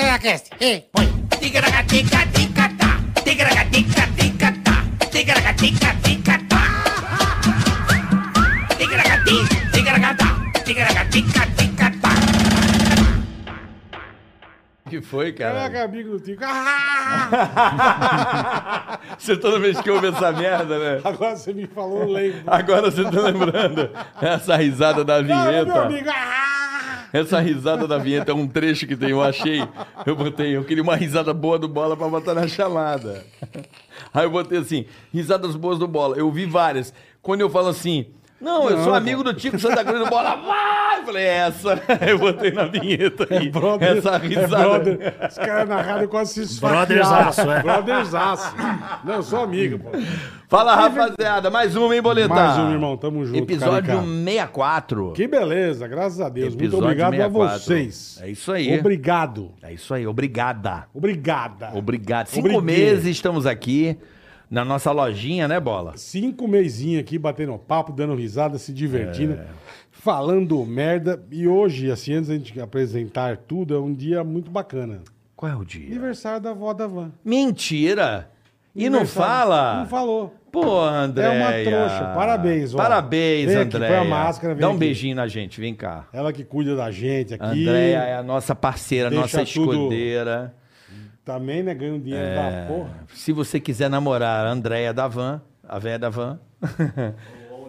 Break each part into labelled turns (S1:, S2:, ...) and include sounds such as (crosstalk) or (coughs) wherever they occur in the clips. S1: Ticaracast, ei, põe.
S2: Ticaracatica-ticatá, ticaracatica-ticatá, ticaracatica-ticatá. Ticaracati, ticaracatá, ticaracatica-ticatá.
S3: que foi,
S1: Caraca,
S3: cara?
S1: amigo do Tico. Ah!
S3: Você toda vez que ouve essa merda, né?
S1: (laughs) Agora você me falou, eu lembro.
S3: Agora você tá lembrando essa risada da
S1: Cara, meu
S3: vinheta.
S1: amigo. Ah!
S3: Essa risada da vinheta é um trecho que tem, eu achei. Eu botei, eu queria uma risada boa do bola pra botar na chamada. Aí eu botei assim, risadas boas do bola. Eu vi várias. Quando eu falo assim, não, eu sou amigo do Tico Santa Cruz do Bola, vai! Eu falei, é essa. Eu botei na vinheta aí.
S1: É Brother,
S3: essa risada.
S1: É brother. Os caras na rádio quase se esfaquearam.
S4: Brotherzaço, é.
S1: Brotherzaço. Não, eu sou amigo, pô.
S3: Fala, rapaziada, mais uma, hein, Boletar?
S1: Mais um, irmão, tamo junto,
S3: Episódio
S1: Carica.
S3: 64.
S1: Que beleza, graças a Deus. Muito
S3: Episódio
S1: obrigado
S3: 64.
S1: a vocês.
S3: É isso aí.
S1: Obrigado.
S3: É isso aí, obrigada.
S1: Obrigada.
S3: Obrigado. Cinco
S1: Obrigado.
S3: meses estamos aqui na nossa lojinha, né, Bola?
S1: Cinco meizinhos aqui batendo papo, dando risada, se divertindo,
S3: É.
S1: falando merda. E hoje, assim, antes da gente apresentar tudo, é um dia muito bacana.
S3: Qual é o dia?
S1: Aniversário da avó da van.
S3: Mentira! E não
S1: Aniversário.
S3: fala?
S1: Não falou.
S3: Pô, André.
S1: É uma trouxa. Parabéns, ó.
S3: Parabéns,
S1: Vem aqui,
S3: André.
S1: põe a máscara, vem
S3: Dá um
S1: aqui.
S3: beijinho na gente, vem cá.
S1: Ela que cuida da gente aqui.
S3: Andréia é a nossa parceira,
S1: Deixa
S3: nossa
S1: tudo-
S3: escudeira.
S1: Também, né? Ganha um dinheiro
S3: É.
S1: da porra.
S3: Se você quiser namorar a Andréia da Van, a véia
S1: (laughs)
S3: da Van.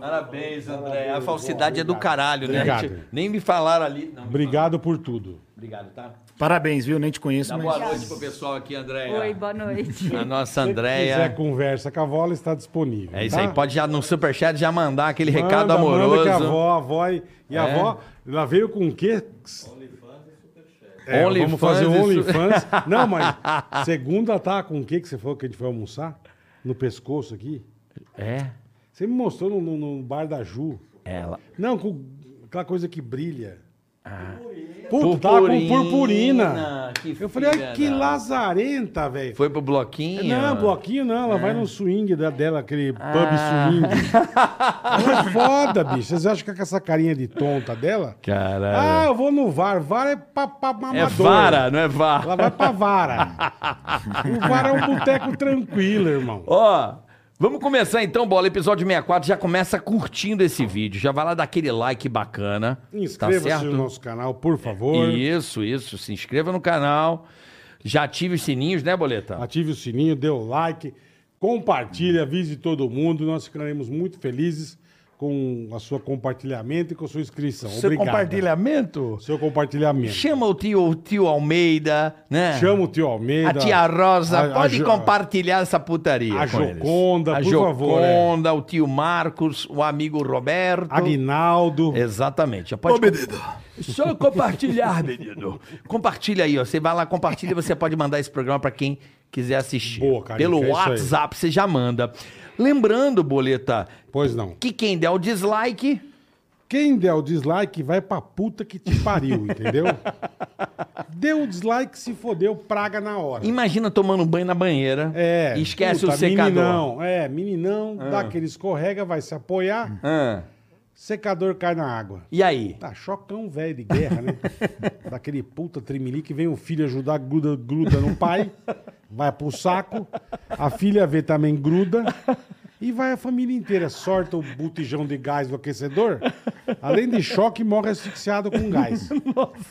S3: Parabéns, André. A falsidade é do caralho, né?
S1: Obrigado.
S3: A gente- Nem me falaram ali. Não,
S1: Obrigado por tudo.
S3: obrigado, tá?
S4: Parabéns, viu? Nem te conheço,
S3: Dá
S4: mas...
S3: boa noite pro pessoal aqui, Andréia.
S5: Oi, boa noite.
S3: A nossa
S1: Se quiser
S3: Andréia.
S1: conversa com a avó, ela está disponível.
S3: É isso
S1: tá?
S3: aí. Pode já no superchat já mandar aquele
S1: Manda,
S3: recado
S1: Manda que é a
S3: amoroso.
S1: avó, a avó e, e a
S3: É.
S1: avó, ela veio com o quê? É,
S3: Only
S1: vamos
S3: fans
S1: fazer
S3: e
S1: o
S3: su- (laughs)
S1: OnlyFans. Não, mas segunda tá com o que que você falou que a gente foi almoçar? No pescoço aqui?
S3: É.
S1: Você me mostrou no, no- no bar da Ju.
S3: Ela.
S1: Não, com aquela coisa que brilha. Puta, tá com
S3: Ah. Purpurina.
S1: purpurina.
S3: Que
S1: Eu falei, ai,
S3: filha
S1: que
S3: da-
S1: lazarenta, velho.
S3: Foi assim, É. pro bloquinho?
S1: Não, bloquinho não, ela vai no swing da- dela, aquele
S3: Ah.
S1: pub swing. Ela é foda, bicho. Vocês acham que é com essa carinha de tonta dela? Ah,
S3: Caralho.
S1: eu vou no VAR. VAR é pra, pra mamador.
S3: é vara, não é vara.
S1: Ela vai pra
S3: (laughs)
S1: vara. o VAR é um boteco tranquilo, irmão.
S3: Ó, vamos começar então, bola. Episódio 64 já começa curtindo esse vídeo. Já vai lá dar aquele like bacana.
S1: Inscreva-se
S3: tá certo?
S1: no nosso canal, por favor.
S3: Isso, isso. Se inscreva no canal. Já ative os sininhos, né, Boleta?
S1: Tá. Ative o sininho, dê o like, compartilhe, avise todo mundo. Nós ficaremos muito felizes com a sua compartilhamento e com a sua inscrição. Obrigado.
S3: compartilhamento?
S1: Seu compartilhamento.
S3: Chama o tio, o tio Almeida, né?
S1: Chama o tio Almeida.
S3: a tia Rosa,
S1: a- a
S3: pode
S1: Jo-
S3: compartilhar essa putaria.
S1: a
S3: com eles.
S1: Joconda,
S3: a
S1: por favor, é.
S3: Joconda, o tio Marcos, o amigo Roberto.
S1: Aguinaldo.
S3: É. Exatamente. Já pode Ô, menino. Só compartilhar, menino. Compartilha aí, ó. Você vai lá, compartilha. Você pode mandar esse programa pra quem quiser assistir.
S1: Boa, Carica, é
S3: Pelo
S1: isso aí.
S3: WhatsApp, você já manda. Lembrando, Boleta,
S1: Pois não.
S3: que quem der o dislike...
S1: Quem der o dislike vai pra puta que te
S3: (laughs)
S1: pariu, entendeu? Deu o dislike se fodeu praga na hora.
S3: Imagina tomando um banho na banheira.
S1: É.
S3: e Esquece
S1: puta,
S3: o secador. Ah.
S1: Meninão, é, meninão, dá aquele escorrega, vai se apoiar,
S3: Hã?
S1: secador cai na água.
S3: E aí?
S1: Tá chocão velho de guerra, né? Daquele puta trimelique, vem o filho ajudar, gruda, gruda no pai, vai pro saco, a filha vê também gruda, e vai a família inteira, sorta o botijão de gás do aquecedor, além de choque, morre asfixiado com gás.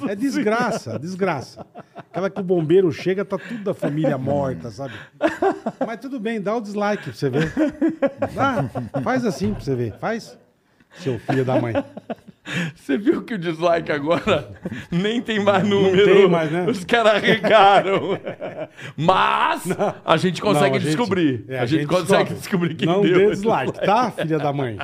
S1: é desgraça, desgraça. Aquela que o bombeiro chega, tá tudo da família morta, sabe? Mas tudo bem, dá o dislike pra você ver. Dá, faz assim pra você ver, faz. Seu filho da mãe.
S3: Você viu que o dislike agora (laughs) nem tem mais número.
S1: tem mais, né?
S3: Os caras arregaram. (laughs) Mas a gente
S1: Não,
S3: consegue descobrir.
S1: é,
S3: a, gente, consegue
S1: descobre.
S3: descobrir quem
S1: Não
S3: deu.
S1: dê
S3: o
S1: dislike,
S3: (laughs)
S1: tá, filha da mãe?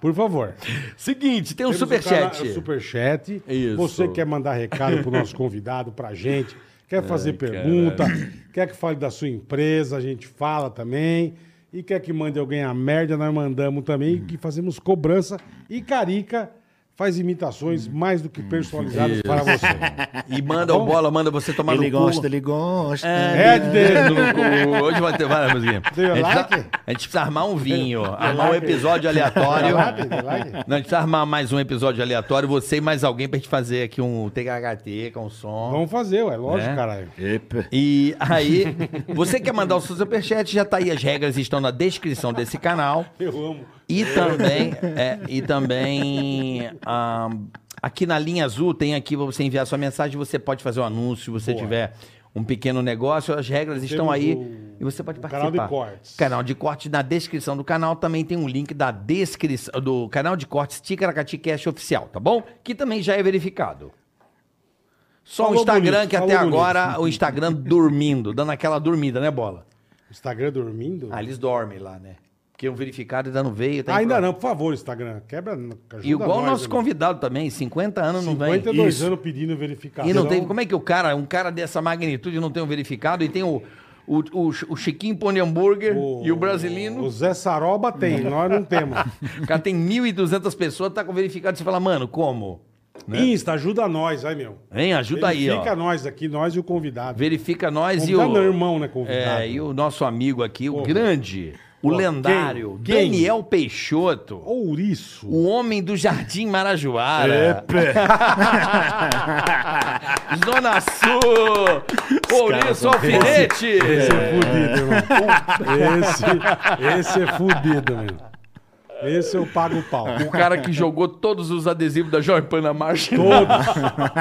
S1: Por favor.
S3: Seguinte, tem um
S1: Temos é
S3: superchat.
S1: cara- Superchat.
S3: Isso.
S1: Você quer mandar recado pro nosso convidado, pra gente, quer fazer pergunta, quer que fale da sua empresa, a gente fala também. E quer que mande alguém a merda, nós mandamos também, que fazemos cobrança. E Carica faz imitações mais do que personalizadas para
S3: (laughs)
S1: você.
S3: E manda o bola, manda você tomar
S4: Ele
S3: no cu.
S4: gosta, ele gosta.
S1: É de dedo.
S3: Dedo (laughs) no cu. Hoje vai ter várias musiquinhas. A
S1: Do you
S3: gente,
S1: like
S3: precisa,
S1: it?
S3: a gente precisa armar um vinho, armar um episódio aleatório.
S1: Do you like it? Do you like it?
S3: Não, a gente precisa armar mais um episódio aleatório, você e mais alguém pra gente fazer aqui um THT com som.
S1: Vamos fazer, ué, lógico,
S3: É.
S1: caralho.
S4: Epa.
S3: E aí, você quer mandar o seu superchat, já tá aí, as regras estão na descrição desse canal.
S1: Eu amo.
S3: E também, é, e também ah, aqui na linha azul tem aqui pra você enviar sua mensagem, você pode fazer o anúncio, se você tiver um pequeno negócio, as regras estão
S1: Temos
S3: aí
S1: o-
S3: e você pode
S1: o
S3: participar.
S1: canal de cortes.
S3: Canal de corte na descrição do canal também tem um link da descrição do canal de cortes Ticaracati Cash oficial, tá bom? Que também já é verificado. Só o
S1: Falou
S3: Instagram
S1: bonito,
S3: que até
S1: falou bonito.
S3: agora o Instagram dormindo, dando aquela dormida, né, bola?
S1: Instagram dormindo?
S3: Ah, eles dormem lá, né? Porque o verificado ainda não veio, tá em
S1: Ainda
S3: pro-
S1: não, por favor, Instagram. Quebra. ajuda
S3: e igual o
S1: nós,
S3: nosso
S1: irmão.
S3: convidado também, 50 anos não vem.
S1: 52
S4: Isso.
S1: anos pedindo verificação.
S3: E não tem. Como é que o cara, um cara dessa magnitude, não tem um verificado e tem o, o, o, o Chiquinho Pony Hambúrguer e o
S1: O
S3: brasileiro.
S1: Zé Saroba tem, nós não
S3: (laughs)
S1: temos.
S3: O cara tem 1.200 pessoas, tá com verificado. Você fala, mano, como?
S1: Insta, ajuda nós, aí, meu.
S3: Hein? Né? Ajuda aí,
S1: Verifica
S3: ó.
S1: nós aqui, nós e o convidado.
S3: Verifica nós e
S1: Convidado
S3: o.
S1: é irmão, né, convidado?
S3: É, e o nosso amigo aqui, o
S1: Porra.
S3: grande, o
S1: Porra,
S3: lendário,
S1: quem? Quem?
S3: Daniel Peixoto.
S1: Ouriço.
S3: O homem do Jardim Marajoara. Zona Sul!
S4: caras
S3: Ouriço
S4: são
S3: Alfinete!
S1: Esse é fudido,
S3: (laughs)
S1: irmão. Esse, esse é fudido, meu. Esse eu pago o pau.
S3: (laughs) O cara que jogou todos os adesivos da Jovem Pan na marcha
S1: Todos,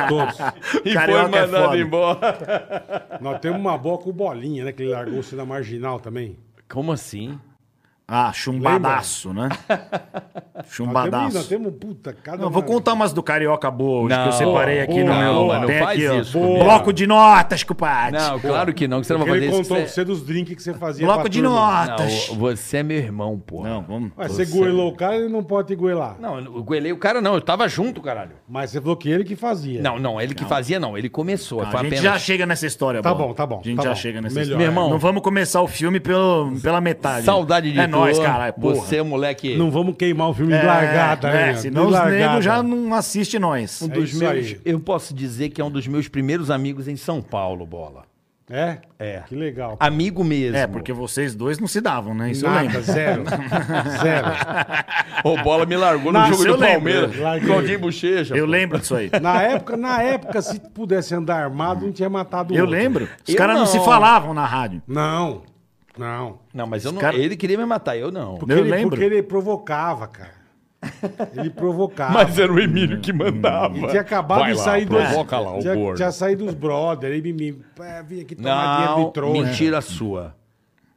S1: todos.
S3: (laughs) e
S4: Carioca
S3: foi
S4: é
S3: mandado
S4: foda.
S3: embora.
S1: Nós temos uma boa com bolinha, né? Que ele largou-se na marginal também.
S3: Como assim?
S4: Ah, chumbadaço, né?
S1: Nós temos, nós
S4: Chumbadaço.
S1: temos, puta, cada
S4: Não, vou
S1: uma-
S4: contar umas do Carioca boa hoje, que eu
S3: Não,
S4: separei aqui
S1: boa,
S4: no meu.
S1: boa, não
S4: tem
S3: faz
S4: aqui, ó.
S3: isso comigo.
S4: Bloco de notas, compadre.
S3: Não, claro que não, que você não vai
S1: Porque
S3: fazer
S1: Ele
S3: isso.
S1: contou pra
S3: Você...
S1: você dos drinks que você fazia.
S4: Bloco
S1: pra
S4: É. de
S1: turma.
S4: notas.
S3: Não, você é meu irmão, porra.
S4: Não, vamos.
S1: Ué, você goelou o cara, ele não pode te goelar.
S3: Não, eu goelei o cara, não. Eu tava junto, caralho.
S1: Mas você falou que ele que fazia.
S3: Não, não, ele que fazia, não. Ele começou.
S4: a
S3: foi
S4: gente
S3: apenas-
S4: já chega nessa história,
S1: Tá
S4: Bola.
S1: bom, tá bom,
S4: A gente
S1: tá
S4: já
S1: bom.
S4: chega nessa
S1: Melhor.
S4: história.
S3: Meu irmão,
S4: Não vamos começar o filme pelo, pela metade.
S3: saudade de
S4: É
S3: tu,
S4: nóis, caralho. porra.
S3: Você, moleque.
S1: Não vamos queimar o filme
S4: É,
S1: de largada,
S4: é,
S1: né? meu?
S4: senão
S1: De
S4: os
S1: largada.
S4: negros já não assistem nós.
S3: Um
S1: É
S3: dos
S1: isso
S3: meus.
S1: aí.
S3: Eu posso dizer que é um dos meus primeiros amigos em São Paulo, bola.
S1: É?
S3: É.
S1: Que legal.
S3: Amigo mesmo.
S4: É, porque vocês dois não se davam, né? Isso eu
S1: (laughs) Nada,
S4: lembro. (laughs)
S1: zero. zero.
S3: O bola me largou no
S1: Não,
S3: jogo
S4: isso
S3: do
S4: eu lembro.
S3: Palmeiras.
S1: Larguei.
S3: Claudinho Bochecha.
S4: Eu
S3: pô.
S4: lembro disso aí.
S1: Na época, na época, se pudesse andar armado, não tinha matado o
S4: Eu
S1: outro.
S4: lembro. Os
S3: Eu
S4: caras não.
S3: não.
S4: se falavam na rádio.
S1: Não, não.
S3: Não, mas eu não.
S4: cara-
S3: Ele queria me matar, eu não.
S4: Eu
S1: ele,
S4: lembro.
S1: Porque ele provocava, cara. Ele provocava.
S3: Mas era o Emílio que mandava.
S1: E Hum, tinha acabado
S3: Vai
S1: de
S3: lá,
S1: sair dos.
S3: Provoca lá, o
S1: tinha,
S3: gordo.
S1: tinha saído dos brother. Ele me. me é, vim aqui tomar dinheiro
S3: Não,
S1: de trouxa.
S3: mentira sua.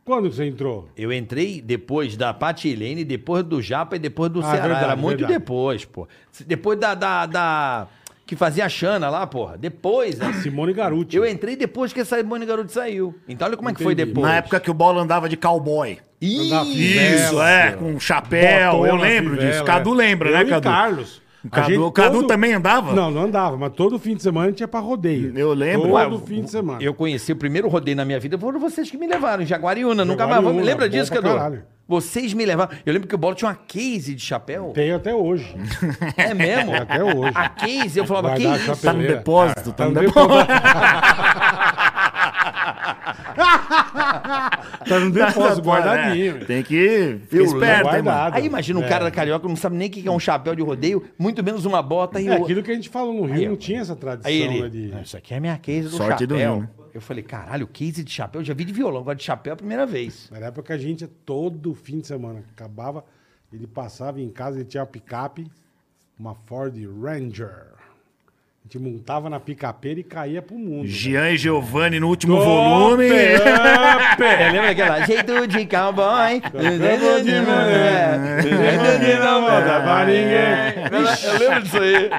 S1: Quando você entrou?
S3: Eu entrei depois da Patilene, depois do Japa e depois do
S1: Ah,
S3: Ceará.
S1: verdade,
S3: era muito
S1: verdade.
S3: depois, pô. Depois da, da, da- Que fazia a Xana lá, porra. Depois, né?
S1: Simone Garuti.
S3: Eu entrei depois que essa Simone Garoto saiu. Então olha como é que foi
S1: Entendi.
S3: depois.
S4: Na época que o Bola andava de cowboy.
S1: Andava
S3: Ih,
S1: fivela,
S4: Isso, é, com chapéu.
S1: botão
S4: eu
S1: na
S4: lembro
S1: fivela,
S4: disso. Cadu
S1: é.
S4: lembra,
S1: Eu
S4: né,
S1: e
S4: Cadu?
S1: Carlos. A
S4: Cadu- o Cadu também andava?
S1: Não, não andava, mas todo fim de semana tinha pra rodeio.
S4: Eu lembro.
S1: Todo
S4: Ué,
S1: fim de semana.
S3: eu conheci o primeiro rodeio na minha vida, foram vocês que me levaram em Jaguariúna. Nunca mais.
S1: Jaguariúna,
S3: vou- Lembra
S1: bom
S3: disso,
S1: pra
S3: Cadu?
S1: caralho.
S3: Vocês me levaram. Eu lembro que o Bolo tinha uma case de chapéu.
S1: Tenho até hoje.
S3: É mesmo?
S1: Até hoje.
S3: A case, eu falava, que
S1: Guardar a
S3: isso?
S4: Tá no
S1: Peleira.
S4: depósito, tá no
S1: Tá no
S4: depósito.
S1: Tá no
S4: (laughs)
S1: depósito, guardadinho.
S4: É, Tem que ficar
S3: Eu
S4: esperto, hein, mano?
S1: guardado.
S3: Aí imagina um
S1: É.
S3: cara da carioca que não sabe nem o que é um chapéu de rodeio, muito menos uma bota e
S1: É
S3: o-
S1: aquilo que a gente falou no Rio,
S3: Aí,
S1: não
S3: ó.
S1: tinha essa tradição
S3: Aí ele,
S1: né, de...
S3: "Ah, isso aqui é a minha case do
S4: Sorte do
S3: chapéu.
S4: Rio, né?
S3: Eu falei, caralho, case de chapéu, eu já vi de violão, agora de chapéu é a
S1: (laughs)
S3: primeira vez.
S1: Era a época que a gente, todo fim de semana, acabava, ele passava em casa, ele tinha uma picape, uma Ford Ranger. A gente montava na picapeira e caía pro mundo. né?
S4: Jean e Giovanni no último volume.
S3: É, lembra aquela? Jeito
S1: (laughs)
S3: de cowboy.
S4: né?
S1: Lembro de
S3: né?
S1: mulher,
S3: É
S1: lembro de não mandar pra ninguém.
S3: Eu lembro disso aí.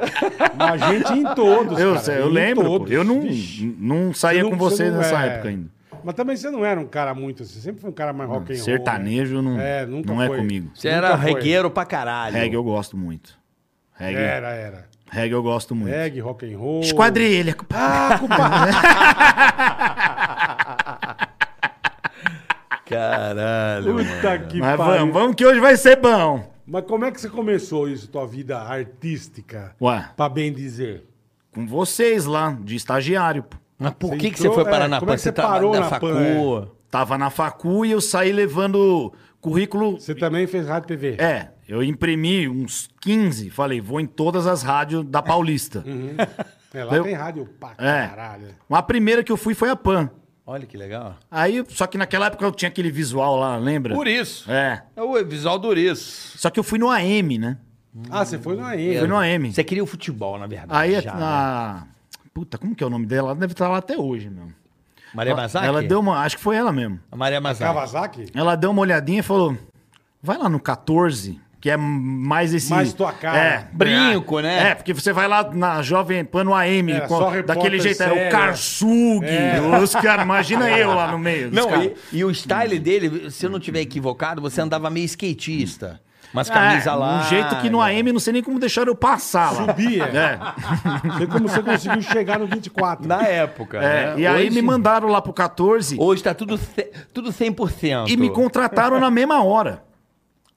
S1: A gente em todos,
S4: Eu,
S1: cara,
S4: eu
S1: em
S4: lembro. pô.
S1: todos.
S4: Eu não,
S1: Vixe,
S4: não saía
S1: não-
S4: com vocês
S1: não
S4: nessa
S1: é-
S4: época ainda.
S1: Mas também você não era um cara muito assim, sempre foi um cara mais rock and roll. né?
S4: Sertanejo não,
S1: É, nunca
S4: não é
S1: foi.
S4: comigo.
S3: Você era
S1: Nunca foi.
S3: regueiro pra caralho.
S4: Reggae eu gosto muito. Reggae,
S1: Era, É, era.
S4: reggae eu gosto muito.
S1: Reggae, rock and roll. Ah,
S4: Esquadrilha, compadre. (laughs)
S3: Caralho.
S1: Puta que
S4: Mas
S1: pariu.
S4: vamos, vamos que hoje vai ser bom.
S1: Mas como é que você começou isso, tua vida artística?
S4: Ué,
S1: Pra bem dizer.
S4: com vocês lá, de estagiário, pô.
S3: Mas por
S1: Você
S3: que, que você
S1: entrou-
S3: foi parar
S1: é,
S3: na
S1: como é
S3: PAN?
S1: que
S3: Você
S1: você
S3: tava
S1: parou
S3: na,
S1: na
S3: facu?
S1: PAN, é?
S4: Tava na facu e eu saí levando currículo.
S1: Você também fez rádio e TV?
S4: É, eu imprimi uns 15, falei, vou em todas as rádios da
S3: (laughs)
S4: Paulista.
S3: Uhum.
S1: É, lá
S4: Eu-
S1: tem rádio pra
S4: É.
S1: caralho.
S4: A primeira que eu fui foi a PAN.
S3: Olha que legal.
S4: Aí, só que naquela época eu tinha aquele visual lá, lembra?
S3: Por isso.
S4: É.
S3: É o visual do isso.
S4: Só que eu fui no AM, né?
S1: Ah, você foi no AM.
S4: Foi no AM.
S3: Você queria o futebol, na verdade.
S4: Aí
S3: já, né?
S4: a. Puta, como que é o nome dela? Ela deve estar lá até hoje, meu.
S3: Maria Mazaki?
S4: Ela deu um uma. Acho que foi ela mesmo.
S3: A Maria Mazaki.
S1: Kawasaki?
S4: Ela deu uma olhadinha e falou: vai lá no 14, que é mais esse.
S1: Mais tua cara.
S4: É,
S3: Brinco, né?
S4: É, porque você vai lá na Jovem Pan no AM,
S1: Era
S4: com-
S1: É, só repórter É.
S4: daquele jeito, era
S1: sério.
S4: o Karsug, os
S3: (laughs)
S4: caras, imagina eu lá no meio. dos
S3: É. Não,
S4: caras.
S3: e, e o style dele, se eu não tiver equivocado, você andava meio skatista. Mas
S4: É,
S3: camisa lá. né?
S4: Um jeito que no AM não sei nem como deixaram eu passar lá.
S1: Subia.
S4: É,
S1: Sei como você conseguiu chegar no 24.
S3: Na época.
S4: é,
S3: né?
S4: e aí
S3: Hoje-
S4: me mandaram lá pro 14
S3: Hoje tá tudo, ce- tudo 100%.
S4: e me contrataram na mesma hora.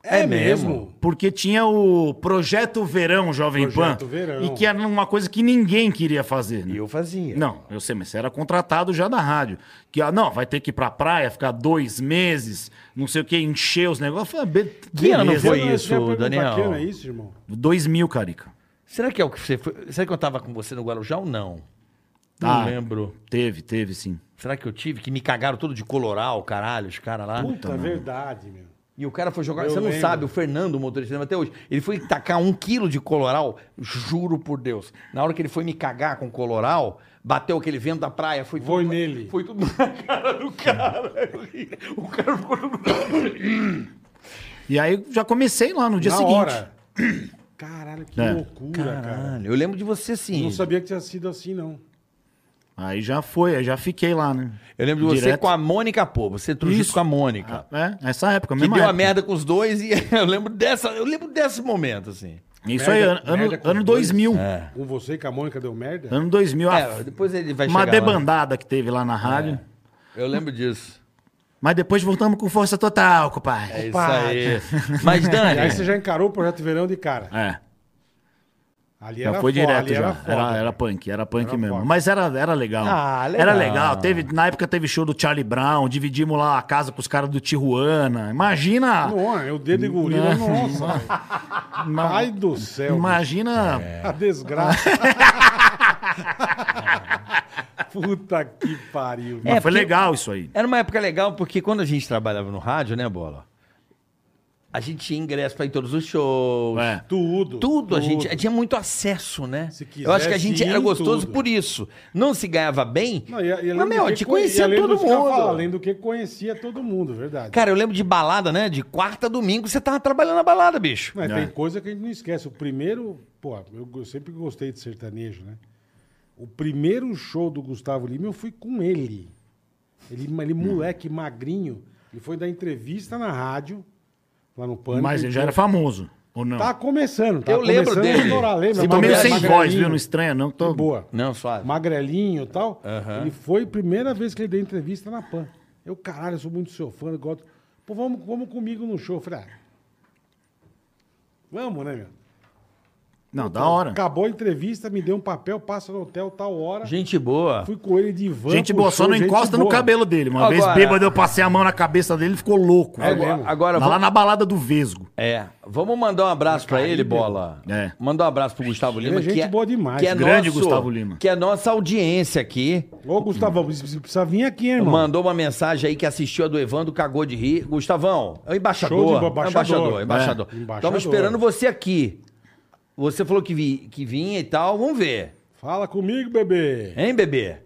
S1: É
S3: É
S1: mesmo?
S3: mesmo?
S4: Porque tinha o Projeto Verão Jovem
S1: Projeto
S4: Pan.
S1: Verão.
S4: E que era uma coisa que ninguém queria fazer. né?
S3: E eu fazia.
S4: Não, eu sei, mas você era contratado já da rádio. Que, ah, não, vai ter que ir pra praia, ficar dois meses, não sei o que, encher os negócios. Eu falei, ah, be-
S3: Que ano
S4: beleza.
S3: foi
S1: Eu ia
S3: isso,
S1: perguntar,
S3: Daniel?
S1: Que ano é isso, irmão?
S4: 2000, Carica.
S3: Será que é o que você foi? Será que eu tava com você no Guarujá ou não?
S4: Ah.
S3: Não lembro.
S4: Teve, teve sim.
S3: Será que eu tive? Que me cagaram todo de coloral, caralho, os caras lá.
S1: Puta, verdade, meu.
S3: E o cara foi jogar.
S1: Eu
S3: você não
S1: lembro.
S3: sabe, o Fernando, o motorista, lembra até hoje. Ele foi tacar um quilo de coloral, juro por Deus. Na hora que ele foi me cagar com coloral, bateu aquele vento da praia, foi
S1: Foi nele.
S3: Foi tudo (laughs) na cara do cara. O cara ficou.
S4: E aí já comecei lá no dia
S1: Na
S3: (clears throat)
S4: seguinte.
S1: hora. Caralho, que
S4: É.
S1: loucura, cara.
S3: Caralho, eu lembro de você sim.
S1: Não sabia que tinha sido assim, não.
S4: Aí já foi, aí já fiquei lá, né?
S3: Eu lembro de você
S4: Direto.
S3: com a Mônica, pô. Você trouxe
S4: Isso.
S3: com a Mônica.
S1: Ah,
S4: É, nessa época,
S3: Que
S4: mesmo.
S3: deu a merda com os dois e (laughs) eu lembro dessa, eu lembro desse momento, assim.
S4: Isso aí,
S1: Merda-
S4: ano, ano-
S1: merda com
S4: ano
S1: os
S4: 2000.
S1: Com você e com a Mônica deu merda?
S4: Ano 2000.
S1: Ah,
S4: a-
S3: É, depois ele vai
S4: uma
S3: chegar É.
S4: debandada que teve lá na rádio.
S3: lá. Eu lembro disso.
S4: Mas depois voltamos com força total, compadre.
S3: É isso
S1: Opa.
S3: aí. Mas,
S1: E aí você
S3: Dani,
S1: já encarou o projeto verão de cara.
S4: É,
S1: Ali
S4: já
S1: era
S4: foi
S1: foda,
S4: direto
S1: ali
S4: já.
S1: Era
S4: Era,
S1: foda.
S4: era, punk, era punk
S1: Era
S4: mesmo.
S1: foda.
S4: Mas era, era legal.
S3: Ah, legal.
S4: Era legal. Teve, na época teve show do Charlie Brown, dividimos lá a casa com os caras do Tijuana. Imagina.
S1: Não, é o dedo de gorila, nossa.
S4: ma-
S1: Ai do céu.
S4: imagina.
S1: A desgraça. (laughs) Puta que pariu.
S4: Mas
S1: velho.
S3: É,
S4: foi
S3: porque-
S4: legal isso aí.
S3: era uma época legal porque quando a gente trabalhava no rádio, né, Bola? A gente tinha ingresso pra ir em todos os shows.
S4: É.
S1: Tudo.
S3: Tudo, a gente tinha muito acesso, né?
S1: Se
S3: Eu acho que a gente
S1: quisesse,
S3: era
S1: ia em
S3: gostoso
S1: tudo.
S3: por isso. Não se ganhava bem,
S1: Não, e- e além
S3: mas,
S1: do
S3: meu, a
S1: que
S3: gente
S1: conhe- e
S3: conhecia
S1: além
S3: todo
S1: do que eu falo,
S3: mundo.
S1: além do que conhecia todo mundo, verdade.
S3: Cara, eu lembro de balada, né? De quarta a domingo, você tava trabalhando na balada, bicho.
S1: Mas
S4: É.
S1: tem coisa que a gente não esquece. O primeiro, pô, eu go- sempre gostei de sertanejo, né? O primeiro show do Gustavo Lima eu fui com ele. Ele,
S4: Hum.
S1: ele moleque magrinho, ele foi dar entrevista na rádio, lá no Pânico.
S4: Mas ele já era famoso, ou não?
S1: é Tá começando, tá
S3: Eu lembro
S1: começando a
S3: dele.
S1: estourar, lembra?
S4: Você tá meio sem
S1: Magrelinho,
S4: voz, viu? Não estranha, não.
S1: de
S4: Tô...
S1: Boa.
S3: Não, suave.
S1: magrelinho e tal.
S3: Aham.
S1: Ele foi a primeira vez que ele deu entrevista na PAN. Eu, caralho, eu sou muito seu fã, eu gosto. Pô, vamos, vamos comigo no show. Eu falei, ah, vamos, né, meu?
S4: Não, da hora.
S1: Acabou a entrevista, me deu um papel, passa no hotel, tal hora.
S3: Gente boa.
S1: Fui com ele de van.
S4: Gente
S1: pro
S4: boa, só
S1: show,
S4: não
S1: gente
S4: encosta no
S1: boa.
S4: cabelo dele. Uma
S3: Agora-
S4: vez bêbado, eu passei a mão na cabeça dele, ele ficou louco.
S1: É
S4: velho.
S1: mesmo?
S3: Agora
S4: Lá na balada do Vesgo.
S3: É, vamos mandar um abraço pra ele, bola.
S4: É.
S3: Mandar um abraço pro Gustavo Lima,
S1: gente
S3: que é
S1: boa demais.
S3: que é
S4: Grande
S3: nosso-
S4: Gustavo Lima.
S3: que é nossa audiência aqui.
S1: Ô, Gustavão, você você precisa vir aqui, hein, irmão.
S3: Mandou uma mensagem aí que assistiu a do Evandro, cagou de rir. Gustavão, é o embaixador.
S1: Show de bo-
S3: É o
S1: embaixador.
S3: embaixador,
S1: É,
S3: embaixador.
S1: embaixador.
S3: Estamos esperando você aqui. Você falou que, vi- que vinha e tal, vamos ver.
S1: Fala comigo, bebê.
S3: Hein, bebê?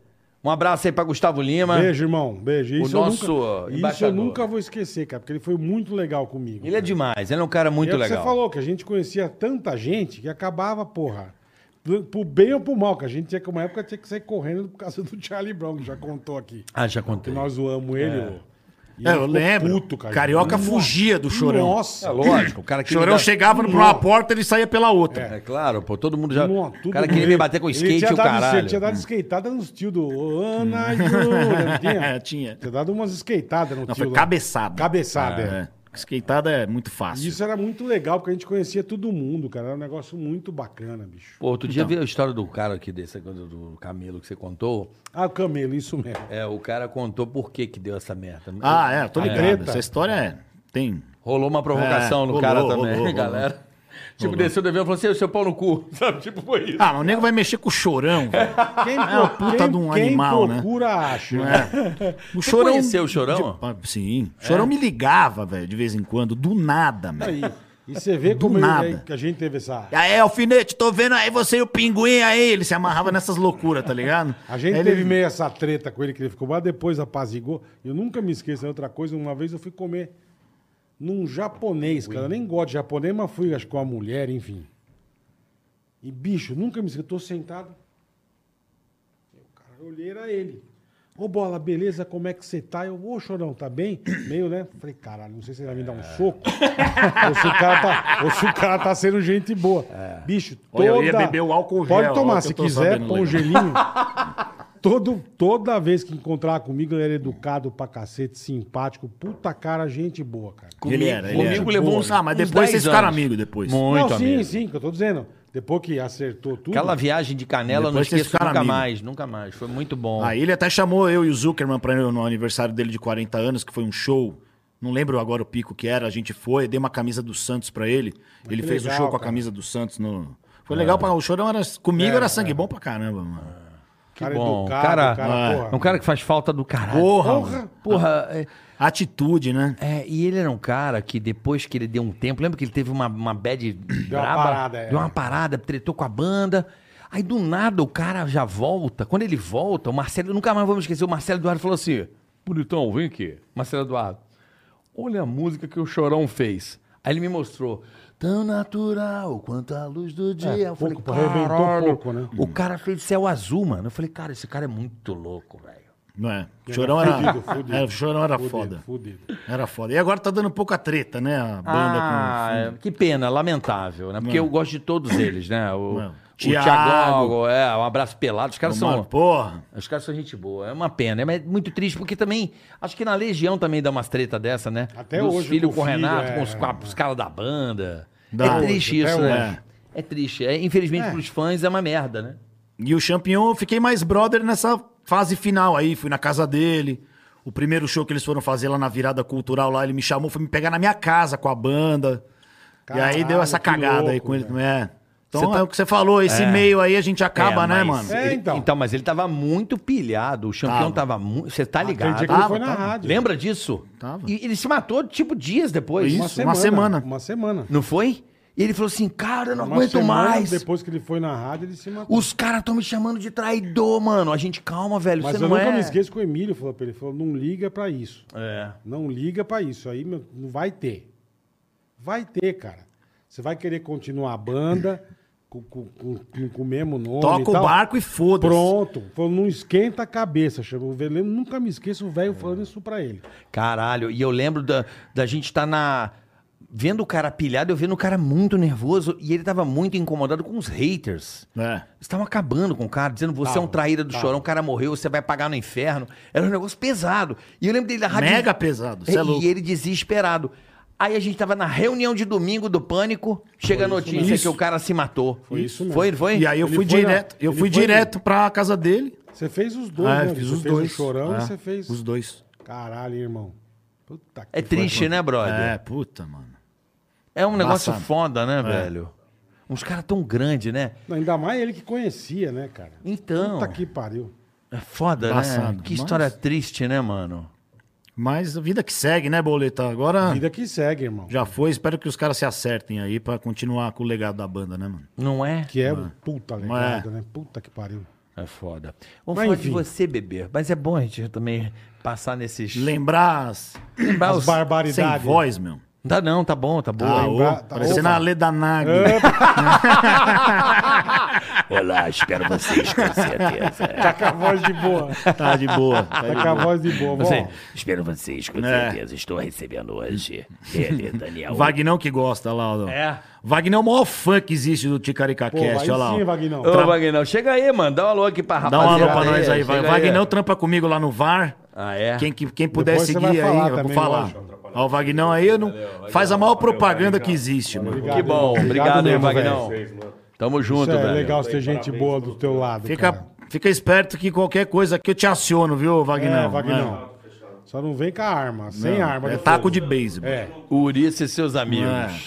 S3: Um abraço aí pra Gustavo Lima.
S1: Beijo, irmão. Beijo.
S3: O
S1: eu
S3: nosso uh,
S1: nunca, Isso eu
S3: embaixador.
S1: nunca vou esquecer, cara, porque ele foi muito legal comigo.
S3: Ele é
S1: cara.
S3: demais, ele é um cara muito
S1: é o que
S3: legal.
S1: Você falou que a gente conhecia tanta gente que acabava, porra, pro pro bem ou pro mal, que a gente tinha que uma época tinha que sair correndo por causa do Charlie Brown, que já contou aqui.
S3: Ah, já
S1: Que
S3: contei.
S1: nós zoamos ele. ô. E
S4: É,
S1: ele ficou
S4: eu lembro.
S1: cara.
S4: Carioca
S1: Nossa.
S4: fugia do Chorão.
S1: Nossa,
S3: É lógico, o cara que me
S4: Chorão
S3: dá-
S4: chegava pra uma porta, ele saía pela outra.
S3: É claro, pô, todo mundo já.
S1: Não,
S3: o
S1: tudo
S3: cara
S1: bem.
S3: queria me bater com o
S1: Ele
S3: skate e
S1: tinha
S3: o
S1: dado-
S3: caralho.
S1: Ele tinha dado skateada nos tios do Ô, Ana Júlia, não tinha?
S4: Hum. É, tinha. (laughs)
S1: Tinha dado umas skateadas no
S4: Não,
S1: tio
S4: foi
S1: lá.
S4: cabeçada.
S1: Cabeçada, é.
S4: É. Skateada é muito fácil.
S1: E isso era muito legal, porque a gente conhecia todo mundo, cara. Era um negócio muito bacana, bicho.
S3: Pô, outro dia
S4: Então.
S3: veio a história do cara aqui, desse, do Camelo que você contou.
S1: Ah, o Camelo, isso mesmo.
S3: É, o cara contou por que que deu essa merda.
S4: Ah, é, tô
S1: A
S4: ligado.
S1: treta.
S4: Essa história é. Tem.
S3: Rolou uma provocação
S4: É,
S3: no
S4: rolou,
S3: cara
S4: rolou,
S3: também,
S4: rolou.
S3: galera. Tipo, desceu do avião e falou assim, "Ô, seu pau no cu. Sabe, tipo, foi isso.
S4: Ah, mas o nego vai mexer com o chorão, velho.
S1: Quem,
S4: (laughs) É uma puta de um animal,
S1: quem
S4: né?
S1: procura, acha.
S4: Não
S1: né?
S4: é? O
S3: Você conheceu o Chorão?
S4: Ah, Sim. O Chorão me ligava, velho, de vez em quando, do nada, velho.
S1: Aí, e você vê
S4: Do
S1: como
S4: nada.
S1: ele- é que a gente teve essa...
S4: Aí, alfinete, tô vendo aí você e o pinguim aí. Ele se amarrava nessas loucuras, tá ligado?
S1: A gente
S4: Aí ele-
S1: teve meio essa treta com ele que ele ficou mas depois apazigou. Eu nunca me esqueço de outra coisa. Uma vez eu fui comer num japonês, cara. Eu nem gosto de japonês, mas fui, acho que com a mulher, enfim. E, bicho, nunca me esqueço. Eu tô sentado. O cara eu olhei, era ele. Ô, Bola, beleza? Como é que você tá? Eu, ô, Chorão, tá bem? (coughs) Meio, né? Falei, caralho, não sei se ele vai me dar
S4: É.
S1: um soco. ou, se o cara tá, ou se o cara tá sendo gente boa. Bicho, toda...
S4: É. Olha, eu ia beber o álcool
S1: Pode
S4: gel, olha
S1: tomar,
S4: o que
S1: se
S4: eu tô
S1: quiser,
S4: sabendo
S1: põe um
S4: legal.
S1: gelinho. Todo, toda vez que encontrava comigo, ele era educado pra cacete, simpático. Puta cara, gente boa, cara.
S3: é
S4: Ele era, ele
S3: comigo
S4: era.
S3: levou uns
S4: Ah, mas
S3: uns
S4: depois
S3: 10
S4: vocês ficaram
S3: anos.
S4: amigos depois.
S3: Muito
S1: Não, sim,
S3: amigo.
S1: sim, que eu tô dizendo. Depois que acertou tudo.
S3: né? Aquela viagem de canela, eu não
S4: Depois vocês
S3: esqueço nunca
S4: ficaram amigos.
S3: mais, nunca mais. Foi muito bom.
S4: Aí ele até chamou eu e o Zuckerman pra ir no aniversário dele de 40 anos, que foi um show. Não lembro agora o pico que era, a gente foi, dei uma camisa do Santos pra ele. ele
S1: que
S4: fez o
S1: legal,
S4: show com a
S1: cara.
S4: camisa do Santos no. Ah. É, Foi legal pra. O chorão era. Comigo era sangue bom pra caramba, mano.
S1: cara
S3: que bom.
S1: educado,
S3: Cara-
S1: cara,
S4: Ah,
S1: porra.
S3: É um cara que faz falta do caralho.
S4: É. Porra!
S1: Porra.
S4: mano.
S3: Porra, é,
S4: Atitude, né?
S3: é, e ele era um cara que depois que ele deu um tempo, lembra que ele teve uma, uma bad deu
S1: uma parada, é.
S3: deu uma parada, tretou com a banda. Aí do nada o cara já volta. Quando ele volta, o Marcelo, nunca mais vamos esquecer, o Marcelo Eduardo falou assim: Bonitão, vem aqui. Marcelo Eduardo, olha a música que o Chorão fez. Aí ele me mostrou. Tão natural quanto a luz do dia. Eu falei,
S1: É, pouco, arrebentou
S3: "Caralho,
S1: pouco, né?"
S3: O cara fez céu azul, mano. Eu falei, cara, esse cara é muito louco, velho.
S4: Não é? O chorão era.
S1: Fudido, fudido.
S4: era- É, o chorão era
S1: Fudido,
S4: foda.
S1: fudido.
S4: Era foda. E agora tá dando pouca treta, né? A banda
S3: ah,
S4: com.
S3: que pena, lamentável, né? Porque eu gosto de todos eles, né? O,
S4: Mano,
S3: o
S4: Thiago.
S3: Thiago, é, um abraço pelado. Os caras
S4: Mano,
S3: são.
S4: porra.
S3: Os caras são gente boa, é uma pena, mas é muito triste, porque também, acho que na Legião também dá umas treta dessa, né?
S1: Até
S3: Dos
S1: hoje
S3: filhos
S1: com
S3: com o
S1: filho,
S3: Renato, com, os,
S1: é.
S3: com a- os caras da banda.
S4: Dá.
S3: é triste
S1: Até
S3: isso,
S1: hoje.
S3: né? É triste, é, infelizmente pros fãs é uma merda, né?
S4: E o Champion, eu fiquei mais brother nessa fase final aí. Fui na casa dele. O primeiro show que eles foram fazer lá na virada cultural lá, ele me chamou, foi me pegar na minha casa com a banda. e aí
S1: Caralho,
S4: deu essa
S1: que
S4: cagada aí
S1: louco,
S4: com ele.
S1: velho.
S4: É. Então é o que você falou, esse meio aí a gente acaba,
S3: É,
S4: né,
S3: mas
S4: mano?
S1: É,
S3: ele-
S1: então.
S3: então. mas ele tava muito pilhado, o campeão tava muito. Você tá
S1: Tem dia
S3: ligado?
S1: que ele
S4: Tava,
S1: foi na
S4: tava.
S1: rádio.
S3: Lembra disso?
S4: Tava.
S3: E ele se matou, tipo, dias depois.
S4: Isso. uma semana.
S1: Uma semana.
S3: Não foi? E ele falou assim, cara, eu não
S1: Uma
S3: aguento
S1: semana
S3: mais.
S1: Depois que ele foi na rádio, ele se matou.
S3: Os caras estão me chamando de traidor, mano. A gente, calma, velho.
S1: Mas
S3: você
S1: eu
S3: não
S1: nunca
S3: é...
S1: me esqueço que o Emílio falou pra ele. Ele falou, não liga pra isso.
S3: É.
S1: Não liga pra isso. Aí meu, não vai ter. Vai ter, cara. Você vai querer continuar a banda com, com- com- com- com o mesmo nome. e
S4: Toca o
S1: tal.
S4: barco e foda-se.
S1: Pronto. Falou, não esquenta a cabeça. Chegou o velho. Nunca me esqueço o velho falando isso pra ele.
S3: Caralho. E eu lembro da, da gente estar na... Vendo o cara pilhado, eu vendo o cara muito nervoso. E ele tava muito incomodado com os haters.
S4: É.
S3: Eles estavam acabando com o cara, dizendo, você é um traíra do chorão, o cara morreu, você vai pagar no inferno. Era um negócio pesado. E eu lembro dele da
S1: Tá
S3: rádio...
S4: Mega pesado, cê é
S3: E-
S4: louco.
S3: E ele desesperado. Aí a gente tava na reunião de domingo do Pânico, chega a notícia
S4: mesmo.
S3: que o cara se matou. Foi
S1: isso mesmo.
S3: Foi, foi?
S4: E aí eu
S1: Ele
S4: fui
S1: foi na-
S4: direto, eu
S1: ele
S4: fui
S1: foi-
S4: direto pra casa dele.
S1: Você fez os dois,
S4: Ah,
S1: né?
S4: eu fiz
S1: você
S4: os
S1: fez
S4: dois.
S1: o chorão
S4: É,
S1: e você fez.
S4: Os dois.
S1: Caralho, irmão. Puta
S3: É
S1: que
S3: triste, né, brother?
S4: É, puta, mano.
S3: É, um negócio
S4: Embaçado. É.
S3: foda, né, velho? Uns caras tão grandes, né?
S1: Não, Ainda mais ele que conhecia, né, cara?
S3: Então.
S1: Puta que pariu.
S3: É foda, né?
S4: Embaçado,
S3: Que
S4: mas-
S3: história triste, né, mano?
S4: Mas a vida que segue, né, Boleta? Agora
S1: Vida que segue, irmão.
S4: já foi, espero que os caras se acertem aí pra continuar com o legado da banda, né, mano?
S3: Não é?
S1: Que é
S4: Ah.
S1: um puta legado, né? Puta que pariu.
S3: É foda. Vamos
S1: Mas
S3: falar de
S1: enfim.
S3: você, bebê. Mas é bom a gente também passar nesses.
S4: Lembrar as...
S3: Lembrar
S1: As
S3: os-
S1: barbaridades.
S4: Tá sem voz, meu.
S3: Não Dá não, tá bom, tá boa.
S4: Ah,
S1: Lembrar-
S4: ô,
S1: tá- É.
S4: parecendo
S1: opa.
S4: a Leda Nag.
S2: Olá, espero vocês com certeza.
S1: Tá (laughs) com a voz de boa.
S4: (laughs) Tá de boa. tá Assim, de
S1: Tá com a
S4: boa.
S1: voz de boa, vó.
S3: Você-
S2: Espero vocês com
S4: É.
S2: certeza. Estou recebendo hoje ele, Daniel.
S4: Vagnão que gosta lá, ó.
S3: É.
S4: Vagnão é o maior fã que existe do
S1: Pô, aí
S4: Ticaricacast, olha lá. ó.
S1: sim, Vagnão.
S3: Ô, Vagnão, chega aí, mano. Dá um alô aqui pra
S4: Dá um
S3: rapaziada.
S4: alô pra nós aí, vai.
S3: chega é.
S4: Vagnão trampa comigo lá no VAR.
S3: Ah, é?
S4: Quem, que- quem puder
S1: Depois você vai
S4: seguir aí,
S1: falar
S4: eu vou
S1: também,
S4: falar.
S1: eu
S4: Ó, o Vagnão aí eu não... faz a maior propaganda que existe, mano.
S1: Obrigado,
S3: Que bom.
S1: irmão.
S3: Obrigado, aí,
S1: mesmo,
S3: Vagnão.
S1: velho.
S3: Tamo junto,
S1: Isso é
S3: velho.
S1: legal você ter gente boa do teu lado.
S4: Fica,
S1: cara.
S4: fica esperto que qualquer coisa que eu te aciono, viu, Vagnão?
S1: É, Vagnão. Só não vem com a arma. Sem arma.
S4: É
S1: do
S4: taco
S1: fogo.
S4: de beisebol.
S1: É.
S3: Urias e seus amigos.
S4: É,
S3: São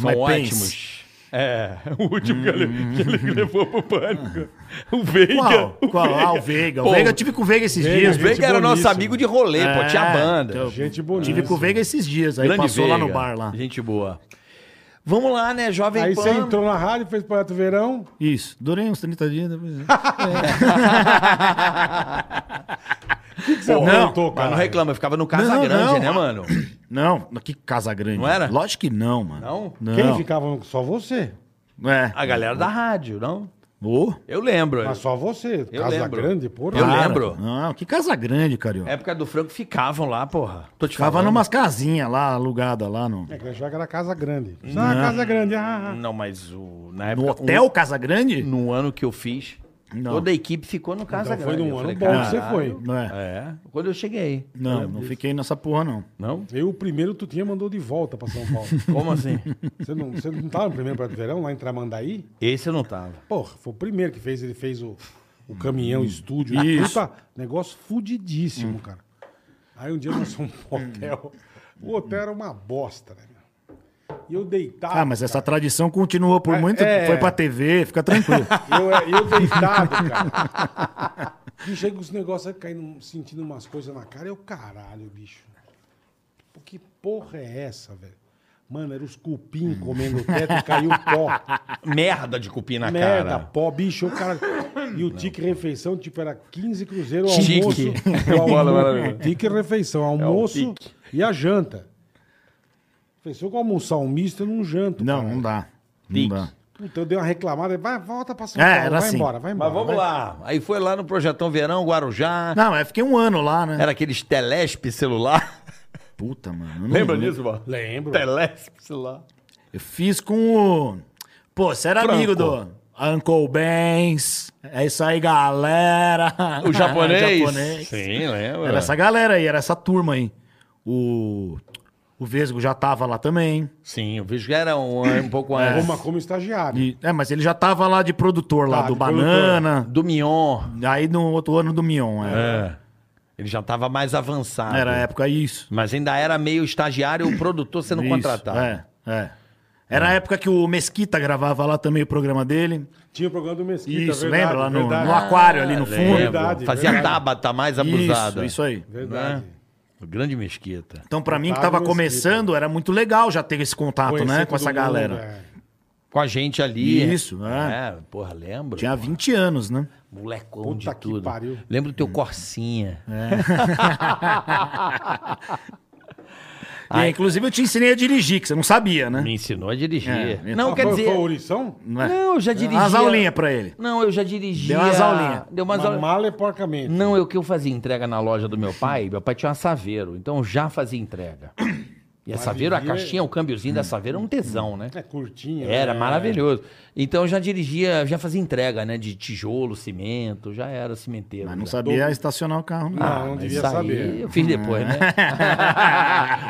S4: mas pense. Hum.
S3: ótimos. É, o último que, ele, que ele levou pro pânico. O Veiga.
S4: Qual?
S3: (laughs)
S4: Qual? Ah, o Veiga.
S3: Pô,
S4: O Veiga, eu tive com o Veiga esses
S1: Veiga,
S3: O
S4: dias.
S1: gente
S3: Veiga era nosso
S1: boníssima.
S3: amigo de rolê, pô. Tinha
S4: É,
S3: banda.
S4: então,
S1: Gente bonita.
S4: Tive com o Veiga esses dias. Aí
S3: Grande
S4: passou lá no
S3: Veiga.
S4: bar lá.
S3: Gente boa. Vamos lá, né, Jovem
S1: Aí
S3: Pan?
S1: você entrou na rádio, fez projeto verão.
S4: Isso. Durei uns 30 dias depois.
S3: (laughs)
S1: Você
S3: Pô,
S4: Não,
S1: aprontou,
S3: Mas não
S1: caralho?
S3: reclama, eu ficava no Casa
S4: Não,
S3: Grande,
S4: não.
S3: né, mano?
S4: Não, que casa grande.
S3: Não era?
S4: Lógico que não, mano.
S3: Não?
S4: Não.
S1: Quem ficava? Só você.
S4: É.
S3: A galera da rádio, não?
S4: Ô,
S3: Eu lembro.
S1: Mas só você.
S3: Eu
S1: Casa
S3: lembro.
S1: Grande, porra.
S3: Eu
S4: para.
S3: lembro.
S4: Não, que casa grande, carioca.
S3: Na época do Franco ficavam lá, porra. Tô te
S4: Ficava
S3: falando.
S4: numas casinhas lá, alugadas lá no...
S1: É que eu achava que era Casa Grande. Isso é uma Casa Grande. Ah, ah.
S3: Não, mas o... na
S4: No
S3: época...
S4: hotel Casa Grande?
S3: um- no ano que eu fiz,
S4: Não.
S3: toda a equipe ficou no Casa
S1: Então foi
S3: Grande.
S1: num
S3: Eu
S1: ano
S3: falei,
S1: bom que você
S3: "Caralho".
S1: foi.
S4: Não é.
S3: É, quando eu cheguei.
S4: Não, não fiquei nessa porra, não.
S3: Não?
S4: (laughs)
S1: Eu, o primeiro tu tinha, mandou de volta pra São Paulo.
S3: Como assim?
S1: você, não, você não tava no primeiro projeto verão lá em Tramandaí?
S3: Esse eu não tava.
S1: Porra, foi o primeiro que fez. Ele fez o, o caminhão, o estúdio.
S4: Hum, Isso. Hum.
S1: Puta, negócio fudidíssimo, cara. Aí um dia nós fomos pro hotel. O hotel era uma bosta, né? meu? E eu deitava.
S4: Ah,
S3: tá.
S4: mas essa tradição continuou por muito...
S1: é.
S4: Foi pra TV,
S3: (laughs)
S4: fica tranquilo.
S1: Eu, é, eu deitado, cara. Não chega com os negócios aí caindo, sentindo umas coisas na cara. Eu, caralho, bicho. Pô, que porra é essa, velho? Mano, era os cupim
S4: Hum.
S1: comendo o teto e caiu pó.
S3: Merda de cupim na
S1: Merda,
S3: cara.
S1: pó, bicho, o cara. E o tique refeição, tipo, era 15 cruzeiro o
S3: Tique.
S1: almoço. O
S3: (laughs) Bola É
S1: almoço
S3: maravilhosa.
S1: o tique refeição, almoço
S3: pique.
S1: e a janta. Falei, se eu almoçar um misto, eu não janto.
S4: Não,
S1: cara.
S4: não dá. Não
S3: Tique.
S4: dá.
S1: Puta, eu dei uma reclamada, vai, volta pra São
S4: É,
S1: Paulo,
S4: era
S1: vai
S4: assim.
S1: embora, vai embora. né?
S3: Mas vamos
S1: vai.
S3: lá. Aí foi lá no Projetão Verão, Guarujá.
S4: Não, eu fiquei um ano lá, né?
S3: Era aqueles telespe celular.
S4: Puta, mano. eu não
S3: Lembra
S4: lembro.
S3: disso, mano?
S1: Lembro.
S3: Telespe celular.
S4: Eu fiz com o. Pô, você era
S3: Franco.
S4: amigo do Uncle Benz. É isso aí, galera.
S1: (laughs)
S3: O
S4: (laughs)
S3: japonês?
S4: japonês.
S3: Sim, lembra.
S4: Era essa galera aí, era essa turma aí. O. O Vesgo já tava lá também.
S3: Sim, eu vejo que era um, um pouco
S4: É.
S3: antes.
S1: Roma como estagiário.
S4: E- é, mas ele já tava lá de produtor, lá
S1: Tá,
S4: do
S1: de
S4: Banana.
S3: Do Mion.
S4: Aí no outro ano do Mion. Era,
S3: É. Ele já tava mais avançado.
S4: era a época isso.
S3: Mas ainda era meio estagiário, o produtor sendo
S4: Isso,
S3: contratado.
S4: É, é. Era a época que o Mesquita gravava lá também o programa dele.
S1: Tinha o programa do Mesquita,
S4: Isso,
S1: verdade,
S4: lembra? Lá no,
S1: verdade.
S4: no aquário ali no fundo.
S3: Lembro.
S1: Verdade,
S3: Fazia
S1: verdade.
S3: tábata mais É, abusada.
S4: É, Isso, isso aí.
S1: Verdade.
S4: É.
S3: O grande Mesquita.
S4: Então, pra mim, que
S1: Otávio
S4: tava
S1: Mesquita.
S4: começando, era muito legal já ter esse contato,
S1: Conhecer
S4: né? Com
S1: todo
S4: essa
S1: mundo,
S4: galera.
S1: é.
S3: Com a gente ali.
S4: Isso, é.
S3: É, porra, lembro.
S4: Tinha 20 anos, né?
S3: Molecão
S1: Puta
S3: de
S1: que
S3: tudo.
S1: pariu.
S3: Lembro do teu Corsinha.
S4: É. E, inclusive, eu te ensinei a dirigir, que você não sabia, né?
S3: Me ensinou a dirigir.
S4: É.
S3: Não,
S1: Ah,
S3: quer
S1: foi,
S3: dizer...
S1: Foi o Ourição?
S4: Não é?
S3: Não, eu já dirigia...
S4: As aulinhas pra ele.
S3: Não, eu já dirigia...
S4: Deu umas aulinhas.
S3: Deu umas
S1: Mas
S3: aulinhas.
S1: mala e porcamente.
S3: Não, eu que eu fazia entrega na loja do meu pai. Meu pai tinha uma Saveiro, então eu já fazia entrega. E a
S1: Mas
S3: Saveiro, a
S1: vivia-
S3: caixinha, o câmbiozinho da Saveiro é um tesão, né?
S1: É curtinha.
S3: Era
S1: né?
S3: maravilhoso. Então eu já dirigia, já fazia entrega, né? De tijolo, cimento, já era cimenteiro.
S4: Mas não
S3: já.
S4: sabia estacionar o carro, não.
S1: Ah, não devia
S3: Isso aí
S1: saber. é
S3: eu fiz
S1: (laughs)
S3: depois, né?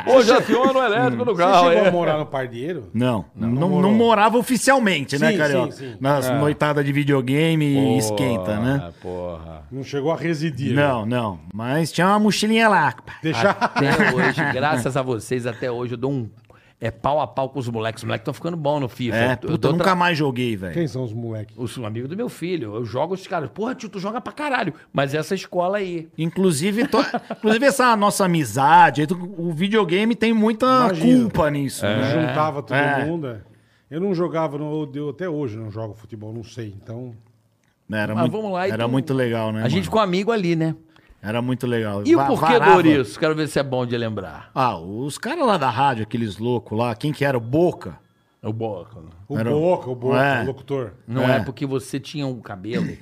S3: Hoje aciona o elétrico no
S1: Você chegou a morar no Pardieiro?
S4: Não, não, não,
S1: morou.
S4: morava oficialmente, né,
S1: Sim,
S4: Carioca?
S1: sim, É. sim.
S4: Nas noitadas de videogame e esquenta, né?
S3: Porra.
S1: Não chegou a residir. né?
S4: Não, Ah. não. Mas tinha uma mochilinha lá. pá.
S1: Deixar...
S3: Até hoje, graças a vocês, até hoje eu dou um. É pau a pau com os moleques. Os moleques estão ficando bons no FIFA.
S4: É,
S3: Eu dou
S4: puta, eu
S3: tra-
S4: nunca mais joguei, velho.
S1: Quem são os moleques?
S3: Os amigos do meu filho. Eu jogo os caras. Porra, tio, tu joga pra caralho. Mas essa escola aí.
S4: Inclusive, to- (laughs) inclusive, essa nossa amizade, o videogame tem muita
S1: Imagino.
S4: culpa nisso.
S3: É.
S1: Não
S4: né?
S1: Juntava todo
S4: É.
S1: mundo. é. Eu não jogava, não- eu até hoje não jogo futebol, não sei. Então,
S4: Era,
S3: Mas
S4: muito,
S3: vamos lá,
S4: era
S3: então,
S4: muito legal,
S1: É,
S4: né?
S3: a gente
S4: mano?
S3: ficou amigo ali, né?
S4: Era muito legal.
S3: E o
S4: Va-
S3: porquê do
S4: varava.
S3: ouriço? Quero ver se é bom de lembrar.
S4: Ah, os caras lá da rádio, aqueles loucos lá, quem que era? O Boca?
S3: O Boca.
S1: o
S4: Era-
S1: Boca, o Boca,
S4: É.
S1: o locutor.
S3: Não é.
S4: É.
S3: porque você tinha um cabelo.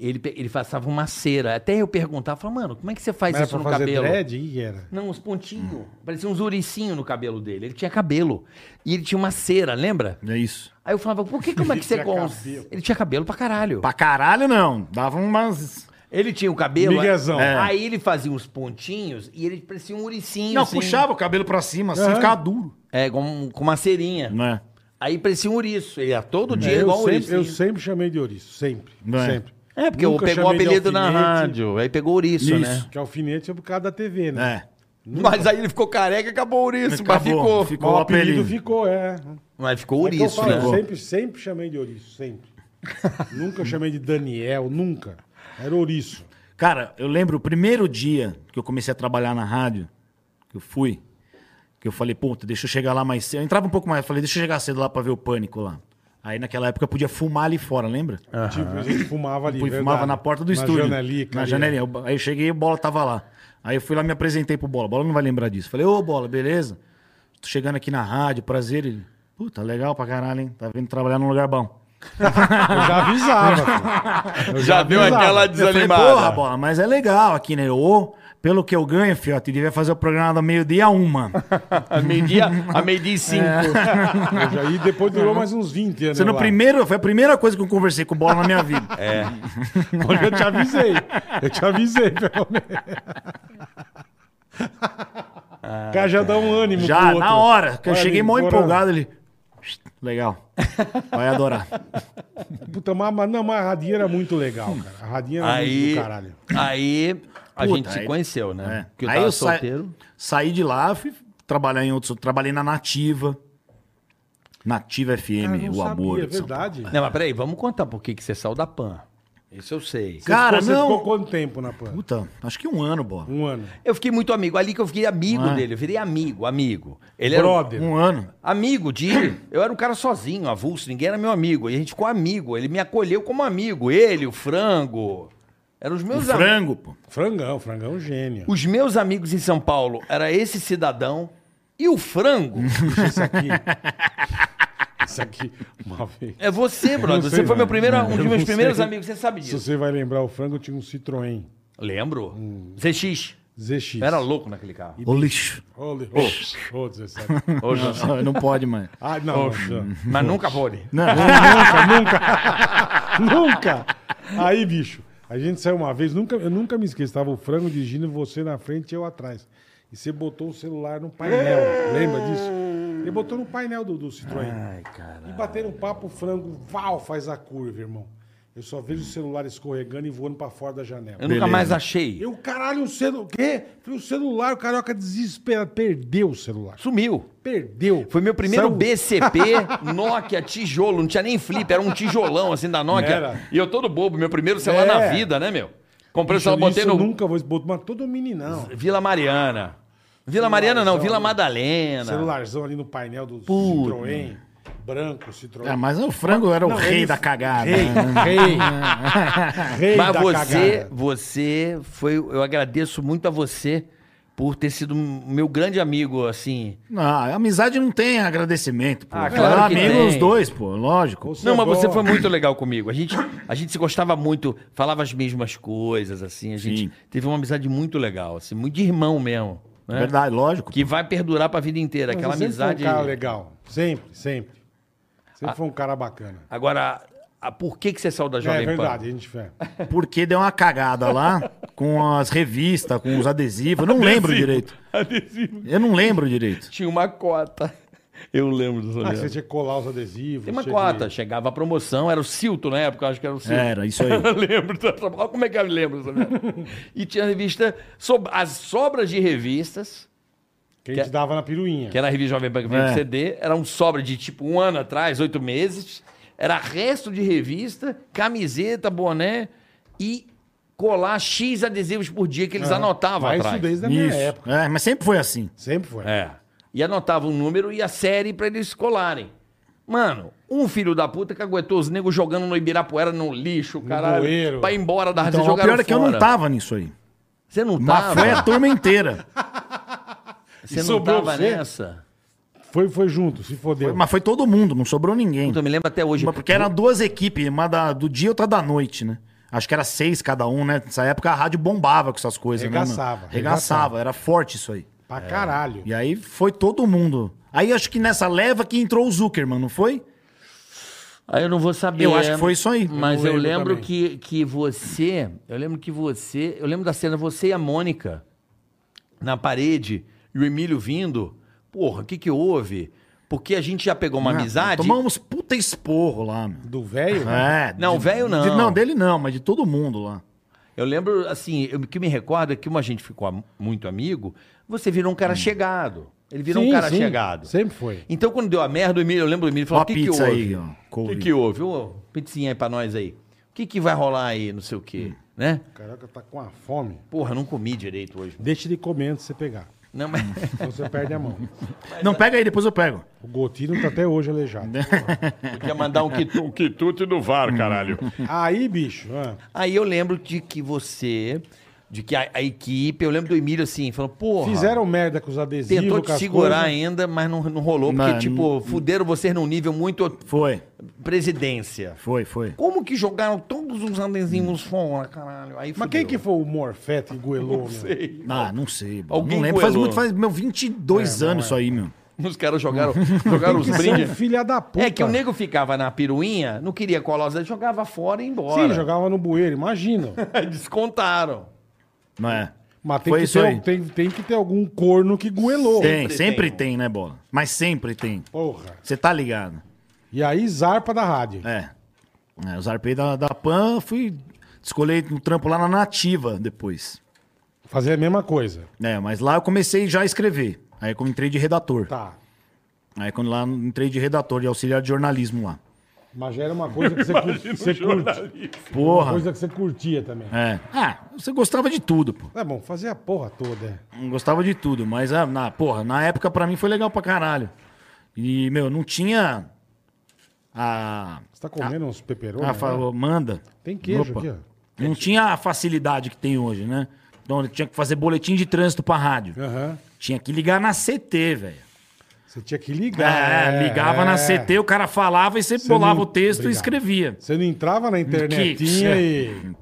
S3: Ele, pe- ele passava uma cera. Até eu perguntava, falava, mano, como é que você faz
S1: Mas era
S3: isso
S1: pra
S3: no
S1: fazer
S3: cabelo?
S1: dread? O que que era?
S3: Não, uns pontinhos. Parecia uns ouricinhos no cabelo dele. Ele tinha cabelo. E ele tinha uma cera, lembra?
S4: É isso.
S3: Aí eu falava, por que como é
S1: Ele
S3: que você
S1: tinha
S3: cons...
S1: cabelo.
S3: Ele tinha cabelo pra caralho.
S4: Pra caralho, não. Dava umas.
S3: Ele tinha o cabelo.
S1: Miguezão.
S3: é. Aí ele fazia uns pontinhos e ele parecia um uricinho.
S4: Não,
S3: assim.
S4: puxava o cabelo pra cima, assim,
S1: Aham.
S4: ficava duro.
S3: É, com, com uma cerinha.
S4: Né?
S3: Aí parecia um ouriço. Ele era todo dia
S1: É, eu,
S3: igual um
S1: sempre,
S3: ouriço.
S1: eu sempre chamei de ouriço, sempre.
S4: Não é?
S1: sempre.
S3: É, porque eu
S1: Nunca
S3: pegou o
S1: chamei de
S3: apelido na
S1: alfinete,
S3: rádio. Aí pegou ouriço, (laughs)
S4: Isso.
S3: né?
S1: Que alfinete é por causa da TV, né?
S4: É.
S6: Mas aí ele ficou careca e acabou o ouriço, mas
S4: Acabou,
S6: ficou.
S1: Mas
S4: ficou
S1: o
S4: o
S1: apelido
S4: apelido.
S1: ficou, é.
S3: Mas ficou
S1: É que eu
S3: ouriço,
S1: falo,
S3: né?
S1: eu sempre, sempre chamei de ouriço, sempre.
S4: (laughs)
S1: nunca chamei de Daniel, nunca. Era ouriço.
S4: Cara, eu lembro o primeiro dia que eu comecei a trabalhar na rádio, que eu fui, que eu falei, puta, deixa eu chegar lá mais cedo. Eu entrava um pouco mais, eu falei, deixa eu chegar cedo lá pra ver o pânico lá. Aí naquela época eu podia fumar ali fora, lembra?
S1: Tipo, a gente fumava ali,
S4: Fui,
S1: verdade.
S4: fumava na porta do
S1: na
S4: estúdio.
S1: Janelinha,
S4: na
S1: ali.
S4: janelinha. Eu- Aí eu cheguei e o Bola tava lá. Aí eu fui lá me apresentei pro Bola. Bola não vai lembrar disso. Falei, ô Bola, beleza? Tô chegando aqui na rádio, prazer. Ele, puta, legal pra caralho, hein? Tá vindo trabalhar num lugar bom.
S1: Eu já
S4: (laughs)
S1: avisava. filho. Eu
S6: Já deu
S1: avisava.
S6: aquela
S4: Eu falei,
S6: desanimada.
S3: (laughs)
S4: porra, bola, mas é legal aqui, né? Ô, pelo que eu ganho, fiote, devia fazer o programa do meio-dia a
S1: (laughs)
S4: uma.
S6: A meio-dia a meio-dia e cinco.
S1: É. Eu já- E depois durou mais uns 20 anos.
S4: Você no
S1: lá. (laughs)
S4: primeiro, foi a primeira coisa que eu conversei com o bola na minha vida.
S1: É. Porque eu te avisei. Eu te avisei, pelo menos. o cara já dá um ânimo pro
S4: Ah, Já,
S1: outro.
S4: na hora, que eu
S1: Olha ali,
S4: cheguei mó
S1: Porã.
S4: empolgado, ele. Legal. Vai
S1: (laughs)
S4: adorar.
S1: Puta, mas, mas não, mas a radinha era muito legal, cara. A radinha era
S3: (laughs) Aí,
S1: muito do caralho.
S3: aí a
S4: Puta,
S3: gente se
S4: aí-
S3: conheceu, né?
S4: É.
S3: Porque eu
S4: Aí
S1: tá
S3: tava
S4: eu sa-
S3: solteiro.
S4: saí de lá, fui trabalhar em outros. Trabalhei na Nativa. Nativa
S1: Cara,
S4: FM,
S1: não
S4: o
S1: sabia,
S4: amor.
S1: É
S4: de São Paulo.
S1: verdade.
S3: Não, mas peraí, vamos contar por que que você saiu da PAN. Isso eu sei.
S4: Cara,
S1: você
S4: não.
S1: ficou quanto tempo na PAN?
S4: Puta, acho que um ano, bola.
S1: Um ano.
S3: Eu fiquei muito amigo. Ali que eu fiquei amigo
S4: Ah.
S3: dele. Eu virei amigo, amigo. Ele era um-
S1: Brother.
S4: Um ano.
S3: Amigo de. Eu era um cara sozinho, avulso, ninguém era meu amigo. E a gente ficou amigo. Ele me acolheu como amigo. Ele, o frango. Eram os
S4: Um
S3: meus amigos.
S4: frango, pô.
S1: Frangão, frangão é um gênio.
S3: Os meus amigos em São Paulo era esse cidadão e
S1: (laughs)
S3: o frango.
S1: Puxa, isso aqui. Isso aqui, uma vez.
S3: É você, brother.
S1: sei,
S3: Você foi
S1: mano.
S3: meu primeiro, um
S1: Eu
S3: dos
S1: não
S3: meus
S1: sei.
S3: primeiros amigos, você sabe
S1: Se
S3: disso.
S1: você vai lembrar, o frango tinha um Citroën
S3: Lembro.
S1: Hum.
S3: ZX.
S1: ZX.
S3: Eu era louco naquele carro.
S4: Ô lixo.
S1: Olha, oh, oh,
S3: (laughs)
S1: 17.
S3: Hoje,
S4: Não
S1: (laughs)
S4: pode, mãe.
S1: Ah, não, não, não.
S3: mas nunca foi.
S1: (laughs) Nunca! Aí, bicho, a gente saiu uma vez, nunca, eu nunca me esqueço, tava o frango dirigindo, você na frente e eu atrás. E você botou o celular no painel, lembra disso? Ele botou no painel do, do Citroën.
S3: Ai, cara.
S1: E bateram um papo, o frango, val, faz a curva, irmão. Eu só vejo o celular escorregando e voando pra fora da janela.
S3: Eu
S4: Beleza.
S3: nunca mais achei.
S1: Eu, caralho, o celular. O quê? Foi o celular, o carioca desesperado. Perdeu o celular.
S3: Sumiu.
S1: Perdeu.
S3: Foi meu primeiro
S1: Saiu- (laughs)
S3: BCP, Nokia, tijolo. Não tinha nem flip, era um tijolão assim da Nokia.
S1: Era.
S3: E eu todo bobo, meu primeiro celular na
S1: É.
S3: vida, né, meu? Comprei o
S1: Isso,
S3: celular, botei
S1: isso
S3: no
S1: eu nunca vou botar, mas todo meninão.
S3: Vila Mariana. Vila Mariana
S1: é
S3: não,
S1: um
S3: Vila Madalena.
S1: Celularzão ali no painel do Citroën. Branco, Citroën.
S3: Ah,
S4: É, mas o frango era o
S1: Não,
S4: rei
S1: ele-
S4: da cagada.
S1: Rei,
S4: né?
S1: rei. rei
S3: Mas
S1: da
S3: você,
S1: cagada.
S3: você foi. Eu agradeço muito a você por ter sido um- meu grande amigo, assim.
S4: Não, amizade não tem agradecimento, pô.
S3: Ah,
S4: claro
S3: claro
S4: Era
S3: que
S4: amigo
S3: tem.
S4: os dois, pô, lógico.
S1: Você
S3: Não, mas
S1: é
S3: você
S1: bom.
S3: foi muito legal comigo. A gente, a gente se gostava muito, falava as mesmas coisas, assim. A gente
S4: Sim.
S3: teve uma amizade muito legal, assim, muito de irmão mesmo. né?
S4: É
S1: É
S4: Verdade, lógico.
S3: Que vai perdurar pra vida inteira.
S1: Mas
S3: Aquela
S1: você
S3: amizade.
S1: Sempre foi um cara legal. Sempre, sempre. Sempre foi um cara bacana.
S3: Agora, a- por que, que você saiu da
S1: É
S3: Jovem Pan?
S1: verdade, a gente foi.
S4: Porque deu uma cagada lá com as revistas, com os adesivos. Eu não lembro direito.
S6: Adesivo.
S4: Eu não lembro direito.
S3: Tinha uma cota. Eu lembro disso.
S1: Ah,
S3: Leandro.
S1: você tinha que colar os adesivos.
S3: Tem uma
S1: tinha que-
S3: cota, chegava a promoção, era o Cilto na época, eu acho que era o
S1: É.
S3: Cilto.
S4: Era, isso aí.
S3: (laughs) Eu lembro, tá, tá, olha como é que eu lembro? sabe?
S1: (laughs)
S3: e tinha revista, sob- as sobras de revistas,
S1: Que a gente dava na piruinha.
S3: é- que era a revista Jovem Pan que vinha
S4: É.
S3: com CD, era um sobra de tipo um ano atrás, oito meses, era resto de revista, camiseta, boné e colar X adesivos por dia que eles anotavam
S1: Mas
S3: atrás.
S1: isso desde a minha
S4: É. Isso.
S1: época.
S4: É, mas sempre foi assim.
S1: Sempre foi.
S3: É. E anotava um número e a série pra eles colarem. Mano, um filho da puta que aguentou os negros jogando no Ibirapuera no lixo,
S1: bueiro.
S3: caralho. Pra ir embora da rádio
S4: Então, o
S3: jogaram
S4: pior é que eu não
S3: fora.
S4: tava nisso aí.
S3: Você não
S4: Mas
S3: tava.
S4: foi a turma inteira.
S3: Você não
S1: sobrou
S3: tava
S1: você?
S3: nessa.
S1: Foi, foi junto, se fodeu.
S4: Mas foi todo mundo, não sobrou ninguém.
S3: Puta, eu me lembro até hoje.
S4: Mas Porque
S1: Tipo,
S4: eram duas equipes, uma da- do dia e outra da noite, né? Acho que era seis cada um, né? Nessa época a rádio bombava com essas coisas, né?
S1: Regaçava,
S4: mano? Regaçava, era forte isso aí.
S1: Pra caralho.
S4: E aí foi todo mundo. Aí acho que nessa leva que entrou o Zuckerman, não foi?
S3: Aí eu não vou saber.
S4: Eu acho que foi isso aí.
S3: Mas
S1: Eu
S3: eu
S1: não
S3: lembro,
S1: lembro
S3: que, que você. Eu lembro que você. Eu lembro da cena, você e a Mônica na parede e o Emílio vindo. Porra, o que que houve? Porque a gente já pegou uma
S4: Ah,
S3: amizade.
S4: Tomamos puta esporro lá, meu.
S1: Do velho? né?
S4: É.
S3: Não,
S4: de-
S3: velho não.
S4: de- não, dele não, mas de todo mundo lá.
S3: Eu lembro, assim, eu- o que me recordo é que como a gente ficou am- muito amigo, você virou um
S4: Hum.
S3: cara chegado. Ele virou um
S1: Sim,
S3: cara
S1: sim.
S3: chegado.
S1: Sempre foi.
S3: Então, quando deu a merda, o Emílio, eu lembro do Emílio, falou,
S4: Uma
S3: o que que
S4: pizza
S3: houve?
S4: aí, ó.
S3: O que,
S4: couve.
S3: que houve? Ô, pizzinha aí pra nós aí. O que, que vai rolar aí, não sei o quê,
S4: Hum.
S3: né?
S1: Caraca, tá com a fome.
S3: Porra, eu não comi direito hoje.
S1: Deixa de comer antes de você pegar.
S3: Não, mas... (laughs)
S1: Senão você perde a mão.
S4: Não, pega aí, depois eu pego.
S1: O Gotino tá até hoje aleijado.
S3: Né? Podia mandar um quitu- um quitute no VAR, caralho.
S1: Aí, bicho. ah,
S3: Aí eu lembro de que você, de que a, a equipe, eu lembro do Emílio assim, falando, porra...
S1: fizeram né?" merda com os adesivos.
S3: Tentou
S1: com
S3: te
S1: as
S3: segurar
S1: coisas.
S3: ainda, mas não, não rolou, porque,
S4: Mas-
S3: tipo, fuderam vocês num nível muito
S4: Foi,
S3: presidência.
S4: foi, foi.
S3: Como que jogaram todos os andezinhos fora, né, caralho? Aí
S1: Mas quem que foi o Morfete que goelou, né? meu?
S3: foi?
S4: Ah, não sei. mano.
S3: Alguém
S4: não lembro. Faz
S3: goelou.
S4: muito, faz, meu,
S1: É,
S4: 22 anos isso aí, meu.
S3: Os
S1: (laughs)
S3: caras jogaram, jogaram os
S1: Que são
S3: brindes.
S1: filha da puta.
S3: É que o nego ficava na piruinha, não queria colosa, jogava fora e ia embora.
S1: Sim, jogava no bueiro, imagina.
S3: (laughs) Descontaram.
S4: Não é?
S1: Mas tem
S4: Foi
S1: que,
S4: isso
S1: ter, um
S4: aí.
S1: tem, tem que ter algum corno que goelou.
S4: Tem,
S3: Sempre
S4: sempre,
S3: tem,
S4: tem, né, bola? Mas sempre tem.
S1: Porra.
S4: Você tá ligado.
S1: E aí, zarpa da rádio.
S4: É. é eu zarpei da, da PAN, fui. Escolhi um trampo lá na Nativa depois.
S3: É.
S1: Fazer a mesma coisa.
S4: É, mas lá eu comecei já a escrever. Aí é eu entrei de redator.
S1: Tá.
S4: Aí é quando lá entrei de redator, de auxiliar de jornalismo lá.
S1: Mas já era uma coisa que você, cur- você curte. Uma
S4: Porra.
S1: coisa que você curtia também.
S4: É. Ah, você gostava de tudo, pô.
S1: É bom, fazer a porra toda. é.
S4: Gostava de tudo, mas ah, na, porra, na época pra mim foi legal pra caralho. E, meu, não tinha. A.
S1: Você tá comendo uns peperões?
S4: a Ah, falou, manda.
S1: Tem queijo
S4: Opa.
S1: aqui, ó.
S4: Não tinha a facilidade que tem hoje, né? Então ele tinha que fazer boletim de trânsito pra rádio.
S1: Aham.
S4: Tinha que ligar na CT, velho.
S1: Você tinha que ligar.
S4: É, ligava na
S1: é.
S4: CT, o cara falava e você
S1: Você
S4: bolava
S1: não-
S4: o texto
S1: Obrigado.
S4: e escrevia.
S1: Você não entrava na internetinha e.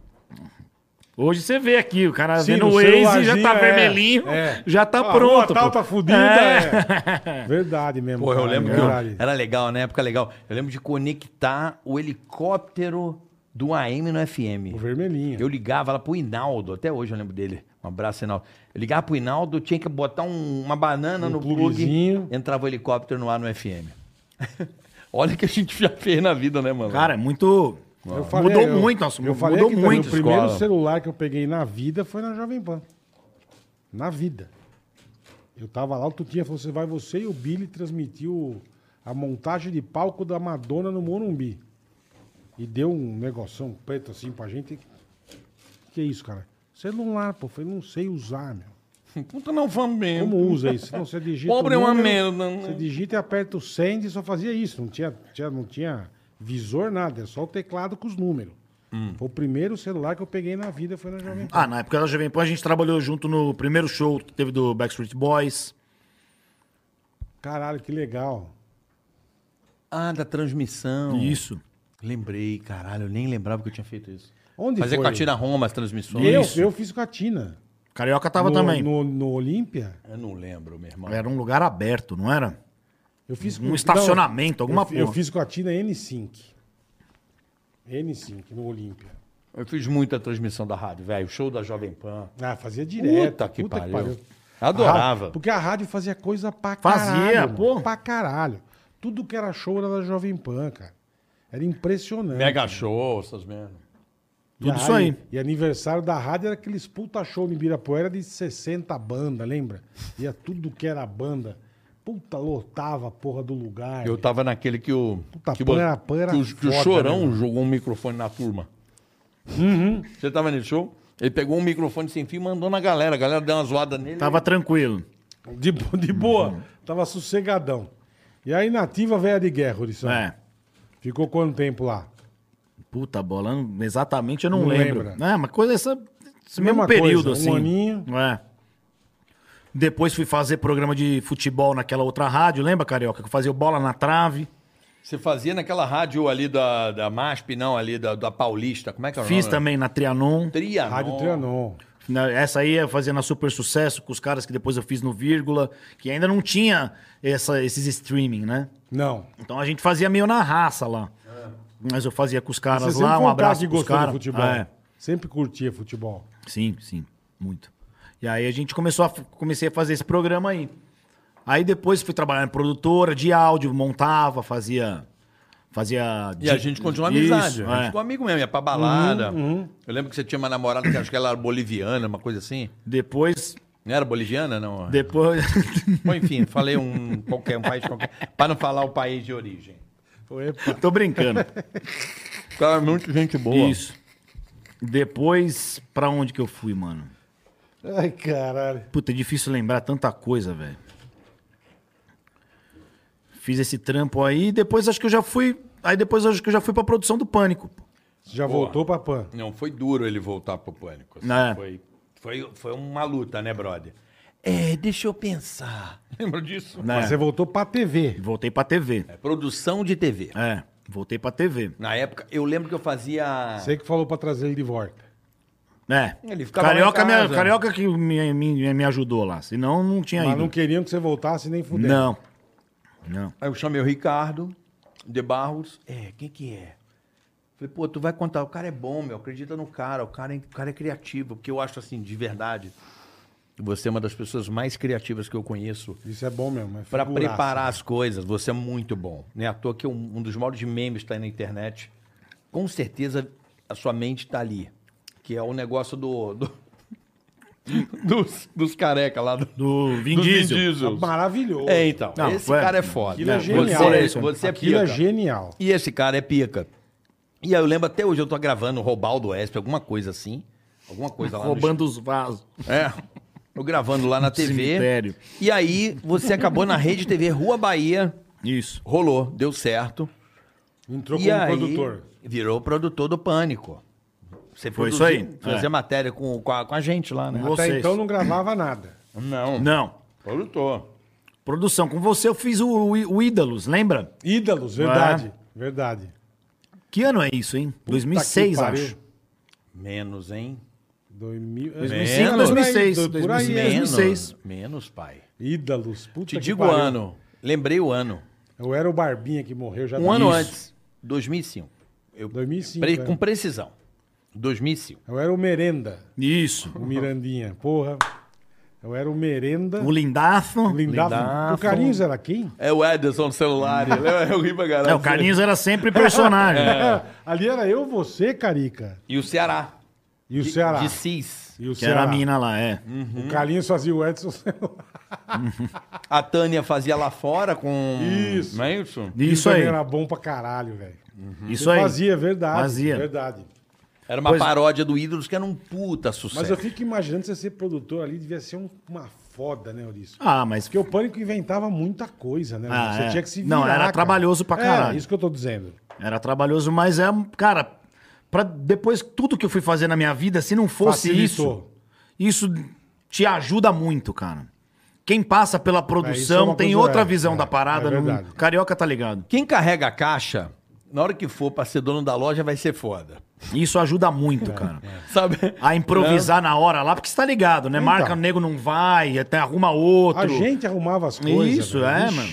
S4: Hoje você vê aqui, o cara
S1: Sim,
S4: tá
S1: no
S4: vendo o Waze, já
S1: celularzinho,
S4: tá
S1: é,
S4: vermelhinho,
S1: é.
S4: já tá
S1: Ah,
S4: pronto.
S1: rua tal
S4: pô.
S1: tá fudida.
S4: É.
S1: é. Verdade mesmo.
S3: Porra, eu
S1: cara, é
S3: lembro que eu-
S1: verdade.
S3: era legal, na época legal. Eu lembro de conectar o helicóptero do AM no FM.
S1: O vermelhinho.
S3: Eu ligava lá pro Inaldo, até hoje eu lembro dele. Um abraço, Inaldo. Eu ligava pro Inaldo, tinha que botar um- uma banana no plug,
S1: pluguezinho.
S3: entrava o helicóptero no ar no FM. (laughs) Olha o que a gente já fez na vida, né, mano?
S4: Cara, é muito.
S1: Eu
S4: mudou
S1: eu-
S4: muito, nossa,
S1: eu falei
S4: mudou
S1: que
S4: muito.
S1: O primeiro
S3: escola.
S1: celular que eu peguei na vida foi na Jovem Pan. Na vida. Eu tava lá, o Tutinha falou: você vai, você e o Billy transmitiu a montagem de palco da Madonna no Morumbi. E deu um negoção preto assim pra gente. Que é isso, cara? Celular, pô. Eu Falei, não sei usar, meu.
S3: Puta não fã mesmo.
S1: Como usa isso? Não, você digita. o
S3: Pobre é uma
S1: número,
S3: merda, né?
S1: Você digita e aperta o send e só fazia isso. Não tinha, tinha- não tinha visor, nada. É só o teclado com os números.
S4: Hum.
S1: Foi o primeiro celular que eu peguei na vida, foi na Jovem Pan.
S4: Ah, na época da Jovem Pan a gente trabalhou junto no primeiro show que teve do Backstreet Boys.
S1: Caralho, que legal.
S3: Ah, da transmissão.
S1: Hum.
S4: Isso.
S3: Lembrei, caralho, eu nem lembrava que eu tinha feito isso.
S1: Onde
S3: Fazer
S1: foi?
S3: com a Tina Roma as transmissões.
S1: Eu,
S4: Isso.
S1: eu fiz com a Tina.
S4: Carioca tava
S1: no,
S4: também.
S1: No, no Olímpia.
S3: Eu não lembro, meu irmão.
S4: Era um lugar aberto, não era?
S1: Eu fiz
S4: Um estacionamento, alguma
S1: eu, fi- Eu
S4: porra.
S1: fiz com a Tina N5. N5, no Olímpia.
S3: Eu fiz muita transmissão da rádio, velho. O show da Jovem Pan.
S1: Ah, fazia direto.
S3: Puta que pariu. Adorava.
S1: A rádio- porque a rádio fazia coisa pra
S4: Fazia,
S1: caralho. mano.
S4: pô.
S1: Pra caralho. Tudo que era show era da Jovem Pan, cara. Era impressionante.
S3: Mega show, essas merdas.
S1: E
S4: Tudo isso aí.
S1: E aniversário da rádio era aqueles puta show em Birapuera de 60 banda, lembra? Ia tudo que era banda. Puta, lotava a porra do lugar.
S3: Eu tava naquele que o.
S1: Puta,
S3: que,
S1: Pan
S3: bo-
S1: era- Pan era
S3: que o, que o
S1: foda,
S3: Chorão
S1: né, mano? Uhum.
S3: jogou um microfone na turma. Você tava nesse show? Ele pegou um microfone sem fio e mandou na galera. A galera deu uma zoada nele.
S1: Tá.
S4: Tava tranquilo.
S1: De, bo- de boa. Tava sossegadão. E aí, nativa velha de guerra, Ouriçã.
S4: É.
S1: Ficou quanto tempo lá?
S4: Puta bola, eu não- exatamente eu não,
S1: Não
S4: lembro.
S1: lembra.
S4: É, mas coisa essa, esse
S1: Mesma
S4: mesmo período,
S1: coisa,
S4: assim.
S1: um aninho.
S4: É. Depois fui fazer programa de futebol naquela outra rádio, lembra, Carioca? Que eu fazia o bola na trave.
S3: Você fazia naquela rádio ali da, da MASP, não, ali da, da Paulista. Como é que
S1: Tá,
S3: era o
S4: Fiz
S3: nome?
S4: também na Trianon.
S3: Trianon.
S1: Rádio Trianon.
S4: Na- Essa aí eu fazia na Super Sucesso com os caras que depois eu fiz no Vírgula, que ainda não tinha essa- esses streaming, né?
S1: Não.
S4: Então a gente fazia meio na raça lá. Mas eu fazia com os caras
S1: É. sempre
S4: lá,
S1: foi
S4: um
S1: cara
S4: abraço
S1: que
S4: pros
S1: gostou de
S4: caras.
S1: futebol.
S4: Ah, é.
S1: Sempre curtia futebol.
S4: Sim, sim, muito. E aí a gente começou a, comecei a fazer esse programa aí. Aí depois fui trabalhar em produtora de áudio, montava, fazia. Fazia.
S3: E a gente continua a amizade. a gente
S4: é.
S3: ficou amigo mesmo, ia pra balada. Eu lembro que você tinha uma namorada que acho que ela era boliviana, uma coisa assim.
S4: Depois.
S3: Não era boliviana, não?
S4: Depois. (laughs)
S3: Bom, enfim, falei um, qualquer, um país qualquer. Pra não falar o país de origem.
S4: Tô brincando.
S3: Cara, muito gente boa.
S4: Isso. Depois, pra onde que eu fui, mano?
S1: Ai, caralho.
S4: Puta, é difícil lembrar tanta coisa, velho. Fiz esse trampo aí e depois acho que eu já fui. Aí depois acho que eu já fui pra produção do Pânico. pô.
S1: Você já voltou pra PAN.
S3: Não, foi duro ele voltar pro pânico. assim.
S4: É.
S3: Foi, foi, foi uma luta, né, brother? É, deixa eu pensar. Lembra disso?
S4: Né?
S1: Mas você voltou pra TV.
S4: Voltei pra TV.
S3: É, produção de TV.
S4: É, voltei pra TV.
S3: Na época, eu lembro que eu fazia.
S1: Você que falou pra trazer ele de volta.
S4: É.
S3: Ele ficava lá em
S4: Carioca, me,
S3: casa.
S4: Carioca que me, me, me ajudou lá. Senão não
S3: Tá
S4: tinha
S1: Mas não
S4: ido.
S1: queriam que você voltasse nem fudendo.
S4: Não. Não.
S3: Aí eu chamei o Ricardo de Barros. É, quem que é? Falei, pô, tu vai contar. O cara é bom, meu. Acredita no cara. O cara é, o cara é criativo. Porque eu acho assim, de verdade, você é uma das pessoas mais criativas que eu conheço.
S1: Isso é bom mesmo. É
S3: Pra
S1: figuraça.
S3: preparar as coisas, você é muito bom. Né? À toa que um, um dos maiores memes está aí na internet. Com certeza a sua mente tá ali. Que é o negócio do. do- (laughs) dos, dos careca lá do.
S4: Do Vin
S3: dos
S4: Diesel.
S3: Diesels.
S1: Tá Maravilhoso.
S3: É, então.
S4: Não,
S3: esse
S4: foi-
S3: cara é foda.
S1: Aquilo é
S3: Você-
S1: genial.
S3: Você,
S4: Alisson.
S3: é
S1: Aquilo
S3: pica.
S1: é genial.
S3: E esse cara é pica. E aí eu lembro até hoje, eu tô gravando o Robaldo Esp, alguma coisa assim. Alguma coisa lá no
S4: Roubando os vasos.
S3: é. Eu gravando lá na TV.
S4: Cemitério.
S3: E aí você acabou na rede TV Rua Bahia.
S4: Isso.
S3: Rolou, deu certo.
S1: Entrou
S3: e
S1: como
S3: aí
S1: produtor.
S3: virou produtor do Pânico. Você
S4: Foi
S3: produziu-
S4: isso aí,
S3: Fazia
S4: é.
S3: matéria com, com, a, com a gente lá, né?
S4: Vou-
S1: Até
S4: vocês.
S1: então não gravava nada.
S3: Não,
S4: Não.
S3: produtor.
S4: Produção. Com você eu fiz o, o, o Ídalos, lembra?
S1: Ídalos,
S3: é?
S1: verdade. Verdade.
S4: Que ano é isso, hein?
S1: que
S4: 2006,
S1: pariu.
S4: acho.
S3: Menos, hein?
S1: 2000,
S4: Menos. 2006,
S1: Por aí, é.
S4: 2006.
S3: Menos,
S4: 2006.
S3: menos, pai.
S1: Ídalos. Puta
S3: Te
S1: que
S3: digo o
S1: pariu.
S3: ano. Lembrei o ano.
S1: Eu era o Barbinha que morreu já.
S3: Um ano
S1: Isso.
S3: antes, 2005. Eu,
S1: 2005,
S3: pre-
S1: é.
S3: Com precisão. 2005.
S1: Eu era o Merenda,
S4: Isso.
S1: o Mirandinha. Porra. Eu era o Merenda.
S4: O Lindaço.
S1: O Lindafo.
S3: Lindafo.
S1: O Carinhos era quem?
S3: É o Ederson do celular. ele é o Riba Garante.
S4: É, o Carlinhos era sempre personagem.
S1: É. Ali era eu, você, Carica.
S3: E o Ceará.
S1: E o Ceará.
S3: De Cis.
S1: E o
S4: Que era a mina lá, é.
S1: O Carlinhos fazia o Edson.
S3: A Tânia fazia lá fora com.
S1: Isso.
S3: Não é isso?
S4: Isso
S1: também
S4: aí.
S1: Era bom pra caralho, velho.
S4: Isso aí.
S1: Fazia, verdade.
S4: Fazia.
S1: Verdade.
S3: Era uma
S4: Pois-
S3: paródia do Ídolos que era um puta sucesso.
S1: Mas eu fico imaginando você ser produtor ali, devia ser um- uma foda, né, Eurício?
S4: Ah, mas
S1: Porque o Pânico inventava muita coisa, né?
S4: Ah,
S1: você
S4: é.
S1: tinha que se virar.
S4: Não, era
S1: cara.
S4: trabalhoso pra caralho.
S1: É, isso que eu tô dizendo.
S4: era trabalhoso, mas é, cara, para depois tudo que eu fui fazer na minha vida, se não fosse
S1: Facilitou.
S4: isso, isso te ajuda muito, cara. Quem passa pela
S1: é
S4: produção
S1: uma
S4: tem
S1: coisa-
S4: outra
S1: é,
S4: visão
S1: é,
S4: da parada.
S1: é
S4: não-
S1: verdade.
S4: Carioca tá ligado.
S3: Quem carrega a caixa, na hora que for pra ser dono da loja, vai ser foda. (laughs)
S4: Isso ajuda
S1: É,
S4: muito, cara.
S3: Sabe?
S4: A improvisar na hora lá, porque você tá ligado, né? Marca, o nego não vai, até arruma outro.
S1: Então. A gente arrumava as coisas.
S4: Isso,
S1: velho.
S4: é,
S1: Ixi,
S4: mano.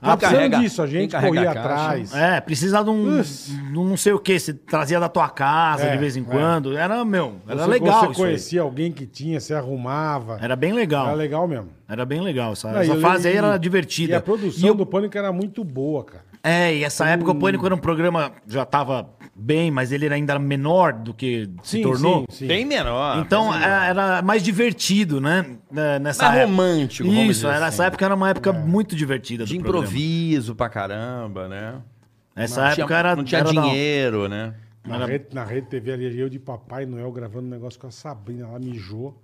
S1: Tá
S3: Quem
S1: precisando
S3: carrega-
S1: disso, a
S3: quem
S1: gente
S3: carrega
S1: corria
S3: a caixa?
S1: atrás.
S4: É, precisava de um,
S1: Ups.
S4: de um não sei o que, você trazia da tua casa
S1: É,
S4: de vez em
S1: é.
S4: quando. Era, meu, era
S1: Você-
S4: legal
S1: Você
S4: isso aí.
S1: conhecia alguém que tinha, você arrumava.
S4: Era bem legal.
S1: Era
S4: Era,
S1: legal mesmo.
S4: bem legal. Essa,
S1: Não,
S4: essa
S1: e-
S4: fase aí
S1: e-
S4: era divertida.
S1: E a produção
S4: E eu-
S1: do Pânico era muito boa, cara.
S4: É, e essa época o Pânico era um programa, já tava bem, mas ele era ainda menor do que se tornou.
S1: sim,
S3: Bem menor.
S4: Então é, era mais divertido, né? É, Nessa
S3: Mais
S4: época.
S3: romântico, vamos
S4: Isso,
S3: dizer
S4: era, essa
S3: assim.
S4: época era uma
S1: É.
S4: época muito divertida.
S3: De
S4: do programa.
S3: improviso pra caramba, né?
S4: Essa
S3: Não
S4: época
S3: tinha-
S4: era.
S3: Não tinha
S4: era da-
S3: dinheiro, né?
S1: Na, rede, na rede TV ali, eu de Papai Noel gravando um negócio com a Sabrina. Ela mijou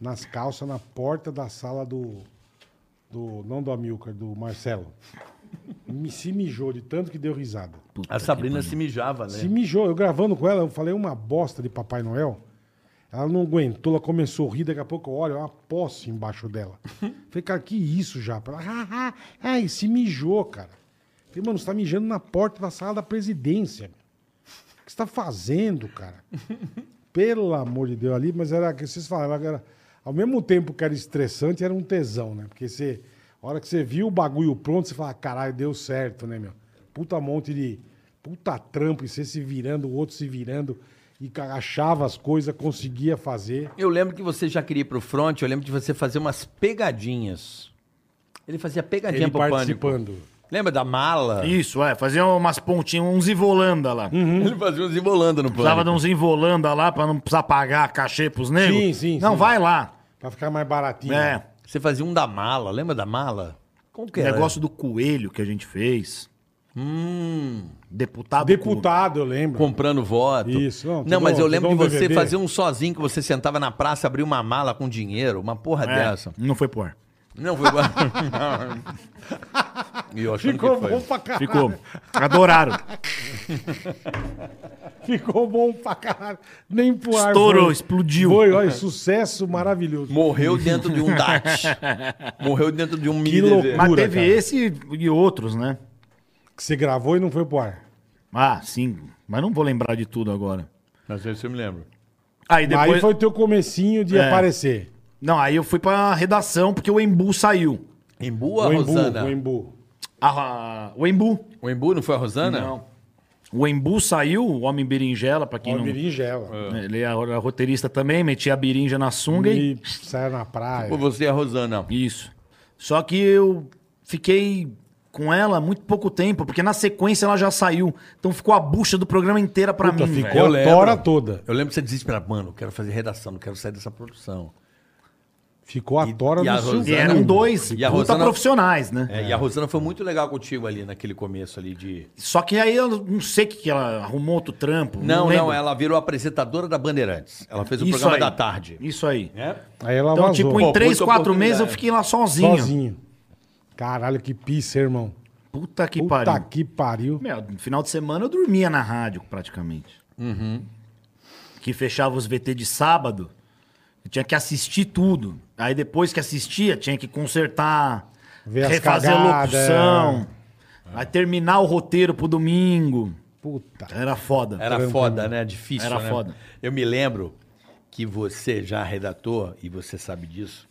S1: nas calças na porta da sala do. do não do Amilcar, do Marcelo. Me- Se mijou de tanto que deu risada.
S4: Puta
S3: A
S4: que
S3: Sabrina
S4: pariu.
S3: se mijava, né?
S1: Se mijou. Eu gravando com ela, eu falei uma bosta de Papai Noel. Ela não aguentou, ela começou a rir. Daqui a pouco eu olho, é uma posse embaixo dela. Falei, cara, que isso, Japa? Ela, haha, ai, se mijou, cara. Falei, mano, você tá mijando na porta da sala da presidência. meu. O que você tá fazendo, cara? Pelo amor de Deus, ali, mas era que vocês falaram, era, ao mesmo tempo que era estressante, era um tesão, né? Porque você, a hora que você viu o bagulho pronto, você fala, caralho, deu certo, né, meu? Puta monte de Puta trampo, e você se virando, o outro se virando, e ca- achava as coisas, conseguia fazer.
S3: Eu lembro que você já queria ir pro front, eu lembro de você fazer umas pegadinhas. Ele fazia pegadinha
S1: Ele
S3: pro pânico.
S1: participando.
S3: Lembra da mala?
S4: Isso, é. Fazia umas pontinhas, uns envolanda lá.
S3: (laughs)
S1: Uhum.
S3: Ele fazia uns embolando no
S4: Precisava
S3: pânico.
S4: de uns envolanda lá pra não precisar pagar cachê pros negros.
S1: Sim, sim,
S4: Não,
S1: sim.
S4: vai lá.
S1: Pra ficar mais baratinho.
S4: É.
S3: Você fazia um da mala, lembra da mala? Como que era?
S4: Negócio do coelho que a gente fez.
S3: Hum,
S4: Deputado.
S1: Deputado, eu lembro.
S3: comprando voto.
S1: Isso, não,
S3: Não,
S1: te dou-
S3: mas eu
S1: te
S3: lembro
S1: dou
S3: que
S1: um
S3: você
S1: DVD.
S3: fazia um sozinho, que você sentava na praça, abria uma mala com dinheiro, uma porra
S4: com- É,
S3: dessa.
S4: não foi pro ar.
S3: Não, foi... (laughs) e eu achando
S1: Ficou
S3: que foi.
S1: bom pra caralho.
S4: Ficou.
S1: (laughs)
S4: Adoraram.
S1: Ficou bom pra caralho. Nem pro ar.
S4: Estourou,
S1: foi.
S4: explodiu.
S1: Foi, olha, sucesso maravilhoso.
S3: (laughs) Morreu dentro de um DAT. Morreu dentro de um mini
S1: loucura.
S3: DV.
S4: Mas
S1: Pura,
S4: teve
S1: cara.
S4: esse e outros, né?
S1: Que você gravou e não foi pro ar.
S4: Ah, sim. Mas não vou lembrar de tudo agora.
S3: Mas esse eu me lembro.
S4: Aí depois.
S1: Aí foi teu comecinho de
S4: É.
S1: aparecer.
S4: Não, aí eu fui pra redação porque o Embu saiu.
S3: Em Boa,
S1: o Embu,
S3: Rosana.
S1: o Embu.
S4: A- a- o Embu.
S3: O Embu não foi a Rosana?
S4: O Embu saiu, o Homem Berinjela, pra quem
S1: Ó,
S4: não.
S1: berinjela.
S4: Ele era roteirista também, metia a berinja na sunga e.
S1: E saiu na praia.
S3: Ou você e a Rosana?
S4: Isso. Só que eu fiquei com ela muito pouco tempo, porque na sequência ela já saiu. Então ficou a bucha do programa inteira pra
S1: Puta,
S4: mim.
S1: ficou
S4: velho.
S1: a
S3: Eu lembro.
S1: tora toda.
S3: Eu lembro que você desesperado, mano, eu quero fazer redação, não quero sair dessa produção.
S1: Ficou a
S3: E-
S1: tora
S3: e a
S1: do seu
S4: E
S3: Rosana-
S4: eram dois
S3: E a
S4: puta
S3: Rosana-
S4: profissionais, né?
S3: É, E a Rosana foi muito legal contigo ali naquele começo ali de.
S4: Só que aí eu não sei o que, que ela arrumou outro trampo.
S3: Não, não,
S4: lembro.
S3: ela virou apresentadora da Bandeirantes. Ela fez o
S4: Isso
S3: programa
S4: aí.
S3: da tarde.
S4: Isso aí.
S3: É?
S1: Aí ela
S4: Então,
S1: vazou.
S4: tipo,
S3: Pô,
S4: em três,
S3: puta
S4: quatro meses eu
S3: oportunidade.
S4: fiquei lá sozinho.
S1: sozinho. Caralho, que pisse, irmão.
S4: Puta que
S1: Puta
S4: pariu.
S1: que pariu.
S4: Meu, no final de semana eu dormia na rádio, praticamente.
S3: Uhum.
S4: Que fechava os VT de sábado. Eu tinha que assistir tudo. Aí depois que assistia, tinha que consertar,
S1: Ver as
S4: refazer a
S1: cagadas. é.
S4: locução. Aí terminar o roteiro pro domingo.
S1: Puta.
S4: Era foda.
S3: Era foda, né? Difícil.
S4: Era
S3: né?
S4: foda.
S3: Eu me lembro que você já redator, e você sabe disso,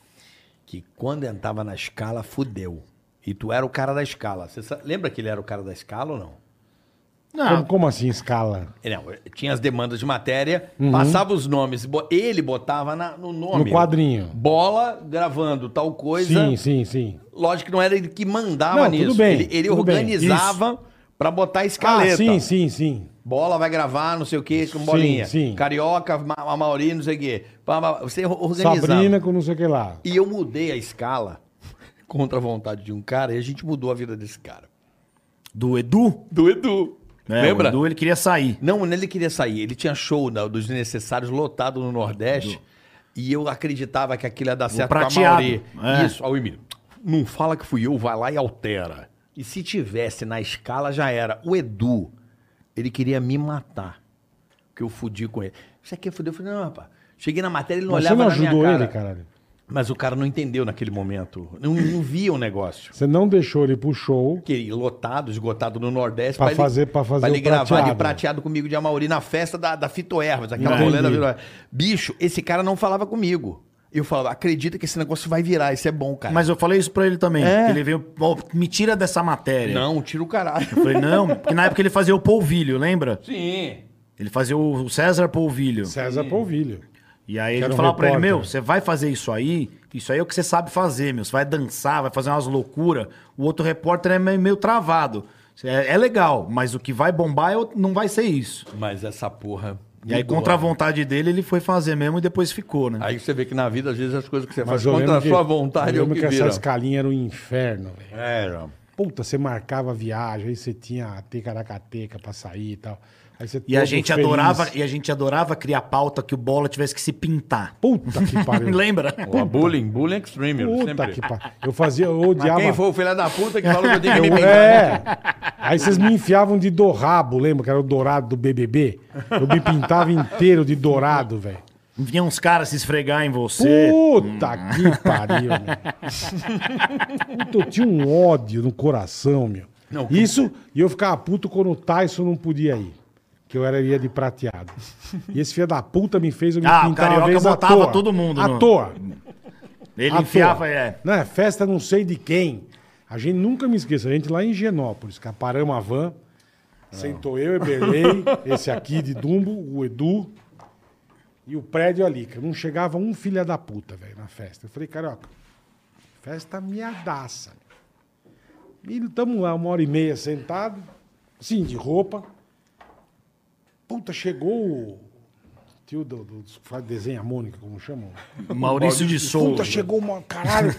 S3: que quando entrava na escala, fudeu. E tu era o cara da escala. Você sa- lembra que ele era o cara da escala ou não?
S1: Como,
S3: Ah.
S4: Não,
S1: como assim, escala?
S3: Ele Não, eh, tinha as demandas de matéria, passava os nomes, bo- ele botava na- no nome.
S1: Uhum. No quadrinho.
S3: Bola gravando tal coisa.
S1: Sim, sim, sim.
S3: Lógico que não era ele que mandava
S1: Não, tudo
S3: nisso.
S1: bem,
S3: ele ele
S1: tudo bem,
S3: organizava pra botar a escaleta.
S1: Ah, sim, sim, sim.
S3: Bola vai gravar, não sei o quê, com
S1: Sim,
S3: bolinha.
S1: sim.
S3: Carioca, Ma a Mauri, não sei o quê. Pá, pá, Você or- organizava.
S1: Sabrina com não sei o que lá.
S3: E eu mudei a escala (laughs) contra a vontade de um cara e a gente mudou a vida desse cara.
S4: do Edu.
S3: Do Edu.
S4: né,
S3: Lembra?
S4: O Edu ele queria sair.
S3: Não, ele queria sair. Ele tinha show na- dos necessários lotado no Nordeste. E eu acreditava que aquilo ia dar certo com a
S4: prateado,
S3: Mauri.
S4: é.
S3: Isso. Aí o Emílio, não fala que fui eu, vai lá e altera. E se tivesse na escala, já era. O Edu, ele queria me matar. Porque eu fudi com ele. Você quer fuder? Eu falei, não, rapaz. Cheguei na matéria, ele não
S1: Mas você
S3: olhava
S1: não
S3: na minha
S1: ajudou
S3: cara.
S1: ele, caralho.
S3: Mas o cara não entendeu naquele momento. Não, não via o negócio.
S1: Você não deixou ele pro show.
S3: Que lotado, esgotado no Nordeste.
S1: Pra
S3: ele-
S1: fazer- pra fazer
S3: pra ele
S1: o
S3: gravar
S1: prateado.
S3: de prateado comigo de Amauri na festa da, da Fito Ervas, aquela
S1: Entendi.
S3: rolê da Fito Ervas. Bicho, esse cara não falava comigo. Eu falava, acredita que esse negócio vai virar, isso é bom, cara.
S4: Mas eu falei isso pra ele também.
S1: É.
S4: que Ele veio, "Ó, me tira dessa matéria.
S3: Não, tira o caralho.
S4: Eu falei, não, porque na época ele fazia o polvilho, lembra?
S3: Sim.
S4: Ele fazia o César Polvilho.
S1: César Polvilho.
S4: E aí
S1: Que era
S4: ele
S1: um
S4: falava pra ele,
S1: repórter.
S4: meu, você vai fazer isso aí, isso aí é o que você sabe fazer, meu. Você vai dançar, vai fazer umas loucuras. O outro repórter é meio meio travado. Cê- É, é legal, mas o que vai bombar é o- não vai ser isso.
S3: Mas essa porra.
S4: E aí,
S3: mudou.
S4: contra a vontade dele, ele foi fazer mesmo e depois ficou, né?
S3: Aí você vê que na vida, às vezes, as coisas que você
S1: Mas
S3: faz
S1: eu
S3: contra a
S1: lembro que-
S3: sua vontade
S1: Eu
S3: é o
S1: lembro
S3: que
S1: que essa
S3: vira. É,
S1: escalinha era um inferno, velho.
S3: Era.
S1: Puta, você marcava a viagem, aí você tinha a tecaracateca pra sair e tal. Aí você
S4: E a
S1: todo
S4: gente
S1: feliz.
S4: adorava, e a gente adorava criar pauta que o bola tivesse que se pintar.
S1: Puta que
S3: (laughs)
S1: pariu.
S4: (laughs) Lembra?
S3: Ó, bullying, bullying extreme. eu
S1: Puta
S3: sempre.
S1: que pariu. Eu fazia, eu
S3: Mas
S1: odiava.
S3: quem foi o filho da puta que falou que eu tenho que me né?
S1: Eu,
S3: pintar?
S1: é. Aí vocês me enfiavam de dourado, lembra que era o dourado do BBB? Eu me pintava inteiro de dourado, velho.
S4: Vinham uns caras se esfregar em você. Hum.
S1: Puta que pariu, meu. Puta, eu tinha um ódio no coração, meu.
S3: Não, que-
S1: Isso, e eu ficava puto quando o Tyson não podia ir. Que eu era ia de prateado. E esse filho da puta me fez eu me
S4: Ah, o
S1: pintar uma
S4: carioca
S1: vez à
S4: botava
S1: toa.
S4: todo mundo
S1: À
S4: no-
S1: toa.
S4: Ele
S1: À
S4: enfiava,
S1: toa.
S4: é.
S1: Não, é festa não sei de quem. A gente nunca me esqueça. A gente lá em Genópolis, caparamos a van, Sentou eu,
S4: (laughs)
S1: Eberlei, esse aqui de Dumbo, o Edu e o prédio ali, que não chegava um filha da puta, velho, na festa. Eu falei, carioca, festa miadaça. E estamos lá uma hora e meia sentado, sim, de roupa. Puta, chegou o tio do, do, dos que faz- desenha a Mônica, como chamam?
S4: Maurício de
S1: Puta,
S4: Souza.
S1: chegou uma.
S4: (laughs)
S1: Caralho.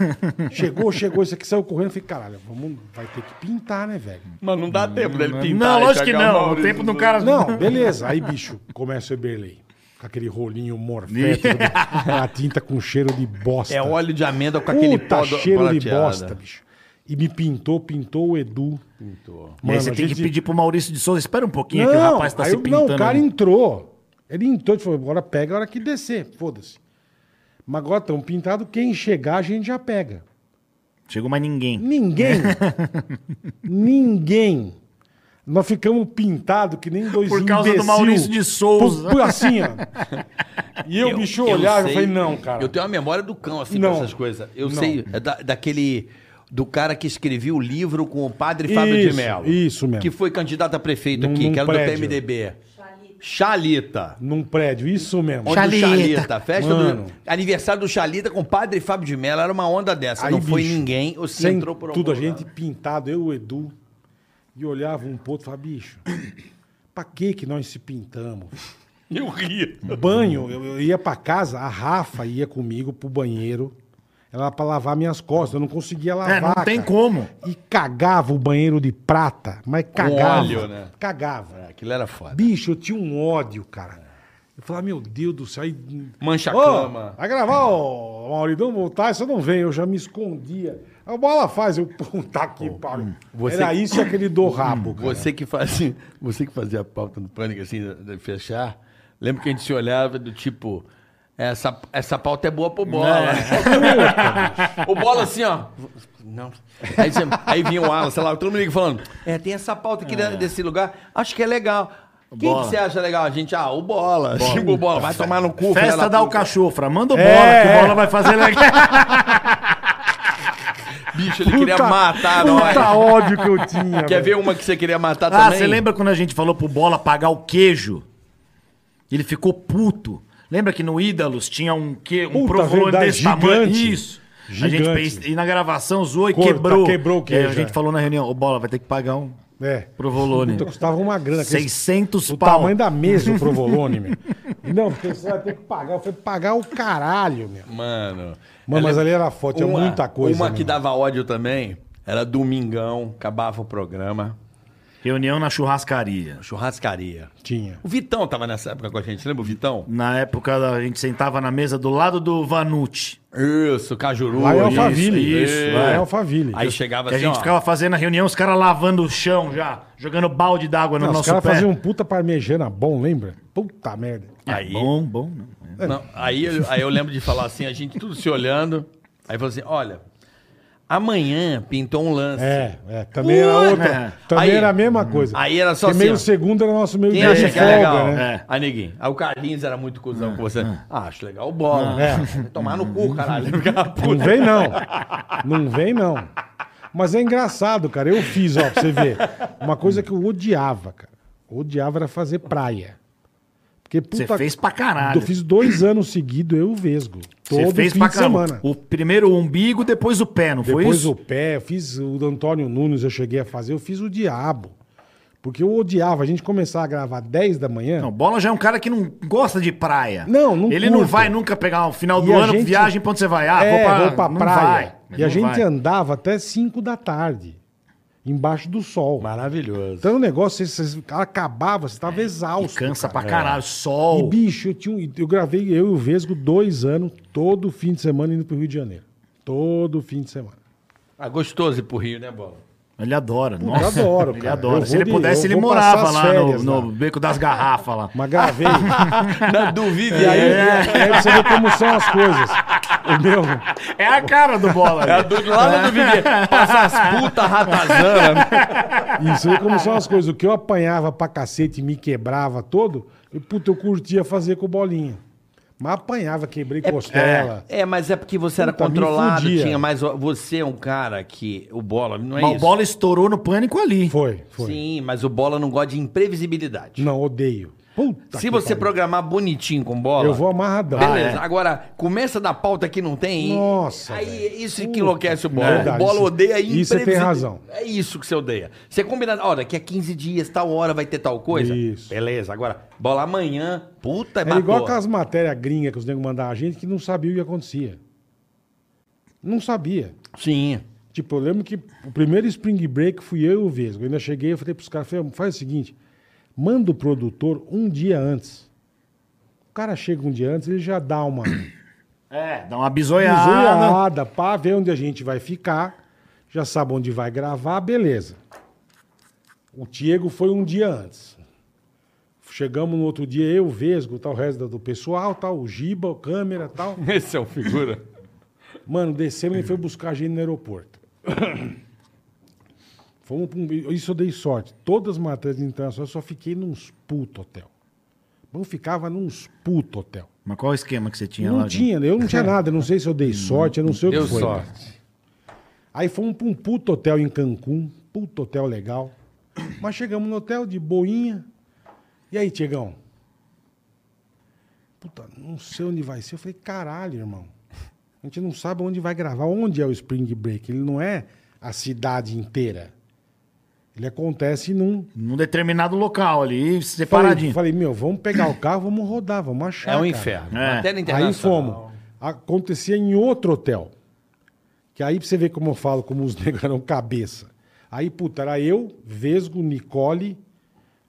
S1: chegou, chegou. Isso aqui saiu correndo. Eu falei, caralho, vamos, vai ter que pintar, né, velho?
S3: Mas não dá tempo dele pintar.
S4: Não,
S3: e
S4: lógico que
S3: tacar
S4: não. O
S3: Maurício
S4: tempo do
S3: no-
S4: cara.
S1: Não, beleza. Aí, bicho, começa o Eberley. Com aquele rolinho morfético,
S4: (laughs)
S1: de- a tinta com cheiro de bosta.
S3: É óleo de amêndoa com aquele
S1: Puta,
S3: pó do-
S1: cheiro de
S3: prateado.
S1: bosta, bicho. E me pintou, pintou o Edu.
S3: Pintou.
S4: E aí
S1: Mano,
S4: você
S1: a
S4: tem que
S1: gente-
S4: pedir pro Maurício de Souza, espera um pouquinho que o rapaz tá
S1: aí
S4: se
S1: o-
S4: pintando.
S1: Não, o cara
S4: ali.
S1: entrou. Ele entrou e falou, agora pega a hora que descer, foda-se. Mas agora estão pintado, quem chegar a gente já pega.
S4: Chegou mais ninguém.
S1: Ninguém.
S4: (laughs)
S1: ninguém. Nós ficamos pintados que nem dois
S4: Por causa do
S1: imbecil.
S4: Maurício de Souza.
S1: Por- por- assim, ó. E eu, bicho, olhar, eu,
S3: sei-
S1: falei, não, cara.
S3: Eu tenho uma memória do cão, assim,
S1: Não.
S3: pra essas coisas. Eu
S1: Não.
S3: sei, é da- daquele. Do cara que escreveu o livro com o padre Fábio
S1: Isso,
S3: de Mello.
S1: isso mesmo.
S3: Que foi candidato a prefeito
S1: Num-
S3: aqui,
S1: num
S3: que era
S1: prédio.
S3: do PMDB. Chalita.
S1: Num prédio, isso mesmo.
S3: Onde o
S4: Chalita.
S3: Chalita. Festa
S1: Mano.
S3: do. Aniversário do Chalita com o padre Fábio de Mello. Era uma onda dessa. não foi
S1: bicho,
S3: ninguém. Ou se
S1: sem
S3: entrou por algum
S1: Tudo a
S3: lugar.
S1: gente pintado, eu, o Edu. E olhava um pro outro e falava, bicho, pra que que nós se pintamos?
S3: Eu ria.
S1: Banho, eu, eu ia pra casa, a Rafa ia comigo pro banheiro. Ela era pra lavar minhas costas, eu não conseguia lavar.
S4: É, não tem
S1: cara.
S4: como.
S1: E cagava o banheiro de prata, mas cagava.
S3: óleo, né?
S1: Cagava.
S3: Aquilo era foda.
S1: Bicho, eu tinha um ódio, cara. Eu falava, meu Deus do céu. Aí...
S3: Mancha a
S1: Ô,
S3: cama.
S1: Vai gravar, ô Mauridão, voltar, isso eu não venho, eu já me escondia. A bola faz, eu puta que pariu.
S3: você-
S1: Era isso e aquele do rabo, cara.
S3: Você que, fazia, (laughs) você que fazia a pauta no pânico, assim, de de fechar, lembro que a gente se olhava do tipo. Essa, essa pauta é boa pro bola. o bola assim, ó. Não. Aí, você- aí vinha o Alan, sei lá, todo mundo liga falando. É, tem essa pauta aqui da- desse lugar, acho que é legal. Quem
S4: Bola.
S3: que você acha legal? A gente, ah, o bola. Tipo, o bola, vai tomar no cu. filha
S4: Festa
S3: da
S4: dá o
S3: puta.
S4: cachofra. Manda o bola,
S1: É,
S4: que
S1: é.
S4: o bola vai
S1: (laughs)
S4: fazer legal.
S3: Bicho, ele queria
S1: Puta-
S3: matar
S1: Puta
S3: nós.
S1: ódio que eu tinha.
S3: Quer
S1: velho.
S3: ver uma que você queria matar
S4: Ah,
S3: também?
S4: você lembra quando a gente falou pro bola pagar o queijo? Ele ficou puto. Lembra que no Ídalos tinha um, que, um
S1: Puta,
S4: provolone
S1: verdade,
S4: desse tamanho?
S1: gigante.
S4: Isso. A
S1: Gigante.
S4: gente fez, e na gravação zoou e
S1: Corta,
S4: quebrou.
S1: quebrou o queijo,
S4: É, a gente
S1: é.
S4: falou na reunião, ô bola, vai ter que pagar um
S1: É.
S4: provolone.
S1: Puta, custava uma grana. aquele-
S4: 600
S1: o
S4: pau.
S1: tamanho da mesa, o provolone, meu. Não, porque você vai ter que pagar. Eu falei, pagar o caralho, meu.
S3: Mano.
S1: Mano, mas
S3: eu lembro-
S1: ali é era foto, tinha muita coisa.
S3: é Uma
S1: né,
S3: que
S1: mano?
S3: dava ódio também era Domingão, acabava o programa,
S4: Reunião na churrascaria.
S3: churrascaria.
S1: Tinha.
S3: O Vitão tava nessa época com a gente, lembra o Vitão?
S4: Na época a gente sentava na mesa do lado do Vanucci.
S3: Isso, Cajuru.
S1: Lá é
S3: isso.
S1: Alphaville.
S4: isso,
S1: lá é
S4: é.
S1: Alphaville.
S3: Aí chegava
S4: Que a
S3: assim,
S4: gente
S3: ó,
S4: ficava fazendo a reunião, os caras lavando o chão já, jogando balde d'água no
S1: Não, os
S4: nosso pé.
S1: caras faziam um puta parmejana bom, lembra? Puta merda.
S3: Aí,
S4: Bom, bom. não.
S3: não, aí, eu- aí eu lembro de falar assim, a gente tudo se olhando. Aí falou assim, olha, amanhã pintou um lance.
S1: É, é, também era outra.
S4: né?
S1: Também
S3: Aí-
S1: era a mesma coisa.
S3: Aí era só
S1: Porque
S3: assim,
S1: meio
S3: ó.
S1: segundo era nosso meio
S3: Quem
S1: dia de
S3: acha que é
S1: folga,
S3: legal?
S1: né?
S4: né?
S3: É. Aí ninguém. Aí o Carlinhos era muito cuzão com você. Ah, acho legal o bola.
S1: É.
S3: Vai Tomar no
S1: (laughs)
S3: cu, caralho. Aquela
S1: Não
S3: puta.
S1: vem não. Não vem não. Mas é engraçado, cara. Eu fiz, ó, pra você ver. Uma coisa que eu odiava, cara. Odiava era fazer praia. Porque, puta,
S4: Você fez pra caralho.
S1: Eu fiz dois anos seguidos, eu e o Vesgo.
S4: Você
S1: Todo
S4: fez
S1: fim
S4: pra
S1: de
S4: caramba.
S1: semana.
S4: O primeiro o umbigo, depois o pé, não foi
S1: Depois
S4: isso?
S1: o pé, eu fiz o do Antônio Nunes, eu cheguei a fazer, eu fiz o diabo. Porque eu odiava a gente começar a gravar 10 da manhã.
S4: Não, Bola já é um cara que não gosta de praia.
S1: Não, não
S4: Ele
S1: curto.
S4: não vai nunca pegar o final
S1: E
S4: do
S1: a
S4: ano,
S1: gente-
S4: viagem pra onde você vai. Ah,
S1: é,
S4: vou pra, não
S1: praia.
S4: vai.
S1: e a
S4: Não
S1: gente é
S4: vai.
S1: andava até 5 da tarde, embaixo do sol.
S3: Maravilhoso.
S1: Então o negócio, você, você acabava, você tava exausto.
S4: É, Cansa
S1: cara.
S4: pra caralho, sol.
S1: E bicho, eu, tinha, um- eu gravei eu e o Vesgo dois anos, todo fim de semana indo pro Rio de Janeiro. Todo fim de semana.
S3: Ah, gostoso ir pro Rio, né, Bola?
S4: Ele adora,
S1: Eu
S4: nossa.
S1: adoro,
S4: Ele
S1: cara. Eu
S4: adora. Se
S1: vou
S4: ele
S1: de-
S4: pudesse,
S1: eu
S4: ele
S1: vou passar
S4: morava
S1: as
S4: lá no,
S1: férias lá.
S4: no beco das garrafas lá.
S1: Mas
S4: (laughs)
S1: gravei.
S3: Na dúvida.
S1: E aí,
S3: aí,
S1: e aí você vê como são as coisas. O meu.
S4: É a cara
S1: (laughs)
S4: do Bola.
S3: É a do, lá na dúvida. Passa as putas ratazana.
S1: E você vê como são as coisas. O que eu apanhava pra cacete e me quebrava todo, eu, puta, eu curtia fazer com bolinha. Mas apanhava, quebrei costela.
S3: É, mas é porque você era
S1: Puta, me
S3: controlado,
S1: fudia.
S3: tinha mais. Você é um cara que. O bola, não é
S4: Mas o
S3: isso?
S4: bola estourou no pânico ali.
S3: é.
S1: Foi, foi.
S3: Sim, mas o bola não gosta de imprevisibilidade.
S1: Não, odeio. Puta
S3: Se
S1: que
S3: você
S1: pariu.
S3: programar bonitinho com bola.
S1: Eu vou amarradão.
S3: Beleza, é
S1: Ah,
S3: agora começa da pauta que não tem. e-
S1: Nossa,
S3: Aí
S1: velho.
S3: isso
S1: Puta,
S3: que enlouquece o bola.
S1: verdade,
S3: o bola
S1: isso-
S3: odeia imprevisibilidade.
S1: isso você tem razão.
S3: É isso que você odeia. Você combina, ó, daqui a 15 dias, tal hora vai ter tal coisa.
S1: Isso.
S3: Beleza, agora, bola amanhã, puta,
S1: Era É igual aquelas matérias gringas que os negros mandavam a gente que não sabia o que acontecia. Não sabia.
S3: Sim. é um
S1: Tipo, eu lembro que o primeiro Spring Break fui eu e o Vesgo. Eu ainda cheguei, eu falei pros caras, falei, faz o seguinte, manda o produtor um dia antes. O cara chega um dia antes, ele já dá uma
S4: É, dá uma bizoiada.
S1: zoada pá, ver onde a gente vai ficar, já sabe onde vai gravar, beleza. O Diego foi um dia antes. Chegamos no outro dia, eu, o Vesgo, tal, o resto do pessoal, tal, o Giba, o câmera, tal.
S7: (laughs) Esse é o figura.
S1: Mano, descemos e foi buscar a gente no aeroporto. (coughs) Fomos pra um- Isso eu dei sorte. Todas as matérias internacionais eu só fiquei nos puto hotel. Eu ficava nos puto hotel.
S4: Mas qual o esquema que você tinha lá?
S1: Não
S4: gente?
S1: tinha, eu não tinha nada. eu Não sei se eu dei sorte, eu não sei o que
S7: Deu
S1: foi.
S7: sorte.
S1: Aí fomos pra um puto hotel em Cancún. Puto hotel legal. Mas chegamos no hotel de boinha. E aí, Tiagão? Puta, não sei onde vai ser. Eu falei, caralho, irmão. A gente não sabe onde vai gravar. Onde é o Spring Break? Ele não é a cidade inteira. Ele acontece num...
S4: Num determinado local ali,
S1: Falei,
S4: separadinho.
S1: falei, meu, vamos pegar o carro, vamos rodar, vamos achar.
S3: É um
S1: cara.
S3: inferno.
S4: É.
S3: Matéria
S1: Aí
S3: internacional.
S1: fomos. Acontecia em outro hotel. Que aí pra você ver como eu falo, como os (laughs) negros eram cabeça. Aí, puta, era eu, Vesgo, Nicole,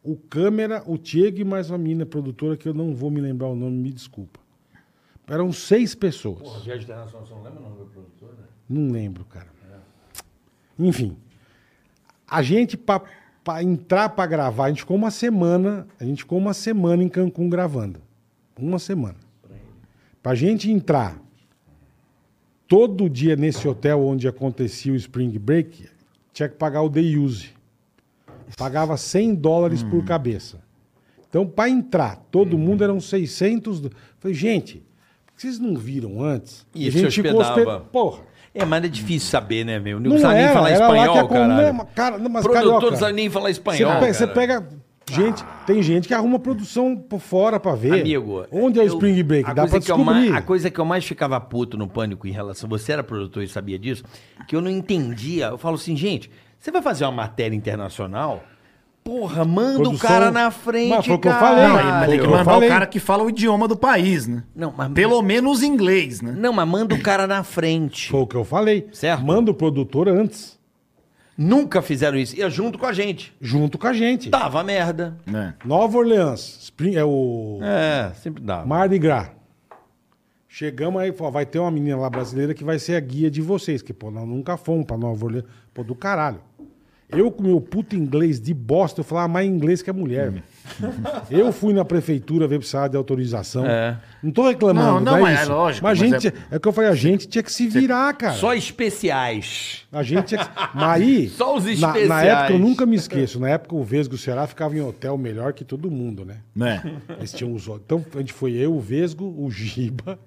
S1: o câmera, o Diego e mais uma menina produtora que eu não vou me lembrar o nome, me desculpa. Eram seis pessoas.
S3: Viagem internacional, você não lembra o nome do produtor, né?
S1: Não lembro, cara. Enfim. A gente, pra, pra entrar pra gravar, a gente ficou uma semana. A gente ficou uma semana em Cancún gravando. Uma semana. Pra gente entrar todo dia nesse hotel onde acontecia o Spring Break, tinha que pagar o day use. Pagava 100 dólares
S3: Hum.
S1: por cabeça. Então, pra entrar,
S3: Uhum.
S1: todo mundo eram 600. do- Falei, gente, por que vocês não viram antes?
S3: E
S1: a
S3: se
S1: gente ficou hosped-
S3: hospedava.
S1: Porra.
S3: É, mas é difícil saber, né, meu? Não,
S1: Não
S3: precisa nem
S1: era,
S3: falar
S1: era
S3: espanhol,
S1: lá que a
S3: caralho.
S1: comuna- cara, não, mas
S3: Produtor
S1: carioca.
S3: não precisa nem falar espanhol,
S1: Você pe- Você
S3: cara.
S1: pega. Gente, tem gente que arruma produção por fora pra ver.
S3: Amigo,
S1: Onde é o
S3: eu-
S1: Spring Break?
S3: a
S1: Dá pra
S3: coisa que eu ma-
S1: descobrir.
S3: a coisa que eu mais ficava puto no pânico em relação. Você era produtor e sabia disso? Que eu não entendia. Eu falo assim, gente, você vai fazer uma matéria internacional? Porra, manda o
S1: Produção-
S3: cara é, na frente.
S1: Mas foi o que eu
S3: caralho.
S1: falei.
S4: Não, mas tem que
S1: Eu
S4: mandar
S1: falei.
S4: o cara que fala o idioma do país, né?
S3: Não, mas-
S4: Pelo menos inglês, né?
S3: Não, mas manda o cara na frente.
S1: Foi o que eu falei.
S3: Certo.
S1: Manda o produtor antes,
S3: Nunca fizeram isso. Ia junto com a gente.
S1: junto com a gente.
S3: Dava merda.
S4: É.
S1: Nova Orleans. Spring, é o.
S3: É, sempre dava.
S1: Mardi Gras. Chegamos aí, falou, vai ter uma menina lá brasileira que vai ser a guia de vocês, que, pô, nós nunca fomos pra Nova Orleans, pô, do caralho. Eu com meu puto inglês de bosta, eu falava mais inglês que a mulher, velho. Eu fui na prefeitura ver precisar de autorização.
S3: É.
S1: Não tô reclamando,
S4: Não, não,
S1: não é,
S4: mas é
S1: isso.
S4: lógico,
S1: Mas a
S4: mas
S1: gente, é... o que eu falei, a gente tinha que se virar, cara.
S3: Só especiais.
S1: A gente tinha que... Mas aí,
S3: Só os
S1: na, na
S3: especiais.
S1: época, eu nunca me esqueço, na época o Vesgo Ceará ficava em hotel melhor que todo mundo, né?
S4: Né?
S1: Eles tinham os olhos. Então, a gente foi eu, o Vesgo, o Giba.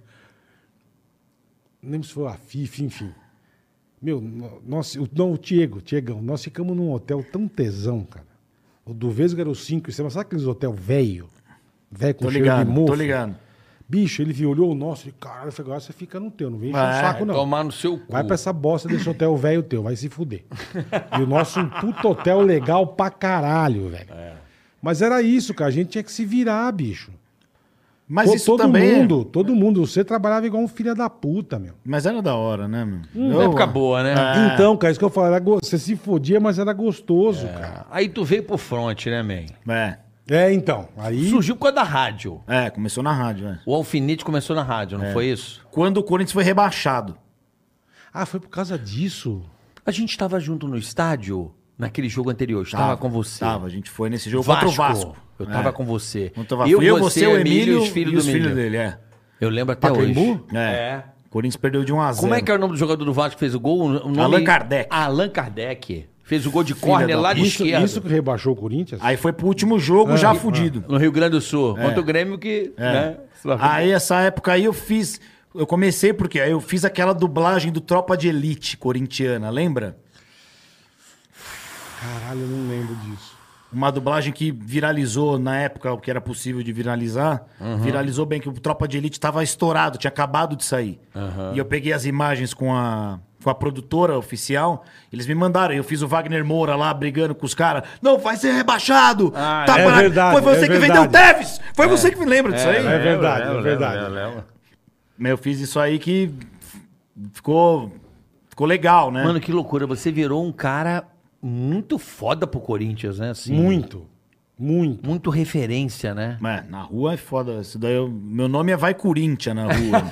S1: Não lembro se foi a FIFA, enfim. Meu, no- nós, o, não, o Diego, Tiegão, nós ficamos num hotel tão tesão, cara. O do Vesgo era o 5 estrelas. Sabe aqueles hotel velho? Velho com
S4: Tô
S1: cheiro de
S4: ligado,
S1: mofo?
S4: tô ligado.
S1: Bicho, ele viu, olhou o nosso e, caralho, eu falei, agora você fica no teu, não vem encher o
S4: Vai,
S1: saco, não.
S3: Tomar no seu cu.
S1: Vai pra essa bosta desse hotel velho teu, vai se fuder. E o nosso um puto hotel legal pra caralho, velho.
S4: É.
S1: Mas era isso, cara. A gente tinha que se virar, bicho.
S4: Mas
S1: To-
S4: isso
S1: todo
S4: também. é-
S1: mundo, todo mundo. Você trabalhava igual um filho da puta, meu.
S4: Mas era da hora, né, meu?
S3: Uma
S4: Eu-
S3: época boa, né?
S1: Então, cara, isso que eu falo, era go- você se fodia, mas era gostoso, cara.
S3: Aí tu veio pro front, né, man?
S4: É,
S1: É, então. Aí.
S3: Surgiu por causa da rádio.
S4: é, começou na rádio, é.
S3: O alfinete começou na rádio, não foi isso?
S4: Quando o Corinthians foi rebaixado.
S1: Ah, foi por causa disso.
S3: A gente tava junto no estádio naquele jogo anterior. Eu Estava com você.
S4: Tava, a gente foi nesse jogo
S3: Vasco.
S4: contra o Vasco.
S3: Eu tava
S4: É.
S3: com você.
S4: Contra o Vasco. Eu, você, o Emílio
S3: e os filhos
S4: e os
S3: do Emílio.
S4: filhos dele, é.
S3: Eu lembro até hoje.
S1: Pacaembu?
S4: É. O Corinthians perdeu de 1 a 0
S2: É.
S3: Como é que é o nome do jogador do Vasco que fez o gol? O nome...
S4: Allan Kardec.
S3: Allan Kardec.
S2: Fez o gol de córner
S4: da
S2: lá de
S1: Isso,
S2: esquerda.
S1: isso que rebaixou o Corinthians?
S4: Aí foi pro último
S1: Ah.
S4: jogo já fudido.
S2: No Rio Grande do Sul.
S3: Contra o Grêmio que.
S2: É.
S3: né,
S4: Aí essa época aí eu fiz. Eu comecei porque aí eu fiz aquela dublagem do Tropa de Elite corintiana, lembra?
S1: Caralho, eu não lembro disso.
S4: Uma dublagem que viralizou na época, o que era possível de viralizar. Viralizou bem que o Tropa de Elite tava estourado, tinha acabado de sair. E eu peguei as imagens com a, com a produtora oficial, eles me mandaram. Eu fiz o Wagner Moura lá brigando com os caras. Não, vai ser rebaixado!
S1: Ah,
S4: Tá
S1: é
S4: barato.
S1: verdade,
S4: Foi
S1: é
S4: você que vendeu o
S1: verdade.
S4: Tevez! Foi você que me lembra disso aí?
S1: É verdade, é verdade.
S4: Mas eu fiz isso aí que ficou, ficou legal, né?
S2: Ah, Mano, que loucura. Você virou um cara muito foda pro Corinthians, né? Assim,
S1: Muito. Muito.
S2: Muito referência, né?
S4: Mas na rua é foda. Isso daí eu- meu nome é Vai Corinthians na
S2: (laughs)
S4: rua.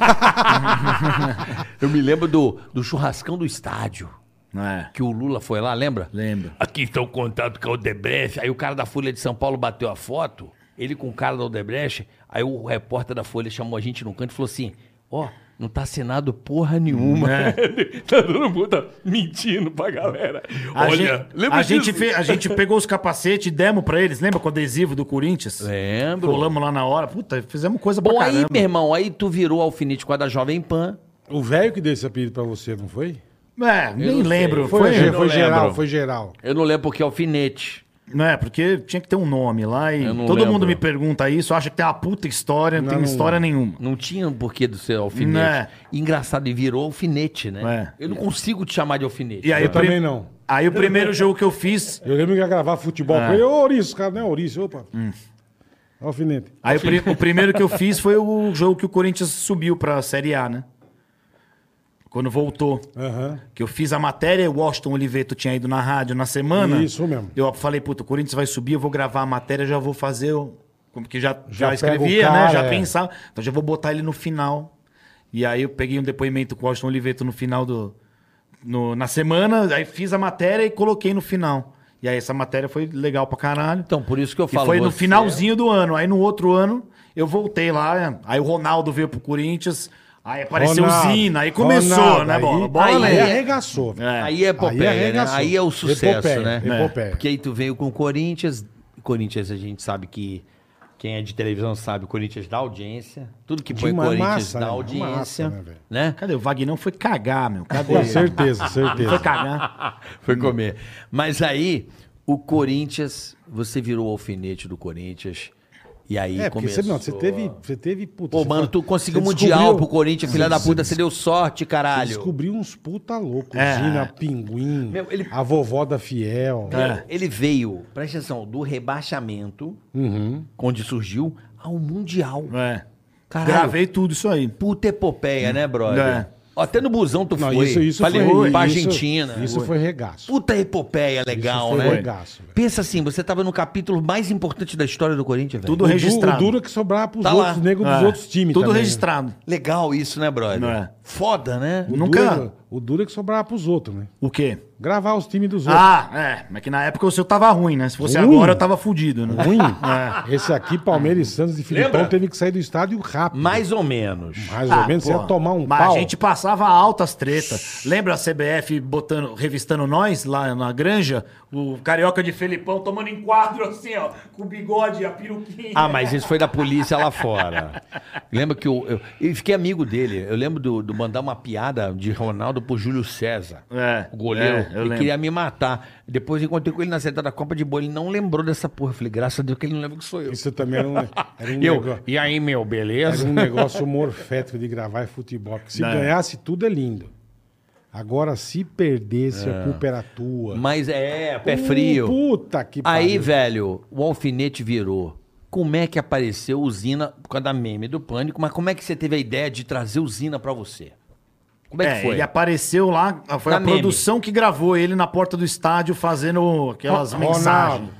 S2: Eu me lembro do, do churrascão do estádio.
S4: Não é?
S2: Que o Lula foi lá, lembra?
S4: Lembro.
S2: Aqui está o contato com a Odebrecht. Aí o cara da Folha de São Paulo bateu a foto, ele com o cara da Odebrecht. Aí o repórter da Folha chamou a gente no canto e falou assim: Ó, não tá assinado porra nenhuma.
S4: Né?
S2: (laughs) tá todo mundo tá mentindo pra galera.
S4: A
S2: Olha,
S4: gente,
S2: lembra
S4: a,
S2: disso?
S4: gente fe- a gente pegou os capacetes e demos pra eles, lembra? Com adesivo do Corinthians?
S2: Lembro.
S4: Colamos lá na hora. Puta, fizemos coisa
S2: Bom,
S4: pra
S2: aí,
S4: caramba.
S2: meu irmão, aí tu virou alfinete com a da Jovem Pan.
S1: O velho que deu esse apelido pra você, não foi?
S4: É, nem lembro.
S1: Foi,
S4: Foi,
S1: ge-
S3: não
S1: foi geral,
S3: lembro.
S1: foi geral.
S2: Eu não lembro porque é alfinete.
S4: Não é, porque tinha que ter um nome lá e
S2: Eu não
S4: todo mundo
S2: lembro.
S4: me pergunta isso, acha que tem uma puta história, não,
S1: Não,
S4: tem
S1: não.
S4: história nenhuma.
S2: Não tinha um porquê do ser alfinete.
S4: Né. É.
S2: E Engraçado, e virou alfinete, né? Eu não consigo te chamar de alfinete.
S4: E aí,
S1: Eu
S4: o prim-
S1: também não.
S4: aí o primeiro jogo que eu fiz
S1: Eu lembro que ia gravar futebol com ele. Ô, Ouriço, cara, não é Ouriço, opa. Alfinete.
S4: Aí o, pri- o primeiro que eu fiz foi o jogo que o Corinthians subiu pra Série A, né? Quando voltou.
S1: Aham.
S4: Que eu fiz a matéria, o Washington Oliveto tinha ido na rádio na semana.
S1: Isso mesmo.
S4: Eu falei, puta, o Corinthians vai subir, eu vou gravar a matéria, já vou fazer o. Como que já, já,
S1: Já pega o
S4: escrevia,
S1: cara,
S4: né? Já
S1: é.
S4: pensava. Então já vou botar ele no final. E aí eu peguei um depoimento com o Washington Oliveto no final do. no- na semana, aí fiz a matéria e coloquei no final. E aí essa matéria foi legal pra caralho.
S2: Então, por isso que eu
S4: E
S2: falo.
S4: foi no
S2: você-
S4: finalzinho do ano. Aí no outro ano eu voltei lá, aí o Ronaldo veio pro Corinthians, aí apareceu
S1: Ronaldo,
S4: o Zina, aí começou,
S1: Ronaldo,
S4: né,
S1: aí-
S4: bola?
S2: aí-
S4: bola
S1: Aí
S4: né?
S1: arregaçou. velho.
S4: É.
S2: Aí é epopeia,
S1: Aí
S2: né?
S1: arregaçou.
S2: Aí é o sucesso,
S1: Epopeia,
S2: né?
S1: epopeia.
S2: Porque aí tu veio com o Corinthians. Corinthians, a gente sabe que quem é de televisão sabe, o Corinthians dá audiência. Tudo que põe
S1: Demais,
S2: Corinthians
S1: massa,
S2: dá
S1: né?
S2: audiência,
S1: Massa, né, velho?
S2: né? (laughs)
S4: Cadê? O Vagnão foi cagar, meu. Cadê?
S1: Com certeza,
S4: Foi
S1: certeza. (laughs)
S4: cagar.
S2: Foi comer. Mas aí, o Corinthians, você virou o alfinete do Corinthians. E aí
S1: É, porque
S2: começou...
S1: você, não, você teve, você teve, puta,
S2: Pô,
S1: você
S2: mano,
S1: foi-
S2: tu conseguiu o
S1: você
S2: Mundial
S1: descobriu-
S2: pro Corinthians, filha da puta, você deu sorte,
S1: Você
S2: caralho.
S1: descobriu uns puta loucos.
S4: É.
S1: Gina, Pinguim,
S2: Meu, ele-
S1: a vovó da Fiel.
S4: É.
S2: Ele veio, presta atenção, do rebaixamento,
S1: Uhum.
S2: onde surgiu, ao Mundial.
S4: É.
S2: Caralho.
S4: Gravei tudo isso aí.
S2: Puta epopeia, né, brother?
S4: É.
S2: Até no busão tu
S1: Não,
S2: foi.
S1: isso, isso
S2: Falei,
S1: foi.
S2: pra
S1: isso-
S2: Argentina. né?
S1: Isso foi regaço.
S2: Puta epopeia legal,
S1: isso foi
S2: né?
S1: regaço, velho.
S2: Pensa assim, você tava no capítulo mais importante da história do Corinthians, velho.
S4: Tudo
S1: O du-
S4: registrado.
S1: O duro é que sobrava pros
S2: Tá lá.
S1: outros negros dos
S4: É.
S1: outros times.
S4: Tudo
S1: também, né?
S4: registrado.
S2: Legal isso, né, brother?
S4: É.
S2: Foda, né?
S1: O
S4: Nunca-
S1: Duro, o duro é que sobrava pros outros, né?
S4: O quê?
S1: Gravar os times dos outros.
S4: Ah, é. Mas que na época o seu tava ruim, né? Se fosse
S1: Ruim?
S4: agora, eu tava fudido, né?
S1: Ruim. É. Esse aqui, Palmeiras, Santos e Filipão, teve que sair do estádio rápido.
S2: Mais ou menos.
S1: Mais
S4: Ah,
S1: ou menos, você
S4: pô,
S1: ia tomar um
S4: mas
S1: pau.
S4: a gente passava altas tretas. Lembra a CBF botando, revistando nós lá na granja? O carioca de Felipão tomando enquadro assim, ó, com o bigode, a peruquinha.
S2: Ah, mas isso foi da polícia lá fora. Lembra que eu, eu, eu fiquei amigo dele. Eu lembro do, do mandar uma piada de Ronaldo pro Júlio César.
S4: É,
S2: O goleiro.
S4: é, eu
S2: ele
S4: lembro.
S2: queria me matar. Depois eu encontrei com ele na seta da Copa de Boa. Ele não lembrou dessa porra. Eu falei, graças a Deus que ele não lembra que sou eu.
S1: Isso também era um, era um
S2: eu
S1: negócio...
S2: e aí, meu,
S1: Era
S2: beleza?
S1: um negócio morfético de gravar é futebol. Porque se
S4: É.
S1: ganhasse, tudo é lindo. Agora, se perdesse, a culpa era tua.
S2: Mas é, pé frio.
S1: Puta que
S2: Aí,
S1: pariu.
S2: velho, o alfinete virou. Como é que apareceu usina por causa da meme do pânico? Mas como é que você teve a ideia de trazer usina pra você? Como é,
S4: É,
S2: que foi?
S4: ele apareceu lá, foi
S2: Na
S4: a
S2: meme.
S4: produção que gravou ele na porta do estádio fazendo aquelas
S1: Ronaldo.
S4: mensagens.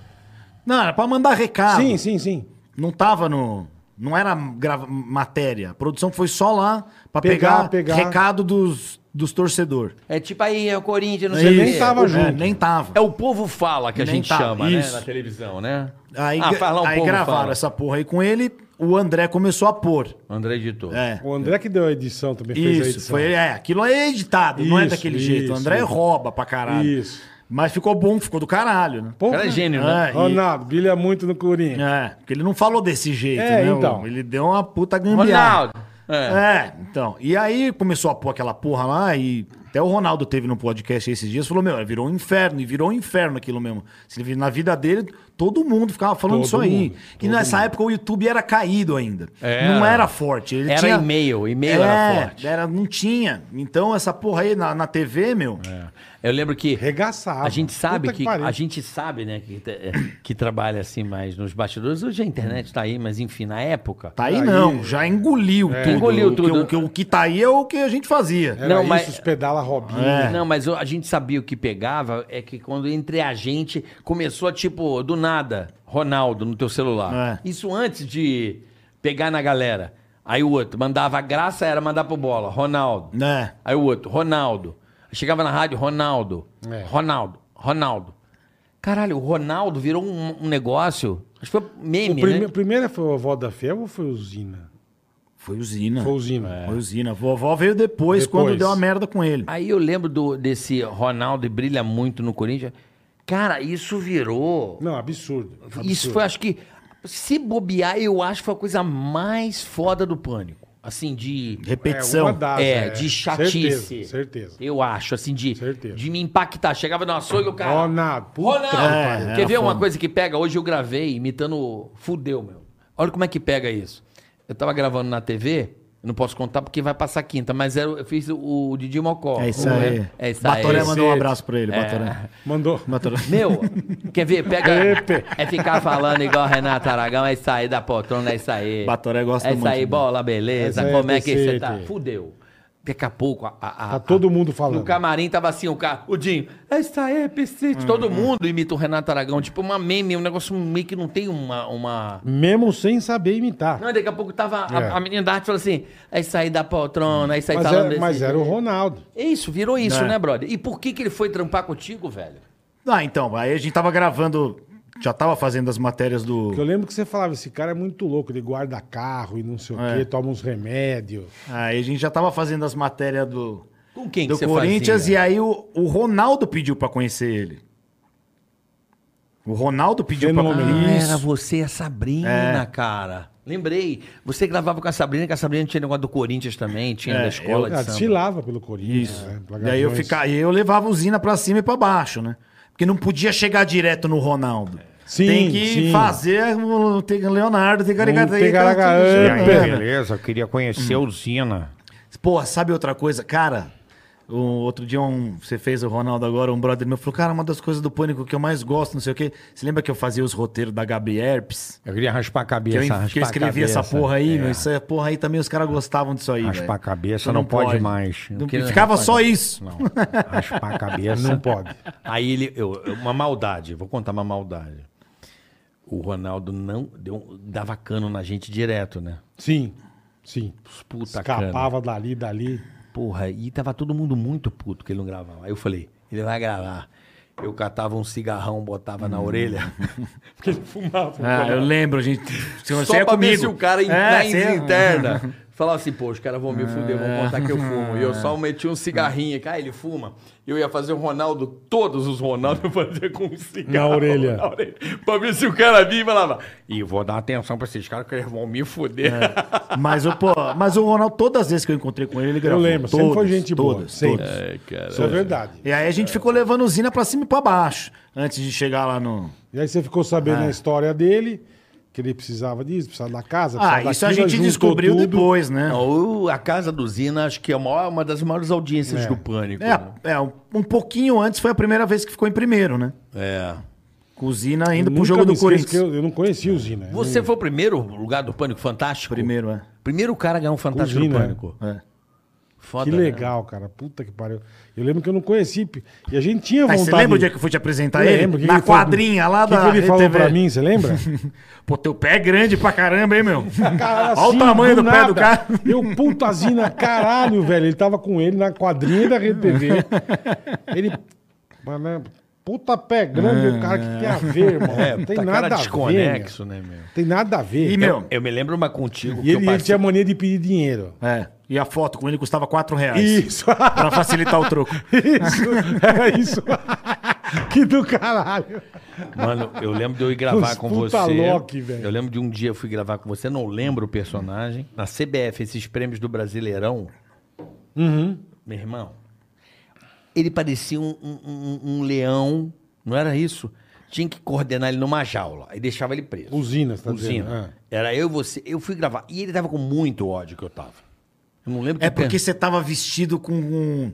S4: Não, era pra mandar recado.
S1: Sim, sim, sim.
S4: Não tava no. Não era grava- matéria. A produção foi só lá pra
S1: Pegar,
S4: pegar,
S1: pegar.
S4: recado dos, dos torcedores.
S2: É tipo aí, é o Corinthians, não
S1: Você
S2: sei o
S1: nem
S2: quê.
S1: tava junto.
S4: nem tava.
S2: É o povo fala que a
S4: Nem
S2: gente
S4: tá.
S2: chama, né?
S1: Isso.
S2: Na televisão, né?
S4: Aí,
S2: ah, fala
S1: um
S2: o
S4: aí
S2: povo
S4: gravaram
S2: fala.
S4: essa porra aí com ele, o André começou a pôr.
S2: André editor.
S4: É.
S1: O André que deu a edição também, fez a
S4: Isso,
S1: edição.
S4: foi, é, aquilo é editado, não é
S1: Isso,
S4: daquele
S1: isso,
S4: jeito. O André
S1: isso.
S4: rouba pra caralho.
S1: Isso.
S4: Mas ficou bom, ficou do caralho, né?
S1: Pô,
S3: cara é gênio, né?
S4: Ah, e-
S1: Ronaldo, brilha muito no Corinthians.
S4: É, porque ele não falou desse jeito,
S1: É,
S4: né?
S1: então.
S4: Ele deu uma puta gambiarra.
S3: Ronaldo. É.
S4: É, então. E aí começou a pôr aquela porra lá e até o Ronaldo teve no podcast esses dias, falou, meu, virou um inferno, e virou um inferno aquilo mesmo. Se ele vir Na vida dele, todo mundo ficava falando
S1: Todo
S4: isso aí.
S1: mundo,
S4: e nessa época o YouTube era caído ainda.
S3: É.
S4: Não era forte. Ele
S2: Era
S4: tinha... É,
S2: e-mail, e-mail era forte.
S4: Era, não tinha. Então essa porra aí na, na TV, meu...
S1: É.
S2: Eu lembro que
S1: Regaçava.
S2: a gente sabe
S1: Puta
S2: que,
S1: pariu.
S2: a gente sabe, né, que, é, que trabalha assim mais nos bastidores. Hoje a internet tá aí, mas enfim, na época.
S4: Tá aí
S1: Aí- É.
S4: não, já engoliu tudo.
S2: Engoliu
S4: O que-
S2: tudo.
S4: O que, o que tá aí é o que a gente fazia.
S1: Era
S2: Não,
S1: isso,
S2: mas- É, né?
S1: os pedala Robinho.
S2: Não, mas a gente sabia o que pegava é que quando entre a gente começou a tipo do nada, Ronaldo no teu celular.
S4: É.
S2: Isso antes de pegar na galera. Aí o outro mandava a graça era mandar pro bola, Ronaldo.
S4: Né?
S2: Aí o outro, Ronaldo. Chegava na rádio, Ronaldo.
S1: É.
S2: Ronaldo, Ronaldo. Caralho, o Ronaldo virou um, um negócio. Acho que foi meme,
S1: O prime...
S2: né?
S1: Primeiro foi o avó da Fiel ou foi o Zina?
S4: Foi o Zina.
S1: Foi o Zina.
S4: Foi o Zina. Vovó veio depois,
S1: Depois.
S4: quando deu a merda com ele.
S2: Aí eu lembro do- desse Ronaldo e brilha muito no Corinthians. Cara, isso virou.
S1: Não, absurdo.
S2: Isso
S1: absurdo.
S2: foi, acho que. Se bobear, eu acho que foi a coisa mais foda do pânico. Assim, de.
S4: Repetição.
S1: É, uma das,
S2: é,
S1: é.
S2: de chatice.
S1: Certeza, certeza.
S2: Eu acho, assim, de,
S1: Certeza.
S2: de me impactar. Chegava no açougue, o cara.
S1: Ronaldo, puta
S2: Ronaldo!
S1: que
S4: pariu.
S2: Quer
S4: É,
S2: ver
S4: era
S2: uma
S4: foda.
S2: coisa que pega? Hoje eu gravei imitando. o- Fudeu, meu. Olha como é que pega isso. Eu tava gravando na TV, eu não posso contar porque vai passar quinta, mas era- eu fiz o, o Didi Mocó.
S4: É isso
S2: Não
S4: aí.
S2: É isso É. aí.
S4: Batoré mandou um
S1: Cacete.
S4: abraço pra ele, Batoré.
S1: Mandou.
S4: Batoré.
S2: Meu, quer ver?
S1: Epe.
S2: Pega. É ficar falando igual Renato Aragão, é sair da poltrona, é sair.
S4: Batoré gosta
S2: É sair,
S4: muito, né?
S2: bola, beleza.
S1: Essa é
S2: Como é que
S1: desse
S2: você
S1: jeito
S2: tá?
S1: aí.
S2: Fudeu. Daqui a pouco, a, a- a-
S1: Tá todo mundo
S2: no
S1: falando.
S2: camarim tava assim, o cara, o Dinho, é isso aí,
S1: Hum.
S2: piscite. Todo mundo imita o Renato Aragão. Tipo, uma meme, um negócio meio que não tem uma. uma...
S1: Mesmo sem saber imitar.
S2: Não, daqui a pouco tava.
S1: É.
S2: A, a menina da arte falou assim: é isso aí da poltrona, é isso aí
S1: mas
S2: falando
S1: era,
S2: desse
S1: mas era o
S2: jeito."
S1: Ronaldo.
S2: É isso, virou isso,
S4: É.
S2: né, brother? E por que, que ele foi trampar contigo, velho?
S4: (laughs) Ah, então, aí a gente tava gravando, já tava fazendo as matérias
S1: Porque eu
S4: do...
S1: lembro que você falava, esse cara é muito louco, ele guarda carro e não sei o
S4: É.
S1: quê, toma uns remédios.
S4: Aí a gente já tava fazendo as matérias do...
S2: Com quem
S4: do
S2: que você
S4: Corinthians
S2: fazia?
S4: e aí o, o Ronaldo pediu pra conhecer ele. O Ronaldo pediu pra
S1: Fenômeno.
S4: conhecer
S2: Ah, era você e a Sabrina,
S4: É.
S2: cara. Lembrei. Você gravava com a Sabrina, que a Sabrina tinha negócio do Corinthians também, tinha
S4: É,
S2: da escola de
S1: Ah,
S2: samba.
S1: desfilava pelo Corinthians. né?
S4: E aí eu
S1: Pela
S4: ficava, e eu levava o Zina pra cima e pra baixo, né? Porque não podia chegar direto no Ronaldo.
S1: Sim,
S4: tem que
S1: sim.
S4: fazer o tem que Leonardo, tem que ligar
S1: tem que ligar-
S5: E
S1: É,
S5: aí,
S1: pera.
S5: beleza, eu queria conhecer o Zina.
S4: Porra, sabe outra coisa, cara? Um, outro dia um, você fez o Ronaldo agora, um brother meu falou: "Cara, uma das coisas do pânico que eu mais gosto, não sei o quê. Você lembra que eu fazia os roteiros da Gabi Herpes?
S5: Eu queria raspar a
S4: Que
S5: cabeça.
S4: eu,
S5: raspar
S4: que eu
S5: a
S4: escrevi
S5: cabeça.
S4: essa porra aí,
S5: É.
S4: meu. Essa porra aí também os caras gostavam disso aí.
S5: Raspar
S4: velho.
S5: a cabeça
S4: Você
S5: não, pode, mais.
S4: Não-
S2: que-
S4: ficava só isso.
S5: Não,
S4: (laughs)
S5: raspar a cabeça.
S1: Não pode.
S2: Aí ele. eu- eu- uma maldade, vou contar uma maldade. O Ronaldo não deu- dava cano na gente direto, né?
S1: Sim, sim.
S2: Puta
S1: Escapava dali, dali.
S2: cana. Porra, e tava todo mundo muito puto que ele não gravava. Aí eu falei, ele vai gravar. Eu catava um cigarrão, botava na orelha. (laughs) Porque ele fumava. um
S4: Ah, eu lembro, gente. Você
S2: Só pra
S4: ia comigo.
S2: ver se o cara in-
S4: É,
S2: na
S4: você- (laughs)
S2: interna falava assim, pô, os caras vão me fuder, vão contar que eu fumo. E eu só meti um cigarrinho, cara, ele fuma. Eu ia fazer o Ronaldo, todos os Ronaldo (laughs) eu fazia com um cigarro.
S1: Na orelha.
S2: na orelha. Pra ver se o cara vinha e falava,
S5: E vou dar atenção pra esses caras que eles vão me foder.
S4: É.
S2: (laughs)
S4: Mas, o- pô, mas o Ronaldo, todas as vezes que eu encontrei com ele, ele gravou.
S1: lembro, sempre
S4: todas,
S1: foi gente boa,
S4: Todas,
S1: sempre.
S4: todas.
S1: Isso é verdade.
S4: E aí a gente ficou levando o Zina pra cima e pra baixo, antes de chegar lá no...
S1: E aí você ficou
S4: Ah.
S1: sabendo a história dele, que ele precisava disso, precisava da casa,
S4: Ah,
S1: precisava
S4: isso a
S1: daquilo,
S4: gente
S1: juntou
S4: descobriu
S1: tudo.
S4: depois, né?
S2: Não, o- a Casa do Zina acho que é a maior- uma das maiores audiências do Pânico. né?
S4: É, é, um, um pouquinho antes foi a primeira vez que ficou em primeiro, né?
S2: é.
S4: Com o Zina indo
S1: Nunca
S4: pro jogo
S1: me
S4: do
S1: esqueço que
S4: Corinthians. é
S1: Eu, eu não conhecia o Zina.
S2: Você foi o primeiro lugar do Pânico Fantástico?
S4: Primeiro, é.
S2: Primeiro cara a ganhar um Fantástico
S1: Zina,
S2: do
S1: né?
S2: Pânico.
S4: é.
S2: Foda,
S1: Que
S2: né?
S1: legal, cara. Puta que pariu. Eu lembro que eu não conheci. E a gente tinha
S4: Aí
S1: vontade.
S4: você lembra o dia que eu fui te apresentar Tá ele?
S1: Lembro, que
S4: Na
S1: ele falou-
S4: quadrinha lá
S1: que
S4: da
S1: que ele falou
S4: RTV.
S1: pra mim, você
S4: (laughs)
S1: lembra?
S4: Pô, teu pé é grande pra caramba,
S1: (laughs)
S4: hein, meu?
S1: Cara,
S4: Olha o
S1: assim,
S4: tamanho do, pé
S1: nada.
S4: do cara.
S1: Eu, putazinha, caralho, velho. Ele tava com ele na quadrinha da Rede TV. Ele. Mas, né, Puta pé grande, o cara que tem a ver, irmão. não tem
S2: Tá
S1: nada
S2: cara
S1: a ver.
S2: desconexo,
S1: meu.
S2: né, meu?
S1: Tem nada a ver.
S4: E, meu,
S2: Eu me lembro uma contigo
S1: E
S2: eu
S1: ele, ele
S2: passei-
S1: tinha mania de pedir dinheiro.
S4: É. E a foto com ele custava 4 reais.
S1: Isso, (laughs)
S4: É
S1: é
S4: Pra facilitar o troco.
S1: isso, era isso. Que do caralho.
S2: Mano, eu lembro de eu ir gravar
S1: Os
S2: com
S1: puta
S2: você. é
S1: Loki, velho.
S2: eu lembro de um dia eu fui gravar com você, não lembro o personagem. Na CBF, esses prêmios do Brasileirão.
S4: Uhum.
S2: Meu irmão. Ele parecia um, um- um- um leão, não era isso? Tinha que coordenar ele numa jaula. Aí deixava ele preso.
S1: Usinas, tá dizendo?
S2: Usina.
S4: é.
S2: Era eu e você. Eu fui gravar. E ele tava com muito ódio que eu tava. Eu não lembro que
S4: É porque
S2: per-
S4: você tava vestido com, um-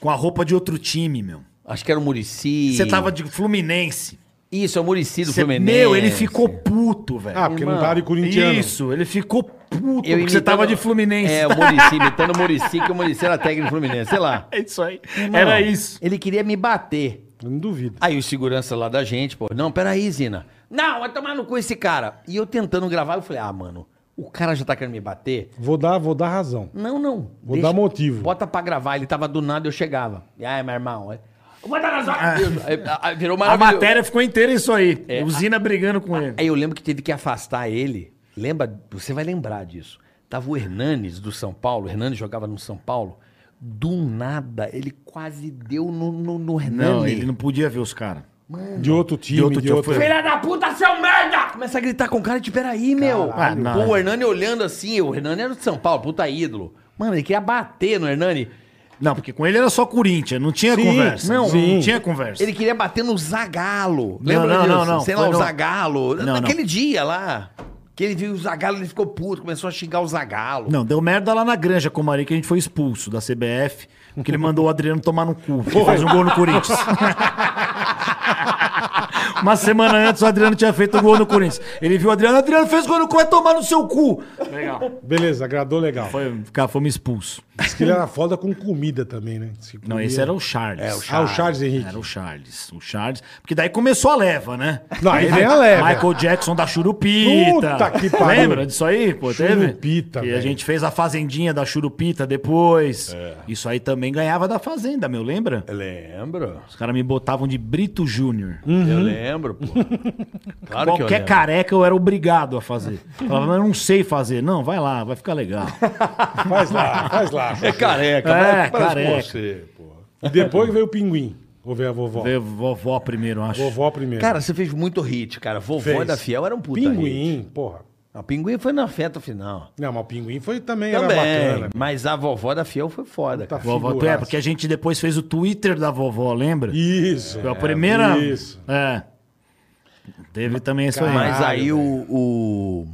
S4: com a roupa de outro time, meu.
S2: Acho que era o Murici.
S4: Você tava de Fluminense.
S2: Isso, é o Murici do
S4: Você-
S2: Fluminense.
S4: Meu, ele ficou puto, velho.
S1: Ah, porque não
S2: Irmão,
S1: tá de corintiano.
S4: Isso, ele ficou puto
S2: Eu
S4: porque você
S2: imitando-
S4: tava de Fluminense.
S2: É, o Murici, imitando o Murici, que o Murici era técnico do Fluminense, sei lá.
S4: (laughs) É isso aí.
S2: Irmão,
S4: Era isso.
S2: Ele queria me bater.
S1: Eu não duvido.
S2: Aí o segurança lá da gente, pô, não, peraí, Zina. Não, vai tomar no cu esse cara. E eu tentando gravar, eu falei, ah, mano, o cara já tá querendo me bater?
S1: Vou dar, vou dar razão.
S2: Não, não.
S1: Vou dar motivo.
S2: Bota pra gravar, ele tava do nada, eu chegava. E aí, meu irmão, é- Eu vou dar razão. Aí, ah, aí virou
S4: A
S2: maravilhoso. É,
S4: matéria ficou inteira isso aí. Usina brigando com ele.
S2: Aí eu lembro que teve que afastar ele. Lembra? Você vai lembrar disso. Tava o Hernanes do São Paulo. O Hernanes jogava no São Paulo. Do nada, ele quase deu no, no, no Hernanes.
S4: Não, ele não podia ver os caras.
S1: De outro time, de
S4: De outro
S1: outro.
S4: time, foi-
S2: Filha da puta, seu merda! Começa a gritar com o cara, tipo, peraí, meu.
S4: Caralho. Ah,
S2: Pô, o Hernani olhando assim, o Hernani era do São Paulo, puta ídolo. Mano, ele queria bater no Hernani.
S4: Não, porque com ele era só Corinthians, não tinha
S1: Sim,
S4: conversa.
S1: não.
S4: Não,
S1: Sim.
S4: não tinha conversa.
S2: Ele queria bater no Zagalo.
S4: Não,
S2: Lembra
S4: não,
S2: disso?
S4: não, não.
S2: Sei lá,
S4: Foi
S2: o
S4: no-
S2: Zagalo.
S4: Não,
S2: Naquele dia lá, que ele viu o Zagalo, ele ficou puto, começou a xingar o Zagalo.
S4: Não, deu merda lá na granja com o Maria que a gente foi expulso da CBF, porque ele mandou o Adriano tomar no cu, porque faz um gol no
S2: (laughs)
S4: Corinthians. Uma semana antes o Adriano tinha feito um gol no Corinthians. Ele viu o Adriano, Adriano fez gol no cu, vai tomar no seu cu. Legal.
S1: Beleza, agradou legal.
S4: Foi, cara, fomos expulsos.
S1: Diz que ele era foda com comida também, né? Diz que
S4: Não,
S1: comia-
S4: esse era o Charles.
S1: o Charles. Ah, o Charles Henrique.
S4: Era o Charles. O Charles. Porque daí começou a leva, né?
S1: Não, aí
S4: Teve
S1: vem a leva.
S4: Michael Jackson da Churupita.
S1: Puta que pariu.
S4: Lembra disso aí? Pô, teve?
S1: Churupita,
S4: E a
S1: velho. É.
S4: gente fez a Fazendinha da Churupita depois. Isso aí também ganhava da Fazenda, meu. Lembra?
S2: Eu lembro.
S4: Os caras me botavam de Brito Júnior.
S1: Hum,
S2: Eu
S4: (laughs)
S2: lembro, pô. Claro que eu
S4: Qualquer
S2: lembro.
S4: careca eu era obrigado a fazer. Falava, mas eu não sei fazer. Não, vai lá, vai
S1: (laughs)
S4: ficar legal.
S1: Faz lá, faz lá.
S2: É careca,
S4: É,
S2: mas parece
S4: careca.
S2: você, pô.
S1: E depois que veio o pinguim. Ou veio a vovó.
S4: Vê vovó primeiro, eu acho.
S1: Vovó primeiro.
S2: Cara, você fez muito hit, cara. Vovó
S1: Fez.
S2: da Fiel era um puta hit.
S1: Pinguim, porra.
S2: Não, pinguim foi na feta final.
S1: Não, mas o pinguim foi também,
S2: Também,
S1: era bacana. Tá
S2: mas a vovó da Fiel foi foda,
S1: Puta
S2: cara.
S4: Vovó,
S1: figuraça.
S4: é, porque a gente depois fez o Twitter da vovó, lembra?
S1: Isso.
S4: Foi a primeira.
S1: Isso.
S4: É. Teve também isso aí.
S2: Mas
S4: Mas
S2: aí o... o-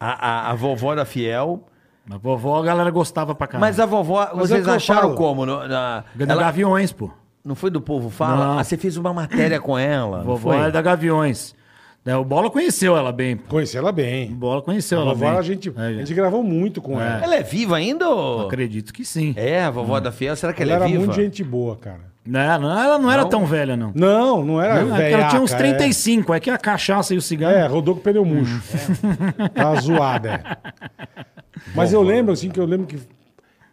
S2: a, a- a vovó da Fiel...
S4: a vovó, a galera gostava pra caramba.
S2: Mas a vovó,
S1: Mas é o
S2: vocês
S1: que eu
S2: acharam
S1: falo.
S2: como? No- na-
S4: Da
S2: ela-
S4: Gaviões, pô.
S2: não foi do Povo Fala?
S4: Não.
S2: Ah, você fez uma matéria com ela.
S4: A
S2: não
S4: vovó
S2: foi?
S4: é da Gaviões. Né, O Bola conheceu ela bem. pô.
S1: Conheci ela bem.
S4: O Bola conheceu
S1: A
S4: ela
S1: vovó,
S4: bem.
S1: a gente, a
S4: É,
S1: gente gravou muito com
S4: É.
S1: ela.
S2: Ela é viva ainda? ou-
S4: Acredito que sim.
S2: É, a vovó
S3: Hum.
S2: da Fiel, será que
S1: Ela
S2: ela,
S1: era
S2: é viva?
S1: muito gente boa, cara.
S4: Não, não, Né? ela não, era tão velha, não.
S1: Não, não era
S4: Não,
S1: velhaca,
S4: ela tinha uns
S1: é.
S4: 35. É. que a cachaça e o cigarro.
S1: É, rodou com o pneu murcho. Tá zoada, é. Mas eu lembro, assim, que eu lembro que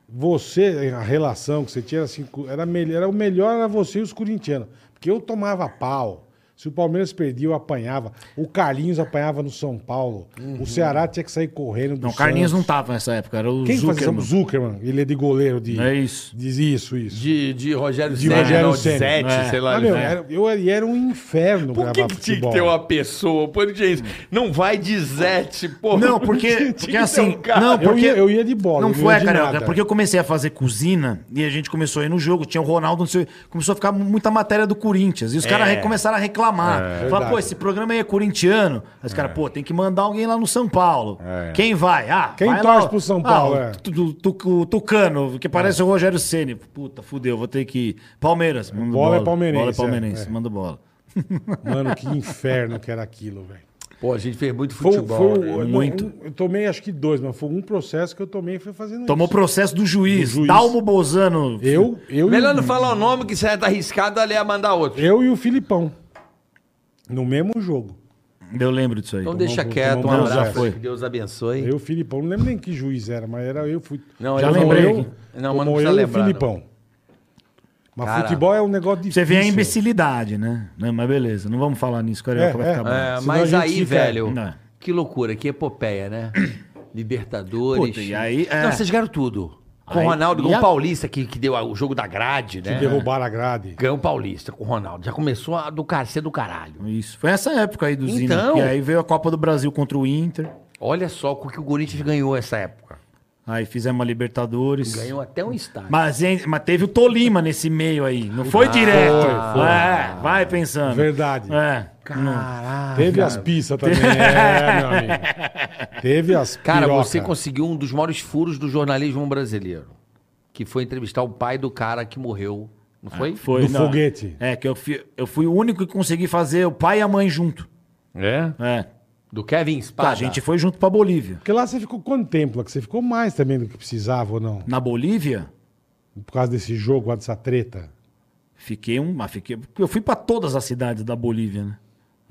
S1: você, a relação que você tinha, assim, co- era, melhor, era o melhor era você e os corintianos. Porque eu tomava pau. Se o Palmeiras perdia, eu apanhava. O Carlinhos apanhava no São Paulo. O Ceará tinha que sair correndo do
S4: Não, o Carlinhos não
S1: Santos.
S4: tava nessa época. Era o
S1: Quem fazia o
S4: Zuckerman.
S1: Zuckerman? Ele é de goleiro de...
S4: É isso.
S1: Diz isso, isso.
S3: De, de Rogério
S1: De
S3: Ceni,
S1: Rogério
S3: não,
S1: Ceni.
S3: Zete,
S4: É.
S3: sei lá.
S1: Ah, meu,
S3: né?
S1: era, eu, era- e era um inferno
S3: Por que,
S1: gravar
S3: que tinha que
S1: futebol.
S3: ter uma pessoa? Por gente, não vai de Zete, pô.
S1: (laughs)
S4: Não,
S3: Tinha que
S4: porque, porque
S3: ter
S4: assim.
S3: um cara.
S4: Não,
S1: Eu
S4: porque
S1: ia, eu ia de bola.
S4: Não
S1: eu
S4: foi
S1: ia
S4: a
S1: de
S4: carioca,
S1: nada.
S4: porque eu comecei a fazer cozinha e a gente começou a ir no jogo, tinha o Ronaldo, não sei, começou a ficar muita matéria do Corinthians. E os caras re- começaram a reclamar. Falaram,
S1: É. verdade. É.
S4: pô, esse programa aí é corintiano. Aí os caras, pô, tem que mandar alguém lá no São Paulo. Quem vai? Ah,
S1: Quem
S4: vai
S1: torce
S4: o-
S1: pro São Paulo,
S4: o
S1: é.
S4: Tu- tu- tu- o Tucano, que parece o Rogério Ceni. Puta, fudeu, vou ter que ir. Palmeiras, manda
S1: Bola é palmeirense,
S4: Bola é palmeirense,
S1: é.
S4: manda bola.
S1: Mano, que inferno que era aquilo, velho.
S3: Pô, a gente fez muito
S1: Foi, um-
S3: futebol.
S1: foi
S3: né?
S1: o-
S4: Muito.
S1: um- eu tomei acho que dois, mas foi um processo que eu tomei e foi fazendo
S4: Tomou
S1: isso.
S4: processo do juiz,
S1: Do juiz.
S4: Dalmo Bozano.
S1: Eu, eu, e-
S3: Melhor não falar o nome, que você tá arriscado ali a mandar outro.
S1: eu e o Filipão. No mesmo jogo.
S4: Eu lembro disso aí.
S3: Tá
S2: Então deixa
S1: vamos-
S2: quieto, um
S1: vamos-
S4: já
S2: abraço,
S4: foi.
S2: que Deus abençoe.
S1: Eu e o Filipão, não lembro nem que juiz era, mas era eu fui.
S3: Não,
S4: Já
S3: eu-
S4: lembrei
S1: eu,
S4: aqui.
S3: Não, mas não
S1: tomou
S3: precisa
S1: eu e o
S3: lembrar, não.
S1: Filipão. Mas
S2: Cara,
S1: futebol é um negócio
S4: Você
S1: difícil.
S4: vê a imbecilidade, né? Não, mas beleza, não vamos falar nisso, Carioca
S1: É,
S4: vai
S1: é,
S4: ficar bravo.
S2: É,
S1: Senão
S2: mas
S1: a gente fica-
S2: aí, velho,
S4: Não. (clears throat)
S2: que loucura, que epopeia, né? Libertadores.
S4: Puta, e aí, é.
S2: Não, vocês ganharam tudo. Com o
S4: Aí-
S2: Ronaldo, com
S4: e
S2: o
S4: a-
S2: Paulista, que, que deu a- o jogo da grade, né?
S1: Derrubaram a grade.
S2: Ganhou o Paulista com o Ronaldo. Já começou a do cara, ser do caralho.
S4: Isso. Foi essa época aí do Zina.
S2: Então.
S4: Porque aí veio a Copa do Brasil contra o Inter.
S2: Olha só o que o Corinthians ganhou essa época.
S4: Aí fizemos a Libertadores.
S2: Ganhou até um estádio.
S4: Mas, hein, mas teve o Tolima nesse meio aí. Não foi
S2: Ah,
S4: direto. É, vai pensando.
S1: Verdade.
S4: É.
S3: Ah,
S2: Caralho.
S1: Teve as pistas também. é, meu amigo.
S3: (laughs)
S1: Teve as
S2: Cara,
S1: piroca.
S2: você conseguiu um dos maiores furos do jornalismo brasileiro. Que foi entrevistar o pai do cara que morreu. Não foi?
S4: É, Foi,
S1: Do foguete.
S4: É, que eu fui, eu fui o único que consegui fazer o pai e a mãe junto.
S2: É?
S4: É.
S2: Do Kevin
S4: Tá,
S2: Spada.
S4: a gente foi junto pra Bolívia.
S1: Porque lá você ficou quanto tempo? Lá que você ficou mais também do que precisava ou não?
S4: Na Bolívia,
S1: Por causa desse jogo, lá dessa treta.
S4: fiquei um. mas Fiquei, porque eu fui pra todas as cidades da Bolívia, né?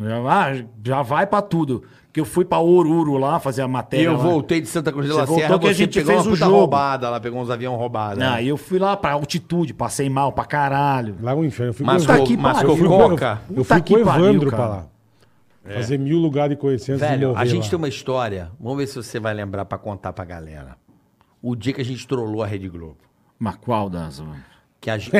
S4: Já, vai- já vai pra tudo. Porque eu fui pra Oruro lá fazer a
S3: E
S4: matéria.
S3: eu
S4: lá.
S3: voltei de Santa Cruz de
S4: é? Você
S3: La Serra,
S4: voltou que a
S3: você
S4: gente
S3: pegou
S4: fez
S3: uma
S4: o
S3: puta
S4: jogo.
S3: roubada lá, pegou uns avião roubados.
S4: Não, Ah, e eu fui lá pra altitude, passei mal pra caralho.
S1: Lá é um inferno. Eu fui
S3: Mas
S1: com-
S3: co- mas
S1: eu fui com-
S3: coca.
S1: Eu,
S4: Puta
S1: fui
S4: que
S1: com o
S4: pariu,
S1: Evandro pra
S4: cara.
S1: lá. Fazer mil lugares de conhecimento
S2: Velho, a gente tem um- uma história. Vamos ver se você vai lembrar pra contar pra galera. O dia que a gente trollou a Rede Globo.
S4: Mas qual das. mano? (laughs)
S2: Que a gente.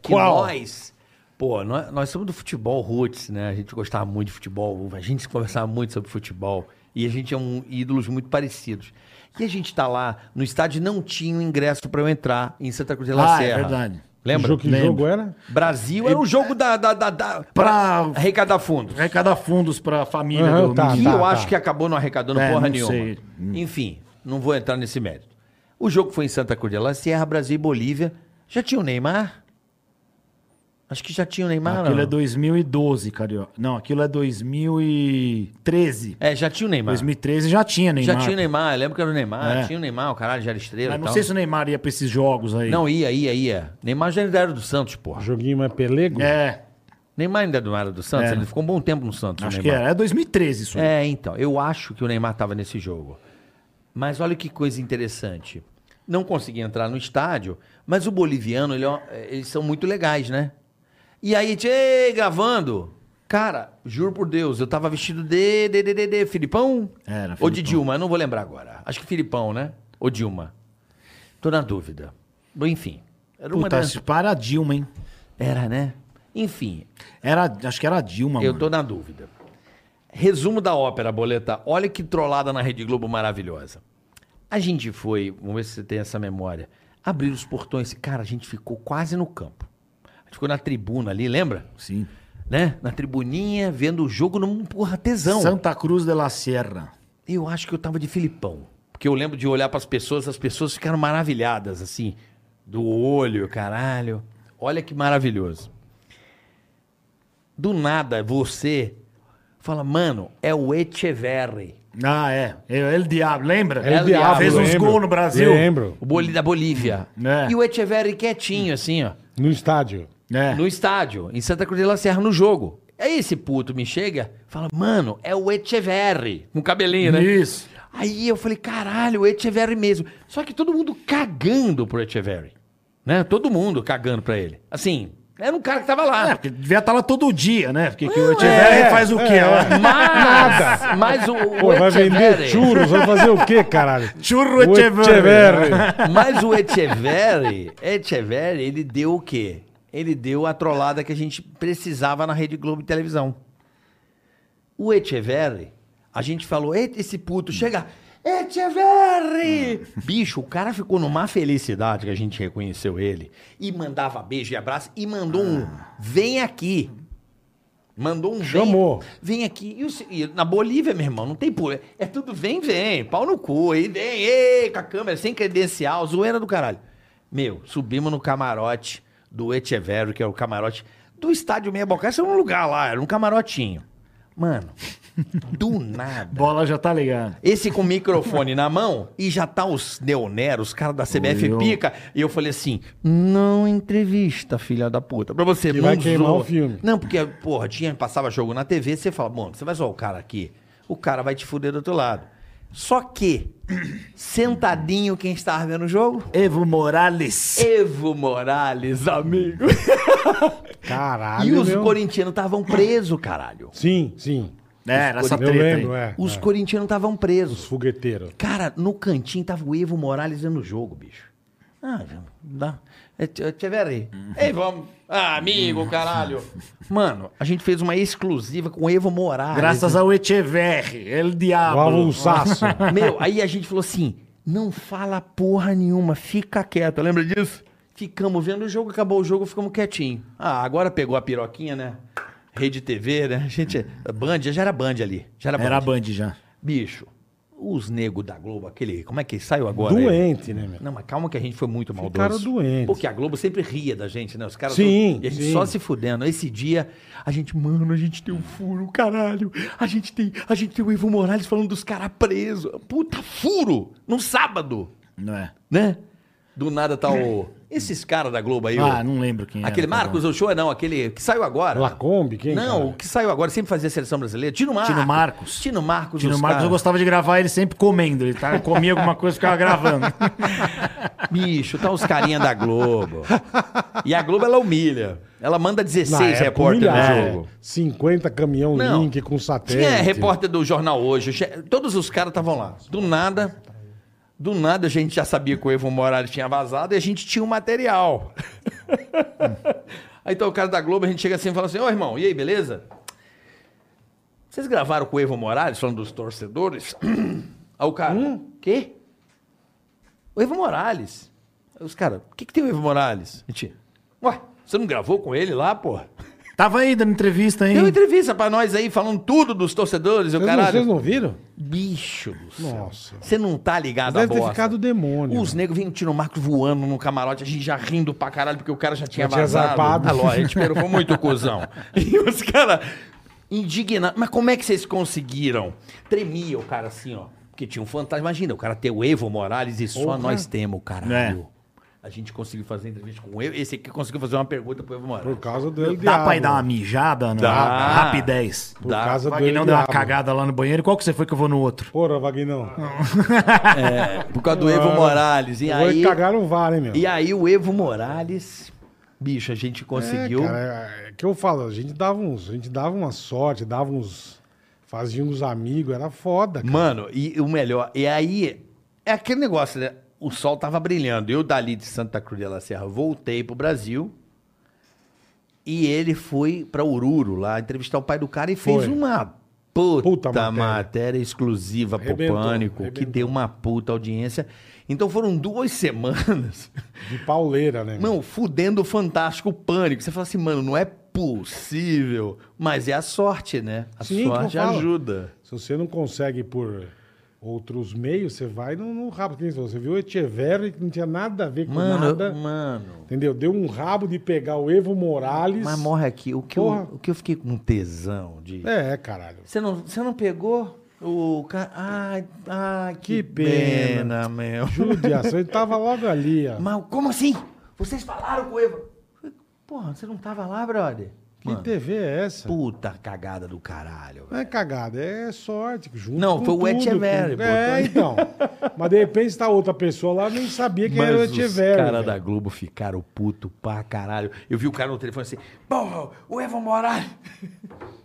S2: que
S1: Qual?
S2: nós. Pô, nós, nós somos do futebol roots, né? A gente gostava muito de futebol, a gente conversava muito sobre futebol. E a gente é um ídolos muito parecidos. E a gente tá lá no estádio não tinha o ingresso pra eu entrar em Santa Cruz de La
S4: Ah, é
S2: Serra.
S4: verdade.
S1: Lembra?
S2: Lembra?
S1: Jogo, que
S4: Lembro.
S1: jogo era?
S2: Brasil era um jogo da. da, da, da
S4: Pra- É,
S2: arrecadar fundos.
S4: Arrecada fundos pra família
S1: Aham,
S4: do
S1: tá.
S4: menino.
S2: que
S1: tá,
S2: eu
S1: tá.
S2: acho que acabou não arrecadando
S4: É,
S2: porra
S4: não
S2: nenhuma.
S4: sei.
S2: Enfim, não vou entrar nesse mérito. O jogo foi em Santa Cruz de La Sierra, Brasil e Bolívia. Já tinha o Neymar? Acho que já tinha o Neymar,
S4: Aquilo
S2: não.
S4: é 2012, carioca. Não, aquilo é 2013.
S2: É, já tinha o Neymar.
S4: 2013 já tinha um Neymar.
S2: Já tinha o Neymar, eu lembro que era o Neymar.
S4: É.
S2: Tinha o Neymar, o caralho já era estrela
S4: Mas
S2: e
S4: não
S2: tal.
S4: sei se o Neymar ia pra esses jogos aí.
S2: Não, ia, ia, ia. Neymar já ainda era do Santos, porra.
S1: Joguinho mais pelego?
S4: É,
S2: Neymar ainda não era do Santos,
S4: Era.
S2: ele ficou um bom tempo no Santos.
S4: É. acho
S2: o
S4: que
S2: Neymar.
S4: era. É 2013 isso aí.
S2: É, então, eu acho que o Neymar estava nesse jogo. Mas olha que coisa interessante. Não consegui entrar no estádio, mas o boliviano, ele é um- eles são muito legais, né? E aí, tchê, gravando. Cara, juro por Deus, eu tava vestido de, de, de, de, de Filipão?
S4: Era,
S2: Ou de
S4: Filipão.
S2: Dilma, eu não vou lembrar agora. Acho que Filipão, né? Ou Dilma. Tô na dúvida. Bom, Enfim. Era uma
S4: Puta,
S2: das-
S4: se para a Dilma, hein?
S2: Era, né? Enfim,
S4: Era, acho que era a Dilma,
S2: eu
S4: mano.
S2: tô na dúvida. Resumo da ópera, Boleta. Olha que trollada na Rede Globo maravilhosa. A gente foi, vamos ver se você tem essa memória, abrir os portões. Cara, a gente ficou quase no campo. A gente ficou na tribuna ali, lembra?
S4: Sim.
S2: Né? Na tribuninha, vendo o jogo num porra tesão.
S4: Santa Cruz de la Sierra.
S2: Eu acho que eu tava de Filipão. Porque eu lembro de olhar pras pessoas, as pessoas ficaram maravilhadas, assim. Do olho, caralho. Olha que maravilhoso. Do nada, você fala, mano, é o Echeverri.
S4: Ah, é. Eu- El Diablo, lembra?
S1: Era
S2: El Diablo,
S4: Fez uns
S1: É lembro.
S4: gols no Brasil.
S1: Lembro.
S2: O Boli da Bolívia.
S4: É.
S2: E o Echeverri quietinho, assim, ó.
S1: No estádio.
S4: É.
S2: No estádio, em Santa Cruz de La Serra, no jogo. Aí esse puto me chega, fala, mano, é o Echeverri. Com cabelinho, né?
S4: Isso.
S2: Aí eu falei, caralho, o Echeverry mesmo. Só que todo mundo cagando pro Echeverry. Né? Todo mundo cagando pra ele. Assim, era um cara que tava lá.
S4: É, porque devia estar lá todo dia, né? Porque que
S2: Não,
S4: o Echeverri
S1: é,
S4: faz o quê?
S1: é.
S4: Ela-
S1: (laughs)
S2: Mas, mas o,
S1: Pô,
S2: o
S1: vai vender
S2: Echeverry.
S1: churros, vai fazer o quê, caralho?
S4: Churro
S1: O
S4: Echeverri.
S2: (laughs) Mas o Echeverry, Echeverry, ele deu o quê? Ele deu a trollada que a gente precisava na Rede Globo de televisão. O Echeverry, a gente falou, "Eita, esse puto, chega. Echeverry! Bicho, o cara ficou numa felicidade que a gente reconheceu ele. E mandava beijo e abraço e mandou um vem aqui. Mandou um vem-
S1: Chamou.
S2: Vem, aqui. E, o se- e na Bolívia, meu irmão, não tem por. É tudo vem, vem. Pau no cu. E vem, ei, com a câmera, sem credencial, zoeira do caralho. Meu, subimos no camarote do Echeverro, que é o camarote do estádio Meia Boca. Esse era um lugar lá, era um camarotinho. Mano, do nada.
S4: Bola já tá ligada.
S2: Esse com o microfone na mão e já tá os Neonero, os caras da CBF
S4: Olhou.
S2: pica. E eu falei assim: não entrevista, filha da puta. Pra você,
S1: Que vai
S2: não
S1: queimar
S2: zoa.
S1: o filme.
S2: Não, porque, porra, tinha, passava jogo na TV, você fala, mano, você vai zoar o cara aqui, o cara vai te fuder do outro lado. Só que, (clears throat) sentadinho, quem estava vendo o jogo?
S4: Evo Morales.
S2: Evo Morales, amigo.
S1: Caralho,
S2: e os
S1: meu.
S2: corintianos estavam presos, caralho.
S1: Sim, sim.
S4: É, era essa
S1: Eu
S4: treta aí.
S1: lembro, é.
S2: Os
S1: é.
S2: corintianos estavam presos.
S1: Os fogueteiros.
S2: Cara, no cantinho tava o Evo Morales vendo o jogo, bicho. Ah, dá. É, t- é Tcheveri.
S3: Ei, vamos. Ah, amigo, caralho.
S2: Mano, a gente fez uma exclusiva com o Evo Morales.
S4: Graças ao Echeverri, El Diabo.
S1: Igual um saço.
S2: Meu, aí a gente falou assim: não fala porra nenhuma, fica quieto. Lembra disso? Ficamos vendo o jogo, acabou o jogo, ficamos quietinho. Ah, agora pegou a piroquinha, né? Rede TV, né? A gente. Band, já era Band ali. Já era Band.
S4: Era a Band já.
S2: Bicho, os negros da Globo, aquele. Como é que saiu agora? ele?
S1: Doente, né, meu?
S2: Não, mas calma que a gente foi muito maldoso.
S1: Ficaram doentes.
S2: Porque a Globo sempre ria da gente, né? Os caras
S1: Sim,
S2: E a gente
S1: sim.
S2: só se fudendo. Esse dia, a gente, mano, a gente tem um furo, caralho. A gente tem, a gente tem o Evo Morales falando dos caras presos. Puta furo! Num sábado,
S4: Não é?
S2: né? Do nada tá o. Esses caras da Globo aí.
S4: Ah,
S2: o-
S4: não lembro quem era,
S2: Aquele
S4: cada
S2: Marcos Ochoa, não, aquele que saiu agora.
S1: Lacombe, quem?
S2: não,
S1: cara?
S2: o que saiu agora sempre fazia seleção brasileira. Tino Marcos.
S4: Tino Marcos.
S2: Tino Marcos.
S4: Tino
S2: os
S4: Marcos, eu
S2: caras.
S4: gostava de gravar ele sempre comendo. Ele tá, comia alguma coisa e ficava
S1: (laughs)
S4: gravando.
S2: Bicho, tá os carinha da Globo. E a Globo, ela humilha. Ela manda 16 repórter
S1: humilhado.
S2: no jogo.
S1: É, 50 caminhão
S2: Não.
S1: link com satélite.
S2: Tinha repórter do Jornal Hoje. che- Todos os caras estavam lá. Do nada, do nada a gente já sabia que o Evo Morales tinha vazado e a gente tinha o material. (laughs) Aí então o cara da Globo, a gente chega assim e fala assim, ô irmão, e aí, beleza? Vocês gravaram com o Evo Morales, falando dos torcedores? (clears throat) Aí o cara, quê? O Evo Morales. Aí os caras, o que, que tem o Evo Morales? A gente, ué, você não gravou com ele lá, porra?
S4: Tava aí dando entrevista aí.
S2: Deu entrevista pra nós aí, falando tudo dos torcedores, o
S1: Vocês não, vocês
S2: caralho.
S1: não viram?
S2: Bicho do céu.
S1: Nossa.
S2: Você não tá ligado à
S1: Deve ter
S2: bosta.
S1: ficado demônio.
S2: Os negros vinham tirando o Marcos voando no camarote, a gente já rindo pra caralho, porque o cara já tinha
S1: Já tinha
S2: vazado.
S1: zarpado.
S2: Ah, lógico, a gente perou, foi
S1: (laughs)
S2: muito cuzão. E os caras indignados. Mas como é que vocês conseguiram? Tremia o cara assim, ó. Porque tinha um fantasma. Imagina, o cara ter o Evo Morales e só nós temos,
S1: É.
S2: caralho. A gente conseguiu fazer entrevista com ele. Esse aqui conseguiu fazer uma pergunta pro Evo Morales.
S1: Por causa do El
S4: Dá
S1: Diablo.
S4: pra ir dar uma mijada? Não?
S2: Dá.
S4: Rapidez.
S1: Por
S2: Dá.
S1: causa
S4: O
S1: do El
S4: Vagnão deu uma
S1: Diablo.
S4: cagada lá no banheiro. Qual que você foi que eu vou no outro?
S1: Porra, Vagnão.
S2: Por causa do Evo Morales. E
S1: Agora
S2: aí,
S1: cagaram o VAR, hein, meu?
S2: e aí o Evo Morales, bicho, a gente conseguiu.
S1: É, cara, é que eu falo, a gente dava uns, a gente dava uma sorte, dava uns, fazia uns amigos, era foda, cara.
S2: Mano, e o melhor, e aí, é aquele negócio, né? O sol tava brilhando. Eu, dali de Santa Cruz de la Serra, voltei pro Brasil. E ele foi pra Ururu lá entrevistar o pai do cara e fez
S1: Foi.
S2: uma puta,
S1: Puta
S2: matéria.
S1: matéria.
S2: exclusiva pro
S1: Arrebentou,
S2: Pânico, que
S1: arrebentou.
S2: deu uma puta audiência. Então foram duas (laughs) semanas
S1: De pauleira, né? meu?
S2: Não, fudendo o fantástico o pânico. Você fala assim, mano, não é possível. Mas é a sorte, né? A
S1: Sim, que eu
S2: sorte
S1: falo.
S2: ajuda.
S1: Se você não consegue por outros meios, você vai no, no rabo. que nem Você viu o Echeverri, que não tinha nada a ver com
S2: Mano,
S1: nada.
S2: eu- mano.
S1: Entendeu? Deu um rabo de pegar o Evo Morales.
S2: Mas morre aqui. O que, eu,
S1: Porra.
S2: o que eu fiquei com um tesão de.
S1: É, caralho.
S2: Você, não, você não pegou o cara. Ai, ai,
S1: Que
S2: que,
S1: pena.
S2: pena, meu.
S1: Judiação, ele tava logo ali, ó.
S2: Mas como assim? Vocês falaram com o Eva. Porra, você não tava lá, brother?
S1: Que
S2: Mano,
S1: TV é essa?
S2: puta cagada do caralho.
S1: Não é cagada, é sorte. Junto
S2: Não,
S1: com
S2: foi o
S1: tudo,
S2: Echeverri,
S1: com-
S2: pô.
S1: É, então. Mas de repente tá outra pessoa lá, nem sabia quem era o Echeverri.
S2: Os caras
S1: velho.
S2: da Globo ficaram puto pra caralho. Eu vi o cara no telefone assim, porra, o Evo Morales.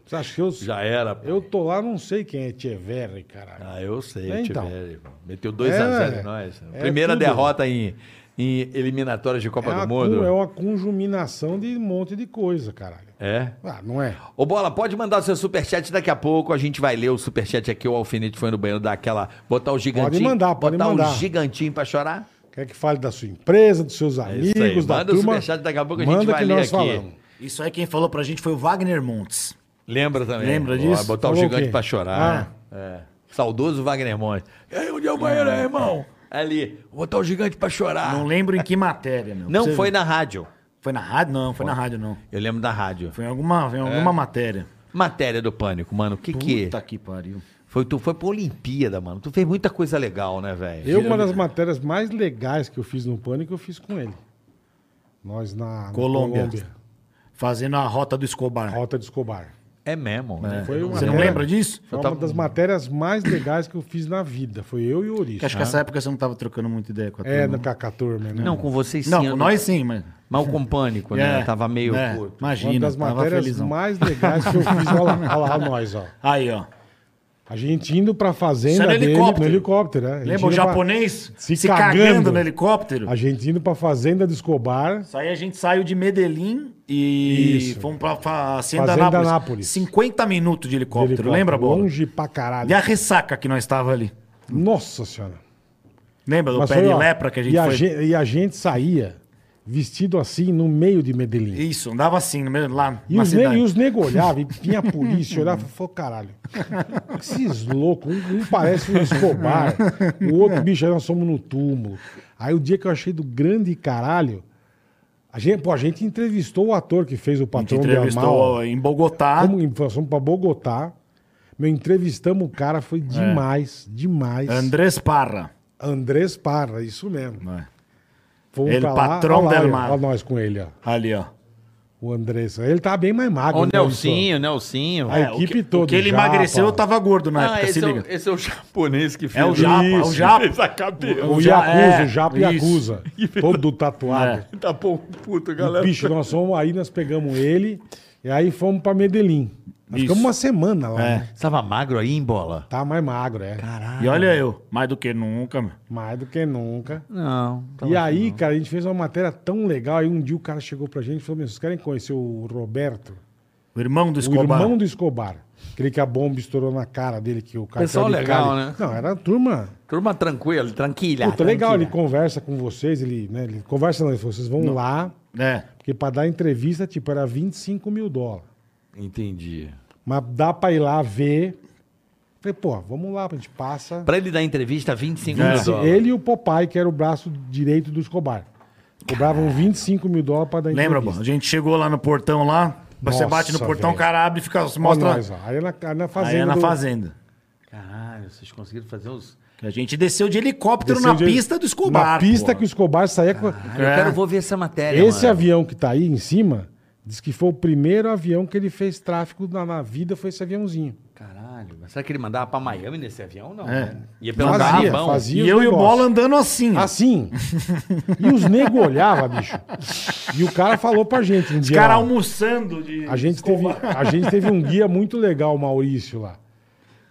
S1: Você acha que eu,
S2: Já era. pô.
S1: eu tô lá, não sei quem é Echeverri, caralho.
S2: Ah, eu sei,
S1: É, então.
S2: Tibério. Meteu 2x0
S1: É,
S2: em nós.
S1: é
S2: Primeira
S1: tudo.
S2: derrota em, em eliminatórias de Copa
S1: é,
S2: do
S1: uma,
S2: Mundo.
S1: cu- é uma conjuminação de um monte de coisa, caralho.
S2: É.
S1: Ah, não é?
S2: Ô Bola, pode mandar o seu superchat daqui a pouco. A gente vai ler o superchat aqui. O Alfinete foi no banheiro dar aquela. Botar o gigantinho.
S1: mandar, pode
S2: botar
S1: mandar.
S2: o gigantinho pra chorar.
S1: Quer que fale da sua empresa, dos seus
S2: É isso aí.
S1: amigos, da
S2: Manda o
S1: turma?
S2: superchat, daqui a pouco a gente
S1: manda
S2: vai
S1: que
S2: ler
S1: nós
S2: aqui.
S1: falamos.
S4: Isso aí quem falou pra gente foi o Wagner Montes.
S2: Lembra também?
S4: Lembra
S2: Ó,
S4: disso?
S2: Botar o
S1: Falou o
S2: gigante
S1: quê? Ah.
S2: pra chorar. É. Saudoso Wagner Monte. E aí, onde é o banheiro aí, irmão? Ali. Botar o gigante pra chorar.
S4: Não
S2: Não,
S4: lembro em que matéria, meu. Você-
S2: foi na rádio.
S4: Foi na rádio? Não, foi na rádio, não.
S2: Eu lembro da rádio.
S4: Foi em alguma,
S2: É.
S4: foi em alguma matéria.
S2: Matéria do Pânico, mano. O que que... é?
S4: Puta que pariu.
S2: Foi, tu foi pra Olimpíada, mano. Tu fez muita coisa legal, né, velho?
S1: Eu, uma
S2: (laughs)
S1: das matérias mais legais que eu fiz no Pânico, eu fiz com ele. Nós na na
S4: Colômbia. Fazendo a rota do Escobar.
S1: Rota de Escobar.
S2: É mesmo, né?
S1: Foi uma
S4: Você não
S1: matéria-
S4: lembra disso?
S1: Foi
S2: tá
S1: uma das matérias mais legais que eu fiz na vida. Foi eu e o
S4: Que
S1: Ouriço. Ah.
S4: acho que nessa época você não tava trocando muita ideia com a
S1: É,
S4: turma.
S1: na Cacá Turma, né?
S2: Não, tá com vocês sim.
S4: Não,
S2: eu
S4: com nós sim, mas...
S2: tá Mal com Pânico, né?
S4: É,
S2: Tava meio...
S4: é,
S2: puto.
S1: Uma
S4: Imagina,
S1: das
S4: tava
S1: matérias
S4: felizão. (laughs)
S1: mais legais que eu fiz. Olha lá, olha lá, olha nós, ó.
S4: Aí, ó.
S1: A gente indo pra fazenda
S4: Isso é no
S1: dele
S4: helicóptero.
S1: no helicóptero. É. A gente
S4: Lembra o
S1: indo pra-
S4: japonês
S1: se
S4: se,
S1: cagando.
S4: cagando. no helicóptero?
S1: A gente indo pra fazenda de Escobar.
S4: Isso aí a gente saiu de Medellín e
S1: Isso.
S4: fomos pra Fazenda,
S1: Fazenda
S4: Anápolis.
S1: Anápolis.
S4: 50 minutos
S1: de
S4: de helicóptero, lembra, Bola?
S1: Longe pra caralho.
S4: E a ressaca que nós estava ali.
S1: Nossa senhora.
S4: Lembra do
S1: Mas
S4: pé
S1: foi,
S4: de
S1: ó,
S4: lepra que a gente
S1: e
S4: foi?
S1: gen- e a gente saía vestido assim no meio de Medellín.
S4: Isso, andava assim, no meio- lá
S1: E
S4: na
S1: os, nego,
S4: cidade.
S1: e os nego olhavam, e vinha a polícia, olhava e falou, caralho, esses loucos, um, um parece um Escobar, o outro, bicho, aí nós somos no túmulo. Aí o dia que eu achei do grande caralho, a gente, pô, a gente entrevistou o ator que fez o
S4: A gente
S1: patrão de Amal.
S4: entrevistou em Bogotá.
S1: Fomos, em- nós fomos pra Bogotá, meu, entrevistamos o cara,
S4: É.
S1: foi demais, demais.
S4: Andrés Parra.
S1: Andrés Parra, isso mesmo.
S4: É.
S1: Fomos
S4: Ele,
S1: pra
S4: patrão
S1: olha lá,
S4: del
S1: olha-
S4: mar.
S1: Olha nós com ele, ó.
S4: Ali, ó.
S1: O Andrés. Ele tá bem mais magro.
S3: Ó, o
S1: né, Wilson?
S3: Nelsinho, o Nelsinho.
S1: A
S4: É,
S1: equipe
S4: o que,
S1: toda.
S4: O que ele
S1: Japa.
S4: emagreceu, tá- eu tava gordo na
S3: Ah,
S4: época, se
S3: esse, é o,
S4: liga.
S3: esse é o japonês que fez.
S4: É o Japa, é o
S3: Fez
S4: Japa.
S3: a cabeça.
S1: O
S4: Já-
S1: Yakuza,
S4: é,
S1: o Japa
S4: isso. É.
S1: Yakuza. Todo tatuado.
S3: Tá bom, puto,
S1: O
S3: galera.
S1: Bicho, nós fomos aí, nós pegamos ele e aí fomos pra Medellín. Nós
S4: Isso.
S1: ficamos uma semana lá.
S4: É.
S1: né?
S2: Você tava magro aí em bola?
S1: Tá mais magro, é.
S4: E olha eu, mais do que nunca, meu.
S1: Mais do que nunca.
S2: Não.
S1: e aí, cara, a gente fez uma matéria tão legal. Aí um dia o cara chegou pra gente e falou: Meu, vocês querem conhecer o Roberto?
S4: O irmão do
S1: O
S4: Escobar.
S1: irmão do Escobar. Aquele que a bomba estourou na cara dele, que o cara.
S2: Pessoal
S1: caiu de
S2: legal,
S1: cara.
S2: né?
S1: Não, era a turma.
S3: Turma tranquila, tranquila.
S1: Puta, legal, ele
S3: tranquila.
S1: conversa com vocês, ele, né, ele conversa não, ele falou, vocês vão lá,
S4: É.
S1: porque pra dar entrevista, tipo, era 25 mil dólares.
S3: Entendi.
S1: Mas dá pra ir lá ver. Falei, pô, vamos lá, a gente passa.
S2: Pra ele dar entrevista,
S4: é.
S2: 25
S1: Ele-
S2: mil dólares.
S1: Ele e o Popeye, que era o braço direito do Escobar. Cobravam 25 mil dólares pra dar entrevista.
S4: Lembra, Bola? A gente chegou lá no portão lá. você
S1: Nossa,
S4: bate no portão, o
S1: velho.
S4: cara abre e fica,
S1: Ó,
S4: mostra.
S1: nós, ó. Aí é na, aí na fazenda.
S4: Aí é na
S1: do-
S4: fazenda.
S2: Caralho, vocês conseguiram fazer os...
S4: Que a gente desceu de helicóptero
S1: desceu
S4: na
S1: de-
S4: pista do Escobar.
S1: Na pista
S4: pô.
S1: que o Escobar saía com.
S2: Cara, Eu
S4: É.
S2: quero vou ver essa matéria,
S1: Esse
S2: mano.
S1: avião que tá aí em cima, diz que foi o primeiro avião que ele fez tráfico na, na vida, foi esse aviãozinho.
S2: Caralho, mas será que ele mandava pra Miami nesse avião? Não,
S4: É.
S2: né? Ia pelo
S1: Fazia,
S2: Caribão.
S1: fazia.
S4: E
S1: os
S4: eu e o
S1: negócios.
S4: Bola andando assim. ó. (laughs)
S1: Assim. E os nego olhavam, bicho. E o cara falou pra gente um
S4: Os
S1: dia.
S4: caras
S1: lá.
S4: almoçando de.
S1: a, gente teve, a gente teve um guia muito legal, o Maurício, lá.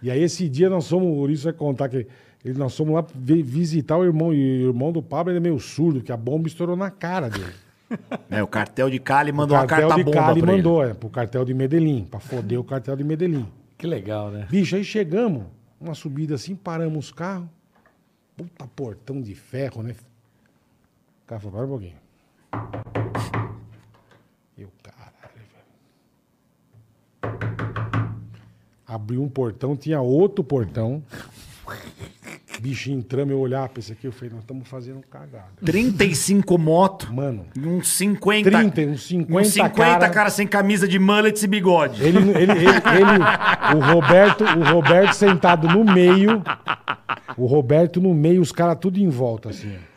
S1: E aí esse dia nós fomos, o Maurício vai contar que ele- nós fomos lá vi- visitar o irmão. E o irmão do Pablo ele é meio surdo, que a bomba estourou na cara dele.
S4: É, o cartel de Cali mandou
S1: O
S4: uma carta
S1: cartel de
S4: bomba pra
S1: Cali
S4: ele.
S1: mandou, é, pro cartel de Medellín, pra foder o cartel de Medellín.
S2: Que legal, né?
S1: Bicho, aí chegamos, uma subida assim, paramos os carros. Puta portão de ferro, né? O cara falou, para um pouquinho. Eu, caralho, velho. Abriu um portão, tinha outro portão. Bicho, entramos, eu olhar pra esse aqui, eu falei, nós estamos fazendo cagada.
S4: 35 moto,
S1: Mano,
S4: uns 50.
S1: 30, uns 50,
S4: uns 50
S1: cara.
S4: cara... sem camisa de mullets e bigode.
S1: Ele, ele, ele, ele- o Roberto, o Roberto sentado no meio, o Roberto no meio, os caras tudo em volta assim. ó.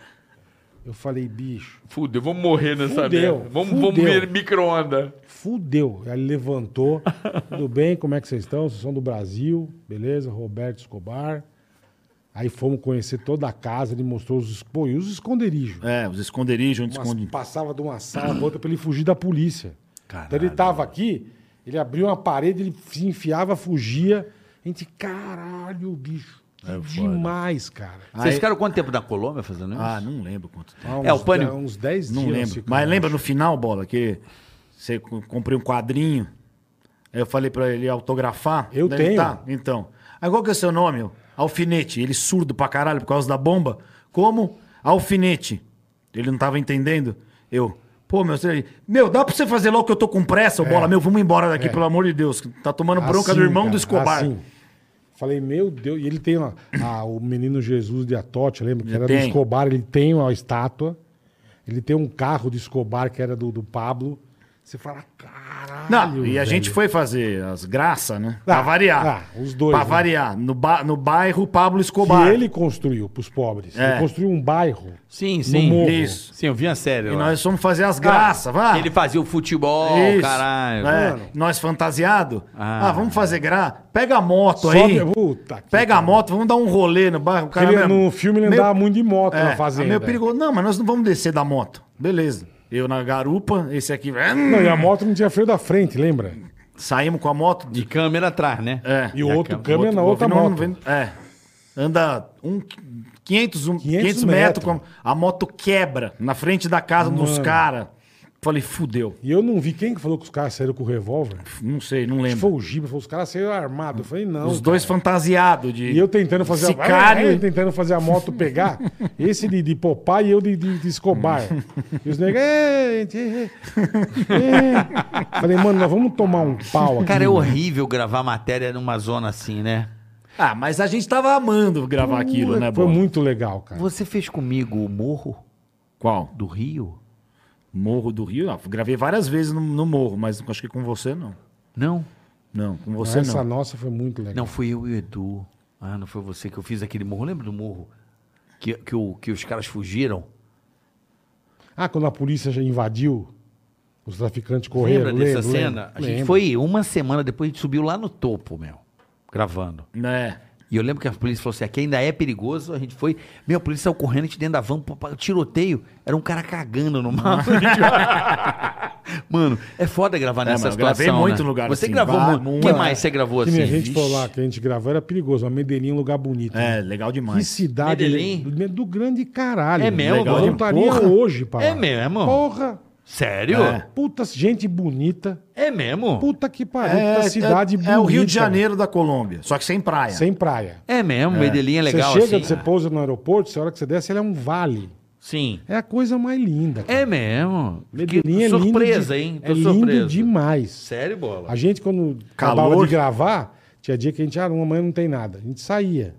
S1: Eu falei, bicho,
S3: Fudeu, vamos morrer nessa
S1: Fudeu,
S3: merda. Vamos,
S1: fudeu.
S3: vamos ver micro-onda.
S1: fudeu. Aí ele levantou, tudo bem, como é que vocês estão? Vocês são do Brasil, beleza? Roberto Escobar. Aí fomos conhecer toda a casa, ele mostrou os, es- pô, e os esconderijos.
S4: É, os esconderijos onde
S1: Umas-
S4: esconde.
S1: passava de uma sala pra outra pra ele fugir da polícia. Então ele tava aqui, ele abriu uma parede, ele se enfiava, fugia. A gente, caralho, bicho. que
S4: É
S1: demais, cara.
S2: Vocês ficaram quanto tempo na Colômbia fazendo isso?
S4: Ah, não lembro quanto tempo.
S2: É, o pânico-
S1: de- Uns 10 dias.
S4: Não
S1: nós
S4: lembro.
S1: ficamos,
S4: Mas lembra
S1: acho.
S4: no final, Bola, que você co- comprei um quadrinho. Aí eu falei pra ele autografar.
S1: Eu
S4: Daí ele,
S1: tenho.
S4: Tá, então. Aí qual que é o seu nome? eu? Alfinete. Ele surdo pra caralho por causa da bomba. Como? Alfinete. Ele não tava entendendo. Eu... Pô, meu, você- meu, dá pra você fazer logo que eu tô com pressa,
S1: É.
S4: ô bola. Meu, vamos embora daqui, pelo amor de Deus. que Tá tomando bronca
S1: Assim,
S4: do irmão
S1: É. cara,
S4: do Escobar.
S1: assim. Falei, meu Deus. E ele tem ó, a- o menino Jesus de Atote, lembra? Que
S4: Ele
S1: era do
S4: tem.
S1: Escobar. Ele tem uma estátua. Ele tem um carro de Escobar que era do, do Pablo. Você fala, caralho.
S4: Não, e a
S1: velho.
S4: gente foi fazer as graças, né?
S1: Ah,
S4: pra variar.
S1: ah, os dois,
S4: Pra
S1: né?
S4: variar. No, ba- no bairro Pablo Escobar.
S1: Que ele construiu pros pobres.
S4: É.
S1: Ele construiu um bairro.
S2: Sim,
S1: morro.
S4: Isso.
S2: Sim, eu vi a série
S4: E
S2: lá.
S4: nós fomos fazer as graças, vai.
S2: Ele fazia o futebol,
S4: Ah! Isso.
S2: caralho.
S4: É,
S1: Mano.
S4: Nós fantasiado. Ah. vamos fazer graça. Pega a moto aí.
S1: Sobe- Puta que
S4: Pega a moto, vamos dar um rolê no bairro. O cara
S1: Ele,
S4: mesmo-
S1: no filme ele
S4: meio-
S1: andava muito de moto
S4: é,
S1: na fazenda.
S4: Meu perigo, não, mas nós não vamos descer da moto. Beleza. Eu na garupa, esse aqui.
S1: Não, e a moto não tinha freio da frente, lembra?
S4: Saímos com a moto.
S3: De câmera atrás, né?
S4: É.
S1: E o outro câmera na outra
S4: Ouvindo,
S1: moto.
S4: ouvindo, é. Anda um, 500, um- 500,
S1: 500
S4: metros.
S1: metros.
S4: com a- a moto quebra na frente da casa dos caras. Falei, fudeu.
S1: E eu não vi quem que falou que os caras saíram com o revólver. Acho
S4: Não sei, não
S1: que
S4: lembro.
S1: Foi o Giba, falou, os caras saíram armados. Eu falei, não.
S4: Os dois fantasiados de.
S1: E eu tentando fazer
S4: Sicário.
S1: a é, tentando fazer a moto
S4: (laughs)
S1: pegar. Esse de, de Popeye e eu de, de, de Escobar. E os negros. "É, gente, é,
S4: (laughs)
S1: é." Falei, mano, nós vamos tomar um pau aqui.
S8: Cara, é horrível gravar matéria numa zona assim, né?
S4: Ah, mas a gente tava amando gravar aquilo, né,
S1: Foi
S4: Bola?
S1: muito legal, cara.
S8: Você fez comigo o morro
S4: Qual?
S8: do Rio?
S4: Morro do Rio? Não, gravei várias vezes no, no morro, mas acho que com você não.
S8: Não?
S4: Não, com você
S1: Essa
S4: não.
S1: nossa foi muito legal.
S8: Não, foi eu e o Edu. Ah, não foi você que eu fiz aquele morro. Lembra do morro? Que, que, o- que os caras fugiram?
S1: Ah, quando a polícia já invadiu, os traficantes correram.
S8: Lembra dessa
S1: lembro,
S8: cena?
S1: lembro,
S8: a gente
S1: lembro.
S8: foi uma semana depois, a gente subiu lá no topo, meu. Gravando.
S4: É.
S8: E eu lembro que a polícia falou assim: aqui ainda é perigoso. A gente foi. Meu, a polícia saiu correndo, a gente dentro da van, pô, pá, tiroteio. Era um cara cagando no mapa. mano, é foda gravar nessa
S4: mano, eu
S8: situação.
S4: gravei muito
S8: né?
S4: em lugar
S8: Você
S4: assim,
S8: gravou
S4: vá-
S8: muito. O que
S4: muito.
S8: mais você gravou
S1: Que
S8: assim?
S1: nem a gente falou lá que a gente gravou, era perigoso. Mas Medellín é um lugar bonito. né?
S4: É, legal
S1: Que
S4: demais.
S1: cidade
S8: Medellín?
S1: do, do grande caralho.
S8: É mesmo,
S1: Legal, Eu
S8: mano?
S1: voltaria
S8: Porra.
S1: hoje, pá. lá.
S8: É mesmo?
S1: Porra.
S8: Sério?
S4: É.
S1: Puta gente bonita.
S8: É mesmo?
S1: Puta que pariu. puta cidade bonita.
S4: é o Rio de Janeiro da Colômbia, só que sem praia.
S1: Sem praia.
S8: É mesmo, Medellín é legal
S1: você chega,
S8: assim.
S1: você pousa no aeroporto, se a hora que você desce, ele é um vale.
S8: Sim.
S1: É a coisa mais linda. cara.
S8: É mesmo.
S1: Medellín
S8: Que
S1: é lindo.
S8: surpresa,
S1: de-
S8: hein? Tô
S1: é
S8: surpreso.
S1: lindo demais.
S8: Sério, bola?
S1: A gente, quando
S4: Calor.
S1: acabava de gravar, tinha dia que a gente, ah, amanhã não tem nada. A gente saía.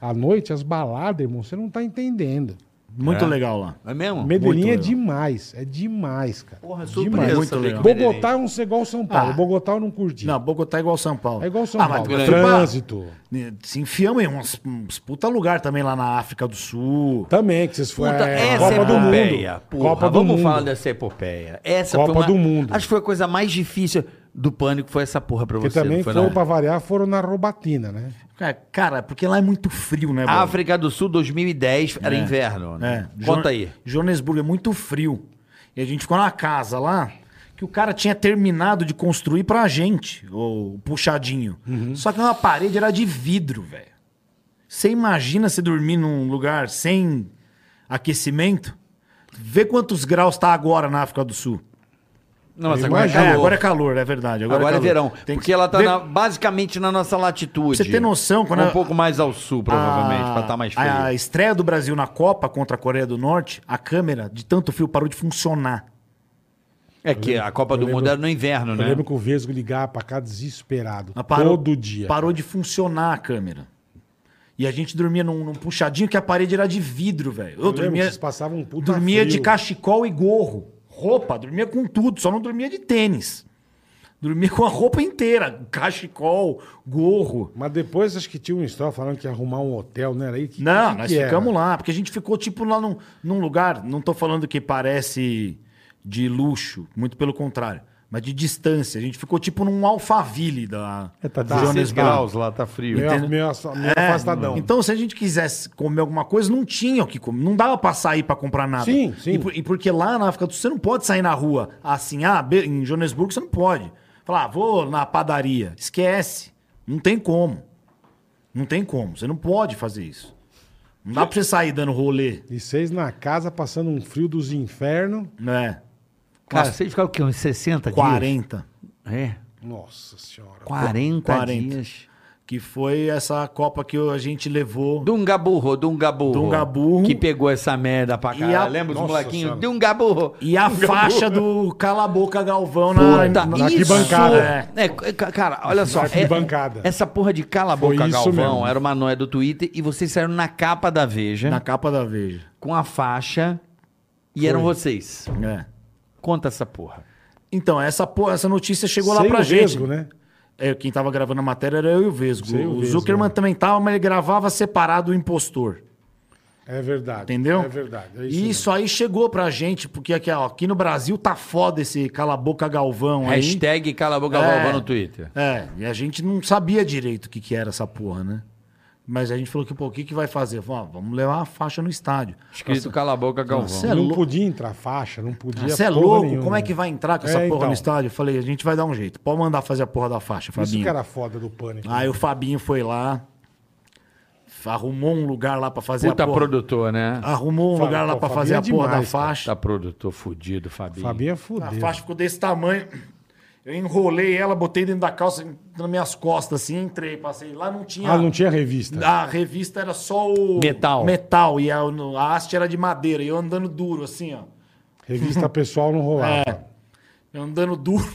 S1: À noite, as baladas, irmão, você não tá entendendo.
S4: Muito legal lá.
S8: É mesmo?
S1: Medellín é
S4: legal.
S1: demais. É demais, cara.
S8: Porra, é
S1: demais.
S8: surpresa.
S4: Muito
S8: saber
S4: legal.
S8: que Medellín-
S1: Bogotá é um ser igual São Paulo.
S4: Ah.
S1: Bogotá eu não curti.
S4: Não, Bogotá é igual São Paulo.
S1: É igual São
S4: Ah, mas
S1: Paulo.
S4: tu- Né,
S1: Trânsito.
S4: Se enfiamos em uns, uns puta lugar também lá na África do Sul.
S1: Também, que vocês foram.
S8: Puta,
S1: é,
S8: essa
S1: Copa do
S8: epopeia.
S1: Mundo.
S8: Porra, Ah,
S1: Copa do
S8: vamos
S1: Mundo.
S8: falar dessa epopeia. Essa
S1: Copa
S8: foi uma-
S1: do Mundo.
S8: Acho que foi a coisa mais difícil do pânico, foi essa porra pra
S1: Porque
S8: você.
S1: também
S8: não foi,
S1: foram,
S8: não?
S1: pra variar, foram na Robatina, né?
S4: Cara, Cara, porque lá é muito frio, né, Bola?
S8: África do Sul 2010 era inverno. né?
S4: É.
S8: Conta
S4: Jo-
S8: aí.
S4: Joanesburgo é muito frio. E a gente ficou numa casa lá que o cara tinha terminado de construir pra gente, o puxadinho.
S8: Uhum.
S4: Só que uma parede era de vidro, velho. Você imagina você dormir num lugar sem aquecimento? Vê quantos graus tá agora na África do Sul.
S8: Nossa,
S1: agora é
S4: É, agora é calor, é verdade. Agora,
S8: Agora é
S4: calor.
S8: verão.
S4: Tem que-
S8: porque ela tá
S4: Vê-
S8: na- basicamente na nossa latitude.
S4: Pra você ter noção, quando
S8: Um
S4: a-
S8: pouco mais ao sul, provavelmente, pra estar mais frio.
S4: Ah, A estreia do Brasil na Copa contra a Coreia do Norte, a câmera, de tanto frio, parou de funcionar.
S8: é que a Copa do
S1: lembro-
S8: Mundo era no inverno,
S1: Eu
S8: né?
S1: lembro que o Vesgo ligava pra cá desesperado.
S4: Mas parou-
S1: todo dia.
S4: Parou de funcionar a câmera. E a gente dormia num, num puxadinho que a parede era de vidro, velho. Eu,
S1: lembro que
S4: dormia.
S1: vocês passavam um puta
S4: Dormia
S1: frio.
S4: de cachecol e gorro. Roupa, dormia com tudo, só não dormia de tênis. Dormia com a roupa inteira, cachecol, gorro.
S1: Mas depois acho que tinha uma história falando que ia arrumar um hotel, né? Era aí que,
S4: Não,
S1: que
S4: nós
S1: que era?
S4: ficamos lá, porque a gente ficou tipo lá num, num lugar, não tô falando que parece de luxo, muito pelo contrário, mas de distância. A gente ficou tipo num alfaville da
S1: É, tá
S4: do
S1: 16
S4: Joanesburgo.
S1: graus
S3: lá, tá frio.
S1: Meio, meio afa- meio
S4: É,
S1: Tá afastadão.
S4: Então, se a gente quisesse comer alguma coisa, não tinha o que comer. Não dava pra sair pra comprar nada.
S1: Sim, sim.
S4: E, por- e porque lá na África do Sul, você não pode sair na rua assim, ah, be- em Joanesburgo você não pode. Falar, ah, vou na padaria. Esquece. Não tem como. Não tem como. Você não pode fazer isso. Não dá pra você sair dando rolê,
S1: E vocês na casa passando um frio dos infernos.
S4: né?
S8: um Cara, vocês ficaram o quê? é, Uns 60 dias?
S4: 40.
S8: É,
S1: Nossa senhora.
S8: 40,
S4: 40.
S8: dias.
S4: Que foi essa Copa que a gente levou.
S8: Dungaburro, Dungaburro.
S4: Dungaburro.
S8: Que pegou essa merda pra caralho.
S4: E a-
S8: Lembra os
S1: Nossa
S8: molequinhos?
S1: Senhora.
S8: Dungaburro.
S4: E a faixa do Cala a Boca Galvão na,
S8: Puta,
S4: na
S8: isso...
S1: arquibancada.
S4: É.
S8: É, ca- cara, olha só.
S1: Na
S8: é-
S1: arquibancada.
S8: essa porra de cala a boca,
S1: Foi isso
S8: Galvão,
S1: mesmo.
S8: era uma noia do Twitter e vocês saíram na capa da Veja
S4: Na capa da Veja.
S8: com a faixa e eram vocês.
S4: É.
S8: Conta essa porra.
S4: Então, essa, po- essa notícia chegou lá
S1: Sem
S4: pra
S1: o
S4: gente.
S1: Vesgo, né?
S4: É, quem tava gravando a matéria era eu e o Vesgo.
S1: Sem o
S4: o
S1: Vesgo, né?
S4: Zuckerman também tava, mas ele gravava separado o impostor.
S1: É verdade.
S4: Entendeu?
S1: É verdade. É
S4: isso
S1: isso. mesmo.
S4: aí chegou pra gente, porque aqui, ó, aqui no Brasil tá foda esse cala a boca galvão aí.
S8: Hashtag cala a boca,
S4: É.
S8: Galvão no Twitter.
S4: É, e a gente não sabia direito o que, que era essa porra, né? Mas a gente falou que, pô, o que, que vai fazer? Falou, ó, vamos levar uma faixa no estádio.
S3: Escrito cala a boca, Galvão.
S4: Você é
S1: não
S4: louco.
S1: podia entrar faixa, não podia.
S4: Você é
S1: porra
S4: louco?
S1: nenhuma.
S4: Como é que vai entrar com essa
S1: É,
S4: porra
S1: então.
S4: no estádio? Eu falei, a gente vai dar um jeito. Pode mandar fazer a porra da faixa,
S1: Isso
S4: Fabinho. Ah,
S1: que era foda do pânico.
S4: Aí o Fabinho foi lá, arrumou um lugar lá pra fazer
S3: Puta
S4: a porra.
S3: produtor, né?
S4: Arrumou um
S1: Fala,
S4: lugar lá
S1: pô,
S4: pra
S1: Fabinho
S4: fazer
S1: é
S4: a porra
S1: demais,
S4: da
S1: cara.
S4: faixa.
S3: Tá produtor fudido, Fabinho.
S1: Fabinho é
S4: A
S1: fudeu.
S4: faixa ficou desse tamanho. Eu enrolei ela, botei dentro da calça, nas minhas costas, assim, entrei, passei. Lá não tinha.
S1: Ah, não tinha revista.
S4: A revista era só o.
S3: Metal.
S4: Metal. E a, a haste era de madeira. E eu andando duro, assim, ó.
S1: Revista pessoal não rolava.
S4: É, Eu andando duro.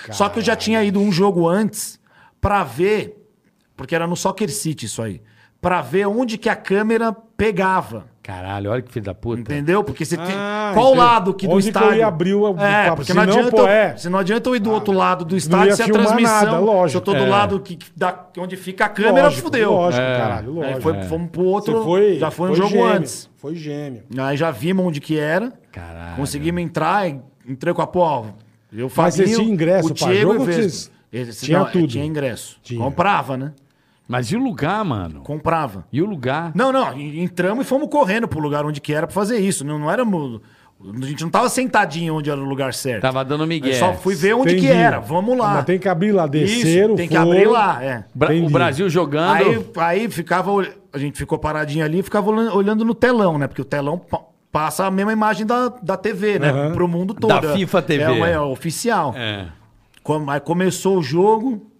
S4: (laughs) Só que eu já tinha ido um jogo antes pra ver, porque era no Soccer City isso aí, Pra ver onde que a câmera pegava.
S3: Caralho, olha que filho da puta.
S4: Entendeu? Porque você tem.
S1: Ah,
S4: Qual
S1: entendi.
S4: lado que do
S1: Onde que
S4: estádio?
S1: eu ia abrir o-
S4: É,
S1: pra-
S4: porque
S1: se
S4: não,
S1: não,
S4: adianta.
S1: pô,
S4: eu,
S1: é.
S4: se não adianta eu ir do outro lado do
S1: ia
S4: estádio se a
S1: filmar
S4: transmissão.
S1: nada, lógico.
S4: Se eu tô do
S1: É.
S4: lado que, que- da, onde fica a câmera,
S1: Lógico,
S4: é fudeu.
S1: Lógico, caralho,
S4: Aí
S1: lógico.
S4: foi, fomos pro outro.
S1: Você foi-
S4: já foi um
S1: foi
S4: jogo
S1: gêmeo,
S4: antes.
S1: Foi gêmeo.
S4: Aí já vimos onde que era.
S3: Caralho.
S4: Conseguimos entrar, e entrei com a porra. Eu
S1: Mas
S4: fazia
S1: vocês tinham ingresso pra jogo ou vocês-
S4: Tinha
S1: Tinha
S4: tudo.
S1: tudo?
S4: é, Tinha ingresso.
S1: Tinha.
S4: Comprava, né?
S3: Mas e o lugar, mano?
S4: Comprava.
S3: E o lugar?
S4: Não, não, e- entramos e fomos correndo pro lugar onde que era pra fazer isso. Não, não éramos. A gente não tava sentadinho onde era o lugar certo.
S3: Tava dando migué.
S4: Eu só fui ver onde
S1: Entendi.
S4: que era. Vamos lá.
S1: Mas tem que abrir lá,
S4: Isso,
S1: desceram,
S4: Tem que
S1: foram.
S4: abrir lá, é.
S3: Bra- o
S1: Entendi.
S3: Brasil jogando.
S4: Aí, aí ficava. ol- A gente ficou paradinho ali e ficava olhan- olhando no telão, né? Porque o telão pa- passa a mesma imagem da, da TV, né?
S1: Aham.
S4: Pro mundo todo.
S3: Da FIFA TV.
S4: É, uma- é oficial.
S3: É.
S4: Como- Aí começou o jogo.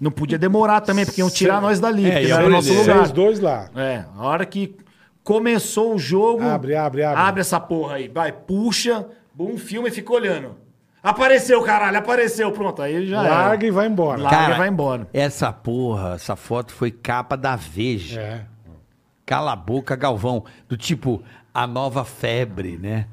S4: Não podia demorar também, porque iam tirar nós dali.
S3: É,
S4: porque
S3: ia
S4: não era o nosso
S3: prender.
S4: lugar.
S1: Vocês dois lá.
S4: É, a hora que começou o jogo.
S1: Abre, abre, abre.
S4: essa porra aí. Vai, puxa, um filme e fica olhando. Apareceu, caralho, apareceu. Pronto, aí já era.
S1: Larga e vai embora.
S4: Ah, é. Larga e vai embora.
S8: Essa porra, essa foto foi capa da Veja.
S1: É.
S8: Cala a boca, Galvão. Do tipo, a nova febre, né?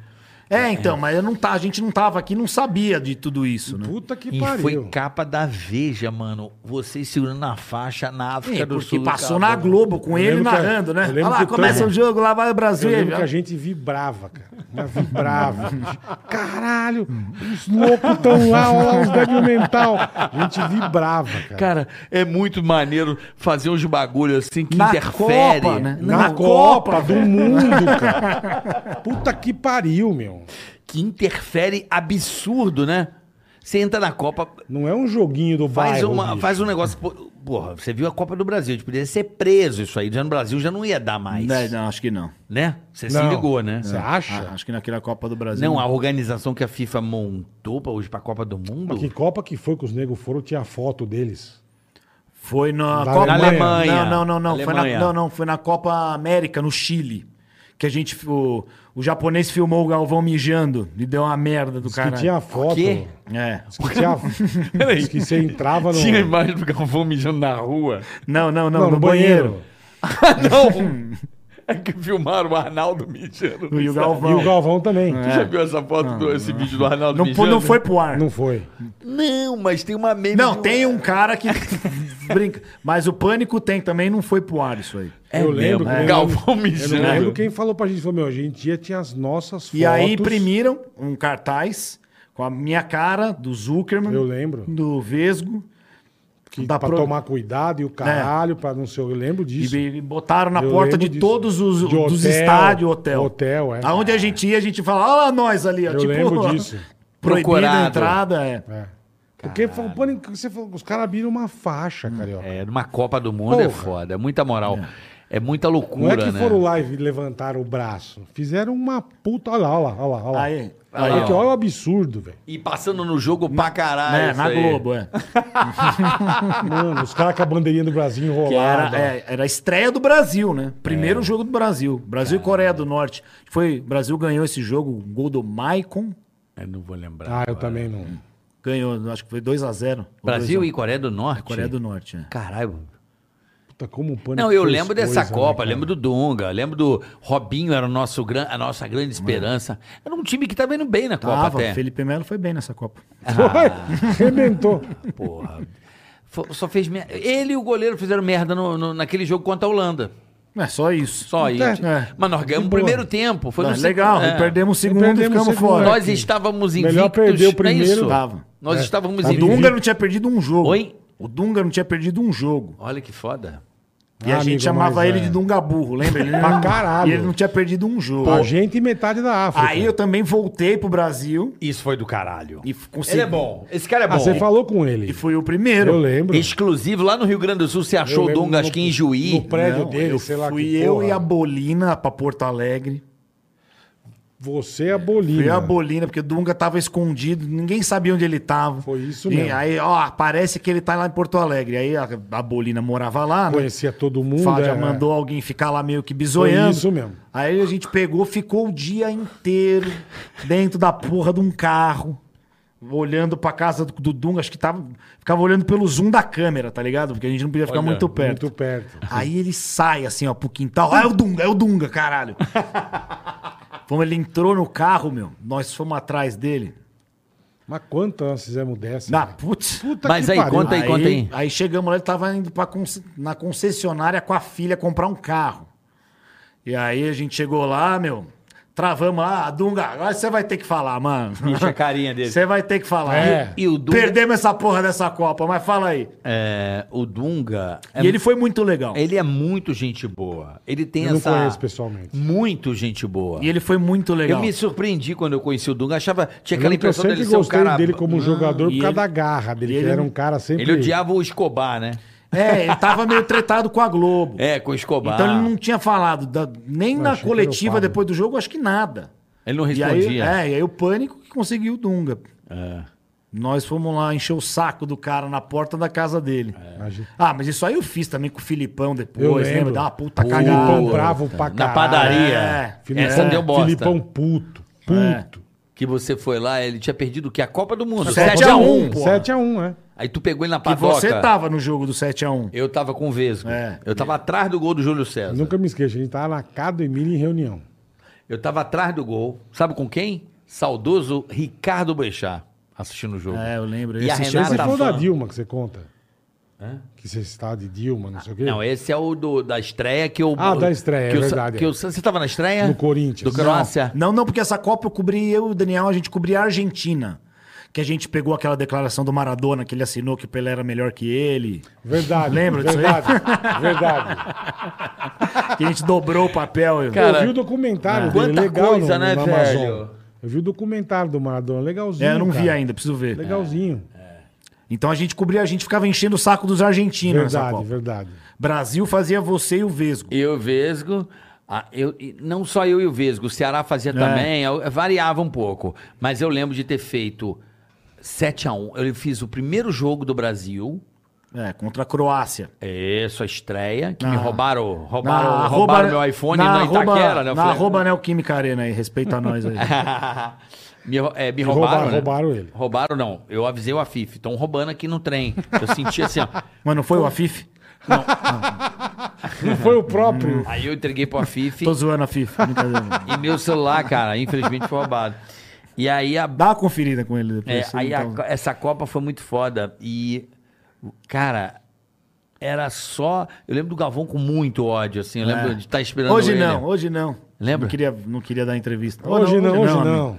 S4: É, então, mas eu não tá, a gente não tava aqui, não sabia de tudo isso, né?
S1: Puta que
S8: E
S1: pariu.
S8: foi capa da Veja, mano. Vocês segurando a faixa na África
S4: É,
S8: do
S4: porque
S8: Sul.
S4: passou
S8: cara.
S4: na Globo com ele
S1: lembro que a-
S4: narrando,
S1: eu
S4: né?
S1: lembro
S4: Olha lá,
S1: que o
S4: começa
S1: Tano-
S4: o jogo, lá vai o
S1: Eu
S4: Brasil.
S1: lembro que a gente vibrava, cara. Mas vibrava. (laughs) Caralho, os loucos tão lá, olha lá, os débil mental. A gente vibrava, cara.
S3: Cara, é muito maneiro fazer uns bagulho assim que
S4: Na
S3: interfere.
S4: Copa, né?
S1: Na
S4: Não,
S1: Copa,
S4: Copa,
S1: do Mundo, cara. Puta que pariu, meu.
S3: Que interfere absurdo, né?
S8: Você entra na Copa,
S1: Não é um joguinho do
S8: faz,
S1: bairro.
S8: uma,
S1: bicho.
S8: faz um negócio. pô- Porra, você viu a Copa do Brasil. A gente poderia ser preso isso aí. Já no Brasil já não ia dar mais.
S4: Não, não, acho que não.
S8: Né?
S4: um-
S8: Você se
S1: Não.
S8: ligou, né?
S1: Você
S4: Ah,
S1: acha?
S4: acho que naquela Copa do Brasil.
S8: Não, a organização que a FIFA montou pra hoje pra Copa do Mundo.
S1: Que Copa que foi que os negros foram? Tinha foto deles.
S4: Foi na
S1: Da
S4: Copa
S8: Alemanha.
S4: Não, não, não, não. Foi na,
S8: Alemanha.
S4: não, não. Foi na Copa América, no Chile. Que a gente. O, o japonês filmou o Galvão mijando e deu uma merda do
S1: Que
S4: cara.
S1: tinha foto.
S8: quê?
S4: É.
S1: Diz que tinha- diz que você entrava no.
S3: Tinha a imagem do Galvão mijando na
S4: (laughs)
S3: rua.
S4: Não, não, não. no banheiro.
S3: Não! é que filmaram o Arnaldo mijando.
S4: E o Galvão. É.
S1: E o Galvão também. é
S3: Tu já viu essa foto, do, esse vídeo do Arnaldo
S4: Não, pô-
S3: mijando?
S4: não foi pro ar.
S1: Não foi.
S8: Não, mas tem uma meme.
S4: Não, tem um cara que (laughs) brinca. Mas o pânico tem também, não foi pro ar isso aí.
S1: eu lembro.
S3: mesmo,
S1: que-
S3: é. Galvão
S1: Eu não
S3: mijando.
S1: lembro quem falou pra gente. Falou, meu, a gente ia, tinha as nossas fotos.
S4: E aí imprimiram um cartaz com a minha cara, do Zuckerman,
S1: Eu lembro.
S4: do Vesgo.
S1: Que,
S4: da
S1: pra
S4: pro-
S1: tomar cuidado e o caralho, pra não sei. Eu lembro disso.
S4: E, e botaram na
S1: Eu
S4: porta
S1: lembro
S4: de
S1: disso.
S4: todos os
S1: De
S4: dos
S1: hotel,
S4: estádios, hotel.
S1: hotel, é.
S4: Aonde a gente ia, a gente falava, olha lá nós ali, ó.
S1: Eu
S4: (laughs)
S1: lembro disso.
S4: Proibida a
S3: Procurado.
S4: entrada, é.
S1: É. Porque foi o pânico que você falou, os caras abriram uma faixa, carioca.
S8: É, numa Copa do Mundo é
S1: Porra.
S8: foda, é muita moral. É, muita
S1: Não é
S8: loucura,
S1: que
S8: né?
S1: foram lá e levantaram o braço. Fizeram uma puta. Olha lá, olha lá, olha lá, olha lá.
S4: Aí,
S1: Olha
S8: aí,
S1: que-
S8: ó.
S1: olha o absurdo, velho.
S8: E passando no jogo pra caralho.
S4: né,
S8: isso
S4: na
S8: aí.
S4: Globo, é.
S1: Mano, os caras com a bandeirinha do Brasil
S4: Ah. Que era,
S1: enrolada.
S4: é, era a estreia do Brasil, né? Primeiro jogo do Brasil. Brasil e Coreia do Norte. Foi, Brasil ganhou esse jogo, o gol do Maicon.
S3: Eu não vou lembrar.
S1: Ah, eu também não.
S4: Ganhou, acho que foi 2x0.
S8: Brasil e Coreia do Norte.
S4: Coreia do Norte, é.
S8: Caralho.
S1: Puta, como o pânico.
S8: Não, eu
S1: fez
S8: lembro dessa
S1: coisa, né,
S8: Copa,
S1: cara?
S8: lembro do Dunga, lembro do Robinho, era o nosso gran, a nossa grande esperança. Era um time que tá vendo bem na Copa
S4: Tava,
S8: até.
S4: Felipe Melo foi bem nessa Copa.
S1: (laughs) Foi, arrebentou.
S8: Porra. Fo- Só fez merda. Ele e o goleiro fizeram merda no- no- naquele jogo contra a Holanda.
S4: É só isso.
S8: Só aí.
S1: É.
S8: Mas nós ganhamos o
S1: boa.
S8: primeiro tempo. Foi
S4: Não,
S8: no
S4: legal,
S8: segundo- é.
S4: perdemos o segundo e
S1: Perdemos o
S4: ficamos
S1: segundo,
S4: fora.
S1: é.
S8: Nós estávamos
S1: Melhor
S8: invictos.
S1: perder o
S8: não é
S1: primeiro.
S8: isso?
S4: Tava.
S8: Nós
S1: É.
S8: estávamos
S1: Tava
S4: O
S1: invicto.
S8: invictos.
S4: Dunga não tinha perdido um jogo.
S8: Oi?
S4: O Dunga não tinha perdido um jogo.
S8: Olha que foda.
S4: E
S1: Ah,
S4: a
S1: amigo,
S4: gente chamava
S1: mas
S4: ele
S1: é.
S4: de Dungaburro, lembra? Ele
S1: Pra
S4: não-
S1: caralho.
S4: E ele não tinha perdido um jogo.
S1: A gente e metade da África.
S4: Aí eu também voltei pro Brasil
S2: Isso foi do caralho.
S4: e f- consegui.
S2: Ele é bom. Esse cara é bom.
S1: Ah, você falou com ele.
S4: E fui o primeiro.
S1: Eu lembro.
S2: Exclusivo lá no Rio Grande do Sul, você
S1: Eu
S2: achou o
S1: lembro
S2: Dom
S1: no-
S2: Gasquim em Juí.
S1: No prédio
S4: Não,
S1: dele,
S4: eu
S1: sei lá
S4: fui
S1: que
S4: eu
S1: porra.
S4: e a Bolina pra Porto Alegre.
S1: Você e a Bolívia.
S4: Fui eu e a Bolina, porque o Dunga tava escondido, ninguém sabia onde ele tava.
S1: Foi isso
S4: E
S1: mesmo.
S4: aí, ó, parece que ele tá lá em Porto Alegre. Aí a, a Bolina morava lá, né?
S1: Conhecia todo mundo.
S4: Fala, já
S1: é.
S4: mandou alguém ficar lá meio que bizoiando.
S1: Foi isso mesmo.
S4: Aí a gente pegou, ficou o dia inteiro dentro da porra de um carro, olhando pra casa do, do Dunga, acho que tava, ficava olhando pelo zoom da câmera, tá ligado? Porque a gente não podia ficar muito perto.
S1: Muito perto.
S4: Aí ele sai assim, ó, pro quintal. Ah, é o Dunga, é o Dunga,
S2: (laughs)
S4: caralho. Como ele entrou no carro, meu, nós fomos atrás dele.
S1: Mas quanto nós fizemos dessa?
S4: Na
S1: cara?
S4: putz.
S1: Puta
S2: Mas aí,
S1: pariu.
S2: conta aí, conta aí.
S4: Aí chegamos lá, ele tava indo pra conce- na concessionária com a filha comprar um carro. E aí a gente chegou lá, meu, travamos lá, "Ah, Dunga, agora você vai ter que falar,
S2: (laughs)
S4: mano.
S2: Bicho, a carinha dele.
S4: Você vai ter que falar.
S1: É.
S2: E o Dunga-
S4: Perdemos essa porra dessa Copa, mas fala aí.
S2: É, o Dunga. é
S4: e ele foi muito legal.
S2: Ele é muito gente boa. Ele tem
S1: Eu não
S2: essa.
S1: conheço pessoalmente.
S2: Muito gente boa.
S4: E ele foi muito legal.
S2: Eu me surpreendi quando eu conheci o Dunga. Achava. Tinha
S1: Eu
S2: aquela
S1: lembro que eu
S2: impressão
S1: sempre
S2: dele ser um
S1: gostei
S2: cara.
S1: dele como
S2: Hum.
S1: jogador por
S4: e
S1: causa
S4: ele-
S1: da garra dele,
S4: e
S1: que
S4: ele-
S1: era um cara sempre.
S2: Ele odiava o Escobar, né?
S4: É, ele tava meio tretado com a
S2: (laughs)
S4: Globo.
S2: É, com o Escobar.
S4: Então ele não tinha falado, da- nem
S1: Eu
S4: na
S1: achei que era o
S4: coletiva
S1: Pablo.
S4: depois do jogo, acho que nada.
S2: Ele não
S4: E aí,
S2: respondia.
S4: é, e aí o pânico que conseguiu o Dunga.
S1: É.
S4: Nós fomos lá encher o saco do cara na porta da casa dele.
S1: Imagina.
S4: Ah, mas isso aí eu fiz também com o Filipão
S1: É. Eu
S4: depois, lembra?
S1: lembro.
S4: Dá uma puta
S1: Pô,
S4: cagada.
S1: Filipão bravo pra
S2: Na
S1: caralho.
S2: padaria.
S4: É.
S1: Filipão,
S2: Essa deu bosta.
S1: Filipão puto. Puto.
S2: Que você foi lá, ele tinha perdido o quê? A Copa do Mundo.
S4: Sete
S2: 7
S4: a
S2: a
S4: um.
S2: 1
S4: Porra.
S1: 7x1, é.
S2: Aí tu pegou ele na
S4: Que
S2: padoca.
S4: você
S1: tá-
S4: tava no jogo do 7x1.
S2: Eu tava com o Vesgo.
S4: É.
S2: Eu tava atrás do gol do Júlio César.
S1: Nunca me esqueço, a gente tava na academia em reunião.
S2: Eu tava atrás do gol. Sabe com quem? Saudoso Ricardo Boechat. Assistindo o jogo.
S4: É, eu lembro. Eu
S2: E a
S4: assisti
S2: Renata
S1: Você
S4: esse
S1: falou da
S2: fã.
S1: Dilma que você conta. Que você está de Dilma, não sei o quê.
S2: Não, esse é o do- da estreia que eu...
S1: Ah, da estreia,
S2: que
S1: é
S2: o Sa-
S1: verdade.
S2: que o Sa- você tava na estreia?
S1: No Corinthians.
S2: Do Croácia?
S4: Não, não, porque essa Copa eu cobri, eu e o Daniel, a gente cobria a Argentina. Que a gente pegou aquela declaração do Maradona que ele assinou que o Pelé era melhor que ele.
S1: Verdade.
S4: Lembra disso aí?
S1: verdade,
S4: (laughs)
S1: Verdade.
S4: Que a gente dobrou o papel.
S2: Cara,
S1: eu vi o
S4: é.
S1: documentário dele,
S2: quanta
S1: legal
S2: coisa,
S1: no,
S2: né,
S1: no
S2: velho?
S1: Amazon. Eu vi o documentário do Maradona, legalzinho.
S4: é, eu não vi
S1: cara.
S4: ainda, preciso ver. É.
S1: Legalzinho.
S4: Então a gente cobria, a gente ficava enchendo o saco dos argentinos nessa
S1: verdade,
S4: Copa.
S1: verdade.
S4: Brasil fazia você e o Vesgo.
S2: Eu e o Vesgo. ah, eu, e não só eu e o Vesgo, o Ceará fazia
S4: É.
S2: também, eu- variava um pouco. Mas eu lembro de ter feito 7 a 1 Eu fiz o primeiro jogo do Brasil,
S4: É, contra a Croácia.
S2: isso, a estreia, que
S4: Na-
S2: me roubaram, roubaram,
S4: Ah. Na
S2: roubaram
S4: arroba-
S2: meu iPhone na,
S4: arroba-
S2: Itaquera, né? Eu
S4: Na
S2: falei-
S4: arroba Neoquímica Arena aí,
S2: (laughs)
S4: respeita a nós aí.
S2: me, rou- é, me roubaram,
S1: Roubaram,
S2: né?
S1: roubaram ele.
S2: Roubaram, não. Eu avisei o Afif. Estão roubando aqui no trem. Eu senti assim, ó.
S4: Mas não foi o Afif?
S1: Não foi o
S4: Hum.
S1: próprio.
S2: Aí eu entreguei pro Afif
S4: Tô zoando a
S2: (laughs)
S4: Afif. brincadeira.
S2: e meu celular, cara, infelizmente foi roubado. E aí a
S4: Dá uma conferida com ele depois.
S2: É,
S4: você
S2: aí
S4: não
S2: a
S4: tá-
S2: co- essa Copa foi muito foda. E, cara, era só. Eu lembro do Galvão com muito ódio, assim. Eu lembro
S4: É.
S2: de estar esperando
S4: Hoje
S2: ele.
S4: não, hoje não.
S2: Lembra?
S4: Não queria, não queria dar entrevista.
S1: Hoje não, hoje
S4: amigo.
S1: não.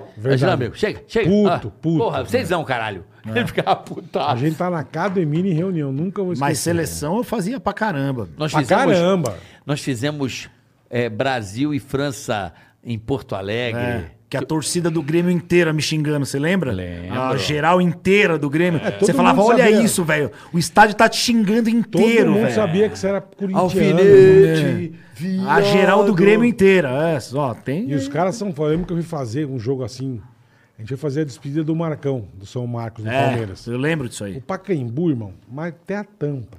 S2: Hoje não,
S1: Verdade.
S2: amigo. Chega, chega.
S1: Puto,
S2: Ah,
S1: puto.
S2: Porra, vocês são, caralho. Ele ficava putado.
S1: A gente tá na academia em reunião, nunca vou esquecer.
S4: Mas seleção eu fazia pra caramba.
S2: Nós
S1: Pra
S2: fizemos,
S1: caramba.
S2: Nós fizemos é, Brasil e França em Porto Alegre.
S4: É, que a torcida do Grêmio inteira me xingando, você lembra?
S2: Lembro.
S4: A geral inteira do Grêmio. Você
S1: É, Todo
S4: falava,
S1: mundo
S4: olha
S1: sabia."
S4: isso, velho. O estádio tá te xingando
S1: Todo
S4: inteiro,
S1: mundo
S4: velho.
S1: sabia que você era corintiano. né?
S2: Alfinete,
S4: A geral do
S2: viado.
S4: Grêmio inteira. É, só tem.
S1: E os caras são foda. Eu lembro que eu fui fazer um jogo assim. A gente foi fazer a despedida do Marcão, do São Marcos, do
S4: É,
S1: Palmeiras.
S4: Eu lembro disso
S1: O
S4: aí.
S1: Pacaembu, irmão, mas até a tampa.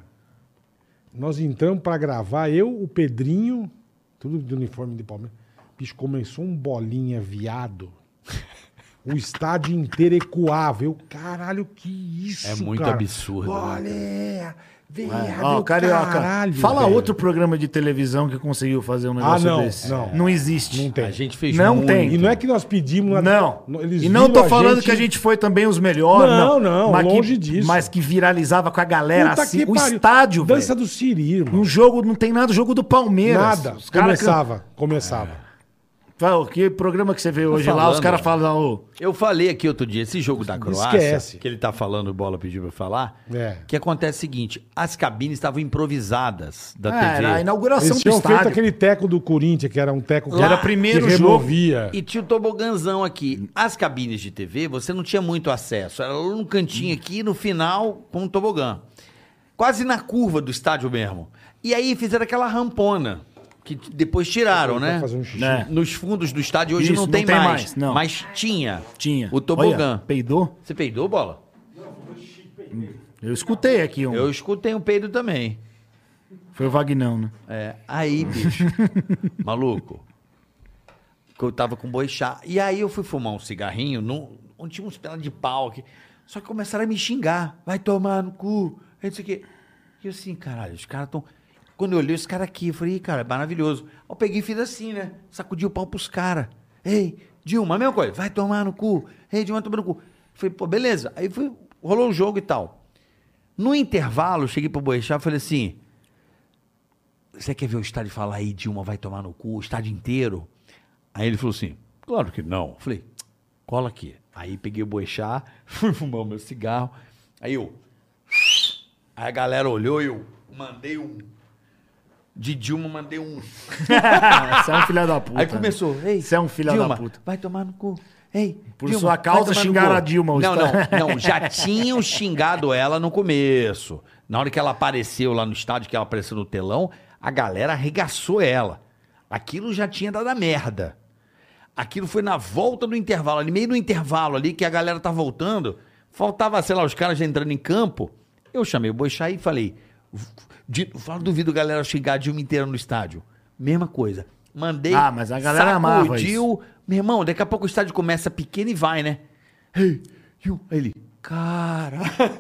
S1: Nós entramos pra gravar, eu, o Pedrinho, tudo de uniforme de Palmeiras. Bicho, começou um bolinha
S4: (laughs)
S1: viado. O estádio inteiro ecoava. Eu, caralho, que isso,
S2: É muito
S1: cara?
S2: absurdo, né, cara?
S1: Bolinha, viado,
S4: É. Ó, carioca.
S1: caralho,
S4: fala
S1: velho. Ah,
S4: outro programa de televisão que conseguiu fazer um negócio
S1: não,
S4: desse.
S1: não.
S4: existe.
S1: Não tem.
S2: A gente fez
S4: Não
S2: muito.
S4: tem.
S1: E não é que nós pedimos... nós-
S4: Não.
S1: eles
S4: e não
S1: viram
S4: tô falando que a gente foi também os melhores.
S1: Não, não,
S4: mas que-
S1: longe disso.
S4: Mas que viralizava com a galera
S1: Puta
S4: assim.
S1: que
S4: o
S1: pariu.
S4: estádio, velho.
S1: Dança do Siri, irmão.
S4: Um jogo, não tem nada, o jogo do Palmeiras.
S1: Nada.
S4: Os caras
S1: Começava, começava.
S4: Fala, que programa que você vê hoje lá,
S2: falando,
S4: os caras
S2: ó.
S4: falam, ô,
S2: Eu falei aqui outro dia, esse jogo da Croácia,
S1: Esquece.
S2: que ele tá falando, o Bola pediu pra eu falar,
S1: É.
S2: que acontece o seguinte, as cabines estavam improvisadas da
S4: ah,
S2: TV.
S4: era a inauguração
S1: Eles
S4: do
S1: tinham é feito
S4: estádio.
S1: aquele teco do Corinthians, que era um teco que,
S4: Que era primeiro
S1: que
S4: jogo.
S1: removia.
S2: E tinha o toboganzão aqui. As cabines de TV, você não tinha muito acesso. Era num cantinho aqui, no final, com um tobogã. Quase na curva do estádio mesmo. E aí fizeram aquela rampona, que t- depois tiraram,
S1: Vou
S2: né?
S1: fazer um xixi.
S4: Né?
S2: Nos fundos do estádio hoje
S4: Isso,
S2: não tem mais.
S4: não.
S2: Mas tinha.
S4: Tinha.
S2: O tobogã.
S4: Olha, peidou?
S2: Você peidou, bola?
S4: Eu escutei aqui um.
S2: Eu escutei um peido também.
S4: Foi o Vagnão, né?
S2: É, aí, bicho, maluco, que eu tava com boi chá. E aí eu fui fumar um cigarrinho, num, onde tinha uns pedaços de pau aqui. Só que começaram a me xingar. Vai tomar no cu, aí não sei o quê. E eu assim, caralho, os caras tão... Quando eu olhei os caras aqui, eu falei, "Ih, cara, é maravilhoso. Aí eu peguei e fiz assim, né? Sacudi o pau pros caras. Ei, Dilma, a mesma coisa. Vai tomar no cu. Ei, Dilma, toma no cu. Falei, pô, beleza. Aí foi, rolou o jogo e tal. No intervalo, eu cheguei pro Boechat e falei assim... Você quer ver o estádio e falar aí, Dilma vai tomar no cu, o estádio inteiro? Aí ele falou assim, claro que não. Falei, "Tsk, cola aqui. Aí peguei o boixá, (laughs) fui fumar o meu cigarro. Aí eu... Aí a galera olhou e eu mandei um... De Dilma mandei um...
S4: Ah, (laughs) Você é um filho da puta.
S2: Aí começou, ei,
S4: Você é um filho
S2: Dilma,
S4: da puta.
S2: vai tomar no cu. Ei,
S4: Por sua causa,
S2: vai tomar no
S4: xingaram
S2: cu."
S4: a Dilma, tá? o
S2: Não,
S4: Estado.
S2: não, não. Já tinham xingado ela no começo. Na hora que ela apareceu lá no estádio, que ela apareceu no telão, a galera arregaçou ela. Aquilo já tinha dado a merda. Aquilo foi na volta do intervalo, ali meio no intervalo ali, que a galera tá voltando. Faltava, sei lá, os caras já entrando em campo. Eu chamei o Boixá e falei: "Di- fala, duvido a galera xingar a Dilma inteira no estádio. Mesma coisa. Mandei.
S4: Ah, mas a galera amava
S2: sacudiu. Meu irmão, daqui a pouco o estádio começa pequeno e vai, né? Ei, Dilma. Aí ele.
S4: (laughs)
S2: Cara,
S4: (laughs)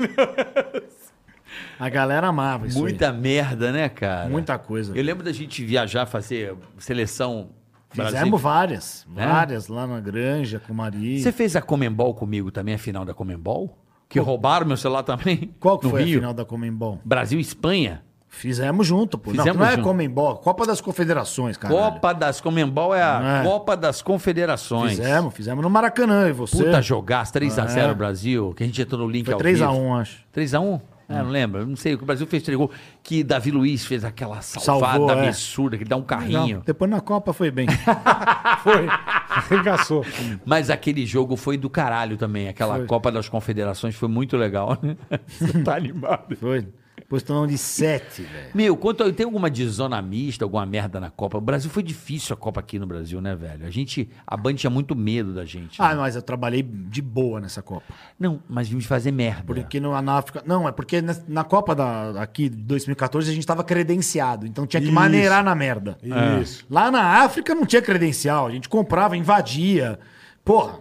S4: A galera amava isso
S2: muita merda, né, cara?
S4: aí. Muita coisa.
S2: Eu lembro da gente viajar, fazer seleção
S4: Fizemos várias.
S2: Né?
S4: Várias lá na granja, com o Maria.
S2: Você fez a Comembol comigo também, a final da Comembol? Que roubaram meu celular também?
S4: Qual que
S2: no
S4: foi
S2: Rio?
S4: a final da Comembol?
S2: Brasil e Espanha?
S4: Fizemos junto, pô.
S2: Fizemos
S4: não, não é
S2: junto.
S4: Comembol, Copa das Confederações, cara.
S2: Copa das Comembol é a
S4: É.
S2: Copa das Confederações.
S4: Fizemos, fizemos no Maracanã, e você?
S2: Puta jogaço, 3x0
S4: É.
S2: Brasil, que a gente entrou no link
S4: Foi
S2: ao
S4: 3x1, acho.
S2: 3x1?
S4: Hum.
S2: É, não lembro, não sei. O Brasil fez três gols. Que Davi Luiz fez aquela salvada
S4: Salvou, é.
S2: absurda, que dá um carrinho.
S4: Legal. Depois na Copa foi
S2: (laughs)
S4: bem.
S1: (laughs) Arregaçou.
S2: Mas aquele jogo foi do caralho também. Aquela Copa das Confederações foi muito legal, né? (laughs) Você tá animado.
S4: Foi. Depois tomamos de 7, velho.
S2: Meu, quanto tem alguma de zona mista, alguma merda na Copa? O Brasil foi difícil a Copa aqui no Brasil, né, velho? A gente, a Band tinha muito medo da gente.
S4: Ah,
S2: né?
S4: mas eu trabalhei de boa nessa Copa.
S2: Não, mas vimos fazer merda.
S4: Porque no, na África. Não, é porque na, na Copa da, aqui de 2014 a gente tava credenciado. Então tinha que
S1: Isso.
S4: maneirar na merda.
S2: É.
S1: Isso.
S4: Lá na África não tinha credencial. A gente comprava, invadia. Porra.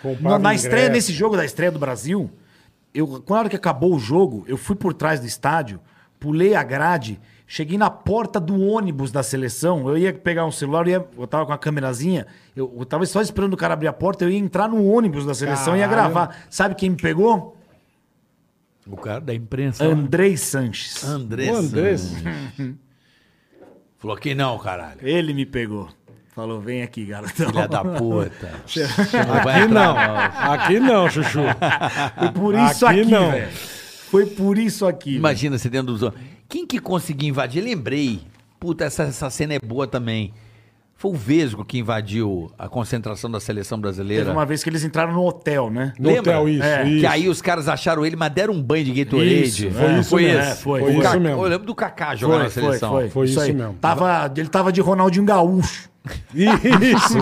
S1: Comprava
S4: na, na estreia,
S1: um ingresso.
S4: nesse jogo da estreia do Brasil, eu, na hora que acabou o jogo, eu fui por trás do estádio, pulei a grade, cheguei na porta do ônibus da seleção. Eu ia pegar um celular, eu, ia, eu tava com a câmerazinha, eu, eu tava só esperando o cara abrir a porta, eu ia entrar no ônibus da seleção e ia
S1: Caralho.
S4: gravar. Sabe quem me pegou?
S2: O cara da
S1: Ah.
S2: imprensa.
S4: Andrei Sanches.
S2: André.
S1: O Andrés.
S4: Hum.
S2: Falou que não, caralho.
S4: Ele me pegou. Falou, vem aqui, garotão.
S2: Filha da puta.
S1: (laughs) Aqui não. Aqui não,
S4: (laughs)
S1: Chuchu.
S4: Foi por isso
S1: Aqui
S4: aqui,
S1: não.
S4: velho. Foi por isso aqui.
S2: (laughs) Imagina você dentro dos ônibus. Quem que conseguiu invadir? Lembrei. Puta, essa, essa cena é boa também. Foi o Vesgo que invadiu a concentração da seleção
S4: Teve
S2: brasileira.
S4: uma vez que eles entraram no hotel, né?
S1: No
S2: Lembra?
S1: hotel, isso,
S4: É,
S1: isso.
S2: Que aí os caras acharam ele, mas deram um banho de Gatorade.
S4: Isso,
S1: foi
S4: É,
S1: isso
S4: foi
S1: mesmo.
S4: esse, foi.
S1: foi
S2: O
S1: isso
S2: Ca-
S1: mesmo.
S2: Eu lembro do Kaká jogar na seleção.
S1: Foi isso
S4: aí.
S1: mesmo.
S4: Tava, ele tava de Ronaldinho
S1: (laughs)
S4: Gaúcho. (laughs)
S1: Isso.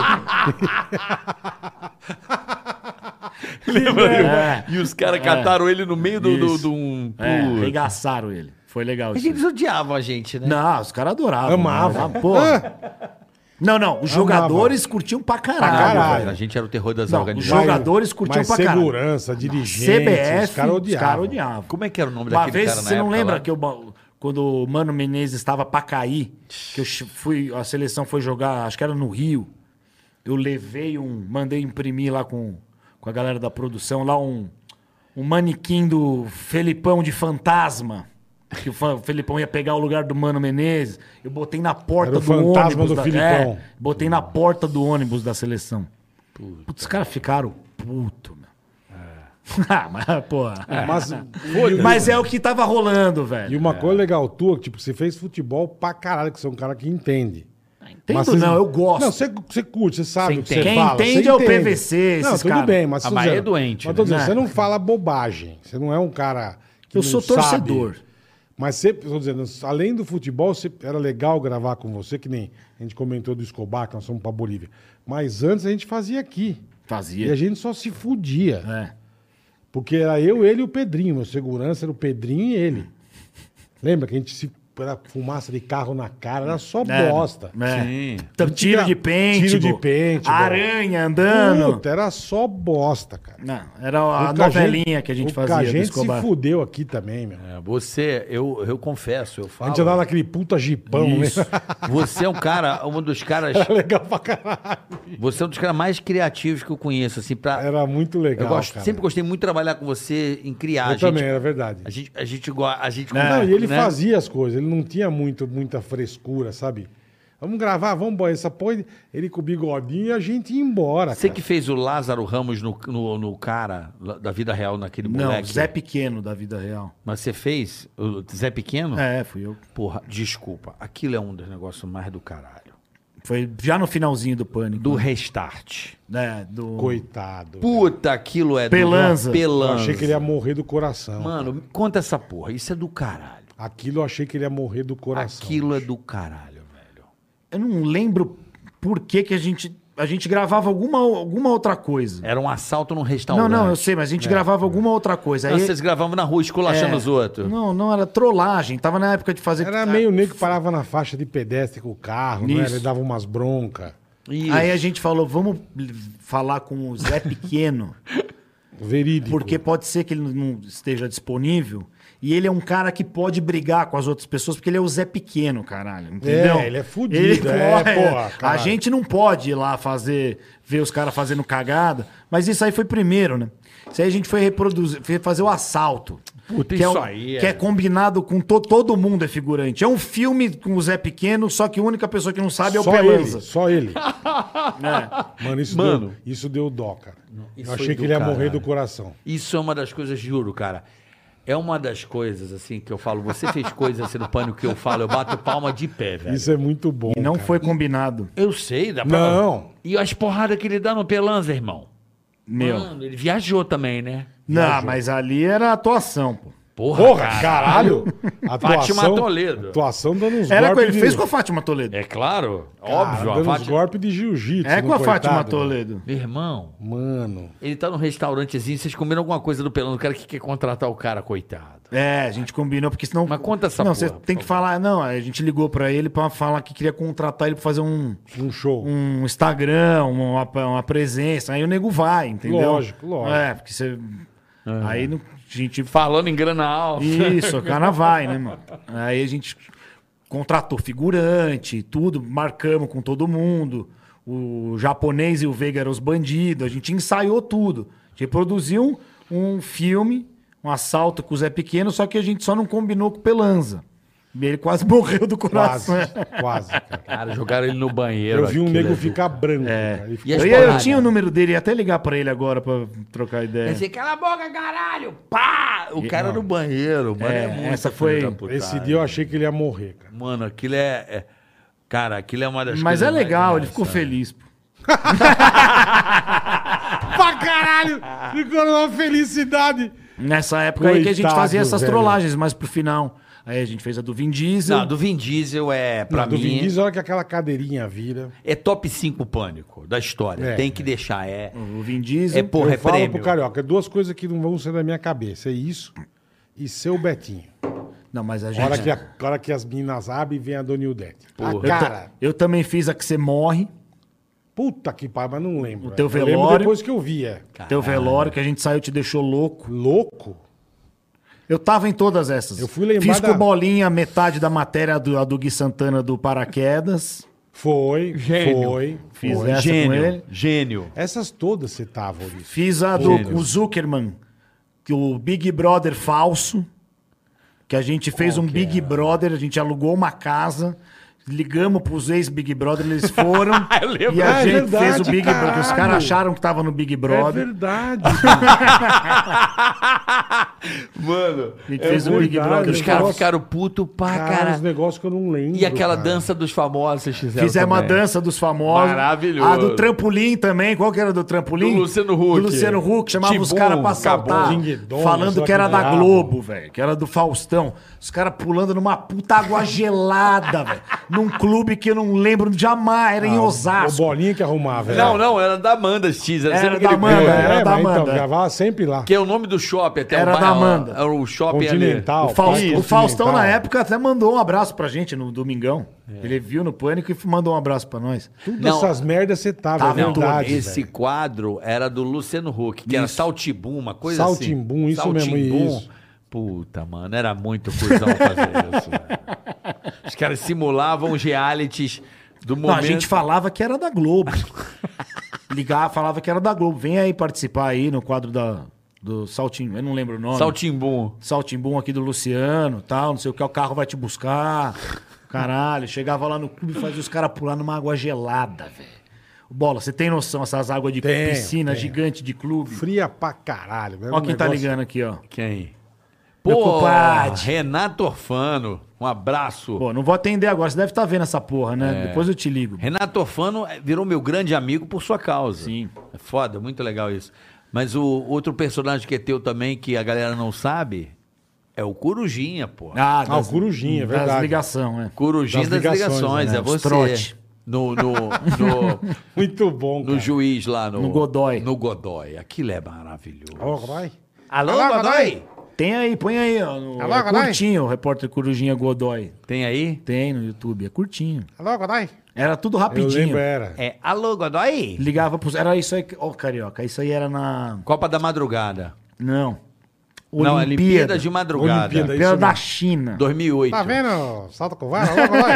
S4: É.
S2: (laughs)
S3: E os caras cataram ele no meio do, do,
S4: Isso.
S3: do um.
S4: É,
S3: Putz.
S4: arregaçaram ele. Foi legal
S2: Mas
S4: isso.
S2: eles odiavam a gente, né?
S4: Não, os caras adoravam.
S1: Amava.
S4: né? Porra. Não, não. Os jogadores curtiam pra caralho.
S1: Ah.
S3: é
S1: Pra caralho.
S2: A gente era o terror das
S4: Não,
S2: organizações.
S4: Os jogadores curtiam
S1: mas
S4: pra caralho.
S1: segurança, dirigente,
S4: CBF,
S1: os caras odiavam.
S2: Como é que era o nome
S4: Uma
S2: daquele
S4: vez,
S2: cara na
S4: você não
S2: época
S4: lembra
S2: lá?
S4: que eu, quando o Mano Menezes estava pra cair, que eu che- fui, a seleção foi jogar, acho que era no Rio. Eu levei um, mandei imprimir lá com, com a galera da produção, lá um, um manequim do Felipão de fantasma. Que o fa- o Felipão ia pegar o lugar do Mano Menezes. Eu botei na porta
S1: Era o
S4: do
S1: fantasma
S4: ônibus.
S1: do
S4: da-
S1: Filipão.
S4: é, botei na porta do ônibus da seleção. Putz, os caras ficaram puto, meu.
S2: É.
S4: (laughs) Ah, mas, porra.
S1: Mas, né?
S4: Mas é o que tava rolando, velho.
S1: e uma coisa legal tua, que tipo, você fez futebol pra caralho, que você é um cara que entende.
S4: Ah, Entendo
S1: Mas você-
S4: não, eu gosto.
S1: Não, você, você curte, você sabe
S9: Você
S1: o que você
S9: entende.
S4: Quem
S1: fala. você
S4: entende é o PVC,
S1: Não,
S4: esses
S1: tudo
S4: cara.
S1: bem, mas...
S9: Ah,
S1: tô
S9: mas é
S1: dizendo-
S9: doente,
S1: Mas tô
S9: né?
S1: dizendo,
S4: Né?
S1: você não fala bobagem. Você não é um cara que
S4: Eu
S1: não
S4: sou
S1: sabe.
S4: torcedor.
S1: Mas você, tô dizendo, além do futebol, você- era legal gravar com você, que nem a gente comentou do Escobar, que nós fomos pra Bolívia. Mas antes a gente fazia aqui. E
S4: Fazia.
S1: a gente só se fudia.
S4: É.
S1: Porque era eu, ele e o Pedrinho. Meu segurança era o Pedrinho e ele. Lembra que a gente se era fumaça de carro na cara, era só
S4: Era.
S1: bosta.
S4: É.
S9: Sim.
S4: Então, tiro de pente.
S1: Tiro de
S4: bo-
S1: pente,
S4: Aranha andando.
S1: Puta, era só bosta, cara.
S4: Não, era a
S1: O
S4: novelinha que a gente
S1: o
S4: fazia
S1: A
S4: do
S1: gente se
S4: Escobar.
S1: fudeu aqui também, meu.
S9: É, Você, eu, eu confesso, eu
S1: A
S9: falo.
S1: gente andava naquele puta jipão, (laughs)
S9: Isso.
S1: né?
S2: Você é um cara, um dos caras.
S1: legal pra caralho.
S2: Você é um dos caras mais criativos que eu conheço, assim, pra.
S1: Era muito É legal.
S2: eu gosto,
S1: cara.
S2: sempre gostei muito de trabalhar com você em criar.
S1: Eu
S2: a gente,
S1: também, era verdade.
S2: A gente, a gente, go- a gente
S4: É,
S1: Não, e ele
S2: né?
S1: fazia as coisas, ele não tinha muito, muita frescura, sabe? Vamos gravar, vamos embora. Essa porra, ele com o bigodinho e a gente ia embora.
S2: Você
S1: cara.
S2: que fez o Lázaro Ramos no, no, no cara lá da vida real naquele
S4: Não,
S2: moleque.
S4: Zé Pequeno da vida real.
S2: Mas você fez? O Zé
S1: Hum.
S2: Pequeno?
S4: É, fui eu.
S2: Porra, desculpa. Aquilo é um dos negócios mais do caralho.
S4: Foi já no finalzinho do pânico.
S2: Do restart.
S4: né, do...
S1: Coitado.
S2: Puta, aquilo é
S4: Pelanza.
S2: do.
S1: Eu
S2: Pelanza.
S1: achei que ele ia morrer do coração.
S2: Mano, conta essa porra. Isso é do caralho.
S1: Aquilo eu achei que ele ia morrer do coração.
S2: Aquilo é do caralho, velho.
S4: Eu não lembro por que, que a gente. A gente gravava alguma, alguma outra coisa.
S2: Era um assalto num
S4: não,
S2: restaurante.
S4: não, eu sei, mas a
S1: É.
S4: gente gravava alguma outra coisa.
S2: Não,
S4: Aí,
S2: Vocês gravavam na rua esculachando
S4: é,
S2: os outros.
S4: Não, não, era trollagem. Tava na época de fazer.
S1: Era meio negro que parava na faixa de pedestre com o carro, né?
S4: Isso.
S1: Ele dava umas broncas.
S2: Isso.
S4: Aí a gente falou, vamos falar com o Zé Pequeno.
S1: Verídico.
S4: Porque pode ser que ele não esteja disponível. E ele é um cara que pode brigar com as outras pessoas, porque ele é o Zé Pequeno, caralho. Entendeu?
S1: ele é fudido,
S4: (laughs)
S1: é, porra,
S4: A
S1: caralho.
S4: gente não pode ir lá fazer, ver os caras fazendo cagada. Mas isso aí foi primeiro, né? Isso aí a gente foi reproduzir, foi fazer o assalto.
S9: Puta,
S4: que é,
S9: isso
S4: o-
S9: aí é-
S4: Que é combinado com to- todo mundo, é figurante. É um filme com o Zé Pequeno, só que a única pessoa que não sabe é o
S1: só
S4: Pelanza.
S1: ele, só ele.
S4: (laughs) né?
S1: Mano, isso, Deu, isso deu dó, cara.
S2: isso
S1: eu
S2: foi
S1: achei
S2: do
S1: que ele ia morrer
S2: caralho.
S1: do coração.
S2: Isso é uma das coisas, juro, cara. É uma das coisas, assim, que eu falo. Você fez coisas assim no pânico que eu falo, eu bato palma de pé, velho.
S1: Isso é muito bom.
S4: E não
S1: cara.
S4: foi combinado.
S2: Eu sei, dá pra.
S1: Não.
S2: E as porradas que ele dá no Pelanza, irmão.
S1: Ah.
S4: Meu.
S2: Mano, ele viajou também, né?
S4: Não, mas ali era atuação, pô.
S2: Porra,
S1: Porra,
S2: cara.
S1: caralho! Atuação,
S2: Fátima Toledo.
S1: Atuação dando uns
S4: Era com ele
S1: de-
S4: fez com a Fátima Toledo.
S2: É claro,
S1: Cara,
S2: óbvio. A
S1: dando uns
S2: Fátima...
S1: golpes de jiu-jitsu.
S4: É
S1: no
S4: com a
S1: coitado,
S4: Fátima
S1: mano.
S4: Toledo.
S2: Meu irmão,
S1: Mano.
S2: ele tá num restaurantezinho, vocês comeram alguma coisa do Pelanza, o cara que quer contratar o cara, coitado.
S4: É, a gente combinou, porque senão.
S2: Mas conta essa
S4: Não,
S2: porra,
S4: você
S2: por
S4: tem que
S2: favor.
S4: falar. Não, a gente ligou pra ele pra falar que queria contratar ele pra fazer um,
S1: Um show.
S4: um Instagram, uma, uma presença. Aí o nego vai, entendeu?
S1: Lógico, lógico. É.
S4: É, porque você. Aí não- a gente.
S2: Falando em grana alta.
S4: Isso, o cara vai, né, mano? Aí a gente contratou figurante, tudo, marcamos com todo mundo. O japonês e o Veiga eram os bandidos, a gente ensaiou tudo. A gente produziu um, um filme, um assalto com o Zé Pequeno, só que a gente só não combinou com o Pelanza. E ele quase (laughs) morreu do
S1: Quase,
S4: coração.
S1: quase, cara.
S2: Cara, jogaram ele no banheiro.
S1: Eu vi um
S2: aquilo
S1: nego
S2: é do-
S1: ficar branco. cara. Ele
S2: E
S1: ficou-
S2: as
S4: Eu, ia- eu
S2: paradas?
S4: tinha o número dele, ia até ligar pra ele agora pra trocar ideia.
S2: Quer dizer, cala a boca, caralho! Pá! O cara no banheiro, mano. É,
S4: É,
S2: muito
S4: essa
S2: filho
S4: foi-
S2: da puta.
S3: Ah,
S1: Esse dia eu achei que ele ia morrer, cara.
S2: Mano, aquilo é, é- Cara, aquilo é uma das
S4: Mas é
S2: coisas mais
S4: legal, ele
S2: engraçadas.
S4: ficou feliz. pô.
S1: pra caralho! Ficou numa felicidade.
S4: Nessa época aí que a gente
S1: Coitado,
S4: fazia essas
S1: velho.
S4: trollagens, mas pro final. Aí a gente fez a do Vin Diesel.
S2: Não, do Vin Diesel é, pra
S1: do
S2: mim,
S1: Vin Diesel, a hora que aquela cadeirinha vira.
S2: é top 5 pânico da história.
S1: É,
S2: Tem que deixar, é.
S4: O Vin Diesel.
S2: É porra, é
S1: eu falo
S2: prêmio.
S1: pro Carioca, duas coisas que não vão sair da minha cabeça. É isso e seu Betinho.
S4: Não, mas a
S1: A
S4: gente.
S1: hora que, a- a hora que as meninas abrem, vem a Dona Ildete.
S4: Eu
S1: A
S4: ta-
S1: cara.
S4: Eu também fiz a que você morre,
S1: Puta que pariu, mas não lembro. é.
S4: O teu
S1: Eu lembro
S4: velório.
S1: depois que eu via.
S4: teu velório, que a gente saiu e te deixou louco.
S1: Louco?
S4: Eu tava em todas essas.
S1: Eu fui lembrar
S4: Fiz
S1: da-
S4: com bolinha metade da matéria do, a do Gui Santana do Paraquedas.
S1: Foi,
S2: Gênio.
S1: foi.
S4: Fiz
S1: foi.
S4: essa com ele.
S2: Gênio, gênio.
S1: Essas todas você tava, Ulisses.
S4: Fiz a do
S2: Gênio.
S4: o Zuckerman, que o Big Brother falso. Que a gente fez um Big Brother, a gente alugou uma casa, ligamos pros ex-Big Brother, eles foram.
S1: (laughs)
S2: Eu lembro.
S4: E a
S1: É
S4: gente
S1: verdade,
S4: fez o Big Brother. Os
S1: caralho.
S4: caras acharam que tava no Big
S1: É
S4: Brother.
S1: verdade.
S3: Mano,
S4: a gente fez o
S1: é verdade,
S4: Big Brother.
S2: Os
S1: eu
S2: caras
S1: gosto.
S2: ficaram putos pra
S1: Cara, os
S2: caralho.
S1: negócios que eu não lembro.
S2: E aquela
S1: cara.
S2: dança dos famosos vocês fizeram
S4: Fizemos a
S2: também.
S4: dança dos famosos.
S3: Maravilhoso.
S4: A do trampolim também. Qual que era do trampolim?
S3: Do Luciano Huck.
S4: Do Luciano Huck. Chamava os
S3: Tibum,
S4: caras pra saltar.
S1: Cabum, Ding Dong, sei
S4: Falando
S1: lá
S4: que era
S1: que
S4: da
S1: diabo.
S4: Globo, velho. Que era do Faustão. Os caras pulando numa puta água gelada, (laughs) velho. Num clube que eu não lembro jamais. Era em
S1: Ah, O
S4: Osasco.
S1: bolinha que arrumava.
S3: Não, não, era da Amanda X. Era,
S4: Era
S3: sempre
S4: da
S3: aquele-
S1: É,
S4: Amanda.
S1: era
S4: era da
S1: mas então,
S4: Amanda.
S1: gravava sempre lá.
S3: Que é o nome do shopping até
S4: Era
S3: o
S4: da Amanda.
S2: É
S3: Era o shopping ali.
S1: Continental.
S4: O, Faust-
S1: Parque
S4: o Faustão, na
S1: Continental.
S4: época, até mandou um abraço pra gente no Domingão.
S1: É.
S4: Ele viu no Pânico e mandou um abraço pra nós.
S1: Todas
S2: Não.
S1: essas merdas você tava, é
S4: Tava em tudo.
S1: verdade.
S2: Esse
S1: velho.
S2: quadro era do Luciano Huck, que era Saltibum, uma coisa
S1: Saltimbum,
S2: assim.
S1: isso mesmo, isso.
S2: Puta, mano, era muito cuzão fazer
S1: (laughs)
S2: isso. velho. Os caras simulavam os realities do
S4: Não,
S2: momento.
S4: a gente falava que era da Globo. (laughs) Ligava, falava que era da Globo. Vem aí participar aí no quadro da, do Saltim, eu não lembro o nome.
S2: Saltimbum.
S4: Saltimbum aqui do Luciano, tal, não sei o que, o carro vai te buscar. Caralho, chegava lá no clube e fazia os caras pular numa água gelada, velho. Bola, você tem noção essas águas de
S1: Tenho,
S4: piscina
S1: tenho.
S4: gigante de clube?
S1: Fria pra caralho. velho.
S4: Ó
S1: Um
S4: quem tá
S1: negócio-
S4: ligando aqui, ó.
S2: Quem?
S4: Meu
S2: Pô,
S4: compadre.
S2: Renato Orfano. Um abraço.
S4: Pô, não vou atender agora, você deve estar vendo essa porra, né?
S1: É.
S4: Depois eu te ligo.
S2: Renato Orfano eh, virou meu grande amigo por sua causa.
S4: Sim.
S2: É foda, muito legal isso. Mas o outro personagem que é teu também, que a galera não sabe, é o Corujinha, pô.
S1: Ah, o Corujinha, é
S4: Das
S1: verdade.
S4: ligação, é.
S2: Corujinha
S1: Das
S2: das,
S1: ligações,
S2: ligações,
S4: né?
S2: é
S4: Os
S2: você.
S4: trote.
S2: No, no, no,
S1: Muito bom,
S2: no
S1: cara.
S2: juiz lá no...
S4: No Godoy.
S2: No Godoy. Aquilo é maravilhoso.
S1: Ó, Tá vai.
S2: Alô,
S1: Alô, Godoy?
S2: Godoy?
S4: Tem aí, põe aí, ó. No,
S1: Alô,
S4: é
S1: Godoy?
S4: curtinho, o repórter Corujinha Godoy.
S2: Tem aí?
S4: Tem no YouTube, é curtinho.
S1: Alô, Godoy?
S4: Era tudo
S1: Eu lembro,
S4: rapidinho.
S1: era.
S2: É Alô, Godoy?
S4: Ligava pros. Era isso aí. que- Ó, carioca, isso aí era na.
S2: Copa da Madrugada.
S4: Não.
S2: Não,
S4: Olimpíada.
S2: é Olimpíada de Madrugada.
S1: Olimpíada.
S4: Olimpíada
S1: Isso
S4: da
S1: mesmo.
S4: China.
S1: (laughs)
S2: 2008.
S1: Tá vendo? Salta com vara. Alô, Godoy?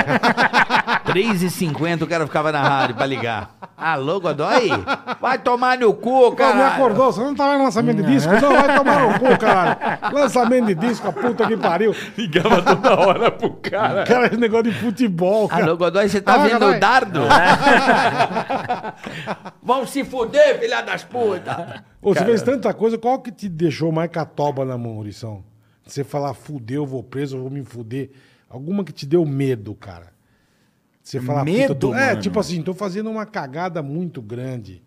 S2: 3h50 o cara ficava na rádio pra ligar. (laughs) Alô, Godoy? Vai tomar no cu,
S1: Cara, me
S2: cara.
S1: acordou. Você não tá vendo lançamento de disco? Não, vai tomar no cu, caralho. Lançamento de disco, a puta que pariu.
S3: Ligava toda hora pro cara.
S1: Cara, esse negócio de futebol, cara.
S2: Alô, Godoy, você tá
S1: Alô,
S2: vendo
S1: Godoy?
S2: o dardo? (laughs) Vão se fuder, filha das putas.
S1: Ô, você fez tanta coisa, qual que te deixou mais catoba na mão, Maurição? Você falar, fudeu, vou preso, vou me fuder. Alguma que te deu medo, cara? Você falar, puta,
S4: Medo,
S1: tô- É,
S4: mano?
S1: tipo assim, tô fazendo uma cagada muito grande.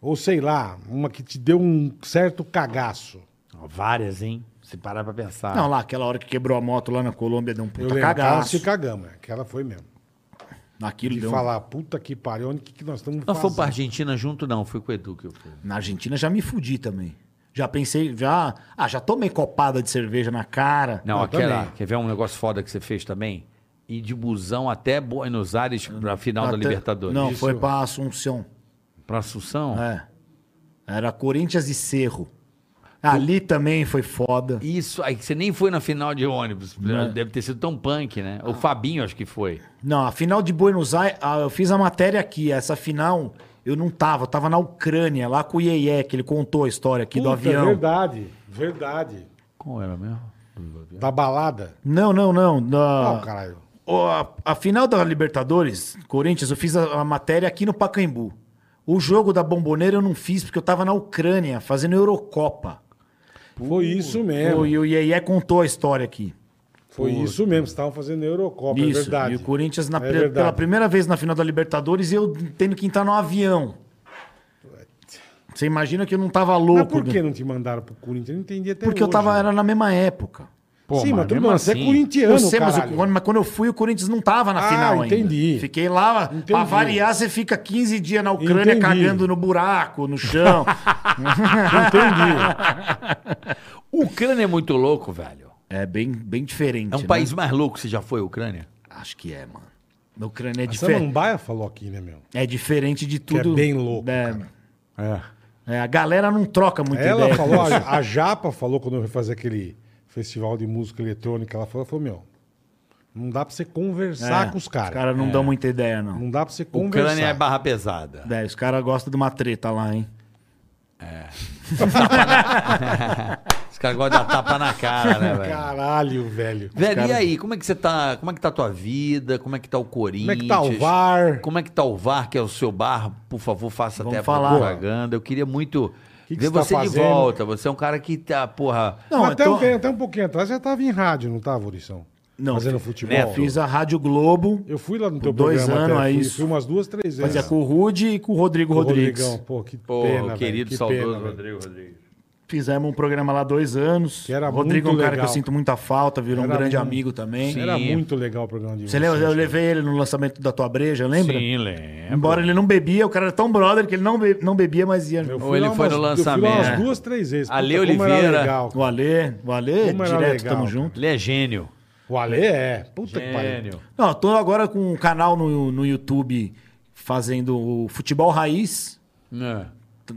S1: Ou sei lá, uma que te deu um certo cagaço.
S2: Várias, hein? Se parar pra pensar.
S4: Não, lá, aquela hora que quebrou a moto lá na Colômbia, deu um
S1: Eu
S4: puta
S1: lembro, aquela
S4: cagaço.
S1: se cagamos, aquela foi mesmo.
S4: Naquilo
S1: De
S4: deu. um-
S1: falar, puta que pariu, onde que, que nós estamos
S2: Não fomos pra
S1: fazendo?
S2: Argentina junto, não. Fui com o Edu que eu fui.
S4: Na Argentina já me fudi também. Já pensei, já. Ah, já tomei copada de cerveja na cara.
S2: Não,
S1: Eu
S2: aquela.
S1: também.
S2: Quer ver um negócio foda que você fez também? Ir de busão até Buenos Aires pra final da
S4: Até-
S2: Libertadores.
S4: Não,
S1: Isso.
S4: foi pra Assunção.
S2: Pra Assunção?
S4: É. Era Corinthians e Cerro. Ali também foi foda.
S2: Isso, aí que você nem foi na final de ônibus.
S4: Não. é. Ah.
S2: Deve ter sido tão punk, né? O Fabinho, acho que foi.
S4: Não, a final de Buenos Aires, ah, eu fiz a matéria aqui. Essa final eu não tava, eu tava na Ucrânia, lá com o Ieye, que ele contou a história aqui do
S1: Puta,
S4: um
S1: é
S4: avião.
S1: Verdade, verdade.
S2: Qual era mesmo?
S1: Da balada.
S4: Não, não, não.
S1: Não,
S4: Na...
S1: caralho.
S4: Ó, a, a final da Libertadores, Corinthians, eu fiz a, a matéria aqui no Pacaembu. O jogo da Bomboneira eu não fiz, porque eu tava na Ucrânia fazendo Eurocopa.
S1: Foi isso mesmo.
S4: O- E o Ieye contou a história aqui.
S1: Foi isso mesmo, estavam fazendo a Eurocopa,
S4: Isso.
S1: é verdade.
S4: E o Corinthians, na
S1: É
S4: pre-
S1: verdade.
S4: pela primeira vez na final da Libertadores, e eu tendo que entrar no avião. Você imagina que eu não tava
S1: Mas
S4: louco.
S1: por que
S4: né?
S1: não te mandaram pro Corinthians? Eu não entendi até
S4: Porque eu
S1: hoje.
S4: tava, era na mesma época.
S1: Sim, mas, tudo
S2: mesmo
S1: bem, você é
S2: assim,
S1: corintiano,
S4: eu sei, mas,
S1: caralho.
S4: o- mas quando eu fui, o Corinthians não tava na
S1: Ah,
S4: final ainda.
S1: entendi.
S4: Fiquei lá,
S1: Entendi.
S4: pra variar, você fica 15 dias na Ucrânia
S1: Entendi.
S4: cagando no buraco,
S1: (laughs)
S4: no chão.
S1: Entendi.
S2: O Ucrânia é muito louco, velho.
S4: é bem, bem diferente.
S2: É um
S4: né?
S2: país mais louco, você já foi à Ucrânia?
S4: Acho que é, mano. Na Ucrânia é,
S1: A
S4: difer...
S1: Samambaia falou aqui, né, meu?
S4: é diferente de
S1: Que é
S4: tudo.
S1: bem louco,
S4: É,
S1: cara.
S4: é, a galera não troca muito
S1: Ela
S4: ideia.
S1: falou,
S4: com isso.
S1: a, a Japa falou quando eu fui fazer aquele festival de música eletrônica, ela falou, ela falou meu, não dá pra você conversar
S4: É,
S1: com os
S4: Os
S1: caras.
S4: caras não dão muita ideia, não.
S1: Não dá pra você conversar.
S4: Um
S2: Ucrânia é barra pesada.
S4: É, os caras gostam de uma treta lá, hein?
S2: Os
S8: caras gostam de dar tapa na cara,
S4: (laughs)
S8: né, velho?
S1: Caralho, velho.
S8: Velho, e aí, como é que você tá? Como é que tá a tua vida? Como é que tá o Corinthians?
S1: Como é que tá o VAR?
S8: Como é que tá o VAR, que é o seu bar? Por favor, faça
S4: Vamos
S8: até a
S4: falar.
S8: propaganda. Eu queria muito
S1: que
S8: ver
S1: você tá
S8: você de
S1: fazendo?
S8: volta. Você é um cara que tá, porra.
S1: Não,
S4: Não,
S1: até,
S4: eu
S1: um,
S4: tô-
S1: tempo- até um pouquinho atrás já tava em rádio, não tava, Ourição?
S4: Não,
S1: Fazendo
S4: fi-
S1: futebol.
S4: é, fiz a Rádio Globo,
S1: Eu fui lá no
S4: Por
S1: teu
S4: dois
S1: programa
S4: anos,
S1: até,
S4: é
S1: fui,
S4: isso.
S1: fui umas duas, três vezes.
S4: fazia com o Rude e com o Rodrigo
S1: Ô,
S4: Rodrigues.
S1: Rodrigão, pô, que
S2: Pô,
S1: pena, velho,
S2: querido,
S1: que
S2: saudoso
S1: pena, velho.
S2: Rodrigo Rodrigues.
S4: Fizemos um programa lá dois anos.
S1: Que era
S4: o Rodrigo é um
S1: muito
S4: cara
S1: legal.
S4: que eu sinto muita falta, virou
S1: Era
S4: um grande
S1: muito-
S4: amigo também.
S1: Era muito legal o programa de
S4: Você
S1: vocês,
S4: lembra? Eu
S1: cara.
S4: levei ele no lançamento da tua breja, lembra?
S2: Sim,
S1: é
S2: lembro.
S4: Embora ele não bebia, o cara era tão brother que ele não, be- não bebia, mas ia.
S1: Eu
S2: Ou
S1: fui
S2: ele
S1: lá
S2: foi no
S1: umas- Eu fui lá
S2: lançamento.
S1: umas duas, três vezes.
S2: Ale
S1: Puta, como era
S2: Oliveira.
S1: legal,
S4: O Alê, o Alê,
S1: Como era
S4: direto,
S1: legal, cara.
S4: tamo junto.
S2: Ele é gênio.
S1: O Ale é. Puta que pariu.
S2: Gênio.
S4: Não, eu tô agora com um canal no, no YouTube fazendo o Futebol Raiz.
S2: É.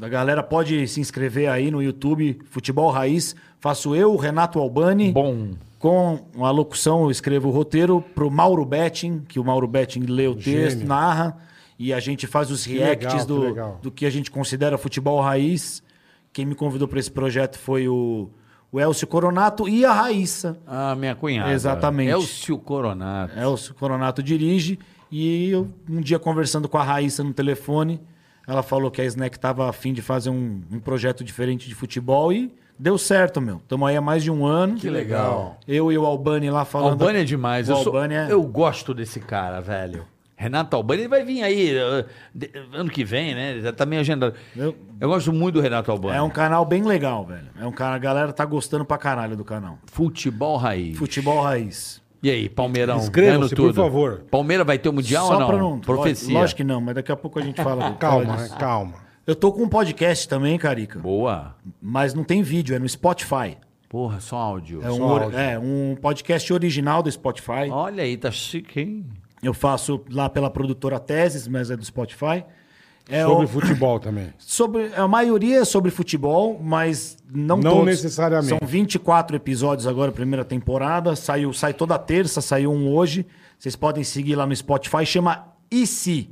S4: A galera pode se inscrever aí no YouTube, Futebol Raiz. Faço eu, o Renato Albani.
S2: Bom.
S4: Com uma locução, eu escrevo o roteiro pro Mauro Betting, que o Mauro Betting lê o texto,
S1: Gênio.
S4: narra, e a gente faz os reacts
S1: legal, que
S4: do,
S1: legal.
S4: do que a gente considera futebol raiz. Quem me convidou para esse projeto foi o, o Elcio Coronato e a Raíssa.
S2: Ah, minha cunhada.
S4: Exatamente. É,
S2: Elcio Coronato.
S4: Elcio Coronato dirige, e eu, um dia conversando com a Raíssa no telefone, ela falou que a Snack estava afim de fazer um, um projeto diferente de futebol e deu certo, meu. Estamos aí há mais de um ano. Que
S2: legal.
S4: Eu e o Albani lá falando.
S2: Albani é demais.
S4: O
S2: Eu, sou-
S4: Albani é-
S2: eu gosto desse cara, velho. Renato Albani, ele vai vir aí eh, de- ano que vem, né? Ele Já tá meio agendado. Eu,
S4: Eu-
S2: gosto muito do Renato Albani.
S4: É um canal bem legal, velho. É um cara, a galera tá gostando pra caralho do canal.
S2: Futebol raiz.
S4: Futebol raiz.
S2: E aí, Palmeirão?
S1: Inscreva-se,
S2: ganhando
S1: por favor.
S2: Palmeira vai ter o Mundial ou não?
S4: pra
S2: Profecia.
S4: Lógico que não, mas daqui a pouco a gente
S2: (laughs)
S4: fala.
S1: Calma,
S4: fala
S1: né?
S4: disso.
S1: calma.
S4: Eu tô com um podcast também, Carica.
S2: Boa.
S4: Mas não tem vídeo, é no Spotify.
S2: Porra, só áudio.
S4: É um,
S1: Só
S4: or-
S1: áudio.
S4: é um podcast original do Spotify.
S2: Olha aí, tá chique, hein?
S4: Eu faço lá pela produtora Teses, mas é do Spotify. É
S1: Sobre
S4: o-
S1: futebol também.
S4: sobre- a maioria é sobre futebol, mas não,
S1: Não
S4: todos.
S1: necessariamente.
S4: São 24 episódios agora, primeira temporada. Saiu, sai toda terça, saiu um hoje. Vocês podem seguir lá no Spotify, chama E se?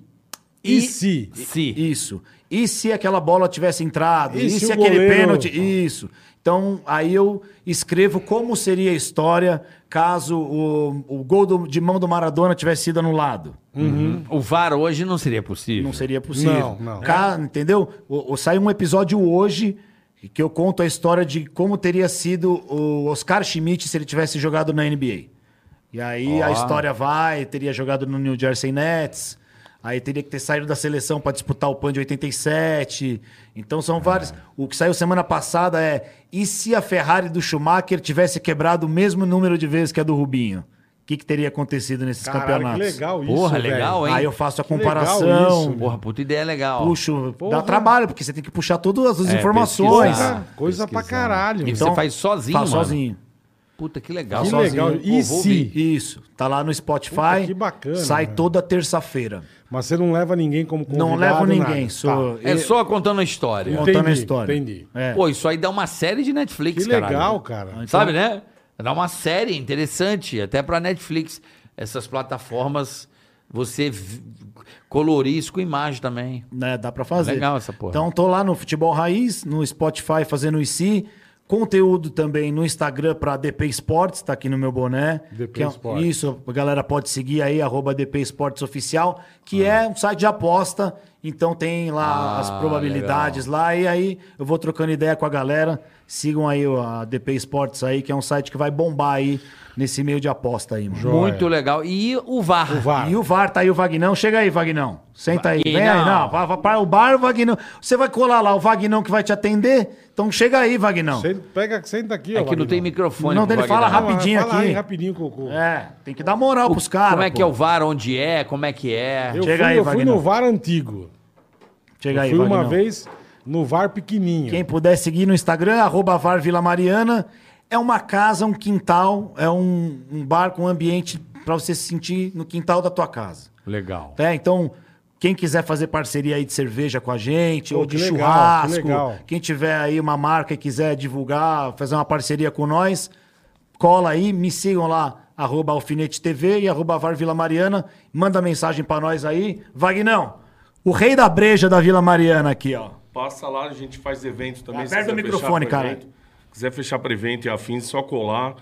S1: E se?
S2: Se.
S4: Isso. E se aquela bola tivesse entrado?
S1: E
S4: E,
S1: se
S4: se,
S1: o
S4: aquele
S1: goleiro- Ah.
S4: pênalti? Isso. Então, aí eu escrevo como seria a história caso o, o gol do- de mão do Maradona tivesse sido anulado.
S2: O VAR hoje não seria possível.
S4: Não seria possível.
S1: Não, não.
S4: Ca- entendeu? O, o- sai um episódio hoje que eu conto a história de como teria sido o Oscar Schmidt se ele tivesse jogado na NBA. E aí a história vai, teria jogado no New Jersey Nets, aí teria que ter saído da seleção para disputar o PAN de 87. Então são vários. O que saiu semana passada é: e se a Ferrari do Schumacher tivesse quebrado o mesmo número de vezes que a do Rubinho? O que, que teria acontecido nesses
S1: Caralho, que
S4: campeonatos?
S1: legal isso,
S2: Porra, legal,
S1: velho.
S2: hein?
S4: Aí eu faço a
S1: Que legal
S4: comparação.
S1: isso, meu.
S2: Porra, puta ideia legal.
S4: puxo.
S1: Porra.
S4: Dá trabalho, porque você tem que puxar todas as
S2: É,
S4: informações.
S2: pesquisar.
S1: Coisa, coisa
S4: Então,
S1: pra
S2: pesquisar.
S1: caralho.
S2: E
S1: meu.
S2: você faz sozinho,
S4: Faz
S2: mano?
S4: sozinho.
S2: Puta, que legal.
S1: Que
S2: Sozinho.
S1: legal.
S2: Pô,
S1: E
S2: vou
S1: se?
S2: ouvir.
S4: Isso. Tá lá no Spotify.
S1: Puta, que bacana,
S4: Sai
S1: velho.
S4: toda terça-feira.
S1: Mas você não leva ninguém como convidado.
S4: Não levo
S1: nada.
S4: ninguém.
S1: Tá.
S4: Sou...
S2: É
S4: eu-
S2: só contando a história.
S4: contando
S1: Entendi,
S4: a história.
S1: entendi.
S4: É.
S2: Pô, isso aí dá uma série
S1: Tá.
S2: de
S1: Que
S2: Netflix, caralho.
S1: legal, cara. Então-
S2: Sabe, né? Dá uma série interessante, até pra Netflix. Essas plataformas, você vi- colorir isso com imagem também.
S4: né, dá pra fazer.
S2: Legal essa porra.
S4: Então tô lá no Futebol Raiz, no Spotify fazendo IC, conteúdo também no Instagram pra DP Esportes, tá aqui no meu boné.
S1: DP
S4: Que é-
S1: Esportes.
S4: Isso, a galera pode seguir aí, arroba DP Esportes Oficial, que é um site de aposta, então tem lá
S2: Ah,
S4: as probabilidades lá, e aí eu vou trocando ideia com a galera, sigam aí o- a DP Esportes aí, que é um site que vai bombar aí nesse meio de aposta aí, mano.
S1: Joia.
S2: Muito legal. E o VAR.
S1: O VAR.
S4: E o VAR, tá aí o Vagnão. Chega aí, Vagnão. Senta aí. Vem aí,
S2: Vagnão.
S4: não. Vai, vai, para o bar, o Vagnão. Você vai colar lá, o Vagnão que vai te atender? Então chega aí, Vagnão.
S1: Senta- pega, senta aqui, ó.
S2: É que não
S1: Wagner.
S2: tem microfone.
S4: Não,
S2: pro
S4: ele fala
S2: Wagner.
S1: Não, mas
S4: rapidinho
S1: fala
S4: aqui.
S1: Aí, rapidinho, Cocô.
S4: É, tem que dar moral pros caras.
S2: Como é que
S4: Ah, pô.
S2: é o VAR, onde é, como é que é.
S1: Eu,
S4: Chega
S1: fui,
S4: aí,
S1: eu fui
S4: Wagner.
S1: no VAR antigo.
S4: Chega aí,
S1: fui
S4: Vagnão.
S1: uma vez no VAR pequenininho.
S4: Quem puder seguir no Instagram, arroba VAR Vila Mariana. É uma casa, um quintal, é um, um bar com ambiente pra você se sentir no quintal da tua casa.
S2: Legal.
S4: Tá? Então, quem quiser fazer parceria aí de cerveja com a gente,
S1: Pô,
S4: ou de
S1: que legal,
S4: churrasco,
S1: que legal.
S4: quem tiver aí uma marca e quiser divulgar, fazer uma parceria com nós, cola aí, me sigam lá, arroba Alfinete TV e arroba VAR Vila Mariana, manda mensagem pra nós aí. Vagnão, o rei da breja da Vila Mariana aqui, ó.
S10: Passa lá, a gente faz evento também.
S4: Aperta
S2: É,
S10: se quiser
S4: o
S10: fechar
S4: microfone,
S10: com
S4: cara.
S10: evento. Quiser fechar prevento e afins, só colar.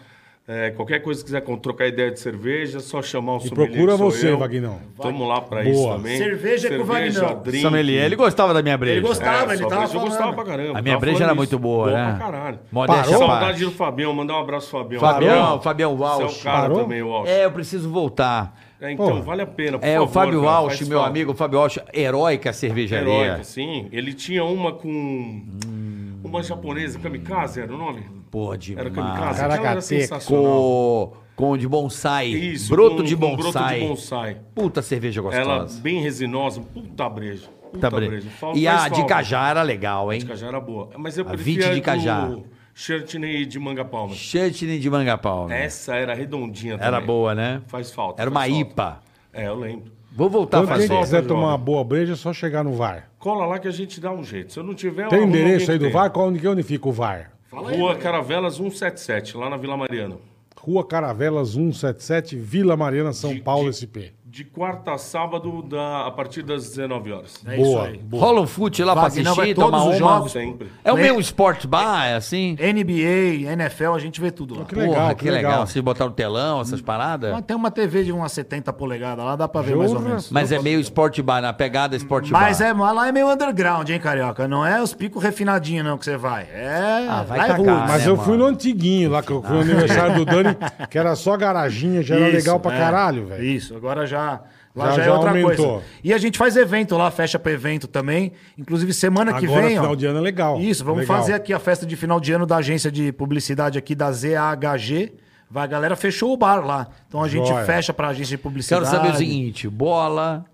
S10: É, qualquer coisa que quiser com- trocar ideia de cerveja, só chamar o
S1: E
S10: sommelier.
S1: procura
S10: que sou
S1: você,
S10: eu.
S1: Vagnão.
S10: Vamos lá pra
S1: Boa.
S10: isso também.
S4: Cerveja é com o Vagnão.
S10: drink.
S2: Sommelier, ele gostava da minha breja.
S4: Ele
S10: É,
S4: gostava, ele
S10: sua
S4: tava
S10: breja eu
S4: falando.
S10: gostava pra caramba.
S2: A minha
S10: tava
S2: breja
S10: falando
S2: era muito boa,
S10: boa
S2: né?
S10: pra caralho.
S2: Modéstia
S1: Parou?
S2: à parte.
S10: Saudade do Fabião, mandar um abraço pro Fabião.
S2: Fabião, Fabião
S10: Você é
S2: Walsh.
S10: o cara
S1: Parou?
S10: também, Walsh.
S2: É, eu preciso voltar.
S10: É, então,
S1: Porra.
S10: vale a pena, por
S2: É, o
S10: favor,
S2: Fábio
S10: cara,
S2: Walsh,
S10: faz
S2: meu
S10: falta.
S2: amigo, o Fábio Walsh, heróica cervejaria.
S10: Heróico, sim. Ele tinha uma com...
S2: Hum.
S10: Uma japonesa, Kamikaze era o nome?
S2: Pô, demais.
S10: Era Kamikaze? Aquela
S1: Caraca,
S10: era
S1: teco.
S10: sensacional.
S2: Com, com de bonsai.
S10: Isso,
S2: broto,
S10: com-
S2: de
S10: com
S2: bonsai.
S10: Broto de bonsai.
S2: Puta cerveja
S10: Ela
S2: gostosa.
S10: bem resinosa, puta breja.
S2: Tá
S10: Puta
S2: bre-
S10: Falta-
S2: E
S10: faz
S2: a de
S10: falta.
S2: cajá era legal, hein?
S10: De cajá era boa. Mas eu
S2: A 20
S10: preferia
S2: de cajá.
S10: do Chutney de manga palma.
S2: Chutney de manga palma.
S10: Essa era redondinha também.
S2: Era boa, né?
S10: Faz falta.
S2: Era
S10: faz
S2: uma
S10: É, falta.
S2: IPA.
S10: É, eu lembro.
S2: Vou voltar a
S1: Quando quem
S2: fazer.
S1: quiser
S10: jovem.
S1: tomar uma boa breja, é só chegar no VAR.
S10: Cola lá que a gente dá um jeito. Se eu não tiver... eu
S1: Tem o
S10: arrumo
S1: endereço
S10: alguém
S1: aí
S10: que
S1: do
S10: tenha.
S1: VAR? Qual, onde, onde fica o VAR?
S10: Rua Caravelas 177, lá na Vila Mariana.
S1: Rua Caravelas 177, Vila Mariana, São Paulo, SP.
S10: De quarta a sábado, da, a partir das 19 horas.
S4: É isso
S1: Boa,
S4: aí.
S1: boa.
S2: Rola um fute lá pra
S4: Wagner, vai
S2: assistir,
S4: todos
S2: tomar
S4: os
S2: uma.
S4: jogos.
S10: Sempre.
S2: É o
S4: Né?
S2: mesmo sport bar, é assim?
S4: NBA, NFL, a gente vê tudo lá.
S1: Que legal, que legal.
S2: Vocês botaram telão, essas paradas.
S1: É.
S4: Mas Tem uma TV de umas 70 polegadas lá, dá pra ver mais ou
S1: Jorra.
S4: menos.
S2: Mas é meio sport bar, na pegada sport bar.
S4: Mas é, mas lá é meio underground, hein, carioca? Não é os picos refinadinhos, não, que você vai. É.
S2: Ah, vai
S4: lá é
S2: cagar,
S4: rude.
S1: Mas
S2: né,
S1: eu fui
S2: mano?
S1: no antiguinho lá, que eu fui no aniversário do Dani, que era só garaginha, já era
S4: Isso,
S1: legal pra
S4: é.
S1: caralho, velho.
S4: Isso, agora já. Lá
S1: Já-
S4: já,
S1: já
S4: é outra
S1: aumentou.
S4: coisa. E a gente faz evento lá, fecha pra evento também. Inclusive, semana que
S1: Agora,
S4: vem. ó,
S1: final de ano é legal.
S4: Isso, vamos
S1: Legal.
S4: fazer aqui a festa de final de ano da agência de publicidade aqui da ZAHG. Vai, a galera fechou o bar lá. Então a gente
S1: Joia.
S4: fecha pra agência de publicidade.
S2: Quero saber o seguinte: bola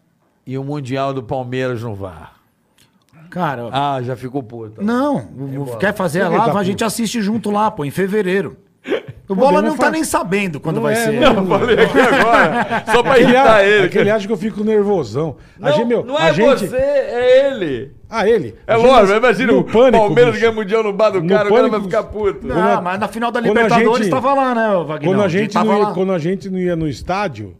S2: e o Mundial do Palmeiras no VAR.
S4: Cara,
S2: Ah, já ficou puta.
S4: Não, o- quer fazer a
S1: Por que
S4: live,
S1: tá
S4: a gente assiste junto lá, pô, em fevereiro. O Bola
S1: não
S4: não tá
S1: faz-
S4: nem sabendo quando
S1: Não
S4: vai
S1: é,
S4: ser. Ah,
S1: não.
S11: Falei aqui agora, só pra
S1: Ele,
S11: irritar
S1: acha,
S11: ele.
S1: é que ele acha que eu fico nervosão. a gente, meu,
S11: não
S1: a
S11: é
S1: gente,
S11: você, é ele.
S1: Ah, ele.
S11: É
S1: A gente-
S11: lógico, imagina
S1: no
S11: o Palmeiras
S1: bicho.
S11: ganha mundial no bar do
S1: No
S11: cara, o cara vai
S1: pânico,
S11: ficar puto.
S1: Quando a-
S4: Não, mas na final da
S1: quando a
S4: Libertadores
S1: gente-
S4: tava lá, né, Wagner?
S1: Quando a, gente
S4: tava
S1: não ia,
S4: lá.
S1: quando a gente não ia no estádio,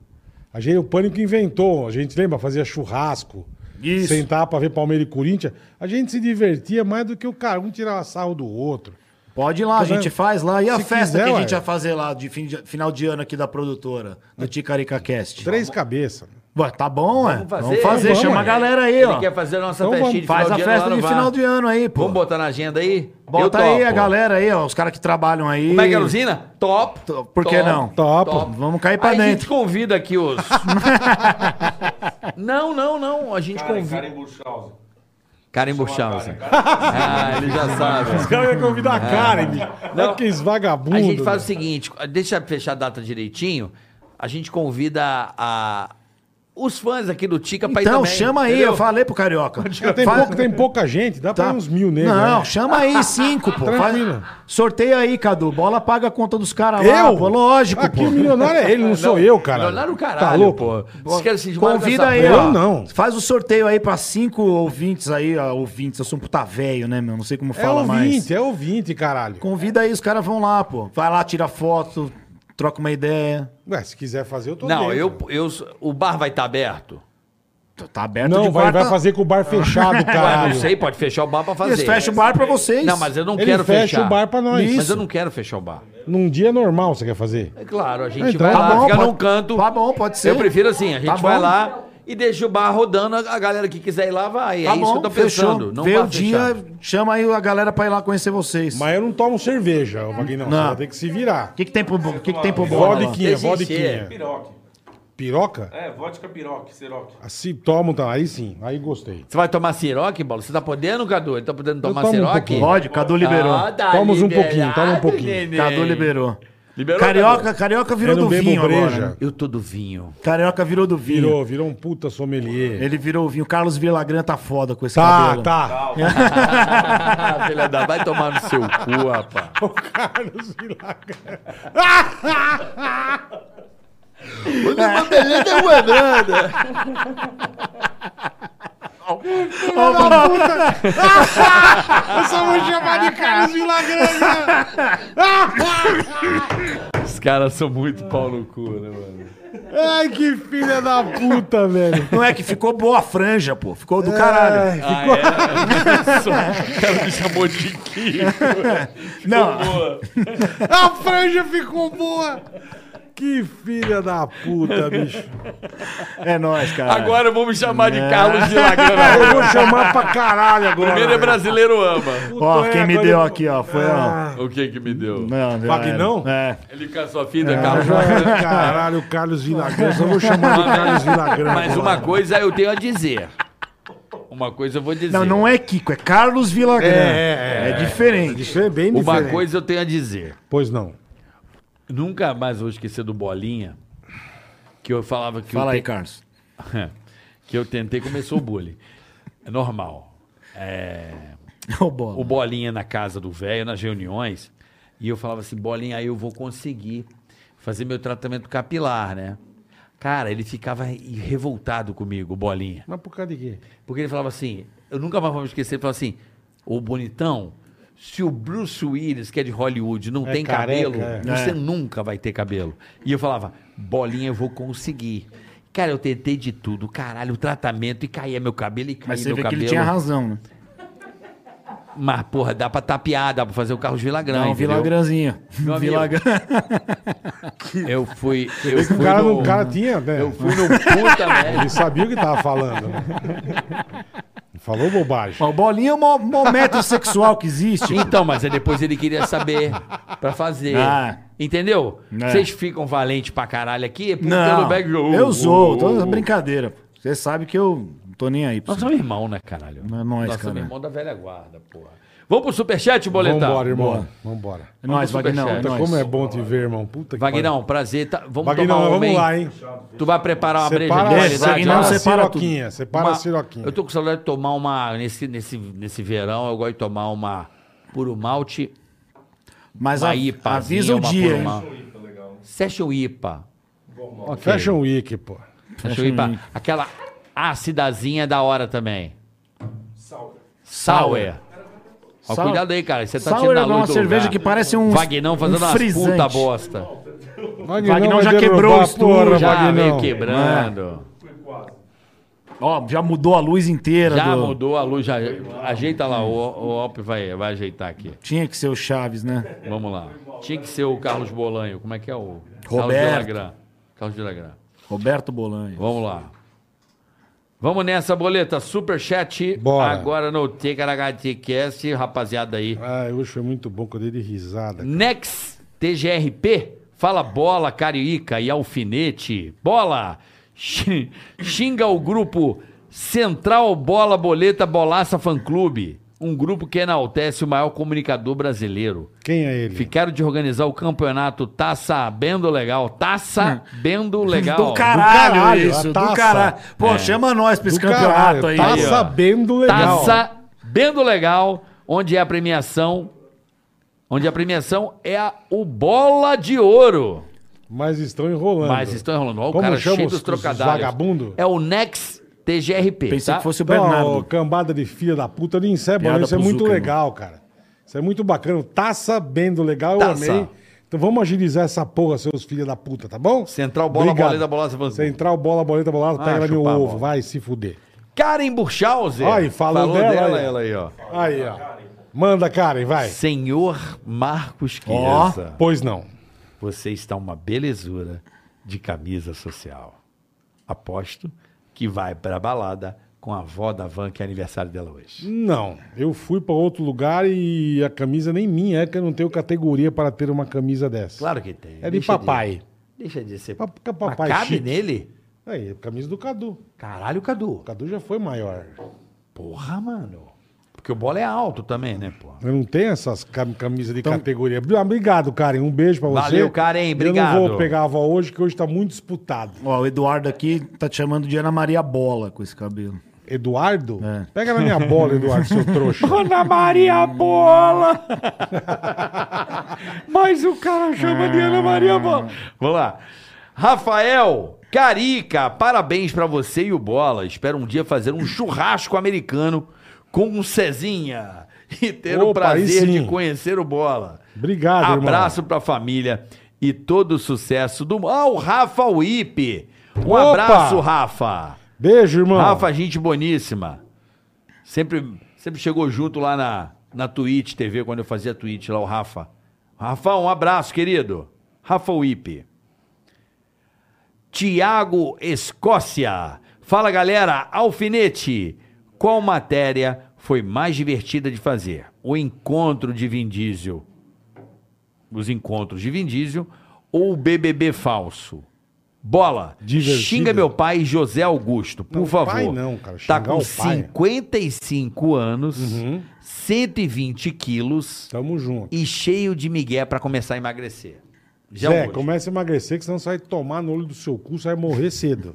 S1: a gente, o pânico inventou. A gente lembra, fazia churrasco,
S4: Isso.
S1: sentar pra ver Palmeiras e Corinthians. A gente se divertia mais do que o cara, um tirava sarro do outro.
S4: Pode ir lá, a
S1: Quando-
S4: gente faz lá. E a
S1: Se
S4: festa
S1: quiser,
S4: que a
S1: ué.
S4: gente vai fazer lá de, fim de- final de ano aqui da produtora, do Ticarica Cast.
S1: Três cabeças.
S4: Ué, tá bom, é. Vamos fazer,
S1: Vamos,
S4: chama
S1: ué.
S4: a galera aí,
S2: Ele
S4: ó.
S2: quer fazer a nossa
S1: Então
S2: festinha de
S4: Faz
S2: final
S4: a
S2: de
S4: festa
S2: ano lá
S4: de
S2: no
S4: final
S2: VAR.
S4: de ano aí, pô.
S2: Vamos botar na agenda aí? Eu
S4: Bota
S2: topo.
S4: aí a galera aí, ó, os caras que trabalham aí.
S2: Como é que é, Luzina? Top.
S4: T- Por que não?
S1: Top.
S4: Vamos cair pra
S2: Aí A
S4: dentro.
S2: gente convida aqui
S4: (laughs)
S2: os. não, não, não. A gente
S10: Karen,
S2: convida.
S10: Karen Burchausen.
S2: Karen Burchausen. Ah, ele já sabe.
S1: Os caras iam convidar a Karen, bicho. Olha que esses vagabundos.
S2: A gente
S4: né?
S2: faz o
S1: meu.
S2: seguinte, deixa eu fechar a data direitinho. A gente convida a, os fãs aqui do Tica pra ir
S4: Então,
S2: também.
S4: chama aí, eu falei pro Carioca.
S1: tem,
S4: Fala-
S1: pouca, tem pouca gente, dá pra
S4: Tá.
S1: ir uns mil nele.
S4: Não,
S1: né?
S4: chama
S1: (laughs)
S4: aí cinco, pô. Faz...
S1: Tranquilo.
S4: Sorteia aí, Cadu. Bola paga a conta dos caras lá,
S1: Eu?
S4: pô. Lógico,
S1: Aqui
S4: pô.
S1: o
S4: (laughs)
S1: milionário é ele, não, sou eu, cara.
S2: Milionário é o caralho,
S1: Tá louco?
S2: pô. Vocês querem se esmagar
S4: Convida
S2: dessa
S4: aí,
S1: porra.
S4: ó.
S1: Eu não.
S4: Faz o sorteio aí pra cinco ouvintes aí, ó. Ouvintes, eu sou um puta velho, né, meu? Não sei como
S1: É
S4: fala mais.
S1: ouvinte, é ouvinte, caralho.
S4: Convida aí, os caras vão lá, pô. Vai lá, tira foto, troca uma ideia.
S1: Ué, se quiser fazer, eu tô
S2: Não,
S1: dentro.
S2: eu, eu, o bar vai estar aberto?
S4: Tá aberto de
S1: Não, vai,
S4: quarta-
S1: vai fazer com o bar fechado,
S2: Ué,
S1: caralho.
S2: não sei, pode fechar o bar pra fazer.
S4: Eles fecham o bar pra vocês.
S2: Não, mas eu não
S1: Ele
S2: quero
S1: fecha
S2: fechar.
S1: o bar pra nós.
S2: Mas
S1: Isso.
S2: eu não quero fechar o bar.
S1: Num dia normal você quer fazer.
S2: É claro, a gente
S1: Então,
S2: vai
S1: tá
S2: lá,
S4: bom,
S2: fica
S4: pode-
S2: num canto.
S4: tá bom, pode ser.
S2: Eu prefiro assim, a gente
S4: Tá
S2: vai
S4: bom.
S2: lá e deixa o bar rodando, a a galera que quiser ir lá vai. é
S4: Tá
S2: isso que
S4: bom,
S2: eu tô
S4: fechou.
S2: pensando. Não
S4: Vê
S2: bar
S4: o dia,
S2: fechado.
S4: chama aí a galera pra ir lá conhecer vocês. O
S1: Mas eu não tomo cerveja, ô Vagnão. Você
S4: Não.
S1: vai ter que se virar.
S4: que, que tem pro, que que tem pro bola? lá?
S1: Vodiquinha,
S2: Existe,
S1: vodiquinha.
S10: Piroque.
S1: Piroca?
S10: É, vodka piroque, siroque.
S1: Se tomam, tá. Aí sim, aí gostei.
S2: Você vai tomar siroque, Bola? Você tá podendo, Cadu? Ele tá podendo tomar
S1: tomo um
S2: siroque?
S1: pouquinho.
S4: Pode, Cadu liberou.
S2: Ah, tá
S1: Toma um
S2: liberado,
S1: pouquinho, toma um pouquinho.
S2: neném.
S4: Cadu liberou.
S11: Liberou,
S4: Carioca, carioca virou
S1: Eu não
S4: do
S1: bebo
S4: vinho
S1: breja.
S4: agora. né?
S2: Eu tô do vinho.
S4: Carioca virou do vinho.
S1: Virou, virou um puta sommelier.
S4: Ele virou o vinho. Carlos Vilagran tá foda com esse
S1: Tá, (laughs)
S4: cabelo.
S1: tá.
S2: Ah, filha da... Vai tomar no seu cu, rapaz.
S1: O Carlos Vilagra.
S4: é né?
S1: Eu só vou chamar de Carlos Vilagra.
S11: Os caras são muito pau no cu, né, mano?
S1: Ai, que filha da puta, velho.
S4: Não é que ficou boa a franja, pô. Ficou
S1: É,
S4: do caralho.
S2: Ah, é? Ela me chamou de Kiko.
S4: (laughs) Não,
S1: A franja ficou
S2: (laughs)
S1: boa. (laughs) Que filha da puta, bicho.
S4: é nóis, cara.
S2: Agora vamos chamar
S4: É.
S2: de Carlos de Lagrana.
S1: Eu vou chamar pra caralho agora.
S2: Primeiro é brasileiro ama.
S4: Ó,
S1: Puta, é,
S4: quem me
S1: agora
S4: deu
S1: eu-
S4: aqui, ó, foi, ó.
S2: O que que me deu?
S4: Ah. Não, já era.
S1: Vagnão?
S4: É.
S2: Ele com a sua filha, Carlos. (laughs)
S1: Caralho, o Carlos Vilagrã. Só vou
S2: Ah,
S1: chamar de Carlos Vilagrã.
S3: Mas
S1: agora.
S3: uma coisa eu tenho a dizer.
S2: Uma coisa eu vou dizer.
S4: Não, não é Kiko, é Carlos Villagrã.
S1: É,
S4: É, diferente.
S1: Isso é bem
S2: Uma
S1: diferente.
S2: coisa eu tenho a dizer.
S1: Pois não.
S2: Nunca mais vou esquecer do Bolinha, que eu falava que,
S4: Fala
S2: eu,
S4: aí,
S2: te-
S4: Carlos.
S2: (laughs) que eu tentei, começou o bullying. É normal. É,
S4: (laughs) Ô,
S2: o
S4: bola.
S2: Bolinha na casa do velho, nas reuniões, e eu falava assim, Bolinha, aí eu vou conseguir fazer meu tratamento capilar, né? Cara, ele ficava re- revoltado comigo, o Bolinha.
S1: Mas por causa de quê?
S2: Porque ele falava assim, eu nunca mais vou me esquecer, ele falava assim, ô bonitão, se o Bruce (laughs) Willis, que é de Hollywood, não
S1: É
S2: tem
S1: careca,
S2: cabelo,
S1: é.
S2: você nunca vai ter cabelo. E eu falava, bolinha, eu vou conseguir. Cara, eu tentei de tudo, caralho, o tratamento, e caía meu cabelo, e caía
S4: Mas você
S2: meu
S4: vê que
S2: cabelo.
S4: ele tinha razão, né?
S2: Mas, porra, dá pra tapear, dá pra fazer o Carlos Vilagrã,
S4: Não,
S2: entendeu?
S4: Vilagrãzinho.
S2: Meu amigo.
S4: Vilagrã.
S2: Eu fui, eu
S1: O
S2: fui
S1: cara,
S2: no...
S1: o cara tinha, né?
S2: Eu fui no
S1: (laughs)
S2: puta,
S1: Ele
S2: velho.
S1: sabia o que tava falando. né? Falou bobagem.
S4: Ó, O bolinha é o maior- maior método sexual que existe.
S2: Então, mas aí depois ele queria saber pra fazer.
S4: Ah.
S2: Entendeu?
S4: É.
S2: Vocês ficam valentes pra caralho aqui? é porque
S4: Não,
S2: background.
S4: eu sou, tô brincadeira. pô. Você sabe que eu não tô nem aí. pra
S2: Nós
S4: você.
S2: somos irmão, né, caralho?
S4: Não é nóis,
S2: Nós somos
S4: cara.
S2: irmão da velha guarda, porra. Vamos pro superchat, boletão?
S1: Vambora, irmão. Vambora.
S4: É nóis,
S2: Vamos pro
S4: Vagnão, é
S2: superchat.
S4: nóis.
S1: Como é bom te ver, irmão. Puta que
S2: Vagnão, prazer. tá- vamos
S1: Vagnão,
S2: tomar um,
S1: vamos
S2: hein?
S1: lá, hein?
S2: Tu vai preparar uma breja
S1: Separa,
S2: de
S4: É,
S2: qualidade?
S4: Vagnão,
S1: separa a
S4: você- separa tudo.
S1: siroquinha. Separa
S2: Uma-
S1: a siroquinha.
S2: Eu tô com saudade de tomar uma... Nesse, nesse, nesse verão, eu gosto de tomar uma puro malte,
S4: Mas a,
S2: uma IPA.
S4: avisa o dia, hein?
S2: Session IPA. Ok.
S1: Fashion Week, pô.
S2: Deixa eu ir pra- Aquela acidazinha da hora também. Sour. Sour. Ó,
S4: Sour.
S2: cuidado aí, cara. Você tá
S4: Sour
S2: tirando a
S4: é
S2: luz
S4: uma
S2: do
S4: cerveja
S2: lugar.
S4: que parece um-
S2: Vagnão fazendo
S4: um
S2: uma
S4: frisante.
S2: puta bosta.
S4: Vagnão
S1: vai
S4: já
S1: derrubar
S4: quebrou o
S1: a
S4: estúdio,
S1: porra,
S2: Já
S1: Vagnão. é.
S2: veio quebrando.
S4: É. Ó, já mudou a luz inteira.
S1: Tá
S2: Já
S4: do-
S2: mudou a luz. Já... Ajeita lá. O, o Op vai, vai ajeitar aqui.
S4: Tinha que ser o Chaves, né?
S2: É. Vamos lá. Tinha que ser o Carlos Bolanho. Como é que é o... Carlos
S4: Roberto.
S2: Villagrán. Carlos Villagrán.
S4: Roberto Bolanho.
S2: Vamos lá. Vamos nessa, boleta. Superchat.
S1: Bora.
S2: Agora no TKHTCast, rapaziada aí.
S1: Ah, hoje foi muito bom que eu dei de risada.
S2: Nex TGRP. Fala bola, carioca e alfinete. Bola. Xi- Xinga o grupo Central Bola Boleta Bolaça Fã Clube. Um grupo que enaltece o maior comunicador brasileiro.
S1: Quem é ele?
S2: Ficaram de organizar o campeonato Taça Bendo Legal. Taça
S1: (laughs)
S2: Bendo Legal.
S4: Do caralho,
S1: Do caralho,
S4: isso,
S1: a
S4: do
S1: taça. É.
S4: caralho. Pô, chama nós pra esse
S1: Do
S4: campeonato
S1: caralho,
S4: aí.
S1: Tá
S4: Aí, ó.
S1: sabendo legal.
S2: Taça Bendo Legal, onde é a premiação. Onde a premiação é a, o Bola de Ouro.
S1: Mas estão enrolando.
S2: Mas estão enrolando. Olha o
S1: Como
S2: cara
S1: chama
S2: cheio
S1: os-
S2: dos
S1: os
S2: trocadalhos.
S1: vagabundo?
S2: É o Nex TGRP.
S4: Pensei
S2: tá?
S4: que fosse o
S1: Então, ó,
S4: Bernardo.
S1: cambada de filha da puta, nem isso é bom.
S4: Piada
S1: Isso é
S4: pro
S1: muito
S4: Zucca,
S1: legal, cara. Isso é muito bacana. Tá sabendo legal, eu
S2: Taça.
S1: amei. Então vamos agilizar essa porra, seus filha da puta, tá bom?
S2: Central, bola,
S1: Obrigado.
S2: boleta, bolaça, vamos.
S1: Central, bola, boleta, bolaça, pega lá meu
S2: chupar a
S1: ovo,
S2: bola.
S1: vai se fuder.
S2: Karen Burchauser.
S1: Aí, falou dela, aí.
S2: ela aí, ó.
S1: Aí, ó. Manda, Karen, vai.
S2: Senhor Marcos
S4: Ó.
S2: Chiesa,
S1: Pois não.
S2: você está uma belezura de camisa social. Aposto que vai pra balada com a avó da van, que é aniversário dela hoje.
S1: Não, eu fui pra outro lugar e a camisa nem minha, é que eu não tenho categoria para ter uma camisa dessa.
S2: Claro que tem.
S1: É de
S2: Deixa
S1: papai.
S2: deixa de ser.
S1: Pa- pa-
S2: Mas
S1: papai
S2: cabe
S1: chique.
S2: nele?
S1: Aí, camisa do Cadu.
S2: Caralho, Cadu.
S1: O Cadu já foi maior.
S2: Porra, mano. Porque o bola é alto também, né, pô?
S1: Eu não tenho essas cam- camisas de categoria. Ah, Obrigado, Karen. Um beijo pra você.
S2: Então- Valeu, Karen.
S1: Eu
S2: Obrigado.
S1: não vou pegar a avó hoje, que hoje tá muito disputado.
S4: Ó, o Eduardo aqui tá te chamando de Ana Maria Bola com esse cabelo.
S1: Eduardo?
S4: É.
S1: Pega na minha bola, Eduardo,
S2: (laughs)
S1: seu trouxa.
S3: Ana Maria Bola! Mas o cara chama de Ana
S1: Ah.
S3: Maria Bola.
S2: Vamos lá. Rafael Carica, parabéns pra você e o Bola. Espero um dia fazer um churrasco americano com um Cezinha e ter o
S1: Opa, aí
S2: prazer de
S1: sim.
S2: conhecer o Bola.
S1: Obrigado, irmão.
S2: Abraço pra família e todo o sucesso do. Ah, o Rafa Wipe! Um
S1: Opa!
S2: abraço, Rafa!
S1: Beijo, irmão.
S2: Rafa, gente boníssima. Sempre, sempre chegou junto lá na, na Twitch TV, quando eu fazia Twitch lá, o Rafa. Rafa, um abraço, querido. Rafa Wipe. Tiago Escócia. Fala, galera. Alfinete. Qual matéria foi mais divertida de fazer? O encontro de Vin Diesel. Os encontros de Vin Diesel ou o BBB falso? Bola.
S1: Divertido.
S2: Xinga meu pai José Augusto, por
S1: Não,
S2: favor.
S1: pai não, cara.
S2: Tá
S1: Xingar
S2: com
S1: o pai. é. Uhum.
S2: 55 anos, 120 quilos
S1: Tamo junto.
S12: E cheio de migué pra começar a emagrecer.
S1: Já Zé, começa a emagrecer, que senão você vai tomar no olho do seu cu, você vai morrer
S2: (laughs)
S1: cedo.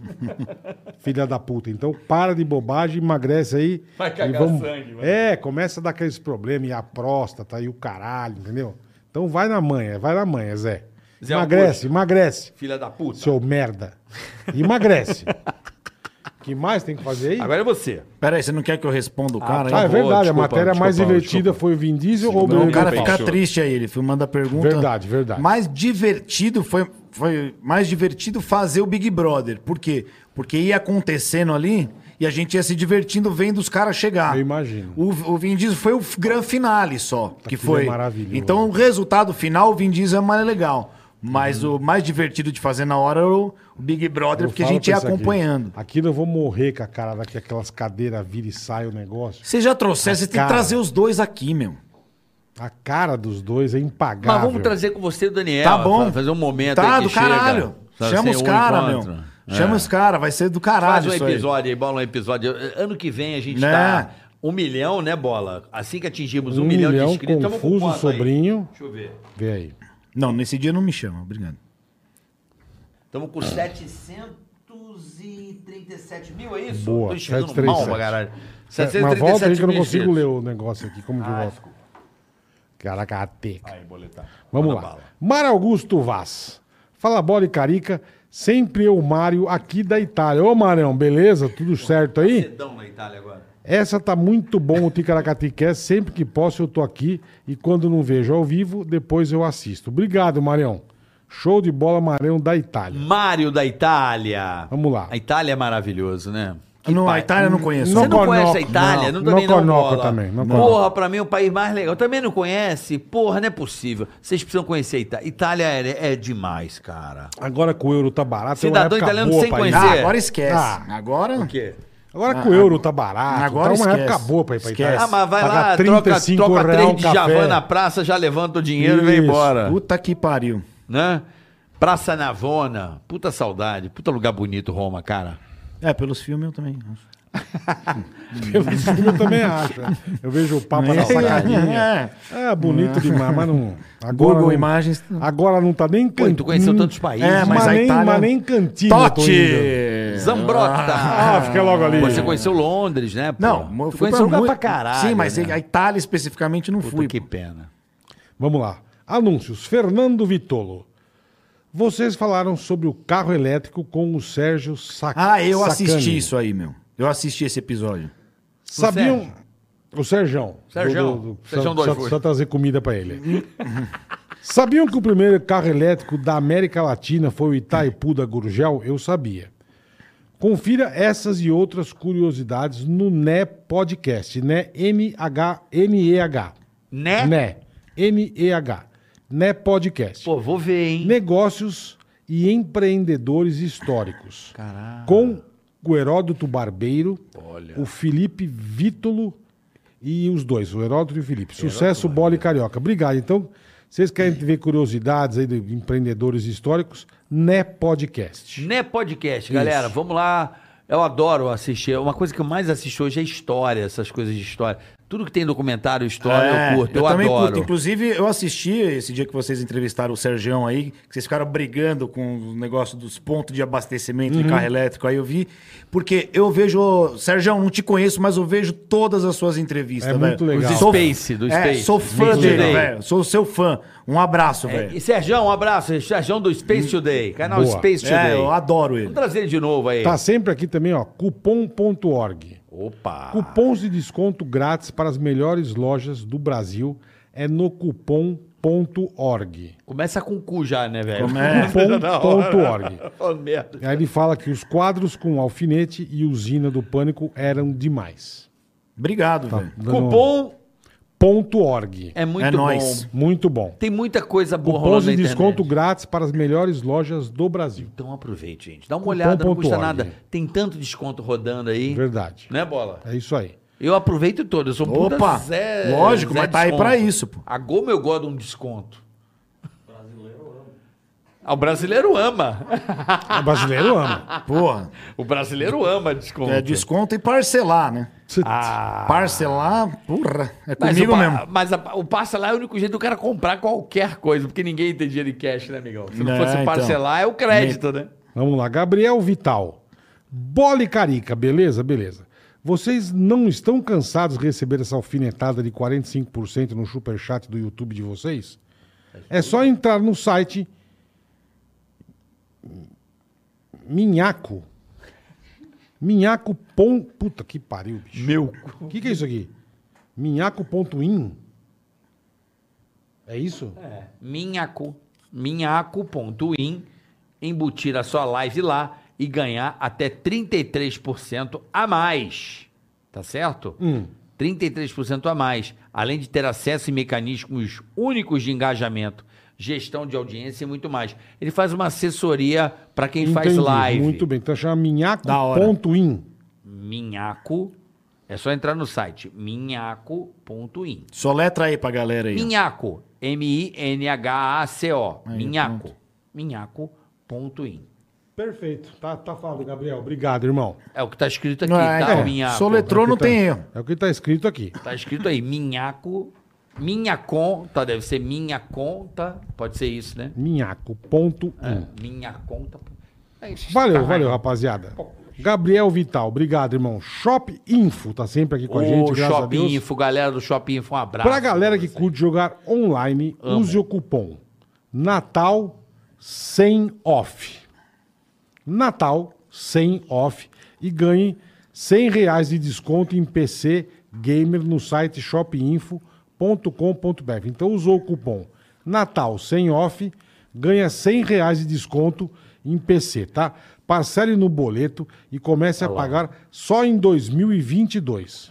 S1: Filha da puta. Então para de bobagem, emagrece aí.
S2: Vai
S1: e
S2: cagar sangue, vai.
S1: É, começa a dar aqueles problemas, e a próstata, e o caralho, entendeu? Então vai na manha, vai na manha, Zé.
S2: Zé
S1: emagrece,
S2: Augusto.
S1: emagrece,
S2: Filha da puta.
S1: seu merda.
S2: (laughs)
S1: Emagrece. O que mais tem que fazer aí?
S2: Agora é você.
S4: Pera aí, você não quer que eu responda o cara?
S1: ah, é
S4: hein?
S1: verdade, a
S2: desculpa,
S1: matéria mais
S2: desculpa,
S1: divertida
S2: desculpa.
S1: foi o Vin Diesel ou
S4: Não,
S1: o
S4: o cara
S1: Bebê
S4: fica
S1: Falso?
S4: triste aí, ele foi manda a pergunta.
S1: Verdade, verdade.
S4: Mais divertido foi, foi mais divertido fazer o Big Brother. Por quê? Porque ia acontecendo ali e a gente ia se divertindo vendo os caras chegar.
S1: Eu imagino.
S4: O, o Vin Diesel foi o f- gran finale só, que
S1: Aquilo é
S4: foi.
S1: maravilhoso.
S4: Então o resultado final, o Vin Diesel é mais legal. Mas o mais divertido de fazer na hora era o o Big Brother,
S1: Eu
S4: porque a
S1: falo
S4: gente
S1: pra
S4: ia
S1: isso aqui.
S4: acompanhando.
S1: Aquilo eu vou morrer com a cara daqui, aquelas cadeiras vira e sai o negócio.
S4: Você já trouxe, você tem que
S1: cara.
S4: trazer os dois aqui, meu.
S1: A cara dos dois é impagável.
S3: Mas vamos trazer com você e o Daniel.
S4: Tá bom.
S3: fa- Fazer um momento
S4: Tá,
S3: aí
S4: do
S3: que chega,
S4: caralho.
S3: sabe,
S4: Chama
S3: sem
S4: os
S3: um
S4: caras,
S3: encontro. É.
S4: meu. Chama os caras, vai ser do
S3: Faz
S4: caralho
S3: um
S4: isso aí.
S3: episódio aí, bola um episódio. Ano que vem a gente
S4: Né?
S3: tá um milhão, né, bola? Assim que atingirmos um,
S1: Um
S3: milhão,
S1: milhão,
S3: de inscritos, tamo com
S1: Confuso
S3: quanto aí?
S1: Sobrinho.
S3: Deixa eu ver.
S1: Vê aí.
S4: Não, nesse dia não me chama, obrigado.
S3: Estamos com 737 mil, é isso?
S1: Boa,
S3: Tô enxergando
S1: 737.
S3: mal pra caralho.
S1: É, Mas volta aí que eu não consigo
S3: inscritos. Ah,
S1: ler o negócio aqui. Como que volta? Caraca, a teca.
S2: Aí, boletar.
S1: Vamos
S2: Manda
S1: lá.
S2: bala.
S1: Mar Augusto Vaz. Fala bola e carica. Sempre eu, Mário, aqui da Itália. Ô, Marão, beleza? Tudo certo aí?
S3: Sedão na Itália agora.
S1: Essa tá muito bom o Ticaracatiqué. Sempre que posso eu tô aqui e quando não vejo ao vivo, depois eu assisto. Obrigado, Marião. Show de bola, Marião da Itália.
S3: Mário da Itália.
S1: Vamos lá.
S3: A Itália é maravilhoso, né?
S4: não, a Itália eu não conheço.
S1: Não
S3: Você não
S1: conoco,
S3: conhece a Itália? Não,
S1: não.
S3: também não,
S1: Não conoco
S3: bola.
S1: também, não
S3: Porra,
S1: conoco.
S3: pra mim é o país mais legal. Também não conhece? Porra, não é possível. Vocês precisam conhecer a Itália. Itália é, é demais, cara.
S1: Agora com o euro tá barato. é uma
S3: Cidadão
S1: época
S3: italiano
S1: boa
S3: sem
S1: pra ir.
S3: conhecer.
S4: Ah, agora esquece.
S1: Ah.
S4: Agora.
S1: Agora com o euro tá barato.
S4: Ah, Agora
S1: tá uma
S4: esquece.
S1: época boa pra ir pra Itália.
S4: Esquece.
S3: Ah, mas vai
S1: É, Pagar
S3: lá, troca,
S1: 35
S3: troca
S1: real um
S3: três de Javan
S1: café. (laughs)
S3: na praça, já levanta o dinheiro e vem
S1: Isso.
S3: embora.
S4: Puta que pariu.
S3: né? Praça Navona, puta saudade, puta lugar bonito Roma, cara.
S4: É, pelos filmes eu também. acho.
S1: Pelos filmes eu também acho. Eu vejo o Papa na sacadinha.
S4: É.
S1: É, bonito demais, mas não. Agora
S4: Google
S1: não-
S4: Imagens.
S1: Agora não tá nem
S3: Pô,
S1: cantinho.
S3: tu conheceu tantos países.
S4: É, mas
S1: mas,
S4: a
S1: nem,
S4: Itália-
S1: mas nem cantinho. eu tô indo.
S4: Totti!
S3: Zambrota.
S1: Ah, fica logo ali.
S3: Você conheceu Londres, né? pô?
S4: Não, eu
S3: tu
S4: fui
S3: conheceu lugar
S4: muito-
S3: pra caralho.
S4: Sim, mas
S3: né?
S4: a Itália especificamente eu não
S3: Puta
S4: fui.
S3: que
S4: pô.
S3: pena.
S1: Vamos lá. Anúncios. Fernando Vitolo. Vocês falaram sobre o carro elétrico com o Sérgio Sac
S4: Ah, eu assisti
S1: Sacani.
S4: isso aí, meu. Eu assisti esse episódio.
S1: Sabiam?
S3: Sérgio.
S1: O Sérgio.
S3: Sérgio. Sérgio do
S1: só,
S3: iFood.
S1: só trazer comida pra ele. (laughs) Sabiam que o primeiro carro elétrico da América Latina foi o Itaipu da Gurgel? Eu sabia. Confira essas e outras curiosidades no NE Podcast, né? N-H, N-E-H.
S3: Né?
S1: Né. N-E-H. Né Podcast.
S3: Pô, vou ver, hein?
S1: Negócios e empreendedores históricos.
S3: Caralho.
S1: Com o Heródoto Barbeiro, o Felipe Vítolo e os dois, o Heródoto e o Felipe. Sucesso, bola e carioca. Obrigado. Então, vocês querem ver curiosidades aí de empreendedores históricos? Né Podcast.
S3: Né podcast, galera. Vamos lá. Eu adoro assistir. Uma coisa que eu mais assisto hoje é história, essas coisas de história. Tudo que tem documentário, história,
S4: É,
S3: eu curto. Eu,
S4: também
S3: adoro.
S4: curto. Inclusive, eu assisti esse dia que vocês entrevistaram o Sergião aí, que vocês ficaram brigando com o negócio dos pontos de abastecimento de carro elétrico. Aí eu vi, porque eu vejo. Sergião, não te conheço, mas eu vejo todas as suas entrevistas,
S1: É
S4: velho.
S1: muito legal. Os
S3: Space, do
S4: é,
S3: Space.
S4: Sou fã
S3: Space
S4: dele,
S3: Today.
S4: velho. Sou seu fã. Um abraço,
S3: É,
S4: velho.
S3: e Serjão, um abraço. Serjão do Space Today, canal
S1: Boa.
S3: Space Today.
S4: Hum, É, eu adoro ele.
S3: Vamos trazer ele de novo
S2: É.
S3: aí.
S1: Tá sempre aqui também, ó, cupom.org.
S3: Opa!
S1: Cupons de desconto grátis para as melhores lojas do Brasil é no cupom Pum.org.
S2: Começa com cu já, né,
S3: (laughs)
S2: velho?
S4: Como é? (laughs)
S1: Pum.org.
S2: Oh, merda.
S1: Aí ele fala que os quadros com alfinete e usina do pânico eram demais.
S4: Obrigado,
S1: Tá
S4: velho.
S1: dando-
S2: Cupom
S1: Ponto .org.
S2: é muito
S4: É
S2: bom.
S4: nóis.
S1: Muito bom.
S2: Tem muita coisa boa
S1: Cupons
S2: rolando na
S1: de desconto
S2: internet.
S1: grátis para as melhores lojas do Brasil.
S2: Então aproveite, gente. Dá uma olhada, não custa nada. Tem tanto desconto rodando aí.
S1: Verdade.
S2: Né, Bola?
S1: É isso
S2: (laughs)
S1: aí.
S2: Eu aproveito todo. Eu sou um puta
S4: Opa,
S2: Zé.
S4: lógico, mas tá aí
S2: desconto.
S4: pra isso, pô.
S2: A Goma eu gosto de um desconto. Ah, O brasileiro ama.
S1: O brasileiro ama.
S4: Porra.
S2: O brasileiro ama desconto.
S4: É desconto e parcelar, né?
S2: Ah,
S4: Parcelar, porra. É
S2: Mas,
S4: comigo
S2: o, pa-
S4: mesmo.
S2: mas a- o parcelar é o único jeito do cara comprar qualquer coisa, porque ninguém tem dinheiro em cash, né, amigão? Se não
S4: É,
S2: fosse
S4: então.
S2: parcelar, é o crédito, né?
S1: Vamos lá. Gabriel Vital. Bola e carica, beleza? Beleza. Vocês não estão cansados de receber essa alfinetada de 45% no superchat do YouTube de vocês? É só entrar no site Minhaco. Minhaco. pon- Puta que pariu, bicho.
S2: Meu.
S1: O que, que é isso aqui? Minhaco.in? É isso?
S2: Minhaco. Minhaco.in. Embutir a sua live lá e ganhar até 33% a mais. Tá certo?
S1: Hum,
S2: 33% a mais. Além de ter acesso e mecanismos únicos de engajamento, gestão de audiência e muito mais. Ele faz uma assessoria para quem faz
S1: Entendi.
S2: live.
S1: Muito bem. Então chama
S4: Da hora.
S1: Minhaco.in.
S2: Minhaco. É só entrar no site minhaco.in.
S4: Soletra aí pra galera aí. ó.
S2: Minhaco. M-I-N-H-A-C-O.
S4: Aí,
S2: Minhaco.
S4: pronto.
S2: Minhaco.in.
S1: Perfeito. Tá, tá falando, Gabriel. Obrigado, irmão.
S2: É o que tá escrito aqui,
S4: Não,
S2: tá?
S4: é,
S2: O Minhaco.
S4: Soletrou, não
S1: Aqui tá-
S4: tem erro.
S1: É o que tá escrito aqui.
S2: Tá escrito aí, Minhaco. Minha conta, deve ser minha conta. Pode ser isso, né?
S1: Minhaco.in.
S2: É. Minha conta. É isso.
S1: um. Valeu,
S2: Caralho.
S1: valeu, rapaziada. Gabriel Vital, obrigado, irmão. Shop Info tá sempre aqui com a gente,
S2: Ô,
S1: graças a
S2: Shopping
S1: Deus.
S2: Info, galera do Shopping Info, um abraço.
S1: Pra galera que curte jogar online, use o cupom Natal 100 off. Natal 100 off e ganhe 100 reais de desconto em PC Gamer no site shopinfo.com.br. Então usou o cupom Natal 100 off, ganha 100 reais de desconto em PC, tá? Parcele no boleto e comece a pagar só em 2022.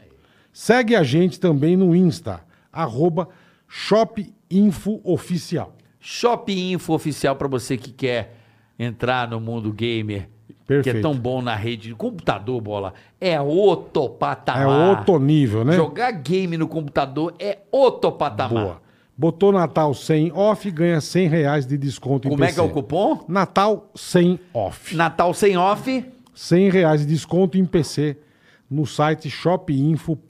S1: Segue a gente também no Insta, arroba shopinfooficial.
S2: Shopping Info oficial pra você que quer entrar no mundo gamer, que é
S1: Perfeito.
S2: tão bom na rede de computador, bola. É outro patamar.
S1: É outro nível, né?
S2: Jogar game no computador é outro patamar.
S1: Boa. Botou Natal 100 off, ganha 100 reais de desconto em
S2: Como é
S1: PC.
S2: que é o cupom?
S1: Natal 100 off.
S2: Natal sem off.
S1: 100 reais de desconto em PC no site